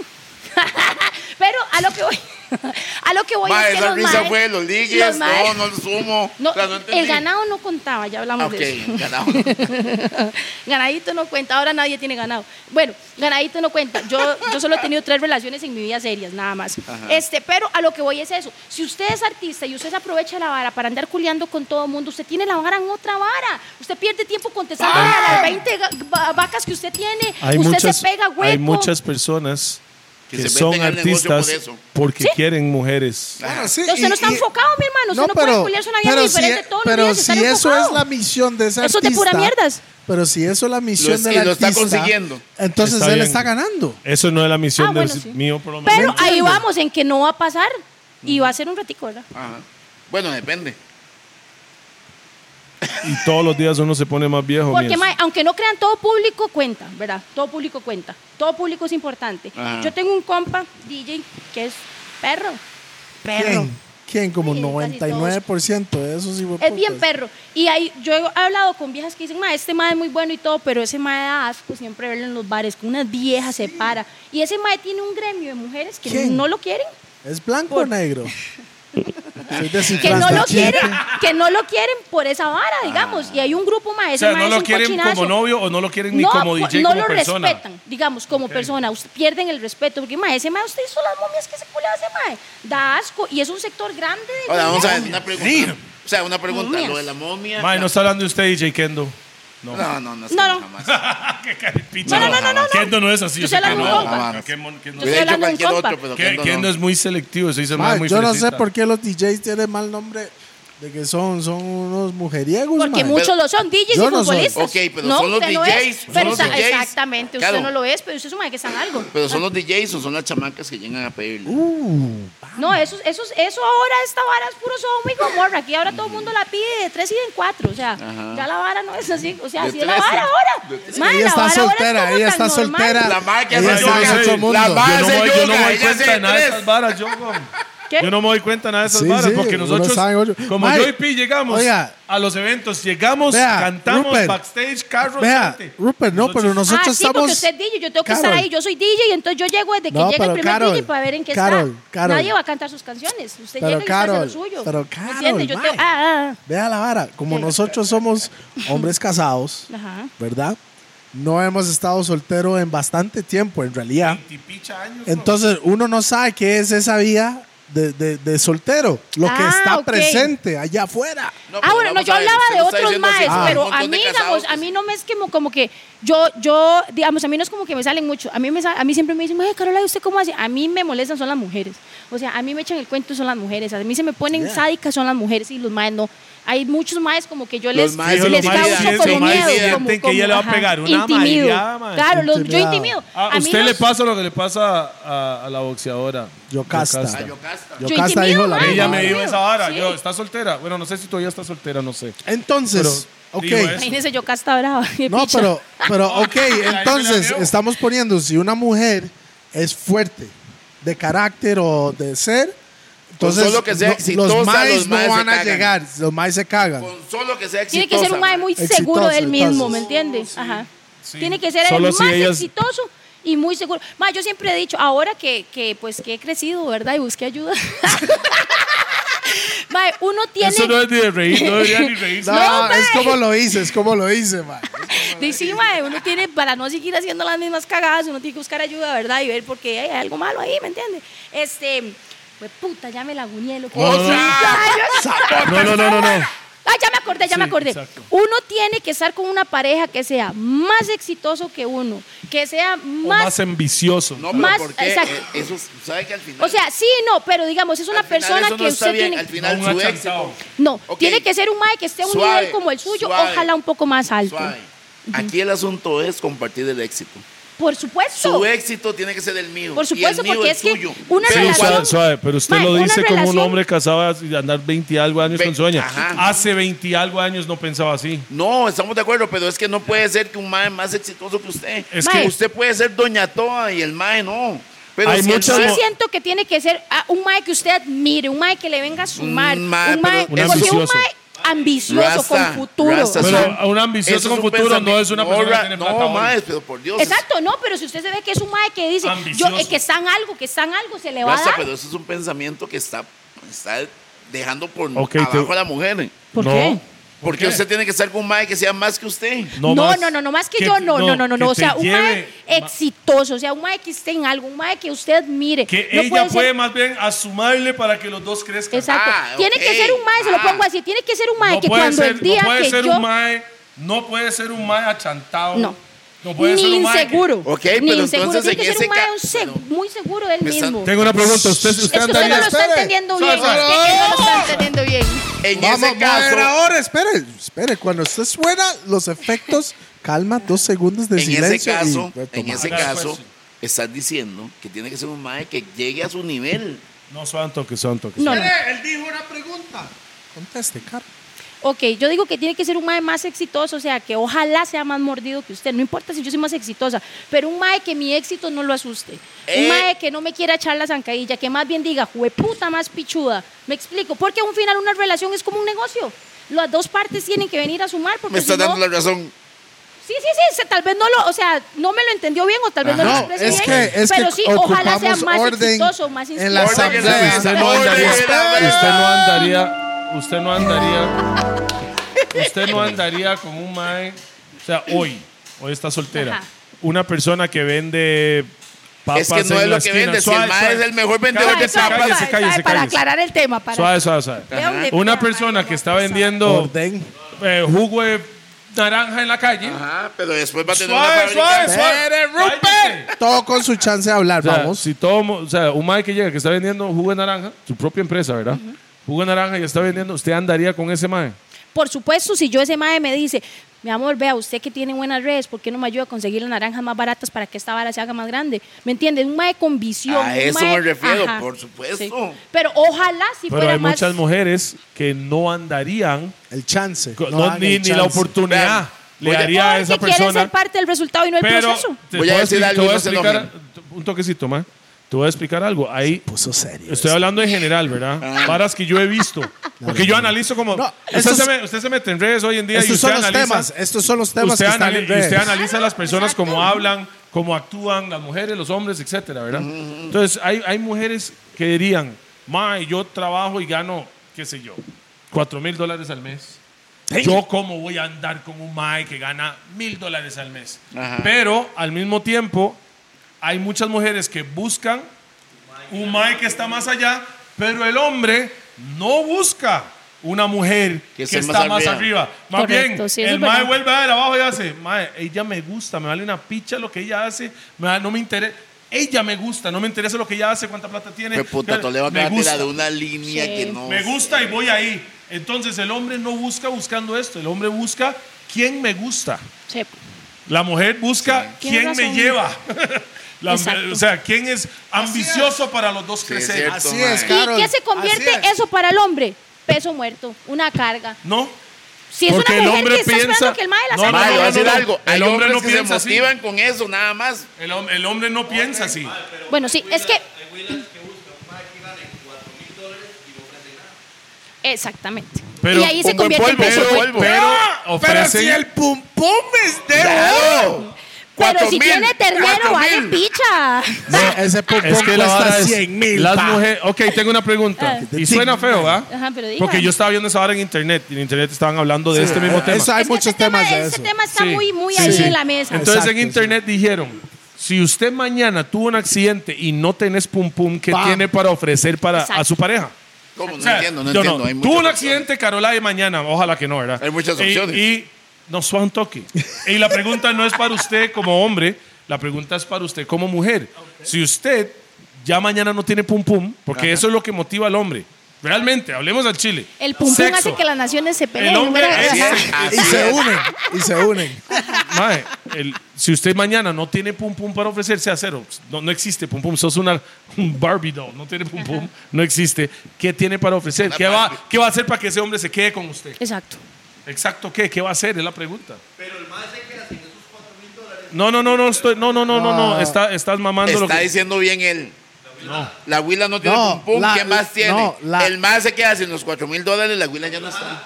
Speaker 3: Pero a lo que voy, a lo que voy
Speaker 4: Mae,
Speaker 3: es que
Speaker 4: esa
Speaker 3: los
Speaker 4: risa
Speaker 3: mae-
Speaker 4: fue los ligues,
Speaker 3: los mae-
Speaker 4: no, no el sumo.
Speaker 3: no,
Speaker 4: o sea, no entendí.
Speaker 3: el ganado no contaba, ya hablamos
Speaker 4: Ah, Ok,
Speaker 3: de eso.
Speaker 4: ganado.
Speaker 3: Ganadito no cuenta, ahora nadie tiene ganado. Bueno, ganadito no cuenta. Yo, yo solo he tenido tres relaciones en mi vida serias, nada más. Este, pero a lo que voy es eso. Si usted es artista y usted se aprovecha la vara para andar culeando con todo el mundo, usted tiene la vara en otra vara. Usted pierde tiempo contestando a las 20 ga- va- vacas que usted tiene.
Speaker 1: Hay
Speaker 3: usted
Speaker 1: muchas,
Speaker 3: se pega hueco.
Speaker 1: hay muchas personas que,
Speaker 4: Que se
Speaker 1: son
Speaker 4: meten al negocio por
Speaker 1: artistas
Speaker 4: eso.
Speaker 1: porque quieren mujeres.
Speaker 2: Bueno, sí,
Speaker 3: Entonces,
Speaker 2: y-
Speaker 3: usted no está
Speaker 2: y-
Speaker 3: enfocado, mi hermano. Usted no, puede culiarse una vida
Speaker 2: pero
Speaker 3: diferente
Speaker 2: si,
Speaker 3: todos los
Speaker 2: pero
Speaker 3: días.
Speaker 2: si
Speaker 3: estar
Speaker 2: eso
Speaker 3: enfocado.
Speaker 2: es la misión de ese
Speaker 3: Eso es
Speaker 2: artista.
Speaker 3: de pura mierdas.
Speaker 2: Pero si eso es la misión
Speaker 4: es-
Speaker 2: del
Speaker 4: y lo está
Speaker 2: artista.
Speaker 4: consiguiendo.
Speaker 2: Entonces
Speaker 1: Está
Speaker 2: él
Speaker 1: bien.
Speaker 2: está ganando.
Speaker 1: Eso no es la misión
Speaker 3: Ah,
Speaker 1: del-
Speaker 3: bueno, sí.
Speaker 1: mío, por lo menos.
Speaker 3: Pero ahí
Speaker 2: entiendo.
Speaker 3: vamos, en que no va a pasar y va a ser un ratico, ¿verdad?
Speaker 4: Ajá. Bueno, depende.
Speaker 1: Y todos los días uno se pone más viejo.
Speaker 3: Porque,
Speaker 1: mies.
Speaker 3: mae, aunque no crean, todo público cuenta, ¿verdad? Todo público cuenta. Todo público es importante.
Speaker 4: Ajá.
Speaker 3: Yo tengo un compa, DJ, que es perro. Perro.
Speaker 2: ¿Quién? ¿Quién? Como
Speaker 3: Sí, casi todos.
Speaker 2: 99% de esos sí
Speaker 3: Es bien perro. Y ahí, yo he hablado con viejas que dicen, ma, este mae es muy bueno y todo, pero ese mae da asco siempre verlo en los bares, con unas viejas se para. Y ese mae tiene un gremio de mujeres que
Speaker 2: ¿Quién?
Speaker 3: no lo quieren.
Speaker 2: ¿Es blanco o
Speaker 3: Por-
Speaker 2: negro? Soy de
Speaker 3: Que no
Speaker 2: Cifrasta,
Speaker 3: lo
Speaker 2: chile.
Speaker 3: quieren, que no lo quieren por esa vara, digamos. Y hay un grupo
Speaker 1: Ah.
Speaker 3: mae,
Speaker 1: O
Speaker 3: ese
Speaker 1: sea,
Speaker 3: mae
Speaker 1: no
Speaker 3: es
Speaker 1: lo
Speaker 3: un
Speaker 1: quieren
Speaker 3: cochinazo.
Speaker 1: como novio o no lo quieren ni
Speaker 3: no,
Speaker 1: como DJ,
Speaker 3: no
Speaker 1: como
Speaker 3: lo
Speaker 1: persona.
Speaker 3: respetan, digamos, como persona. Usted- pierden el respeto. Porque, mae, ese mae, usted hizo las momias que se culea ese mae. Da asco. Y es un sector grande de.
Speaker 4: Ahora, vamos a ver,
Speaker 3: momias.
Speaker 4: una
Speaker 1: Sí.
Speaker 4: pregunta. O sea, una pregunta.
Speaker 3: Momias.
Speaker 4: Lo de la momia.
Speaker 1: Mae, no está hablando de usted, DJ Kendo. No.
Speaker 4: No, no, no. es que
Speaker 3: No, no.
Speaker 4: Jamás.
Speaker 1: Ah, Qué caripicha.
Speaker 3: No, no, no, no, no.
Speaker 1: Kendo no es así.
Speaker 3: Yo
Speaker 1: yo sé
Speaker 3: sé la
Speaker 1: que
Speaker 4: de
Speaker 1: no.
Speaker 4: un compa.
Speaker 1: Ah, Kendo- Kendo-
Speaker 3: Yo sé-
Speaker 4: Hubiera
Speaker 3: hablando de
Speaker 4: hecho
Speaker 3: un
Speaker 4: cualquier
Speaker 3: compa.
Speaker 4: otro, pero
Speaker 1: Ke-
Speaker 4: Kendo no.
Speaker 1: Kendo es muy selectivo. Se dice
Speaker 2: Ma,
Speaker 1: muy
Speaker 2: Ah, yo no sé
Speaker 1: fresita.
Speaker 2: por qué los DJs tienen mal nombre de que son, son unos mujeriegos.
Speaker 3: Porque
Speaker 2: ma.
Speaker 3: muchos lo son,
Speaker 2: Yo
Speaker 3: DJs y
Speaker 2: no soy.
Speaker 3: futbolistas.
Speaker 4: Ok, pero son los
Speaker 3: usted no
Speaker 4: DJs,
Speaker 3: es,
Speaker 4: son
Speaker 3: pero
Speaker 4: los
Speaker 3: está-
Speaker 4: DJs.
Speaker 3: Exactamente,
Speaker 4: Claro.
Speaker 3: usted no lo es, pero usted es un mae que está en algo.
Speaker 4: Pero son los DJs o son las chamacas que llegan a pedirle.
Speaker 1: Uh.
Speaker 3: No, eso, eso, eso ahora, esta vara es puro son y gomorra. Aquí ahora todo el mundo la pide de tres y de cuatro. O sea, ya la vara no es así. O sea,
Speaker 4: De
Speaker 3: así es la
Speaker 4: tres.
Speaker 3: vara ahora. Ma,
Speaker 2: Ella
Speaker 3: la
Speaker 2: está
Speaker 3: vara ahora es
Speaker 2: soltera,
Speaker 3: como
Speaker 2: ella
Speaker 3: tan
Speaker 2: está
Speaker 3: normal.
Speaker 2: soltera.
Speaker 4: La madre que
Speaker 2: Ella
Speaker 1: hace
Speaker 2: está en
Speaker 1: yoga.
Speaker 2: otro mundo.
Speaker 4: La madre-
Speaker 1: Yo no,
Speaker 4: Parce,
Speaker 1: voy, yo no me
Speaker 4: yoga,
Speaker 1: doy
Speaker 4: ella
Speaker 1: cuenta
Speaker 4: hace
Speaker 1: de nada de
Speaker 4: tres.
Speaker 1: esas varas, yo, güey.
Speaker 3: ¿Qué?
Speaker 1: Yo no me doy cuenta de nada de esas
Speaker 2: Sí,
Speaker 1: varas,
Speaker 2: sí,
Speaker 1: porque
Speaker 2: uno
Speaker 1: nosotros,
Speaker 2: sabe, oye.
Speaker 1: como
Speaker 2: Mae,
Speaker 1: yo y Pi, llegamos
Speaker 2: oiga.
Speaker 1: a los eventos, llegamos,
Speaker 2: Vea,
Speaker 1: cantamos,
Speaker 2: Rupert.
Speaker 1: backstage, carros,
Speaker 2: Vea,
Speaker 1: gente.
Speaker 2: Rupert, no, pero
Speaker 1: Nosotros-
Speaker 2: nosotros
Speaker 3: ah, sí,
Speaker 2: estamos.
Speaker 3: porque usted es DJ, yo tengo que estar
Speaker 2: Carol,
Speaker 3: ahí. Yo soy DJ, entonces yo llego desde que
Speaker 2: No,
Speaker 3: llega
Speaker 2: pero
Speaker 3: el primer
Speaker 2: Carol,
Speaker 3: DJ para ver en qué
Speaker 2: Carol,
Speaker 3: está.
Speaker 2: Carol.
Speaker 3: Nadie va a cantar sus canciones. Usted
Speaker 2: Pero
Speaker 3: llega y usted hace
Speaker 2: Carol,
Speaker 3: lo suyo.
Speaker 2: pero
Speaker 3: ¿Me
Speaker 2: Carol,
Speaker 3: entiende? Yo
Speaker 2: mae.
Speaker 3: tengo- ah, ah,
Speaker 2: Vea la vara, como nosotros somos hombres casados,
Speaker 3: Ajá.
Speaker 2: ¿verdad? No hemos estado solteros en bastante tiempo, en realidad.
Speaker 1: Veintipicha años, güey.
Speaker 2: Entonces, uno no sabe qué es esa vida de, de- de soltero, lo que
Speaker 3: Ah,
Speaker 2: está
Speaker 3: ok.
Speaker 2: presente allá afuera.
Speaker 4: pues
Speaker 3: ah, bueno,
Speaker 1: pues,
Speaker 3: no, yo hablaba de otros maes,
Speaker 4: más,
Speaker 3: pero a mí, digamos, a mí no me es como, como que yo, yo, digamos, a mí no es como que me salen mucho. A mí, me, sa- a mí siempre me dicen, ay, Carola, ¿y usted cómo hace? A mí me molestan son las mujeres. O sea, a mí me echan el cuento son las mujeres. A mí se me ponen sádicas son las mujeres y los maes no. Hay muchos maes como que yo les,
Speaker 4: maes
Speaker 1: son
Speaker 3: les
Speaker 1: los maes
Speaker 3: causo
Speaker 1: sienten-
Speaker 3: como
Speaker 1: los maes
Speaker 3: miedo.
Speaker 1: sienten
Speaker 3: como,
Speaker 1: que ella
Speaker 3: como,
Speaker 1: le va a
Speaker 3: ajá,
Speaker 1: pegar una
Speaker 3: intimido.
Speaker 1: madrileada, mae.
Speaker 3: Claro, los- yo
Speaker 2: Intimidado.
Speaker 3: intimido.
Speaker 1: A
Speaker 3: mí
Speaker 1: Ah, usted le
Speaker 3: los-
Speaker 1: pasa lo que le pasa a, a la boxeadora.
Speaker 2: Yocasta.
Speaker 1: Yocasta.
Speaker 2: A
Speaker 3: Yo
Speaker 2: Yocasta
Speaker 3: intimido,
Speaker 2: dijo la
Speaker 3: mae.
Speaker 1: Ella
Speaker 2: verdad.
Speaker 1: me dijo
Speaker 3: Dios,
Speaker 1: esa vara.
Speaker 3: Ah, sí.
Speaker 1: Yo, ¿está soltera? Bueno, no sé si todavía está soltera, no sé.
Speaker 2: Entonces,
Speaker 1: Pero,
Speaker 2: ok.
Speaker 1: digo, es-
Speaker 3: Imagínese yo casta brava. qué
Speaker 2: No,
Speaker 3: picha.
Speaker 2: pero, pero ok, entonces
Speaker 1: veo.
Speaker 2: estamos poniendo, si una mujer es fuerte de carácter o de ser, entonces
Speaker 4: solo que sea
Speaker 2: no-
Speaker 4: exitosa,
Speaker 2: los maes
Speaker 4: los
Speaker 2: no
Speaker 4: maes se
Speaker 2: van a
Speaker 4: cagan.
Speaker 2: llegar, los maes se cagan.
Speaker 4: Con solo que sea
Speaker 3: Tiene
Speaker 4: exitosa.
Speaker 3: que ser un mae muy
Speaker 2: Exitosa,
Speaker 3: seguro del mismo,
Speaker 2: entonces.
Speaker 3: ¿me entiendes? Ajá. Tiene que ser
Speaker 1: Solo
Speaker 3: el
Speaker 1: si
Speaker 3: más
Speaker 1: ellas-
Speaker 3: exitoso y muy seguro. Mae, yo siempre he dicho, ahora que, que, pues que he crecido, ¿verdad? Y busqué ayuda. Mae, uno tiene
Speaker 1: Eso no es ni de reír, no debería ni reírse.
Speaker 2: No,
Speaker 3: No,
Speaker 2: es
Speaker 3: mae.
Speaker 2: como lo hice, es como lo hice, mae.
Speaker 3: de sí, mae, uno tiene para no seguir haciendo las mismas cagadas, uno tiene que buscar ayuda, ¿verdad? Y ver porque hay algo malo ahí, ¿me entiendes? Este, pues puta, ya me laguné lo que
Speaker 1: No, no, no. No, no, no, no, no.
Speaker 3: Ah, ya me acordé, ya me
Speaker 1: Sí,
Speaker 3: acordé.
Speaker 1: exacto.
Speaker 3: Uno tiene que estar con una pareja que sea más exitoso que uno, que sea
Speaker 1: O
Speaker 3: más...
Speaker 1: más ambicioso.
Speaker 4: No, pero
Speaker 3: Más-
Speaker 4: ¿por qué?
Speaker 3: exacto.
Speaker 4: Eh, Eso, ¿sabe que al final?
Speaker 3: o sea, sí, no, pero digamos, es una
Speaker 4: al final
Speaker 3: persona
Speaker 4: eso no
Speaker 3: que
Speaker 4: está
Speaker 3: usted
Speaker 4: bien,
Speaker 3: tiene...
Speaker 4: Al
Speaker 1: No,
Speaker 4: final
Speaker 1: un
Speaker 4: su
Speaker 1: achantado.
Speaker 4: éxito.
Speaker 3: No,
Speaker 4: Ok.
Speaker 3: tiene que ser un mae que esté a un
Speaker 4: Suave,
Speaker 3: nivel como el suyo,
Speaker 4: suave.
Speaker 3: ojalá un poco más alto.
Speaker 4: Suave. Aquí el asunto es compartir el éxito.
Speaker 3: Por supuesto.
Speaker 4: Su éxito tiene que ser el mío.
Speaker 3: Por supuesto,
Speaker 4: y el mío
Speaker 3: porque
Speaker 4: el
Speaker 3: es que
Speaker 4: suyo.
Speaker 3: una
Speaker 1: Pero
Speaker 3: relación-
Speaker 1: suave, suave, pero usted
Speaker 3: Mae,
Speaker 1: lo
Speaker 3: una
Speaker 1: dice como un
Speaker 3: relación-
Speaker 1: hombre casado de andar 20 y algo años
Speaker 4: Ve-
Speaker 1: con sueña.
Speaker 4: Ajá.
Speaker 1: Hace 20 y algo años no pensaba así.
Speaker 4: No, estamos de acuerdo, pero es que no puede ser que un mae más exitoso que usted.
Speaker 1: Es
Speaker 3: Mae.
Speaker 1: que
Speaker 4: Usted puede ser doña Toa y el mae no. Pero
Speaker 1: Hay
Speaker 4: si el
Speaker 1: muchas
Speaker 4: mae-
Speaker 3: Yo
Speaker 1: mo-
Speaker 3: siento que tiene que ser ah, un mae que usted admire, un mae que le venga a sumar,
Speaker 4: Un mae,
Speaker 3: un mae,
Speaker 4: pero-
Speaker 1: Un
Speaker 3: porque un
Speaker 1: ambicioso.
Speaker 3: mae ambicioso
Speaker 4: Rasta,
Speaker 3: con futuro.
Speaker 4: Rasta,
Speaker 1: Pero
Speaker 4: son-
Speaker 1: a un ambicioso
Speaker 4: eso
Speaker 1: con
Speaker 4: es un
Speaker 1: futuro no es una
Speaker 4: pensamiento.
Speaker 1: persona que
Speaker 4: ra-
Speaker 1: tiene
Speaker 4: no,
Speaker 1: plata ahora.
Speaker 4: mae, pero por Dios.
Speaker 3: Exacto, no, pero si usted se ve que es un mae que dice, yo,
Speaker 1: Ambicioso.
Speaker 3: eh, que están algo, que están algo, se le va
Speaker 4: Rasta,
Speaker 3: a dar.
Speaker 4: pero eso es un pensamiento que está, está dejando por
Speaker 1: Ok, te-
Speaker 4: abajo a la mujer.
Speaker 3: ¿Por
Speaker 1: No.
Speaker 3: qué?
Speaker 1: ¿Por
Speaker 4: Porque
Speaker 1: qué?
Speaker 4: usted tiene que estar con un mae que sea más que usted.
Speaker 3: No,
Speaker 1: más.
Speaker 3: no, no, no, más que, yo, no, no, no, no, no.
Speaker 1: que
Speaker 3: O sea,
Speaker 1: te
Speaker 3: un
Speaker 1: lleve-
Speaker 3: mae exitoso, o sea, un mae que esté en algo, un mae que usted admire.
Speaker 1: Que
Speaker 3: No
Speaker 1: ella
Speaker 3: puede
Speaker 1: puede,
Speaker 3: ser-
Speaker 1: más bien asumarle para que los dos crezcan.
Speaker 3: Exacto.
Speaker 4: Ah,
Speaker 3: tiene
Speaker 4: ok.
Speaker 3: que ser un mae, se
Speaker 4: Ah.
Speaker 3: lo pongo así, tiene que ser un mae
Speaker 1: no
Speaker 3: que
Speaker 1: puede
Speaker 3: cuando
Speaker 1: ser,
Speaker 3: el día
Speaker 1: no puede
Speaker 3: que
Speaker 1: ser
Speaker 3: yo
Speaker 1: un mae, no puede ser un mae achantado.
Speaker 3: No.
Speaker 1: No puede ser
Speaker 3: ni
Speaker 1: un mae que-
Speaker 3: inseguro,
Speaker 4: Ok,
Speaker 3: ni
Speaker 4: pero
Speaker 3: inseguro, tiene
Speaker 4: entonces
Speaker 3: que
Speaker 4: en
Speaker 3: ser un
Speaker 4: ese
Speaker 3: mae
Speaker 4: ca-
Speaker 3: un seg-
Speaker 4: pero-
Speaker 3: muy seguro del
Speaker 4: Me están-
Speaker 3: mismo.
Speaker 1: Tengo una pregunta, usted, usted,
Speaker 3: Es que usted no
Speaker 1: andaría-
Speaker 3: lo está
Speaker 2: Espere.
Speaker 3: entendiendo bien.
Speaker 1: Suave,
Speaker 3: Es que
Speaker 1: suave.
Speaker 3: él no lo está entendiendo bien.
Speaker 4: En
Speaker 2: Vamos,
Speaker 4: ese caso,
Speaker 2: ahora, espere, espere, cuando usted suena los efectos, calma, dos segundos de
Speaker 4: en
Speaker 2: silencio.
Speaker 4: ese caso,
Speaker 2: y
Speaker 4: en
Speaker 2: retomamos.
Speaker 4: ese
Speaker 1: I got a
Speaker 4: caso,
Speaker 1: question.
Speaker 4: estás diciendo que tiene que ser un mae que llegue a su nivel.
Speaker 1: No, santo, que santo.
Speaker 3: No, no.
Speaker 2: Conteste, Carlos.
Speaker 3: Ok, yo digo que tiene que ser un mae más exitoso, o sea, que ojalá sea más mordido que usted. No importa si yo soy más exitosa, pero un mae que mi éxito no lo asuste.
Speaker 4: Eh.
Speaker 3: Un mae que no me quiera echar la zancadilla, que más bien diga, jueputa más pichuda. Me explico, porque a un final una relación es como un negocio. Las dos partes tienen que venir a sumar porque
Speaker 4: Me está
Speaker 3: si no-
Speaker 4: dando la razón.
Speaker 3: Sí, sí, sí, se- tal vez no lo, o sea, no me lo entendió bien o tal vez no, lo
Speaker 2: No,
Speaker 3: expresé
Speaker 2: es
Speaker 3: bien,
Speaker 2: que, es
Speaker 3: pero
Speaker 2: que
Speaker 3: sí, ojalá sea
Speaker 2: ocupamos
Speaker 3: más
Speaker 2: orden
Speaker 3: exitoso, más inspirado.
Speaker 2: en la
Speaker 4: Orden en la
Speaker 2: asamblea.
Speaker 4: mesa.
Speaker 1: Usted no andaría.
Speaker 4: Orden en la mesa.
Speaker 1: Usted no andaría. Usted no andaría. Usted no andaría con un mae. O sea, hoy. Hoy está soltera.
Speaker 3: Ajá.
Speaker 1: Una persona que vende. Papas
Speaker 4: Es que no
Speaker 1: en la
Speaker 4: es lo que
Speaker 1: esquina.
Speaker 4: vende, si el mae es el mejor vendedor
Speaker 3: Suave,
Speaker 1: Cállese,
Speaker 4: de
Speaker 3: suave,
Speaker 4: papas.
Speaker 3: suave,
Speaker 1: cállese,
Speaker 3: suave,
Speaker 1: cállese,
Speaker 3: para
Speaker 1: cállese.
Speaker 3: aclare el tema. Para
Speaker 1: Suave, suave, suave.
Speaker 3: Vea dónde-
Speaker 1: Una
Speaker 3: vea,
Speaker 1: persona
Speaker 3: madre,
Speaker 1: que está
Speaker 3: madre,
Speaker 1: vendiendo
Speaker 2: Orden.
Speaker 1: eh, jugo de naranja en la calle.
Speaker 4: Ajá, pero después va a tener
Speaker 1: Suave,
Speaker 4: una fábrica. Pues,
Speaker 1: suave, suave. Cállese.
Speaker 2: Todo con su chance de hablar,
Speaker 1: O sea,
Speaker 2: vamos.
Speaker 1: si todo, mo- o sea, un mae que llega que está vendiendo jugo de naranja, su propia empresa, ¿verdad? Jugo de naranja y está vendiendo, ¿usted andaría con ese mae?
Speaker 3: Por supuesto, si yo ese mae me dice, mi amor, vea, usted que tiene buenas redes, ¿por qué no me ayuda a conseguir las naranjas más baratas para que esta vara se haga más grande? ¿Me entiende? Un mae con visión.
Speaker 4: A
Speaker 3: un
Speaker 4: eso
Speaker 3: mae-
Speaker 4: me refiero,
Speaker 3: Ajá.
Speaker 4: por supuesto.
Speaker 3: Sí. Pero ojalá si
Speaker 1: Pero
Speaker 3: fuera
Speaker 1: hay
Speaker 3: más...
Speaker 1: muchas mujeres que no andarían,
Speaker 2: El chance.
Speaker 1: co-
Speaker 2: hagan
Speaker 1: no,
Speaker 2: el
Speaker 1: ni, ni
Speaker 2: chance.
Speaker 1: la oportunidad
Speaker 4: Vean, voy
Speaker 1: le
Speaker 4: a-
Speaker 1: haría a esa
Speaker 3: Porque quieren ser
Speaker 1: persona.
Speaker 3: parte del resultado y no el
Speaker 1: Pero
Speaker 3: proceso.
Speaker 1: te
Speaker 4: Voy a
Speaker 1: puedo
Speaker 4: decir
Speaker 1: expli-
Speaker 4: algo
Speaker 1: te voy
Speaker 4: y
Speaker 1: a
Speaker 4: no se
Speaker 1: explicar un toquecito, mae. Te voy a explicar algo. Ahí
Speaker 2: Puso serio.
Speaker 1: Estoy hablando en general, ¿verdad?
Speaker 4: Ah.
Speaker 1: Varas que yo he visto. Porque yo analizo como.
Speaker 2: No,
Speaker 1: usted,
Speaker 2: estos-
Speaker 1: se me- usted se mete en redes hoy en día y
Speaker 2: Estos
Speaker 1: usted
Speaker 2: son los
Speaker 1: analiza.
Speaker 2: temas. Estos son los temas
Speaker 1: usted,
Speaker 2: que están
Speaker 1: anali-
Speaker 2: en redes.
Speaker 1: usted analiza a las personas
Speaker 3: Exacto.
Speaker 1: cómo hablan, cómo actúan las mujeres, los hombres, etcétera, ¿verdad? Entonces, hay, hay mujeres que dirían, ma, yo trabajo y gano, qué sé yo, cuatro mil dólares al mes. Yo cómo voy a andar con un mae que gana mil dólares al mes.
Speaker 4: Ajá.
Speaker 1: Pero al mismo tiempo hay muchas mujeres que buscan un mae que está más allá, pero el hombre no busca una mujer que,
Speaker 4: Que esté más
Speaker 1: está más
Speaker 4: arriba.
Speaker 1: arriba. Más
Speaker 3: Correcto,
Speaker 1: bien,
Speaker 3: sí, eso
Speaker 1: el
Speaker 3: es
Speaker 1: mae
Speaker 3: verdad.
Speaker 1: vuelve a ver abajo y hace, mae, ella me gusta, me vale una picha lo que ella hace, me da- no me interesa. Ella me gusta, no me interesa lo que ella hace, cuánta plata tiene.
Speaker 4: Fue Pues, puta,
Speaker 1: Claro,
Speaker 4: Toledo
Speaker 1: me
Speaker 4: acaba de
Speaker 1: gusta.
Speaker 4: tirar de una línea
Speaker 3: Sí.
Speaker 4: que no.
Speaker 1: Me gusta y voy ahí. Entonces el hombre no busca buscando esto, el hombre busca quién me gusta.
Speaker 3: Sí.
Speaker 1: La mujer busca quién
Speaker 3: Tienes
Speaker 1: me
Speaker 3: razón.
Speaker 1: lleva. La-
Speaker 3: Exacto.
Speaker 1: o sea, quién es ambicioso para los dos
Speaker 4: Sí, es
Speaker 1: crecer.
Speaker 4: cierto,
Speaker 2: Así
Speaker 4: mae.
Speaker 2: es,
Speaker 3: ¿Y
Speaker 2: Carol,
Speaker 3: qué se convierte
Speaker 2: así es.
Speaker 3: eso para el hombre? Peso muerto, una carga.
Speaker 1: No,
Speaker 3: Si es
Speaker 1: Porque el
Speaker 3: una mujer
Speaker 1: hombre
Speaker 3: que está
Speaker 1: piensa-
Speaker 3: esperando que el mae la
Speaker 1: No,
Speaker 3: saque.
Speaker 1: no,
Speaker 4: Mae,
Speaker 1: no,
Speaker 4: le voy a decir
Speaker 1: no.
Speaker 4: algo.
Speaker 1: El
Speaker 4: Hay
Speaker 1: hombre
Speaker 4: hombres
Speaker 1: no
Speaker 4: que se
Speaker 1: piensa así.
Speaker 4: motivan con eso, nada más.
Speaker 1: el, hom- el hombre no piensa así.
Speaker 3: Bueno, sí, es que... Exactamente.
Speaker 1: Pero
Speaker 3: y ahí se
Speaker 4: un buen
Speaker 3: convierte en
Speaker 4: polvo,
Speaker 3: peso
Speaker 4: un buen
Speaker 3: muerto.
Speaker 4: polvo.
Speaker 1: Pero
Speaker 3: Ah,
Speaker 2: Pero
Speaker 1: ofrecen
Speaker 2: si el pum pum es de
Speaker 4: ¡Claro!
Speaker 3: Pero
Speaker 4: Cuatro
Speaker 3: si
Speaker 4: mil,
Speaker 3: tiene ternero,
Speaker 4: cuatro
Speaker 3: vale
Speaker 4: mil.
Speaker 3: picha.
Speaker 2: Ese pum pum
Speaker 1: Es que la
Speaker 2: cuesta
Speaker 1: vara es
Speaker 2: 100 mil.
Speaker 1: las mujeres, ok, tengo una pregunta.
Speaker 3: Ah.
Speaker 1: Y suena feo, ¿verdad?
Speaker 3: Ajá, pero diga.
Speaker 1: Porque yo estaba viendo esa vara en internet y en internet estaban hablando de este mismo tema.
Speaker 2: Eso hay
Speaker 3: Es que
Speaker 2: muchos
Speaker 3: ese tema-
Speaker 2: temas de
Speaker 3: Ese
Speaker 2: eso.
Speaker 3: tema está
Speaker 1: Sí,
Speaker 3: muy, muy
Speaker 1: sí,
Speaker 3: ahí
Speaker 1: sí.
Speaker 3: en la mesa.
Speaker 1: Entonces
Speaker 2: Exacto,
Speaker 1: en internet dijeron, si usted mañana tuvo un accidente y no tenés pum pum, ¿qué
Speaker 2: Pam.
Speaker 1: tiene para ofrecer para
Speaker 3: Exacto.
Speaker 1: a su pareja?
Speaker 4: ¿Cómo? No
Speaker 1: O sea,
Speaker 4: entiendo, no
Speaker 1: yo
Speaker 4: entiendo. Hay
Speaker 1: Tuvo un
Speaker 4: muchas
Speaker 1: accidente, Carola, y mañana. Ojalá que no, ¿verdad?
Speaker 4: Hay muchas
Speaker 1: Y-
Speaker 4: opciones.
Speaker 1: Y, nos fue un toque. y la pregunta no es para usted como hombre, la pregunta es para usted como mujer. Si usted ya mañana no tiene pum pum, porque eso es lo que motiva al hombre. Realmente, hablemos al chile.
Speaker 3: El pum pum
Speaker 1: Sexo.
Speaker 3: hace que las naciones se peleen.
Speaker 1: El hombre
Speaker 3: ¿verdad?
Speaker 1: es-
Speaker 4: Así
Speaker 3: Ajá.
Speaker 4: es, así
Speaker 2: Y se
Speaker 4: es.
Speaker 2: unen. Y se unen.
Speaker 1: Mae, el- si usted mañana no tiene pum pum para ofrecerse a cero, no, no existe pum pum, sos una, un Barbie doll, no tiene pum pum, no existe. ¿Qué tiene para ofrecer? ¿Qué va, ¿Qué va a hacer para que ese hombre se quede con usted?
Speaker 3: Exacto.
Speaker 1: Exacto, ¿qué? ¿Qué va a hacer? Es la pregunta. Pero el mae se queda sin esos 4 mil dólares. No, no, no, no, estoy, no, no, no, no,
Speaker 3: Ah.
Speaker 1: no, está, estás mamando lo
Speaker 4: Está
Speaker 1: que.
Speaker 4: diciendo bien él. La huila no tiene
Speaker 2: No,
Speaker 4: pum pum.
Speaker 2: la-
Speaker 4: ¿Qué más tiene?
Speaker 2: no, la-
Speaker 4: el más se queda sin los cuatro mil dólares. La huila ya no está.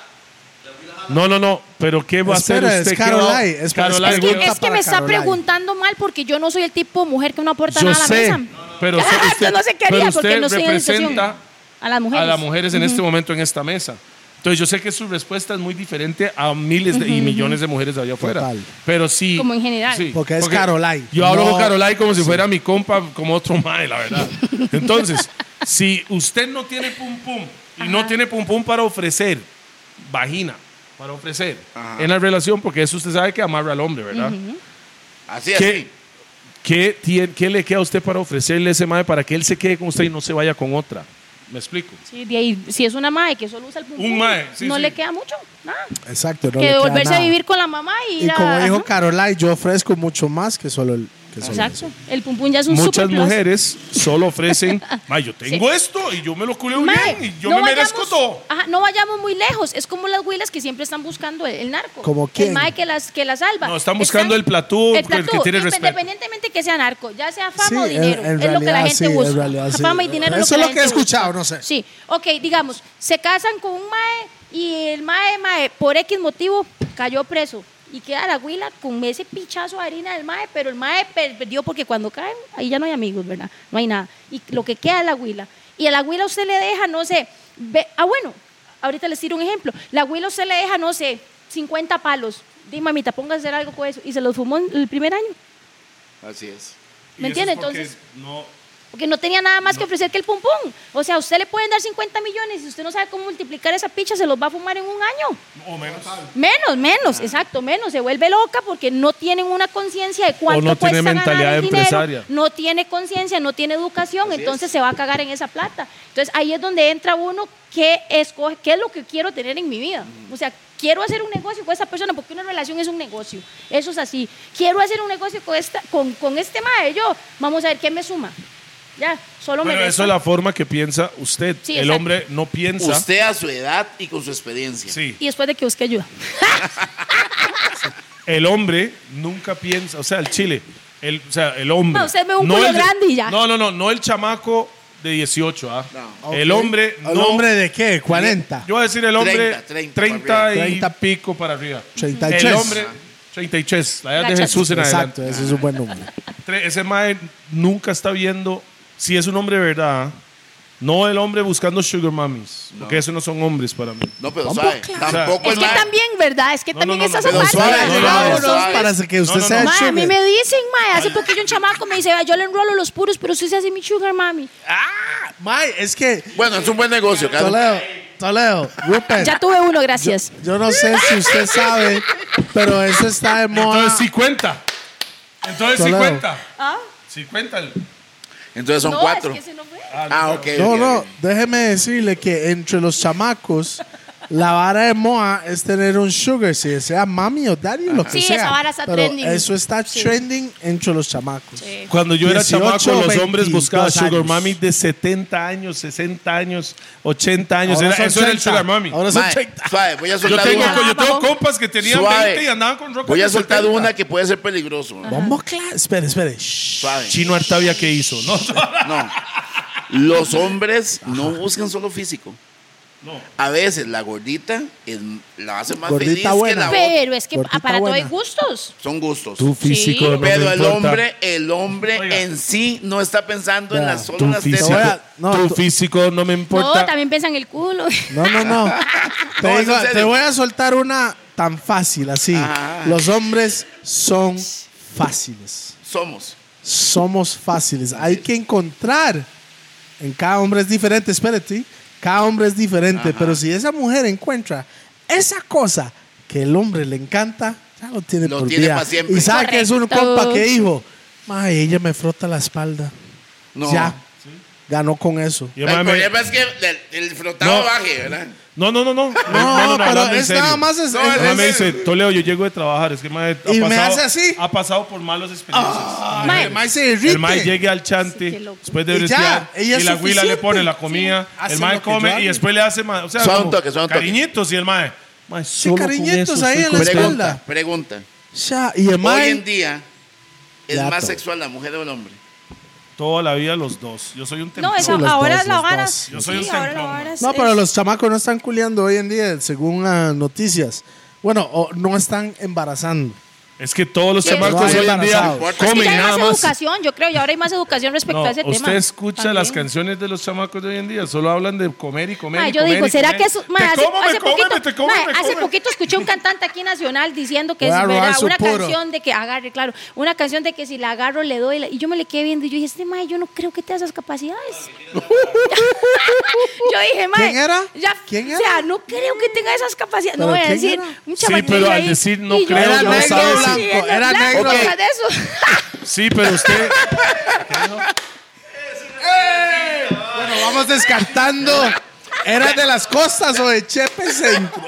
Speaker 1: No, no, no, pero ¿qué va a
Speaker 2: Espera,
Speaker 1: hacer
Speaker 2: es
Speaker 1: usted? ¿Qué
Speaker 2: Carol
Speaker 1: va-
Speaker 2: Lai, es para-
Speaker 1: Carol
Speaker 2: La
Speaker 3: Es
Speaker 1: Lai,
Speaker 3: que,
Speaker 2: pregunta
Speaker 3: es que
Speaker 2: para
Speaker 3: me está
Speaker 2: Caroline.
Speaker 3: preguntando mal porque yo no soy el tipo de mujer que no aporta
Speaker 1: Yo
Speaker 3: nada a la
Speaker 1: sé,
Speaker 3: mesa.
Speaker 1: pero
Speaker 3: Ah,
Speaker 1: usted-
Speaker 3: yo no sé qué
Speaker 1: pero
Speaker 3: haría
Speaker 1: usted
Speaker 3: porque no estoy en esa
Speaker 1: representa
Speaker 3: situación. A las mujeres.
Speaker 1: a las mujeres en este momento en esta mesa. Entonces yo sé que su respuesta es muy diferente a miles de- y millones de mujeres allá afuera.
Speaker 2: Total.
Speaker 1: Pero sí.
Speaker 3: Como en general.
Speaker 2: Porque es Carolai.
Speaker 1: Yo hablo
Speaker 2: No.
Speaker 1: con Carolai como si fuera mi compa, como otro mae, la verdad. Entonces, si usted no tiene pum pum y no tiene pum pum para ofrecer vagina, para ofrecer en la relación, porque eso usted sabe que amarra al hombre, ¿verdad?
Speaker 4: Así,
Speaker 1: ¿Qué,
Speaker 4: así.
Speaker 1: qué, tiene- ¿Qué le queda a usted para ofrecerle a ese mae para que él se quede con usted y no se vaya con otra? ¿Me explico?
Speaker 3: Sí, de ahí, si es una mae que solo usa el pum
Speaker 1: Un
Speaker 3: pum,
Speaker 1: mae, sí,
Speaker 3: no
Speaker 1: sí.
Speaker 3: le queda mucho. Nada.
Speaker 2: Exacto. no le
Speaker 3: que
Speaker 2: queda
Speaker 3: volverse a
Speaker 2: nada.
Speaker 3: vivir con la mamá y,
Speaker 2: Y
Speaker 3: la-
Speaker 2: como dijo
Speaker 3: ajá.
Speaker 2: Carolai, yo ofrezco mucho más que solo el. Que solo
Speaker 3: Exacto. El pum pum ya es un
Speaker 1: Muchas
Speaker 3: superplus.
Speaker 1: mujeres solo ofrecen, "Ma, yo tengo esto y yo me lo culeo
Speaker 3: Mae,
Speaker 1: bien y yo
Speaker 3: no
Speaker 1: me merezco
Speaker 3: vayamos-
Speaker 1: todo.
Speaker 3: Ajá, no vayamos muy lejos. Es como las huilas que siempre están buscando el, el narco.
Speaker 2: ¿Como
Speaker 3: El
Speaker 2: quién?
Speaker 3: mae que las, que las salva.
Speaker 1: No, están buscando el platú, el que tiene respeto.
Speaker 3: Independientemente que sea narco, ya sea fama
Speaker 2: Sí,
Speaker 3: o
Speaker 2: en-
Speaker 3: dinero.
Speaker 2: en
Speaker 3: es lo que la
Speaker 2: realidad
Speaker 3: gente
Speaker 2: sí, en
Speaker 3: busca.
Speaker 2: realidad sí.
Speaker 3: Fama y dinero
Speaker 2: Eso
Speaker 3: es
Speaker 2: es
Speaker 3: lo
Speaker 2: lo
Speaker 3: que,
Speaker 2: que
Speaker 3: la
Speaker 2: he
Speaker 3: gente
Speaker 2: escuchado,
Speaker 3: busca.
Speaker 2: no sé.
Speaker 3: Sí. Ok, digamos, se casan con un mae y el mae, mae, por X motivo, cayó preso. Y queda la huila con ese pichazo de harina del mae, pero el mae per- perdió porque cuando caen, ahí ya no hay amigos, ¿verdad? No hay nada. Y lo que queda es la huila. Y a la huila usted le deja, no sé, ve- ah, bueno, ahorita les tiro un ejemplo. La huila usted le deja, no sé, 50 palos. Dime, mamita, ponga a hacer algo con eso. Y se los fumó en el primer año.
Speaker 4: Así es.
Speaker 3: ¿Me
Speaker 1: Y eso es
Speaker 3: entiende?
Speaker 1: porque
Speaker 3: Entonces-
Speaker 1: No,
Speaker 3: Porque no tenía nada más que ofrecer que el pum pum. O sea, a usted le pueden dar 50 millones y usted no sabe cómo multiplicar esa picha, se los va a fumar en un año.
Speaker 1: o menos. Ah.
Speaker 3: Menos, menos, exacto, menos. Se vuelve loca porque no tienen una conciencia de cuánto
Speaker 1: no tiene
Speaker 3: cuesta ganar
Speaker 1: mentalidad
Speaker 3: el
Speaker 1: empresaria.
Speaker 3: dinero. No tiene conciencia, no tiene educación,
Speaker 4: Así
Speaker 3: entonces
Speaker 4: es.
Speaker 3: se va a cagar en esa plata. Entonces ahí es donde entra uno que escoge, qué es lo que quiero tener en mi vida.
Speaker 1: Mm.
Speaker 3: O sea, quiero hacer un negocio con esta persona porque una relación es un negocio. Eso es así. Quiero hacer un negocio con esta, con, con este mae, yo. Vamos a ver qué me suma. Ya, solo
Speaker 1: Pero
Speaker 3: me
Speaker 1: eso
Speaker 3: resta.
Speaker 1: es la forma que piensa usted.
Speaker 3: Sí,
Speaker 1: el
Speaker 3: exacto.
Speaker 1: hombre no piensa.
Speaker 4: Usted a su edad y con su experiencia.
Speaker 1: Sí.
Speaker 3: Y después de que busque ayuda.
Speaker 1: el hombre nunca piensa, o sea, el chile, el, o sea, el hombre.
Speaker 3: No, usted ve un culo
Speaker 1: el de-
Speaker 3: grande y ya.
Speaker 1: No, no, no, no el chamaco de 18, ¿ah?
Speaker 4: No.
Speaker 1: El hombre
Speaker 2: ¿El
Speaker 1: no-
Speaker 2: hombre de qué? ¿40?
Speaker 1: Yo voy a decir el hombre
Speaker 4: 30, 30
Speaker 1: 30 y
Speaker 2: 30.
Speaker 1: pico para arriba.
Speaker 2: 33.
Speaker 1: El hombre 33, la edad de
Speaker 3: Cacha.
Speaker 1: Jesús en
Speaker 2: Exacto,
Speaker 1: adelante.
Speaker 2: ese es un buen número.
Speaker 1: Tre- Ese mae nunca está viendo si es un hombre de verdad. No el hombre buscando sugar mummies, porque esos no son hombres para mí.
Speaker 3: Ah.
Speaker 4: No, pero
Speaker 2: Tampoco,
Speaker 4: sabe,
Speaker 2: claro.
Speaker 4: tampoco
Speaker 3: es que
Speaker 4: mae-
Speaker 3: también, ¿verdad? Es que
Speaker 1: No,
Speaker 3: también
Speaker 1: no, no,
Speaker 3: esas
Speaker 1: no,
Speaker 3: son
Speaker 1: pero
Speaker 3: partes
Speaker 4: suave,
Speaker 3: de
Speaker 4: no, no,
Speaker 3: la
Speaker 4: no,
Speaker 2: Vámonos
Speaker 3: vida.
Speaker 4: suave.
Speaker 2: para que usted
Speaker 1: No, no,
Speaker 2: sea
Speaker 1: no.
Speaker 3: Mae, a mí
Speaker 2: sugar.
Speaker 3: me dicen, mae, hace poquillo un chamaco me dice, "Vea, yo le enrolo los puros, pero usted se hace mi sugar, mami.
Speaker 2: Mae, es que
Speaker 4: Bueno, es un buen negocio, Carlos.
Speaker 2: Toledo, Toledo, Rupert.
Speaker 3: Ya tuve uno, gracias.
Speaker 2: Eh. Yo no sé si usted sabe, pero eso está de moda.
Speaker 1: Entonces sí cuenta. Entonces sí
Speaker 2: Toledo.
Speaker 1: cuenta.
Speaker 3: Ah,
Speaker 1: Sí cuenta. el-
Speaker 4: Entonces son
Speaker 3: no,
Speaker 4: cuatro.
Speaker 3: es que ese no fue.
Speaker 4: Ah, ok.
Speaker 2: No,
Speaker 4: ok,
Speaker 2: no,
Speaker 4: ok.
Speaker 2: déjeme decirle que entre los chamacos, la vara de moda es tener un sugar, si sea mami o daddy o lo que
Speaker 3: Sí,
Speaker 2: sea.
Speaker 3: esa vara está
Speaker 2: Pero
Speaker 3: trending.
Speaker 2: Eso está
Speaker 3: Sí.
Speaker 2: trending entre los chamacos.
Speaker 1: Cuando yo era
Speaker 2: 18,
Speaker 1: chamaco, los
Speaker 2: 22
Speaker 1: hombres buscaban sugar
Speaker 2: años.
Speaker 1: mami de 70 años, 60 años, 80 años.
Speaker 2: Ahora
Speaker 1: Era-
Speaker 2: son
Speaker 1: eso era el
Speaker 2: 30.
Speaker 1: sugar mami.
Speaker 2: Ahora son
Speaker 4: Mae,
Speaker 2: 30.
Speaker 4: suave, voy a
Speaker 1: yo
Speaker 4: soltar
Speaker 1: tengo,
Speaker 4: una.
Speaker 1: yo tengo
Speaker 3: Vamos.
Speaker 1: compas que tenían
Speaker 4: Suave.
Speaker 1: 20 y andaban con ropa.
Speaker 4: Voy
Speaker 1: de
Speaker 4: a soltar
Speaker 1: 70.
Speaker 4: una que puede ser peligroso.
Speaker 2: Vamos, claro. Espere, espere. Shh.
Speaker 4: Suave.
Speaker 1: Chino Artavia, ¿qué hizo? No,
Speaker 4: No. Los hombres no buscan solo físico.
Speaker 1: No.
Speaker 4: A veces la gordita es- la hace más
Speaker 2: Gordita
Speaker 4: feliz que
Speaker 2: buena.
Speaker 4: la otra.
Speaker 3: Pero es que
Speaker 2: Gordita
Speaker 3: ah, para todo hay
Speaker 2: buena.
Speaker 3: gustos.
Speaker 4: Son gustos.
Speaker 1: Tu físico
Speaker 3: físico no
Speaker 1: no
Speaker 4: Pero el hombre, el hombre
Speaker 1: Oiga.
Speaker 4: en sí no está pensando en
Speaker 2: Vea,
Speaker 4: las solo
Speaker 1: Tu
Speaker 4: en las
Speaker 1: físico,
Speaker 2: Te voy
Speaker 4: tetas.
Speaker 2: a- no,
Speaker 1: tu
Speaker 2: tú-
Speaker 1: físico no me importa.
Speaker 3: No, también piensan el culo.
Speaker 2: No, no, no.
Speaker 4: No,
Speaker 2: te,
Speaker 4: es
Speaker 2: digo-
Speaker 4: en serio.
Speaker 2: te voy a soltar una tan fácil así.
Speaker 4: Ajá.
Speaker 2: Los hombres son fáciles.
Speaker 4: Somos.
Speaker 2: Somos fáciles. Hay que encontrar. En cada hombre es diferente, espérate. Cada hombre es diferente. Pero si esa mujer encuentra esa cosa que el hombre le encanta, ya lo tiene
Speaker 4: Lo
Speaker 2: por
Speaker 4: tiene
Speaker 2: vida.
Speaker 4: pa' siempre.
Speaker 2: Y sabe que es un
Speaker 3: Correcto.
Speaker 2: compa que dijo, "Mae, ella me frota la espalda.
Speaker 4: No.
Speaker 2: Ya. Ganó con eso.
Speaker 1: Yo,
Speaker 4: El
Speaker 1: mami,
Speaker 4: problema es que el, el frotado
Speaker 1: No.
Speaker 4: baje, ¿verdad?
Speaker 1: no, no, no, no.
Speaker 2: No, pero
Speaker 1: hablando en
Speaker 2: es
Speaker 1: serio.
Speaker 2: nada más es-
Speaker 4: No,
Speaker 2: es-
Speaker 1: Mi mamá me
Speaker 4: es-
Speaker 1: dice, Toledo, yo llego de trabajar, es que mae, ha
Speaker 2: Y me
Speaker 1: pasado-
Speaker 2: hace así. Ah,
Speaker 1: Ha pasado por malas experiencias.
Speaker 3: Mae,
Speaker 2: El mae se irrita.
Speaker 1: El mae llega al
Speaker 3: Sí,
Speaker 1: chante
Speaker 3: qué loco.
Speaker 1: después de
Speaker 2: Y ya,
Speaker 1: bretear y,
Speaker 2: ella es
Speaker 1: la huila le
Speaker 2: suficiente.
Speaker 1: pone la comida.
Speaker 2: Sí, hace
Speaker 1: el
Speaker 2: lo
Speaker 1: mae
Speaker 2: que
Speaker 1: come
Speaker 2: yo
Speaker 1: y
Speaker 2: hago.
Speaker 1: después le hace ma- o sea,
Speaker 4: Suave un
Speaker 1: como
Speaker 4: toque, suave un toque.
Speaker 1: cariñitos y el mae. mae solo con
Speaker 2: cariñitos
Speaker 1: eso
Speaker 2: ahí
Speaker 1: estoy
Speaker 2: en la
Speaker 1: contento.
Speaker 2: espalda.
Speaker 4: Pregunta, pregunta.
Speaker 2: Ya, y el
Speaker 4: Hoy
Speaker 2: mae-
Speaker 4: en día es
Speaker 2: Gato.
Speaker 4: más sexual la mujer o el hombre.
Speaker 1: Toda la vida los dos. Yo soy un templón.
Speaker 3: No, esa,
Speaker 2: los
Speaker 3: ahora
Speaker 2: dos,
Speaker 3: es la
Speaker 2: los
Speaker 3: vara.
Speaker 2: dos.
Speaker 1: Yo soy un
Speaker 3: sí, ahora la
Speaker 1: templón,
Speaker 3: vara
Speaker 1: mae.
Speaker 3: es-
Speaker 2: No, pero los chamacos no están culiando hoy en día, según las noticias. Bueno, o no están embarazando.
Speaker 1: Es que todos los
Speaker 3: Sí,
Speaker 1: chamacos
Speaker 2: no,
Speaker 1: hoy en día
Speaker 2: embarazados.
Speaker 4: Es que ya
Speaker 1: comen
Speaker 3: Ya hay
Speaker 1: nada
Speaker 3: más,
Speaker 1: más.
Speaker 3: educación, yo creo, y ahora hay más educación respecto
Speaker 1: No,
Speaker 3: a ese tema.
Speaker 1: usted escucha las
Speaker 3: También.
Speaker 1: canciones de los chamacos de hoy en día, solo hablan de comer y comer.
Speaker 3: Ma,
Speaker 1: y
Speaker 3: yo
Speaker 1: comer
Speaker 3: digo,
Speaker 1: y
Speaker 3: ¿será
Speaker 1: comer.
Speaker 3: que eso-
Speaker 1: ¿eh?
Speaker 3: ma,
Speaker 1: Te
Speaker 3: hace,
Speaker 1: como, me
Speaker 3: hace
Speaker 1: come,
Speaker 3: poquito,
Speaker 1: te como,
Speaker 3: ma,
Speaker 1: me
Speaker 3: hace
Speaker 1: come.
Speaker 3: poquito escuché un cantante aquí nacional diciendo que
Speaker 2: Voy a
Speaker 3: es
Speaker 2: robar
Speaker 3: verdad,
Speaker 2: su
Speaker 3: una
Speaker 2: puro.
Speaker 3: canción de que agarre, claro, una canción de que si la agarro le doy la- y yo me le quedé viendo y yo dije, este mae, yo no creo que tenga esas capacidades. yo dije, mae,
Speaker 2: ¿Quién era?
Speaker 3: ya-
Speaker 2: ¿Quién
Speaker 3: O sea,
Speaker 2: era?
Speaker 3: no creo que tenga esas capacidades. No
Speaker 2: ¿Pero
Speaker 3: voy a
Speaker 2: quién
Speaker 3: decir,
Speaker 2: era?
Speaker 3: un
Speaker 1: Sí,
Speaker 3: chamaquillo
Speaker 1: pero al
Speaker 3: ahí.
Speaker 1: decir no
Speaker 3: Y yo,
Speaker 1: creo, Era
Speaker 2: no negro, sabes. blanco,
Speaker 3: Sí, era,
Speaker 2: era
Speaker 3: blanco,
Speaker 2: negro.
Speaker 3: o sea, de eso.
Speaker 1: Sí, pero usted.
Speaker 2: Bueno, vamos descartando. ¿Era de las costas o de Chepe Centro?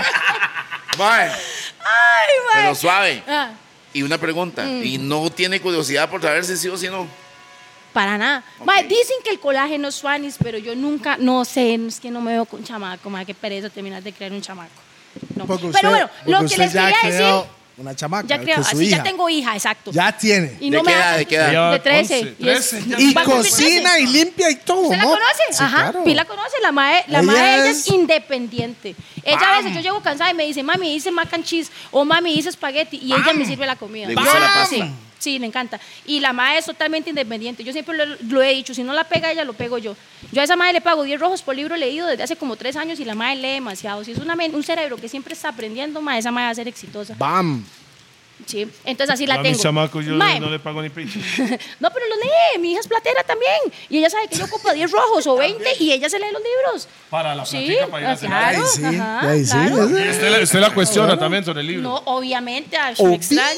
Speaker 3: Ay, mae.
Speaker 4: Mae,
Speaker 3: Mm.
Speaker 4: pero suave.
Speaker 3: Ah.
Speaker 4: Y una pregunta. Y no tiene curiosidad por saber si sí o si no.
Speaker 3: Para nada. Mae, dicen que el colágeno es suanis, pero yo nunca, no sé, es que no me veo con chamaco, mae, qué pereza terminar de crear un chamaco. No.
Speaker 2: Porque usted-
Speaker 3: pero bueno,
Speaker 2: porque
Speaker 3: lo que
Speaker 2: usted
Speaker 3: les
Speaker 2: ya
Speaker 3: quería
Speaker 2: creó
Speaker 3: decir,
Speaker 2: Una chamaca.
Speaker 3: ya creo,
Speaker 2: que es su
Speaker 3: así
Speaker 2: hija.
Speaker 3: ya tengo hija, exacto.
Speaker 2: Ya tiene.
Speaker 3: Y
Speaker 4: ¿De
Speaker 3: no
Speaker 4: qué
Speaker 3: me
Speaker 4: edad,
Speaker 3: hace-
Speaker 4: de qué edad?
Speaker 1: Ella va
Speaker 3: De 13.
Speaker 1: 11,
Speaker 3: y es-
Speaker 1: 13, ya.
Speaker 2: Y
Speaker 3: va a cumplir
Speaker 2: cocina
Speaker 3: 13.
Speaker 2: y limpia y todo.
Speaker 3: ¿Usted la
Speaker 2: ¿no?
Speaker 3: conoce?
Speaker 2: Sí,
Speaker 3: Ajá.
Speaker 2: claro.
Speaker 3: Pi la conoce, la mae, la
Speaker 2: Ella
Speaker 3: mae de ella
Speaker 2: es-
Speaker 3: es independiente. Ella a veces yo llego cansada y me dice, mami, hice mac and cheese o mami, hice espagueti y ella me sirve la comida.
Speaker 4: Le gusta la pasta.
Speaker 3: Sí, sí, le encanta. Y la mae es totalmente independiente. Yo siempre lo, lo he dicho, si no la pega ella, lo pego yo. Yo a esa mae le pago 10 rojos por libro leído desde hace como 3 años y la mae lee demasiado. Si es una, men- un cerebro que siempre está aprendiendo, mae, esa mae va a ser exitosa.
Speaker 2: Bam.
Speaker 3: Sí, entonces así la
Speaker 1: A
Speaker 3: tengo.
Speaker 1: mis chamacos yo
Speaker 3: Mae,
Speaker 1: no le pago ni pinche.
Speaker 3: no, pero lo lee, mi hija es platera también. Y ella sabe que yo compro 10 rojos o 20 y ella se lee los libros.
Speaker 1: Para la
Speaker 3: Sí,
Speaker 1: platica, para ir a
Speaker 3: ah,
Speaker 1: cenar.
Speaker 2: Ahí
Speaker 3: claro.
Speaker 2: sí,
Speaker 3: ajá,
Speaker 2: ahí sí.
Speaker 3: claro.
Speaker 1: Y Usted, la- usted la cuestiona también sobre el libro.
Speaker 3: No, obviamente, ay,
Speaker 2: Obvio.
Speaker 3: me extraña.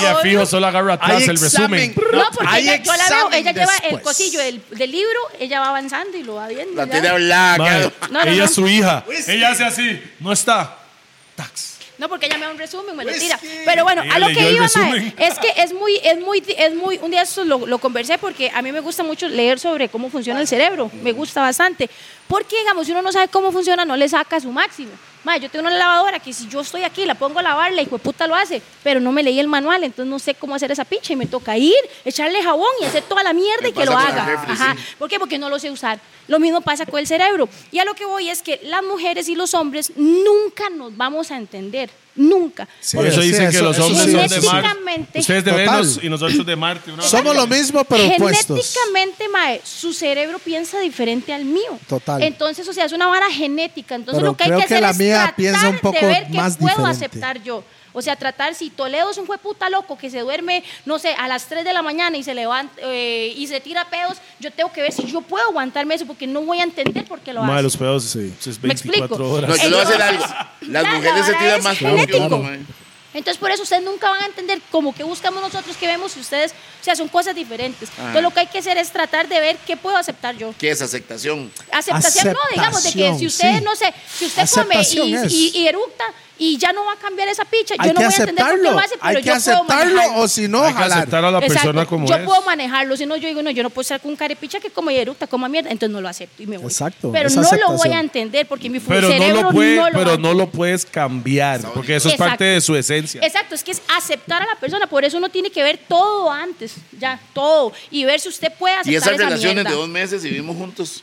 Speaker 1: Ella
Speaker 3: Obvio.
Speaker 1: fijo solo agarra atrás el resumen.
Speaker 3: No, porque
Speaker 2: Hay
Speaker 3: ella, yo la veo,
Speaker 2: examen
Speaker 3: ella lleva el
Speaker 2: después.
Speaker 3: cosillo del, del libro, ella va avanzando y lo va viendo.
Speaker 4: La
Speaker 3: ya.
Speaker 4: tiene blanca.
Speaker 1: Mae,
Speaker 3: No, no,
Speaker 1: ella
Speaker 3: no.
Speaker 1: es su hija. Ella hace así. No está.
Speaker 3: No, porque ella me da un resumen, me
Speaker 4: Pues
Speaker 3: lo tira. Pero bueno,
Speaker 1: Ella
Speaker 3: a lo
Speaker 1: leyó
Speaker 3: que
Speaker 1: el
Speaker 3: iba, mae,
Speaker 1: resumen.
Speaker 3: es que es muy, es muy, es muy, un día eso lo, lo conversé porque a mí me gusta mucho leer sobre cómo funciona el cerebro, me gusta bastante. Porque, digamos, si uno no sabe cómo funciona, no le saca su máximo. Mae, yo tengo una lavadora que si yo estoy aquí, la pongo a lavar, la hijo de puta lo hace, pero no me leí el manual, entonces no sé cómo hacer esa pincha y me toca ir, echarle jabón y hacer toda la mierda
Speaker 4: Me
Speaker 3: y que lo
Speaker 4: pasa con el
Speaker 3: haga.
Speaker 4: refri,
Speaker 3: Ajá.
Speaker 4: sí.
Speaker 3: Ah, ¿Por qué? Porque no lo sé usar. Lo mismo pasa con el cerebro. Y a lo que voy es que las mujeres y los hombres nunca nos vamos a entender. Nunca.
Speaker 2: Sí,
Speaker 1: Por eso
Speaker 2: sí,
Speaker 1: dicen que
Speaker 2: eso-
Speaker 1: los
Speaker 2: eso
Speaker 1: hombres
Speaker 2: sí.
Speaker 1: son de Marte.
Speaker 3: Genéticamente.
Speaker 1: Ustedes de
Speaker 2: Total.
Speaker 1: Venus y nosotros de Marte. una-
Speaker 2: Somos lo mismo, pero opuestos.
Speaker 3: Genéticamente, mae, su cerebro piensa diferente al mío.
Speaker 2: Total.
Speaker 3: Entonces, o sea, es una vara genética. Entonces,
Speaker 2: Pero
Speaker 3: lo que hay
Speaker 2: creo
Speaker 3: que
Speaker 2: que
Speaker 3: hacer
Speaker 2: la
Speaker 3: es
Speaker 2: mía
Speaker 3: tratar
Speaker 2: piensa un poco
Speaker 3: de ver qué
Speaker 2: más
Speaker 3: puedo
Speaker 2: diferente.
Speaker 3: aceptar yo. O sea, tratar si Toledo es un jueputa loco que se duerme, no sé, a las 3 de la mañana y se levanta eh, y se tira pedos, yo tengo que ver si yo puedo aguantarme eso porque no voy a entender por qué lo hace.
Speaker 1: Mae, los pedos sí. es
Speaker 3: ¿Me explico?
Speaker 1: 24 horas.
Speaker 4: No, yo le voy a hacer algo.
Speaker 3: Entonces,
Speaker 4: Las
Speaker 3: la- la
Speaker 4: mujeres se
Speaker 3: vara
Speaker 4: tiran
Speaker 3: es
Speaker 4: más
Speaker 2: Claro,
Speaker 4: que uno,
Speaker 2: claro.
Speaker 4: mae.
Speaker 3: Entonces, por eso ustedes nunca van a entender como que buscamos nosotros, que vemos ustedes. O sea, son cosas
Speaker 2: Ah.
Speaker 3: diferentes. Entonces, lo que hay que hacer es tratar de ver qué puedo aceptar yo.
Speaker 4: ¿Qué es aceptación?
Speaker 3: Aceptación, no, digamos, de que si
Speaker 2: Aceptación,
Speaker 3: usted,
Speaker 2: sí.
Speaker 3: no sé, si usted
Speaker 2: Aceptación
Speaker 3: come
Speaker 2: es.
Speaker 3: y, y, y eructa y ya no va a cambiar esa picha,
Speaker 2: Hay
Speaker 3: yo no
Speaker 2: que
Speaker 3: voy a entender por qué
Speaker 2: aceptarlo.
Speaker 3: lo hace, pero
Speaker 2: Hay que
Speaker 3: yo puedo
Speaker 2: aceptarlo
Speaker 3: manejarlo.
Speaker 2: o si no,
Speaker 1: Hay que
Speaker 2: jalar.
Speaker 1: aceptar a la
Speaker 3: Exacto,
Speaker 1: persona como
Speaker 3: yo
Speaker 1: es.
Speaker 3: puedo manejarlo, si no yo digo, no, yo no puedo estar con un carepicha que como y eructa, como mierda, entonces no lo acepto y me voy.
Speaker 2: Exacto,
Speaker 3: Pero
Speaker 2: es
Speaker 3: no lo voy
Speaker 2: aceptación.
Speaker 3: a entender porque mi fu-
Speaker 1: pero no
Speaker 3: cerebro
Speaker 1: lo, puede,
Speaker 3: no lo va a
Speaker 1: pero no lo puedes cambiar, porque eso es
Speaker 3: Exacto.
Speaker 1: parte de su esencia.
Speaker 3: Exacto, es que es aceptar a la persona, por eso uno tiene que ver todo antes, ya, todo, y ver si usted puede aceptar
Speaker 4: Y esas
Speaker 3: esa
Speaker 4: relaciones
Speaker 3: mierda.
Speaker 4: de dos meses y vivimos juntos.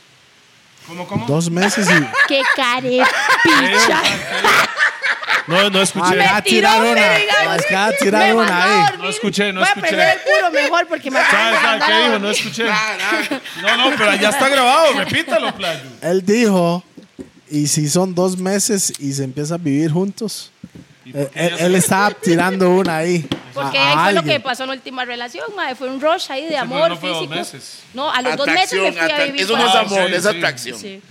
Speaker 1: ¿Cómo, cómo?
Speaker 2: Dos meses y.
Speaker 3: ¡Qué carepicha!
Speaker 1: No, no escuché.
Speaker 2: Ah, tirar
Speaker 3: Tiró,
Speaker 2: una.
Speaker 3: me digan.
Speaker 2: Más
Speaker 1: ah,
Speaker 2: que va a
Speaker 3: Me
Speaker 2: tirar
Speaker 3: mandó
Speaker 2: una,
Speaker 3: a
Speaker 2: eh.
Speaker 3: dormir.
Speaker 1: No escuché, no
Speaker 3: Voy
Speaker 1: escuché.
Speaker 3: a perder el puro mejor porque me acaban
Speaker 1: ¿Sabes
Speaker 3: de
Speaker 1: sabes
Speaker 3: mandar
Speaker 1: qué
Speaker 3: a
Speaker 1: dijo?
Speaker 3: dormir.
Speaker 1: No escuché. No, no, pero ya está grabado. Repítalo, playo.
Speaker 2: eh. Él dijo, y si son dos meses y se empieza a vivir juntos, Eh, él, él estaba tirando una ahí.
Speaker 3: Porque
Speaker 2: a- a
Speaker 3: ahí fue lo que
Speaker 2: alguien.
Speaker 3: pasó en la última relación, madre. Fue un rush ahí de
Speaker 1: no,
Speaker 3: amor
Speaker 1: Pues no fue dos
Speaker 3: físico.
Speaker 1: meses.
Speaker 3: No, a los dos meses me fui a
Speaker 4: atrac-
Speaker 3: vivir.
Speaker 4: Eso no
Speaker 3: con
Speaker 4: es
Speaker 1: Ah,
Speaker 3: él.
Speaker 4: amor,
Speaker 1: sí,
Speaker 4: es
Speaker 1: sí.
Speaker 4: atracción.
Speaker 3: Sí.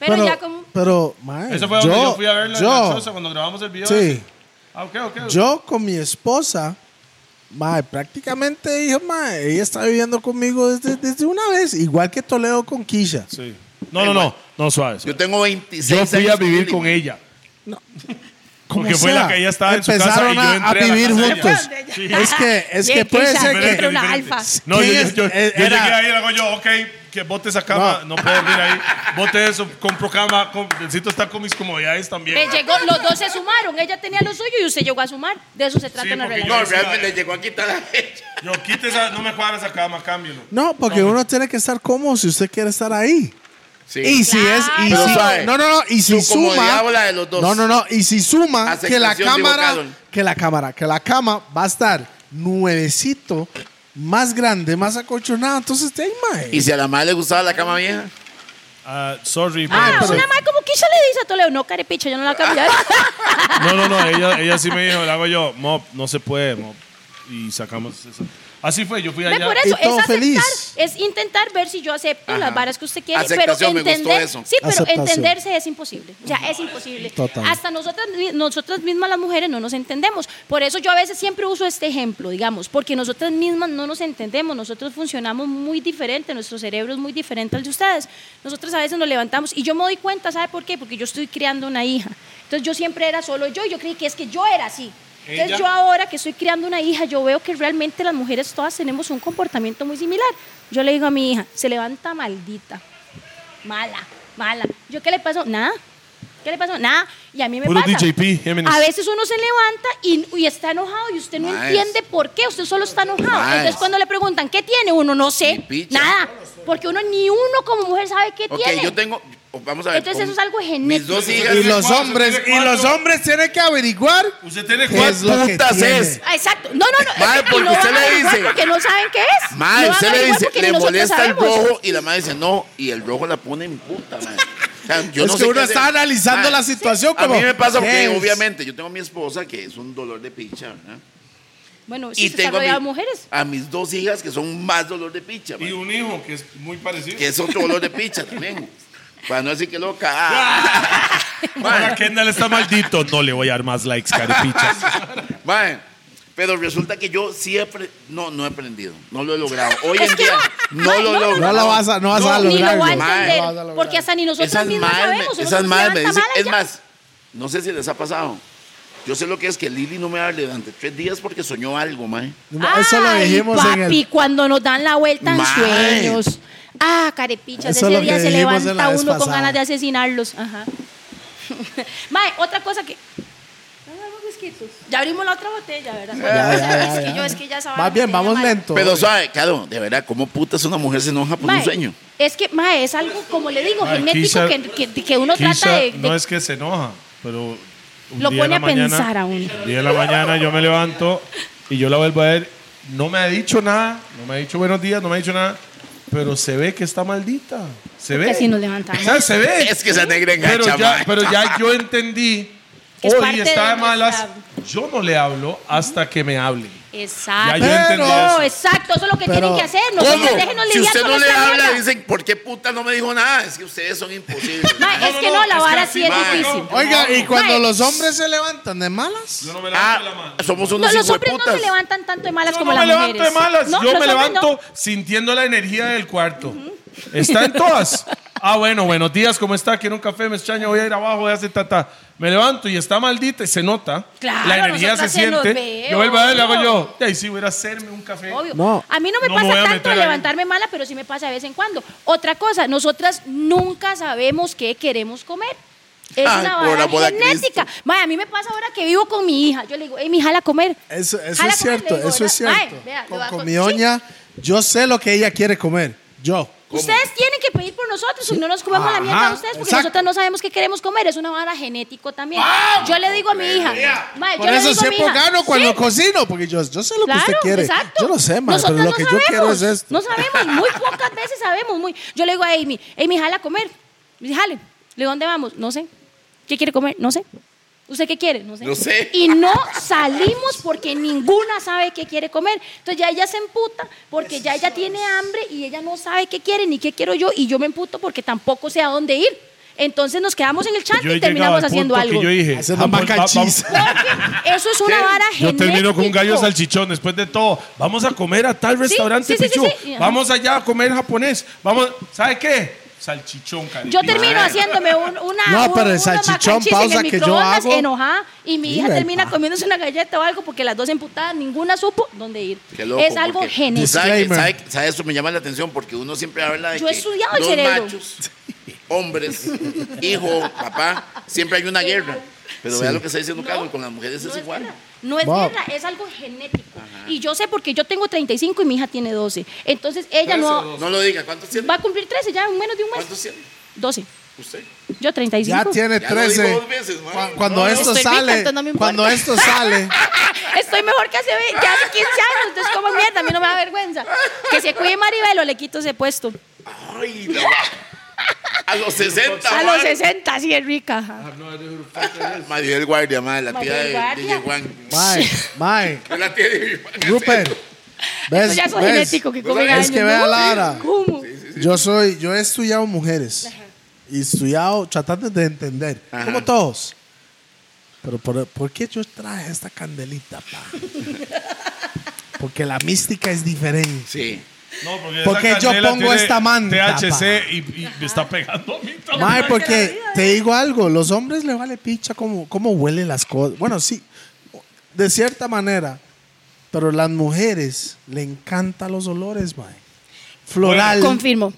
Speaker 3: Pero, ya como.
Speaker 2: pero, mae,
Speaker 1: Eso fue
Speaker 2: yo,
Speaker 1: donde yo, fui a verla en la
Speaker 2: yo,
Speaker 1: choza cuando grabamos el video.
Speaker 2: sí,
Speaker 1: Ah, ok, ok.
Speaker 2: yo con mi esposa, mae, prácticamente dijo, mae, ella está viviendo conmigo desde, desde una vez, igual que Toledo con Kisha.
Speaker 1: Sí. No, no, no. No, suave.
Speaker 4: Yo
Speaker 1: suave.
Speaker 4: tengo 26
Speaker 1: Yo fui a
Speaker 4: años
Speaker 1: vivir
Speaker 4: él y-
Speaker 1: con ella.
Speaker 2: Como
Speaker 1: Porque fue
Speaker 2: sea,
Speaker 1: la que ella estaba en su casa y
Speaker 2: empezaron
Speaker 1: yo
Speaker 2: a, a
Speaker 1: entré a la
Speaker 2: vivir
Speaker 1: casa de ella.
Speaker 2: juntos. Es que, es que
Speaker 3: Bien,
Speaker 2: puede
Speaker 3: Kisha,
Speaker 2: ser
Speaker 3: bien,
Speaker 2: que...
Speaker 3: pero- una alfa.
Speaker 1: No, yo,
Speaker 2: ¿Quién
Speaker 1: yo,
Speaker 2: es?
Speaker 1: yo- yo
Speaker 2: Era-
Speaker 1: llegué ahí y le digo yo, ok, que bote esa cama, no, puedo dormir ahí. Bote eso, compro cama, com- necesito estar con mis comodidades también.
Speaker 3: Me llegó, los dos se sumaron. Ella tenía lo suyo y usted llegó a sumar. De eso se trata
Speaker 1: Sí,
Speaker 3: una
Speaker 1: porque yo-
Speaker 3: relación.
Speaker 4: No, realmente le llegó a quitar la fecha.
Speaker 1: Yo, quite esa, no me cuadra esa cama, cámbialo.
Speaker 2: No, porque uno tiene que estar cómodo si usted quiere estar ahí.
Speaker 4: Sí.
Speaker 2: Y si es, y
Speaker 3: Claro.
Speaker 2: si-
Speaker 4: Suave.
Speaker 2: no, no, no, y si
Speaker 4: Su comodidad
Speaker 2: suma,
Speaker 4: o la de los dos.
Speaker 2: no, no, no, y si suma que la
Speaker 4: Aceptación, digo,
Speaker 2: cámara,
Speaker 4: Carol.
Speaker 2: que la cámara, que la cama va a estar nuevecito, más grande, más acolchonada, entonces te
Speaker 4: Y si a la madre le gustaba la cama vieja.
Speaker 1: Ah, sorry.
Speaker 3: Ah,
Speaker 1: pero-
Speaker 3: una madre como Kisha le dice a Toledo, no, carepicha, yo no la cambiaré.
Speaker 1: No, no, no, ella, ella sí me dijo, le hago yo, Mop, no se puede, Mop. Y sacamos eso. Así fue, yo fui
Speaker 3: Ve,
Speaker 1: allá.
Speaker 3: por eso,
Speaker 2: Y todo
Speaker 3: es aceptar,
Speaker 2: feliz.
Speaker 3: es intentar ver si yo acepto
Speaker 4: Ajá.
Speaker 3: las varas que usted quiere,
Speaker 4: Aceptación, me
Speaker 3: pero
Speaker 4: gustó
Speaker 3: entender,
Speaker 4: eso.
Speaker 3: sí, pero
Speaker 2: Aceptación.
Speaker 3: entenderse es imposible, o sea, es imposible.
Speaker 2: Total.
Speaker 3: Hasta nosotras, mi- nosotras mismas las mujeres no nos entendemos, por eso yo a veces siempre uso este ejemplo, digamos, porque nosotras mismas no nos entendemos, nosotros funcionamos muy diferente, nuestro cerebro es muy diferente al de ustedes, nosotras a veces nos levantamos y yo me doy cuenta, ¿sabe por qué? Porque yo estoy criando una hija, entonces yo siempre era solo yo, y yo creí que es que yo era así. Entonces
Speaker 1: Ella-
Speaker 3: yo ahora que estoy criando una hija, yo veo que realmente las mujeres todas tenemos un comportamiento muy similar. Yo le digo a mi hija, se levanta maldita, mala, mala. ¿Yo qué le pasó? Nada. ¿Qué le pasó? Nada. Y a mí me
Speaker 1: Puro
Speaker 3: pasa.
Speaker 1: DJP, Géminis.
Speaker 3: A veces uno se levanta y, y está enojado y usted no
Speaker 4: Maes.
Speaker 3: entiende por qué, usted solo está enojado.
Speaker 4: Maes.
Speaker 3: Entonces cuando le preguntan, ¿qué tiene? Uno no
Speaker 4: Ni
Speaker 3: sé,
Speaker 4: picha.
Speaker 3: nada. Porque uno, ni uno como mujer sabe qué
Speaker 4: Ok,
Speaker 3: tiene.
Speaker 4: yo tengo. Vamos a ver.
Speaker 3: Entonces
Speaker 4: con
Speaker 3: eso es algo
Speaker 4: Mis
Speaker 3: genético.
Speaker 4: dos hijas.
Speaker 2: Y los
Speaker 1: cuatro,
Speaker 2: hombres,
Speaker 1: tiene
Speaker 2: y los
Speaker 1: cuatro.
Speaker 2: hombres tienen que averiguar
Speaker 1: Usted tiene
Speaker 2: qué es
Speaker 1: cuatro.
Speaker 2: lo que
Speaker 4: putas
Speaker 2: tiene.
Speaker 4: es?
Speaker 3: Ah, Exacto. No, no, no.
Speaker 4: Mae,
Speaker 3: es que
Speaker 4: porque
Speaker 3: no
Speaker 4: usted
Speaker 3: van a
Speaker 4: le
Speaker 3: averiguar
Speaker 4: dice-
Speaker 3: Porque no saben qué es.
Speaker 4: Mae,
Speaker 3: No van a
Speaker 4: usted le
Speaker 3: averiguar
Speaker 4: dice,
Speaker 3: porque ni
Speaker 4: le
Speaker 3: nosotros
Speaker 4: molesta el
Speaker 3: sabemos.
Speaker 4: rojo y la madre dice no, y el rojo la pone en puta, mae. O sea, yo
Speaker 2: Es
Speaker 4: no
Speaker 2: que
Speaker 4: sé
Speaker 2: uno
Speaker 4: qué
Speaker 2: está
Speaker 4: hacer.
Speaker 2: analizando
Speaker 4: Mae,
Speaker 2: la situación
Speaker 4: A mí
Speaker 2: como,
Speaker 4: me pasa porque,
Speaker 2: ¿qué es?
Speaker 4: obviamente, yo tengo a mi esposa que es un dolor de picha, ¿verdad?
Speaker 3: Bueno, Pues sí,
Speaker 4: Y
Speaker 3: se está
Speaker 4: tengo a, mi-
Speaker 3: rodeado de mujeres.
Speaker 4: a mis dos hijas que son más dolor de picha, mae,
Speaker 1: Y un hijo que es muy parecido.
Speaker 4: que es otro dolor de picha también. Para no decir que loca. Ah.
Speaker 1: Ahora
Speaker 4: Mae,
Speaker 1: Kendall está maldito. No le voy a dar más likes, carepichas.
Speaker 4: Mae, pero resulta que yo siempre no, no he aprendido, no lo he logrado. Hoy en
Speaker 3: Es que
Speaker 4: día
Speaker 3: no,
Speaker 4: no
Speaker 3: no,
Speaker 4: lo
Speaker 3: no,
Speaker 4: logro.
Speaker 2: No la vas a, no vas a
Speaker 3: ni lo
Speaker 2: lograrlo.
Speaker 3: va a
Speaker 4: Mae.
Speaker 3: entender.
Speaker 2: No vas a lograr.
Speaker 3: porque hasta ni nosotros
Speaker 4: esas
Speaker 3: mismas
Speaker 4: madres me-
Speaker 3: sabemos. uno
Speaker 4: esas
Speaker 3: se
Speaker 4: madres me
Speaker 3: levanta
Speaker 4: dicen,
Speaker 3: mala y
Speaker 4: es
Speaker 3: ya.
Speaker 4: más, no sé si les ha pasado. Yo sé lo que es que Lili no me hable durante tres días porque soñó algo, mae.
Speaker 2: Eso lo
Speaker 3: Ay,
Speaker 2: dijimos
Speaker 3: papi,
Speaker 2: en el
Speaker 3: cuando nos dan la vuelta en
Speaker 4: Mae.
Speaker 3: sueños. Ah,
Speaker 2: Eso
Speaker 3: carepichas,
Speaker 2: es
Speaker 3: ese
Speaker 2: lo
Speaker 3: día
Speaker 2: que
Speaker 3: se
Speaker 2: dijimos en la
Speaker 3: levanta
Speaker 2: vez
Speaker 3: uno con
Speaker 2: pasada.
Speaker 3: ganas de asesinarlos. Ajá. Mae, otra cosa que. Ya abrimos la otra botella, ¿verdad?
Speaker 2: Ya, ya, ya,
Speaker 3: es que
Speaker 2: ya.
Speaker 3: yo, es que ya esa vara
Speaker 2: Más bien,
Speaker 3: me tiene
Speaker 2: vamos
Speaker 3: mal.
Speaker 2: lento.
Speaker 4: Pero
Speaker 2: güey.
Speaker 4: sabe, claro, de verdad, ¿cómo putas una mujer se enoja por
Speaker 3: Mae,
Speaker 4: un sueño?
Speaker 3: Es que, mae, es algo, como le digo,
Speaker 1: Mae,
Speaker 3: genético
Speaker 1: quizá-
Speaker 3: que, que, que uno trata
Speaker 1: Quizá
Speaker 3: de, de-
Speaker 1: no es que se enoja, pero un
Speaker 3: Lo
Speaker 1: día en
Speaker 3: pone
Speaker 1: la
Speaker 3: a
Speaker 1: mañana-
Speaker 3: pensar a uno.
Speaker 1: Un día de la mañana yo me levanto y yo la vuelvo a ver. No me ha dicho nada, no me ha dicho buenos días, no me ha dicho nada, pero se ve que está maldita. Se ve.
Speaker 3: Porque así nos levantamos.
Speaker 1: ¿Sabes? Se ve.
Speaker 4: Es que esa negra
Speaker 1: pero,
Speaker 4: engancha,
Speaker 1: ya,
Speaker 4: mae.
Speaker 1: pero ya yo entendí.
Speaker 3: Que es
Speaker 1: Hoy
Speaker 3: parte
Speaker 1: está
Speaker 3: de
Speaker 1: de malas.
Speaker 3: nuestra-
Speaker 1: Yo no le hablo hasta que me hable. Ya
Speaker 3: Exacto.
Speaker 1: yo entendí
Speaker 3: No,
Speaker 1: eso.
Speaker 3: exacto, eso es lo que
Speaker 2: Pero-
Speaker 3: tienen que hacer. No
Speaker 4: ¿Cómo?
Speaker 3: déjenos
Speaker 4: Si
Speaker 3: lidiar
Speaker 4: usted
Speaker 3: con
Speaker 4: no le
Speaker 3: esta
Speaker 4: habla,
Speaker 3: mierda.
Speaker 4: dicen, ¿por qué puta no me dijo nada? Es que ustedes son imposibles.
Speaker 3: Mae, es que
Speaker 1: no,
Speaker 3: no, la
Speaker 1: es que
Speaker 3: vara
Speaker 1: así
Speaker 3: sí es
Speaker 4: va.
Speaker 3: difícil.
Speaker 2: Oiga, y cuando
Speaker 3: Mae,
Speaker 2: los hombres se levantan de malas,
Speaker 1: Yo no me levanto de la
Speaker 4: Ah,
Speaker 1: mano.
Speaker 4: somos
Speaker 3: No,
Speaker 4: unos
Speaker 3: los hombres no se
Speaker 4: hijueputas.
Speaker 3: levantan tanto de malas
Speaker 1: Yo
Speaker 3: como
Speaker 1: no me
Speaker 3: las mujeres.
Speaker 1: levanto de malas,
Speaker 3: No,
Speaker 1: yo
Speaker 3: los
Speaker 1: me
Speaker 3: hombres no.
Speaker 1: levanto sintiendo la energía del cuarto. Está en todas. Ah, bueno, buenos días, ¿cómo está? Quiero un café, me extraña, voy a ir abajo, voy a hacer tata. Me levanto y está maldita y se nota.
Speaker 3: Claro,
Speaker 1: la energía se
Speaker 3: nosotras se nos
Speaker 1: siente.
Speaker 3: ve,
Speaker 1: yo vuelvo a ver, le hago
Speaker 3: obvio.
Speaker 1: yo. Y ahí sí, voy a ir a hacerme un café.
Speaker 3: Obvio.
Speaker 2: No.
Speaker 3: A mí no me
Speaker 1: No me voy
Speaker 3: pasa
Speaker 1: a
Speaker 3: tanto
Speaker 1: meter ahí.
Speaker 3: levantarme mala, pero sí me pasa de vez en cuando. Otra cosa, nosotras nunca sabemos qué queremos comer. Es
Speaker 4: Ay,
Speaker 3: una
Speaker 4: por amor
Speaker 3: vara
Speaker 4: a
Speaker 3: genética. Mae, a mí me pasa ahora que vivo con mi hija. Yo le digo, hey, mi hija, la comer.
Speaker 1: Eh,
Speaker 2: Eso, eso
Speaker 3: Jala
Speaker 2: es
Speaker 3: a comer,
Speaker 2: cierto,
Speaker 3: le digo,
Speaker 2: eso es
Speaker 3: ¿verdad?
Speaker 2: cierto.
Speaker 3: Ay, vea, le
Speaker 2: con,
Speaker 3: voy a
Speaker 2: con
Speaker 3: co-
Speaker 2: mi
Speaker 3: sí.
Speaker 2: doña, yo sé lo que ella quiere comer. Yo.
Speaker 3: Ustedes tienen que pedir por nosotros y no nos comemos
Speaker 2: Ajá,
Speaker 3: la mierda a ustedes porque
Speaker 2: exacto.
Speaker 3: nosotros no sabemos qué queremos comer. Es una vara genético también. yo le digo a mi hija. mae, yo
Speaker 2: Por
Speaker 3: le
Speaker 2: eso
Speaker 3: digo a mi
Speaker 2: siempre
Speaker 3: hija,
Speaker 2: gano cuando
Speaker 3: sí,
Speaker 2: cocino, porque yo, yo sé lo
Speaker 3: Claro,
Speaker 2: que usted quiere.
Speaker 3: exacto.
Speaker 2: Yo lo sé, madre, pero
Speaker 3: Nosotras
Speaker 2: lo
Speaker 3: no
Speaker 2: que yo
Speaker 3: sabemos,
Speaker 2: quiero es esto.
Speaker 3: No sabemos, muy pocas veces sabemos. Muy. Yo le digo a Amy, Amy, jala a comer. Me dice, jale. Le digo, ¿dónde vamos? No sé. ¿Qué quiere comer? No sé. ¿Usted qué quiere? No sé.
Speaker 4: No sé.
Speaker 3: Y no salimos porque ninguna sabe qué quiere comer. Entonces ya ella se emputa porque ya ella tiene hambre y ella no sabe qué quiere ni qué quiero yo y yo me emputo porque tampoco sé a dónde ir. Entonces nos quedamos en el chat
Speaker 1: Yo he
Speaker 3: y
Speaker 1: llegado
Speaker 3: terminamos
Speaker 1: al
Speaker 3: haciendo
Speaker 1: punto que
Speaker 3: algo.
Speaker 1: yo dije,
Speaker 2: Haciendo
Speaker 1: "Vamos,
Speaker 2: mac and
Speaker 1: va-
Speaker 2: cheese".
Speaker 1: vamos-
Speaker 3: Porque eso es una
Speaker 4: Sí.
Speaker 3: vara
Speaker 1: Yo
Speaker 3: genética.
Speaker 1: termino con un gallo salchichón después de todo. Vamos a comer a tal restaurante,
Speaker 3: sí, sí, sí,
Speaker 1: pichu.
Speaker 3: sí. Ajá.
Speaker 1: Vamos allá a comer japonés. Vamos, ¿sabe qué? Salchichón, cariño.
Speaker 3: Yo termino haciéndome un- una.
Speaker 2: No,
Speaker 3: un-
Speaker 2: pero el
Speaker 3: unos
Speaker 2: salchichón,
Speaker 3: mac and cheese
Speaker 2: pausa
Speaker 3: en el
Speaker 2: que yo
Speaker 3: microondas,
Speaker 2: hago.
Speaker 3: enojada, y mi hija
Speaker 2: Mira,
Speaker 3: termina
Speaker 2: pa.
Speaker 3: comiéndose una galleta o algo porque las dos emputadas, ninguna supo dónde ir.
Speaker 4: Qué loco,
Speaker 3: es algo
Speaker 4: porque-
Speaker 3: genético.
Speaker 4: ¿Sabe, que-
Speaker 2: Disclaimer.
Speaker 4: sabe, que- sabe eso me llama la atención porque uno siempre habla de
Speaker 3: Yo he
Speaker 4: que
Speaker 3: estudiado el
Speaker 4: los
Speaker 3: cerebro.
Speaker 4: machos, hombres, hijo, papá, siempre hay una guerra. Pero vea lo que está diciendo Carlos, con las mujeres
Speaker 3: No
Speaker 4: es
Speaker 3: es
Speaker 4: igual.
Speaker 3: guerra, no es
Speaker 2: Bob.
Speaker 3: guerra, es algo genético. Y yo sé porque yo tengo 35 y mi hija tiene 12. Entonces ella no
Speaker 4: No lo diga, ¿cuántos tiene?
Speaker 3: va a cumplir 13 ya en menos de un mes.
Speaker 4: ¿Cuántos tiene?
Speaker 3: 12.
Speaker 4: Usted.
Speaker 3: Yo 35.
Speaker 2: Ya tiene
Speaker 4: Ya lo dijo
Speaker 2: 13.
Speaker 4: dos veces, man.
Speaker 2: Cu- Cuando
Speaker 3: no,
Speaker 2: esto
Speaker 3: estoy rica,
Speaker 2: sale,
Speaker 3: entonces no me importa.
Speaker 2: cuando esto sale,
Speaker 3: Estoy mejor que hace, ve- que hace 15 años, entonces como mierda, a mí no me da vergüenza. Que se cuide Maribel o le quito ese puesto.
Speaker 4: Ay, la- A los 60,
Speaker 3: pues, A
Speaker 4: man.
Speaker 3: los 60, sí es rica. ajá.
Speaker 4: Maribel Guardia, madre, la tía
Speaker 3: Maribel
Speaker 4: de
Speaker 3: Guardia.
Speaker 4: DJ Juan.
Speaker 2: mae, mae,
Speaker 4: Es la tía de DJ Juan.
Speaker 2: Rupert, ves,
Speaker 3: Eso Pues ya es
Speaker 2: ves,
Speaker 3: genético que
Speaker 4: ¿Vos
Speaker 3: come
Speaker 4: sabés?
Speaker 2: Es que vea, Lara.
Speaker 3: ¿Cómo?
Speaker 2: yo soy, yo he estudiado mujeres y estudiado tratando de entender,
Speaker 4: Ajá.
Speaker 2: como todos. Pero por, ¿por qué yo traje esta candelita, pa? Porque la mística es diferente.
Speaker 4: Sí.
Speaker 1: No, porque,
Speaker 2: Porque
Speaker 1: esa
Speaker 2: yo
Speaker 1: candela
Speaker 2: pongo
Speaker 1: tiene
Speaker 2: esta manta,
Speaker 1: THC y, y me está pegando a mí también.
Speaker 2: Mae,
Speaker 3: mejor que la
Speaker 2: porque
Speaker 3: vida,
Speaker 2: te digo algo, los hombres le vale picha cómo, cómo huelen las cosas. Bueno, sí. de cierta manera. Pero las mujeres le encantan los olores, mae. Floral.
Speaker 3: Confirmo.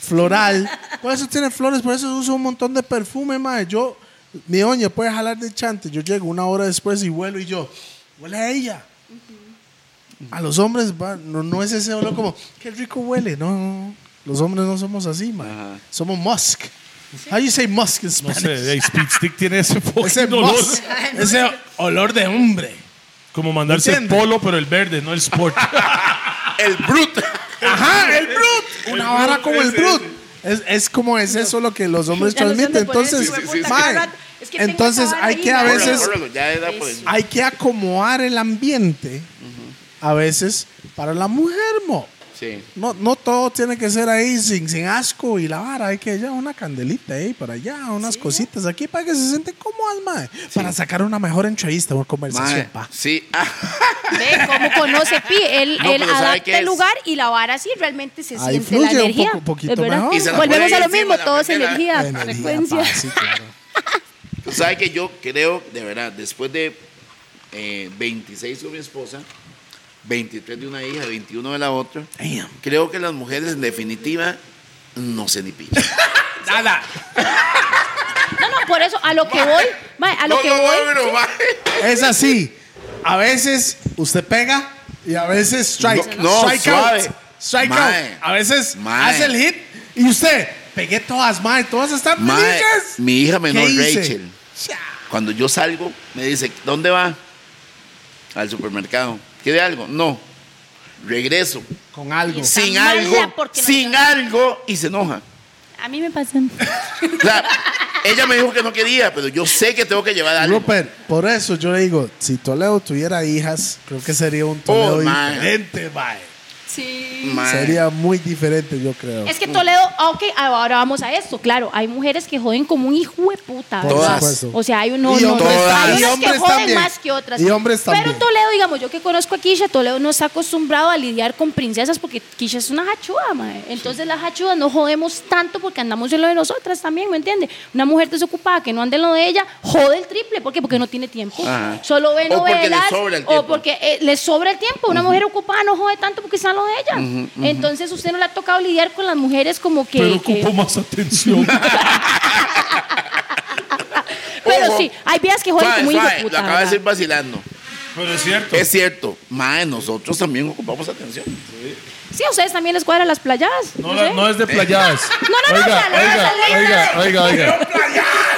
Speaker 2: floral. Por eso tiene flores, por eso uso un montón de perfume, mae. Yo, mi doña puede jalar de chante. Yo llego una hora después y vuelo y yo, huele a ella. A los hombres va, no, no es ese olor como, qué rico huele. No, no, no. los hombres no somos así, mae.
Speaker 4: Ajá.
Speaker 2: Somos musk. How you say musk in
Speaker 1: No
Speaker 2: Spanish?
Speaker 1: sé, hey, Speed Stick tiene ese
Speaker 2: Ese
Speaker 1: fucking olor.
Speaker 2: musk, ese olor de hombre.
Speaker 1: Como mandarse
Speaker 2: ¿Entiende?
Speaker 1: polo, pero el verde, no el sport.
Speaker 4: El bruto.
Speaker 2: Ajá, el brut. Una vara como el brut. Es, es como es eso lo que los hombres
Speaker 3: Ya los
Speaker 2: transmiten.
Speaker 3: hombres ponen
Speaker 2: Entonces,
Speaker 3: encima de puta
Speaker 2: mae,
Speaker 3: cada rato. Es que tengo
Speaker 2: entonces
Speaker 3: esa vara
Speaker 2: hay
Speaker 3: ahí,
Speaker 2: que a
Speaker 3: mae.
Speaker 2: veces
Speaker 4: Órgalo, órgalo, ya era por el-
Speaker 2: hay que acomodar el ambiente a veces para la mujer, mo.
Speaker 4: Sí.
Speaker 2: No, no todo tiene que ser ahí sin, sin asco y la vara. Hay que ya una candelita ahí para allá, unas cositas aquí para que se sienten cómodas, mae. Para sacar una mejor entrevista, una conversación,
Speaker 4: Mae,
Speaker 2: pa.
Speaker 4: sí. Ah,
Speaker 3: Ve cómo conoce Pi. Él,
Speaker 4: No,
Speaker 3: él
Speaker 4: pero ¿sabe
Speaker 3: adapta
Speaker 4: qué es?
Speaker 3: el lugar y la vara así realmente se
Speaker 2: Ahí
Speaker 3: siente la
Speaker 2: fluye un
Speaker 3: energía.
Speaker 2: poco- poquito
Speaker 3: Es verdad.
Speaker 2: mejor. Y se
Speaker 4: la
Speaker 3: Volvemos
Speaker 4: pone
Speaker 3: a lo
Speaker 4: encima
Speaker 3: mismo,
Speaker 4: la
Speaker 3: todo es
Speaker 4: primera.
Speaker 3: energía,
Speaker 2: Energía,
Speaker 3: frecuencia.
Speaker 2: pa, sí, claro.
Speaker 4: Tú sabes que yo creo, de verdad, después de eh, 26 con mi esposa, 23 de una hija, 21 de la otra,
Speaker 2: Damn.
Speaker 4: creo que las mujeres en definitiva no se ni pillan.
Speaker 1: Nada.
Speaker 3: No, no, por eso, a lo que voy, mae, a lo
Speaker 4: no,
Speaker 3: que
Speaker 4: no,
Speaker 3: voy.
Speaker 4: no, pero mae.
Speaker 2: Es así. A veces usted pega y a veces strike.
Speaker 4: No, no,
Speaker 2: strike out.
Speaker 4: suave.
Speaker 2: Strike
Speaker 4: Mae.
Speaker 2: out. A veces
Speaker 4: Mae.
Speaker 2: hace el hit y usted pegué todas, mae. Todas están
Speaker 4: Mae,
Speaker 2: felices.
Speaker 4: mi hija menor,
Speaker 2: ¿Qué hice?
Speaker 4: Rachel.
Speaker 2: Ya.
Speaker 4: Cuando yo salgo, me dice, ¿dónde va? Al supermercado. ¿Quiere algo? No. Regreso.
Speaker 2: Con algo.
Speaker 3: Está
Speaker 4: Sin
Speaker 3: mala
Speaker 4: algo.
Speaker 3: porque no
Speaker 4: Sin algo. Y se enoja.
Speaker 3: A mí me pasan.
Speaker 4: O sea, ella me dijo que no quería, pero yo sé que tengo que llevar algo.
Speaker 2: Rupert, por eso yo le digo, si Toledo tuviera hijas, creo que sería un Toledo
Speaker 4: Oh, mae.
Speaker 2: diferente, mae.
Speaker 1: pues,
Speaker 3: Sí.
Speaker 4: Mae.
Speaker 2: Sería muy diferente, yo creo.
Speaker 3: Es que Toledo, ah, ok, ahora vamos a esto, claro, hay mujeres que joden como un hijo de puta,
Speaker 2: Por
Speaker 3: ¿verdad?
Speaker 2: supuesto.
Speaker 3: O sea, hay unos,
Speaker 2: Y
Speaker 3: no,
Speaker 2: hombres
Speaker 3: hay
Speaker 2: también.
Speaker 3: unas
Speaker 2: Y
Speaker 3: que
Speaker 2: hombres
Speaker 3: joden
Speaker 2: también.
Speaker 3: más que otras.
Speaker 2: Y hombres
Speaker 3: Pero
Speaker 2: también.
Speaker 3: Toledo, digamos, yo que conozco a Kisha, Toledo no está acostumbrado a lidiar con princesas porque Kisha es una hachuda, mae. Entonces las hachudas no jodemos tanto porque andamos en lo de nosotras también, ¿me entiendes? Una mujer desocupada que no ande en lo de ella, jode el triple, ¿por qué? Porque no tiene tiempo.
Speaker 4: Ajá.
Speaker 3: Solo ve
Speaker 4: O porque le
Speaker 3: novelas.
Speaker 4: sobra el
Speaker 3: o
Speaker 4: tiempo.
Speaker 3: porque eh, le sobra el tiempo. Una mujer ocupada no jode tanto porque está en lo de ella. Entonces usted no le ha tocado lidiar con las mujeres como que...
Speaker 1: Pero
Speaker 3: que-
Speaker 1: ocupo más atención.
Speaker 3: Pero
Speaker 4: Ojo.
Speaker 3: sí, hay vías que joden
Speaker 4: Suave,
Speaker 3: como hijo
Speaker 4: suave,
Speaker 3: de
Speaker 4: Lo
Speaker 3: puta.
Speaker 4: acaba de
Speaker 3: ¿verdad?
Speaker 4: decir vacilando.
Speaker 1: pero es cierto.
Speaker 4: Es cierto. Mae, nosotros también ocupamos atención.
Speaker 3: Sí, a ustedes también les cuadran las playas.
Speaker 1: No,
Speaker 3: No,
Speaker 1: la-
Speaker 3: sé.
Speaker 1: no es de playadas.
Speaker 3: no, no,
Speaker 7: Oiga,
Speaker 3: no, no,
Speaker 7: oiga,
Speaker 3: no, no,
Speaker 7: oiga, oiga, oiga.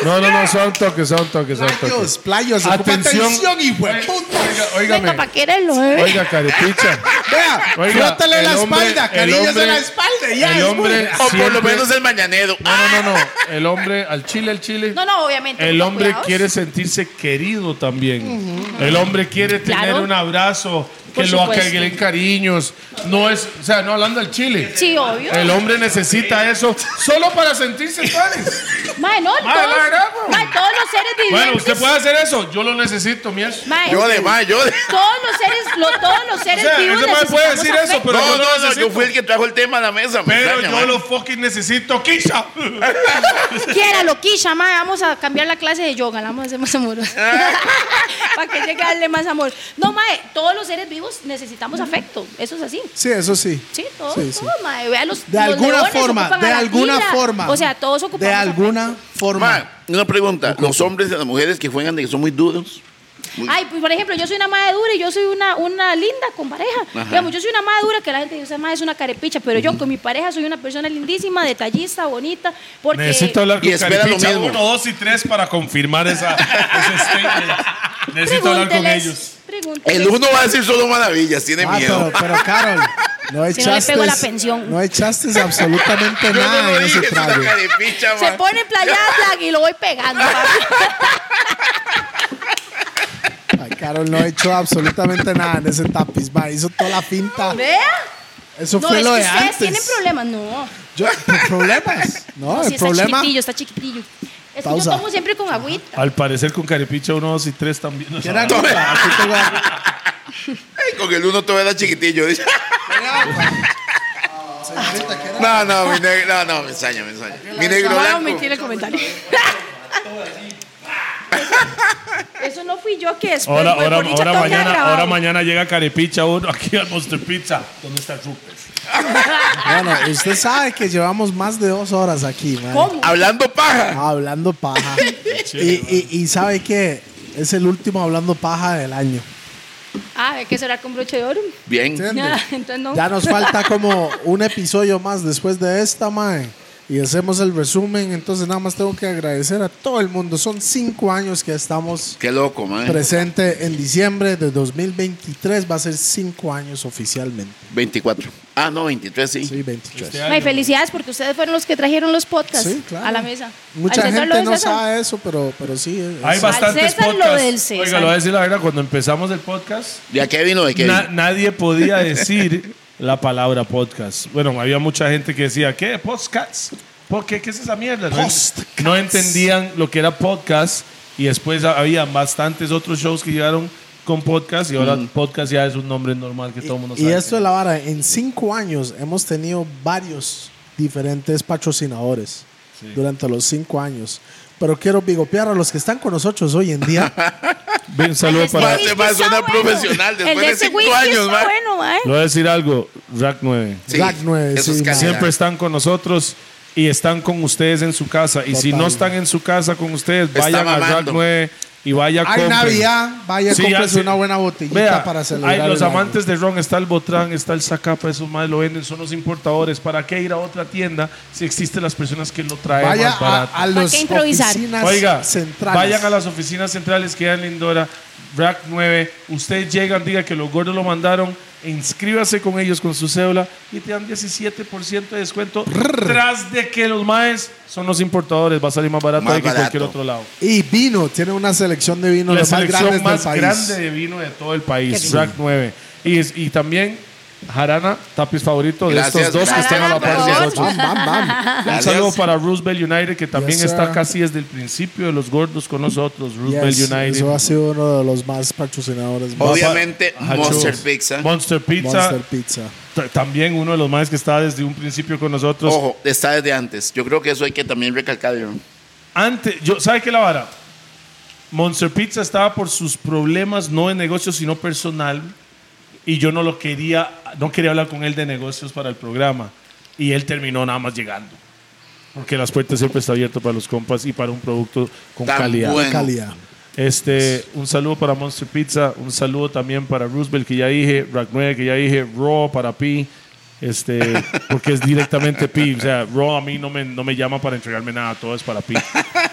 Speaker 7: No, no, no, son toques, son toques, son toques.
Speaker 2: Playos, playos.
Speaker 7: Atención.
Speaker 2: Atención, hijo de puta.
Speaker 7: Oígame,
Speaker 3: Venga, para quererlo, ¿eh?
Speaker 7: oiga, carepicha.
Speaker 2: Vea,
Speaker 7: Oiga,
Speaker 2: frótale la
Speaker 7: el hombre-
Speaker 2: espalda,
Speaker 7: el
Speaker 2: carillas
Speaker 7: hombre-
Speaker 2: en la espalda. Ya,
Speaker 7: el
Speaker 2: es
Speaker 7: hombre-
Speaker 2: buena.
Speaker 4: O por
Speaker 7: Siempre-
Speaker 1: pues.
Speaker 4: lo menos el mañanero.
Speaker 7: No,
Speaker 3: Ah,
Speaker 7: no, no, no. El hombre, al chile, al chile.
Speaker 3: No, no, obviamente.
Speaker 1: El
Speaker 3: con
Speaker 1: hombre
Speaker 3: cuidados.
Speaker 1: quiere sentirse querido también. El hombre quiere tener
Speaker 3: Claro.
Speaker 1: un abrazo, que
Speaker 3: Por
Speaker 1: lo
Speaker 3: supuesto.
Speaker 1: acariñen cariños. No es, o sea, no hablando al chile.
Speaker 3: Sí, obvio.
Speaker 1: El hombre necesita eso solo para sentirse tales.
Speaker 3: Mae, no,
Speaker 1: Mae,
Speaker 3: todos,
Speaker 1: la verdad, weón.
Speaker 3: mae, todos los seres vivientes.
Speaker 1: bueno, usted puede hacer eso. Yo lo necesito, mies.
Speaker 3: Mae,
Speaker 4: Yo de mae, yo de.
Speaker 3: Todos los seres, lo- todos los
Speaker 1: O
Speaker 3: seres
Speaker 1: sea,
Speaker 3: vivos
Speaker 1: ese mae puede
Speaker 3: necesitamos
Speaker 1: decir eso,
Speaker 3: afecto.
Speaker 1: pero
Speaker 4: no,
Speaker 1: yo lo
Speaker 4: no, no,
Speaker 1: necesito.
Speaker 4: yo fui el que trajo el tema a la mesa. me
Speaker 1: Pero
Speaker 4: extraña,
Speaker 1: yo
Speaker 4: mae.
Speaker 1: lo fucking necesito, Kisha. pues.
Speaker 3: Quiera, loquilla, mae, vamos a cambiar la clase de yoga, la vamos a hacer más amorosa.
Speaker 1: Ah.
Speaker 3: para que llegue a darle más amor. No, mae, todos los seres vivos necesitamos afecto, eso es así.
Speaker 2: Sí, eso sí.
Speaker 3: Sí, todos,
Speaker 2: Sí, sí.
Speaker 3: todos, mae, vea los
Speaker 2: De
Speaker 3: los
Speaker 2: alguna
Speaker 3: leones
Speaker 2: forma,
Speaker 3: ocupan
Speaker 2: de
Speaker 3: a la
Speaker 2: alguna
Speaker 3: fila.
Speaker 2: forma.
Speaker 3: O sea, todos ocupamos
Speaker 2: De
Speaker 3: afecto.
Speaker 2: alguna
Speaker 4: Mae,
Speaker 2: forma.
Speaker 4: una pregunta. Los hombres y las mujeres que juegan de que son muy duros.
Speaker 3: Ay, pues por ejemplo, yo soy una madre dura y yo soy una, una linda con pareja.
Speaker 4: Ajá.
Speaker 3: Digamos, yo soy una madre dura que la gente dice, "Mae, es una carepicha, pero yo con mi pareja soy una persona lindísima, detallista, bonita, porque...
Speaker 1: Necesito hablar
Speaker 4: Y
Speaker 1: con
Speaker 4: espera lo
Speaker 1: Caripicha.
Speaker 4: mismo.
Speaker 1: Uno, dos y tres para confirmar esa, ese statement. Necesito hablar con
Speaker 3: Pregúnteles,
Speaker 1: ellos.
Speaker 3: pregúnteles.
Speaker 4: El uno va a decir solo maravillas, tiene
Speaker 2: Ah,
Speaker 4: miedo.
Speaker 2: pero, pero, Carol, no
Speaker 3: Si no le
Speaker 2: echaste.
Speaker 3: pego la pensión.
Speaker 2: no echaste absolutamente
Speaker 4: Yo no
Speaker 2: nada
Speaker 4: lo
Speaker 2: en
Speaker 4: dije,
Speaker 2: ese
Speaker 4: es una
Speaker 2: trago.
Speaker 4: carepicha,
Speaker 3: Se
Speaker 4: mae.
Speaker 3: pone playa flag y lo voy pegando. papi.
Speaker 2: Ay, Carol no echó absolutamente nada en ese tapiz. va, hizo toda la finta.
Speaker 3: ¿Vea?
Speaker 2: Eso
Speaker 3: No,
Speaker 2: fue
Speaker 3: es
Speaker 2: lo
Speaker 3: que
Speaker 2: de
Speaker 3: ustedes
Speaker 2: antes.
Speaker 3: tienen problemas. No,
Speaker 2: Yo- problemas. No,
Speaker 3: no
Speaker 2: el
Speaker 3: sí, está
Speaker 2: problema.
Speaker 3: chiquitillo, está chiquitillo. Es que
Speaker 2: Pausa.
Speaker 3: yo tomo siempre con agüita.
Speaker 1: Al parecer con Caripicha, uno, dos y tres también.
Speaker 2: ¿Qué era?
Speaker 4: Tome.
Speaker 2: Aquí tengo-
Speaker 4: Ay, Con el uno todavía era chiquitillo. dice.
Speaker 2: Señorita, ¿qué era?
Speaker 4: No, no, mi negro. No, no, me ensaña, me ensaña. Mi negro
Speaker 3: No voy a
Speaker 4: blanco.
Speaker 3: omitir el comentario. Eso no fui yo que después. pues,
Speaker 7: Ahora,
Speaker 3: fue
Speaker 7: ahora,
Speaker 3: por dicha
Speaker 7: ahora
Speaker 3: todo
Speaker 7: mañana,
Speaker 3: grabado.
Speaker 7: ahora mañana llega Carepicha uno aquí al Monster Pizza. ¿Dónde está Rupert?
Speaker 2: Bueno, usted sabe que llevamos más de dos horas aquí, man.
Speaker 3: ¿Cómo?
Speaker 4: Hablando paja.
Speaker 2: Hablando paja. y, y- y sabe que es el último hablando paja del año.
Speaker 3: Ah, hay que cerrar con broche de oro. Ah,
Speaker 4: Bien.
Speaker 2: ¿Entiende?
Speaker 3: Entonces no.
Speaker 2: Ya nos falta como un episodio más después de esta, mae. Y hacemos el resumen. Entonces, nada más tengo que agradecer a todo el mundo. Son cinco años que estamos
Speaker 4: Qué loco, man.
Speaker 2: presente en diciembre de 2023. Va a ser cinco años oficialmente.
Speaker 4: 24. Ah, no, 23, sí.
Speaker 2: Sí, 23.
Speaker 7: Este año.
Speaker 3: Ay, felicidades porque ustedes fueron los que trajeron los podcasts
Speaker 2: Sí, claro.
Speaker 3: a la mesa.
Speaker 2: Mucha
Speaker 3: Al César lo
Speaker 2: gente
Speaker 3: de
Speaker 2: no
Speaker 3: César.
Speaker 2: sabe eso, pero, pero sí. es-
Speaker 7: Hay
Speaker 2: es-
Speaker 7: bastantes
Speaker 3: César lo del
Speaker 7: podcasts.
Speaker 3: César.
Speaker 7: Oiga, lo voy a decir la verdad, cuando empezamos el podcast,
Speaker 4: ¿De a Kevin o de Kevin?
Speaker 7: na- nadie podía decir la palabra podcast. Bueno, había mucha gente que decía, ¿qué? ¿Podcasts? ¿Por qué? ¿Qué es esa mierda? No en-
Speaker 2: Podcasts.
Speaker 7: No, entendían lo que era podcast y después había bastantes otros shows que llegaron con podcast y ahora podcast ya es un nombre normal que todo el mundo
Speaker 2: Mm. Y
Speaker 7: sabe.
Speaker 2: esto es la vara. En cinco años hemos tenido varios diferentes patrocinadores durante los cinco años. Pero quiero bigopear a los que están con nosotros hoy en día.
Speaker 7: Bien, un saludo
Speaker 3: Ese
Speaker 7: para...
Speaker 4: Más-
Speaker 3: whisky está
Speaker 4: más este suena profesional después
Speaker 3: El
Speaker 4: de
Speaker 3: ese
Speaker 4: cinco
Speaker 3: whisky
Speaker 4: años,
Speaker 3: está
Speaker 4: ma.
Speaker 3: bueno, ma.
Speaker 7: Le voy a decir algo, Rack 9.
Speaker 4: Sí,
Speaker 2: Black nueve,
Speaker 4: eso es
Speaker 2: sí,
Speaker 4: calidad.
Speaker 7: Siempre están con nosotros y están con ustedes en su casa. Y si
Speaker 2: Total.
Speaker 7: no están en su casa con ustedes,
Speaker 4: Está
Speaker 7: vayan a Rack
Speaker 4: mamando.
Speaker 7: 9 y vaya
Speaker 2: Hay
Speaker 7: compren.
Speaker 2: Navidad, vaya,
Speaker 7: Sí,
Speaker 2: cómprese
Speaker 7: hace-
Speaker 2: una buena botellita
Speaker 7: Vea,
Speaker 2: para celebrar.
Speaker 7: Hay los
Speaker 2: el año.
Speaker 7: amantes de ron, está el Botrán, está el Zacapa, esos más lo venden, son los importadores. ¿Para qué ir a otra tienda si existen las personas que lo traen
Speaker 2: Vaya
Speaker 7: más barato?
Speaker 2: a, a los
Speaker 3: qué improvisar?
Speaker 2: oficinas
Speaker 7: Oiga,
Speaker 2: centrales.
Speaker 7: vayan a las oficinas centrales que hay en Lindora, Rack 9. Ustedes llegan, diga que los gordos lo mandaron, inscríbase con ellos con su cédula y te dan 17% de descuento. Tras de que los maes son los importadores, va a salir más barato
Speaker 4: Más
Speaker 7: de que
Speaker 4: barato.
Speaker 7: cualquier otro lado.
Speaker 2: Y vino, tiene una selección de vinos
Speaker 7: la
Speaker 2: los más grandes
Speaker 7: selección más
Speaker 2: del país.
Speaker 7: grande de vino de todo el país, Rack 9. Y, es- y también Jarana, tapis favorito de
Speaker 4: Gracias,
Speaker 7: estos dos
Speaker 4: gracias,
Speaker 7: que están a la par de
Speaker 4: gracias.
Speaker 7: nosotros.
Speaker 2: Bam, bam, bam.
Speaker 7: Un
Speaker 4: Gracias.
Speaker 7: saludo para Roosevelt United, que también
Speaker 2: Yes,
Speaker 7: está
Speaker 2: sir.
Speaker 7: casi desde el principio de los gordos con nosotros. Roosevelt
Speaker 2: Yes,
Speaker 7: United.
Speaker 2: eso ha sido uno de los más patrocinadores. más-
Speaker 4: Obvia- Obviamente,
Speaker 7: Ajá,
Speaker 4: Monster
Speaker 7: chos.
Speaker 4: Pizza.
Speaker 7: Monster Pizza.
Speaker 2: Monster Pizza.
Speaker 7: t- También uno de los más que está desde un principio con nosotros.
Speaker 4: Ojo, está desde antes. Yo creo que eso hay que también recalcarlo.
Speaker 7: Antes, yo, ¿sabe qué la vara? Monster Pizza estaba por sus problemas, no de negocios, sino personal. Y yo no lo quería, no quería hablar con él de negocios para el programa. Y él terminó nada más llegando. Porque las puertas siempre están abiertas para los compas y para un producto con
Speaker 4: Tan
Speaker 7: calidad.
Speaker 4: bueno.
Speaker 2: Calidad.
Speaker 7: Este, un saludo para Monster Pizza, un saludo también para Roosevelt, que ya dije, Rack 9, que ya dije, Raw para Pi, este, porque es directamente Pi. O sea, Raw a mí no me, no me llama para entregarme nada, todo es para Pi.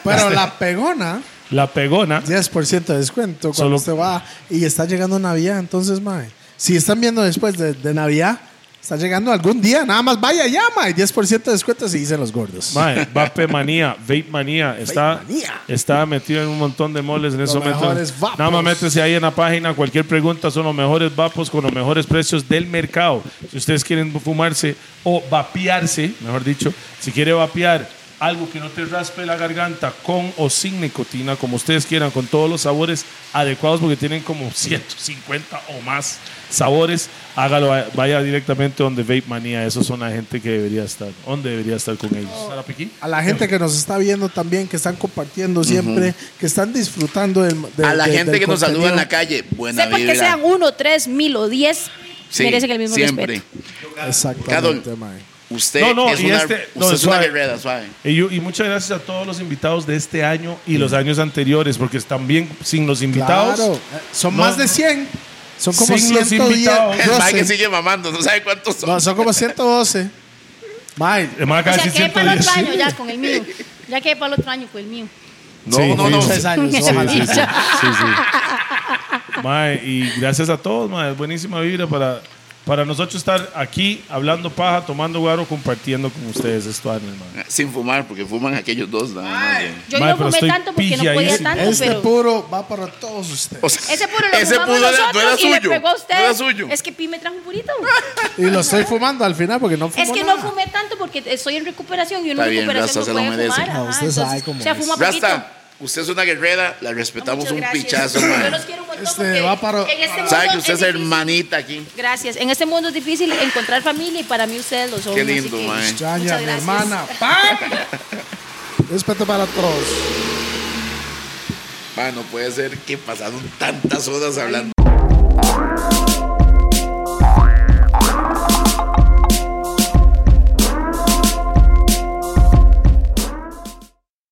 Speaker 2: Pero la pegona,
Speaker 7: La pegona,
Speaker 2: 10% de descuento cuando
Speaker 7: Solo-
Speaker 2: usted va y está llegando Navidad. Entonces, mae, si están viendo después de, de Navidad, está llegando algún día. Nada más vaya ya, mae. 10% de descuento si dicen los gordos.
Speaker 7: mae, Vape Manía, Vape Manía, está,
Speaker 2: Vape Manía.
Speaker 7: está metido en un montón de moles en ese momento.
Speaker 2: mejores vapos.
Speaker 7: Nada más métese ahí en la página, cualquier pregunta son los mejores vapos con los mejores precios del mercado. Si ustedes quieren fumarse o vapearse, mejor dicho, si quiere vapear algo que no te raspe la garganta con o sin nicotina, como ustedes quieran, con todos los sabores adecuados, porque tienen como 150 o más sabores, hágalo, vaya directamente donde Vape Manía, esos son la gente que debería estar, donde debería estar con ellos. Sarapiquí.
Speaker 2: A la gente que nos está viendo también, que están compartiendo siempre, que están disfrutando del. de-
Speaker 4: A la
Speaker 2: de-
Speaker 4: gente
Speaker 2: del
Speaker 4: que nos saluda en la
Speaker 2: contenido.
Speaker 4: calle, buena
Speaker 3: Sepa
Speaker 4: vibra.
Speaker 3: que sean uno, tres, mil o diez,
Speaker 4: Sí,
Speaker 3: merecen el mismo
Speaker 4: siempre.
Speaker 3: respeto.
Speaker 2: Exactamente,
Speaker 4: Cadol.
Speaker 2: mae.
Speaker 4: Usted
Speaker 7: No, no,
Speaker 4: es
Speaker 7: y
Speaker 4: una,
Speaker 7: este-
Speaker 4: usted
Speaker 7: no,
Speaker 4: es una
Speaker 7: suave.
Speaker 4: guerrera, suave.
Speaker 7: Y, yo- y muchas gracias a todos los invitados de este año y los años anteriores, porque también sin los invitados,
Speaker 2: Claro. Eh, Son
Speaker 7: No.
Speaker 2: más de 100. Son como
Speaker 7: Sin los
Speaker 2: 110.
Speaker 7: invitados. El
Speaker 4: El mae que
Speaker 2: 12.
Speaker 4: sigue mamando, no sabe cuántos son.
Speaker 2: No, son como 112. Mae,
Speaker 7: me va a
Speaker 3: O sea,
Speaker 7: casi
Speaker 3: que para el otro
Speaker 7: 110.
Speaker 3: año ya con el mío. Ya que para el otro año con el mío.
Speaker 4: No,
Speaker 7: Sí,
Speaker 4: no, no.
Speaker 7: sí,
Speaker 2: tres años.
Speaker 3: Sí,
Speaker 2: ojalá.
Speaker 7: Sí, sí, sí, sí, sí. Mae, y gracias a todos, mae. Buenísima vibra para, para nosotros estar aquí hablando paja, tomando guaro, compartiendo con ustedes esto, Arnold, mae.
Speaker 4: Sin fumar, porque fuman aquellos dos nada más. ya.
Speaker 3: Yo
Speaker 7: Mae,
Speaker 3: no
Speaker 7: pero
Speaker 3: fumé
Speaker 7: estoy
Speaker 3: tanto porque no podía
Speaker 7: pilladísimo.
Speaker 3: tanto,
Speaker 2: Este
Speaker 3: pero...
Speaker 2: puro va para todos ustedes.
Speaker 4: O sea,
Speaker 3: Ese puro lo
Speaker 4: ese
Speaker 3: fumamos
Speaker 4: puro era-
Speaker 3: nosotros
Speaker 4: no era
Speaker 3: y
Speaker 4: suyo.
Speaker 3: le pegó a usted.
Speaker 4: No era suyo.
Speaker 3: Es que Pi me trajo un purito.
Speaker 2: Y lo estoy fumando al final porque no fumo
Speaker 3: es que
Speaker 2: nada.
Speaker 3: no fumé tanto porque estoy en recuperación y uno
Speaker 4: Está
Speaker 3: en
Speaker 4: bien, Rasta,
Speaker 3: recuperación
Speaker 4: se lo
Speaker 3: no puede
Speaker 4: merece.
Speaker 3: fumar.
Speaker 2: No,
Speaker 3: ajá,
Speaker 2: usted
Speaker 3: entonces,
Speaker 2: sabe cómo
Speaker 3: o sea,
Speaker 2: es.
Speaker 3: fuma poquito.
Speaker 4: Rasta, usted es una guerrera, la respetamos
Speaker 3: Muchas
Speaker 4: un
Speaker 3: gracias.
Speaker 4: pichazo,
Speaker 3: Yo
Speaker 4: mae.
Speaker 3: los quiero un montón
Speaker 2: Este,
Speaker 3: porque
Speaker 2: va para-
Speaker 3: en este
Speaker 4: Sabe
Speaker 3: mundo
Speaker 4: que usted es
Speaker 3: difícil.
Speaker 4: hermanita aquí.
Speaker 3: Gracias. En este mundo es difícil encontrar familia y para mí ustedes lo son.
Speaker 4: Qué
Speaker 3: así
Speaker 4: lindo,
Speaker 3: que
Speaker 4: mae.
Speaker 2: Extraña a
Speaker 3: muchas
Speaker 2: mi
Speaker 3: gracias.
Speaker 2: hermana. ¡Pam! Respeto para todos.
Speaker 4: Mano, puede ser que pasaron tantas horas hablando.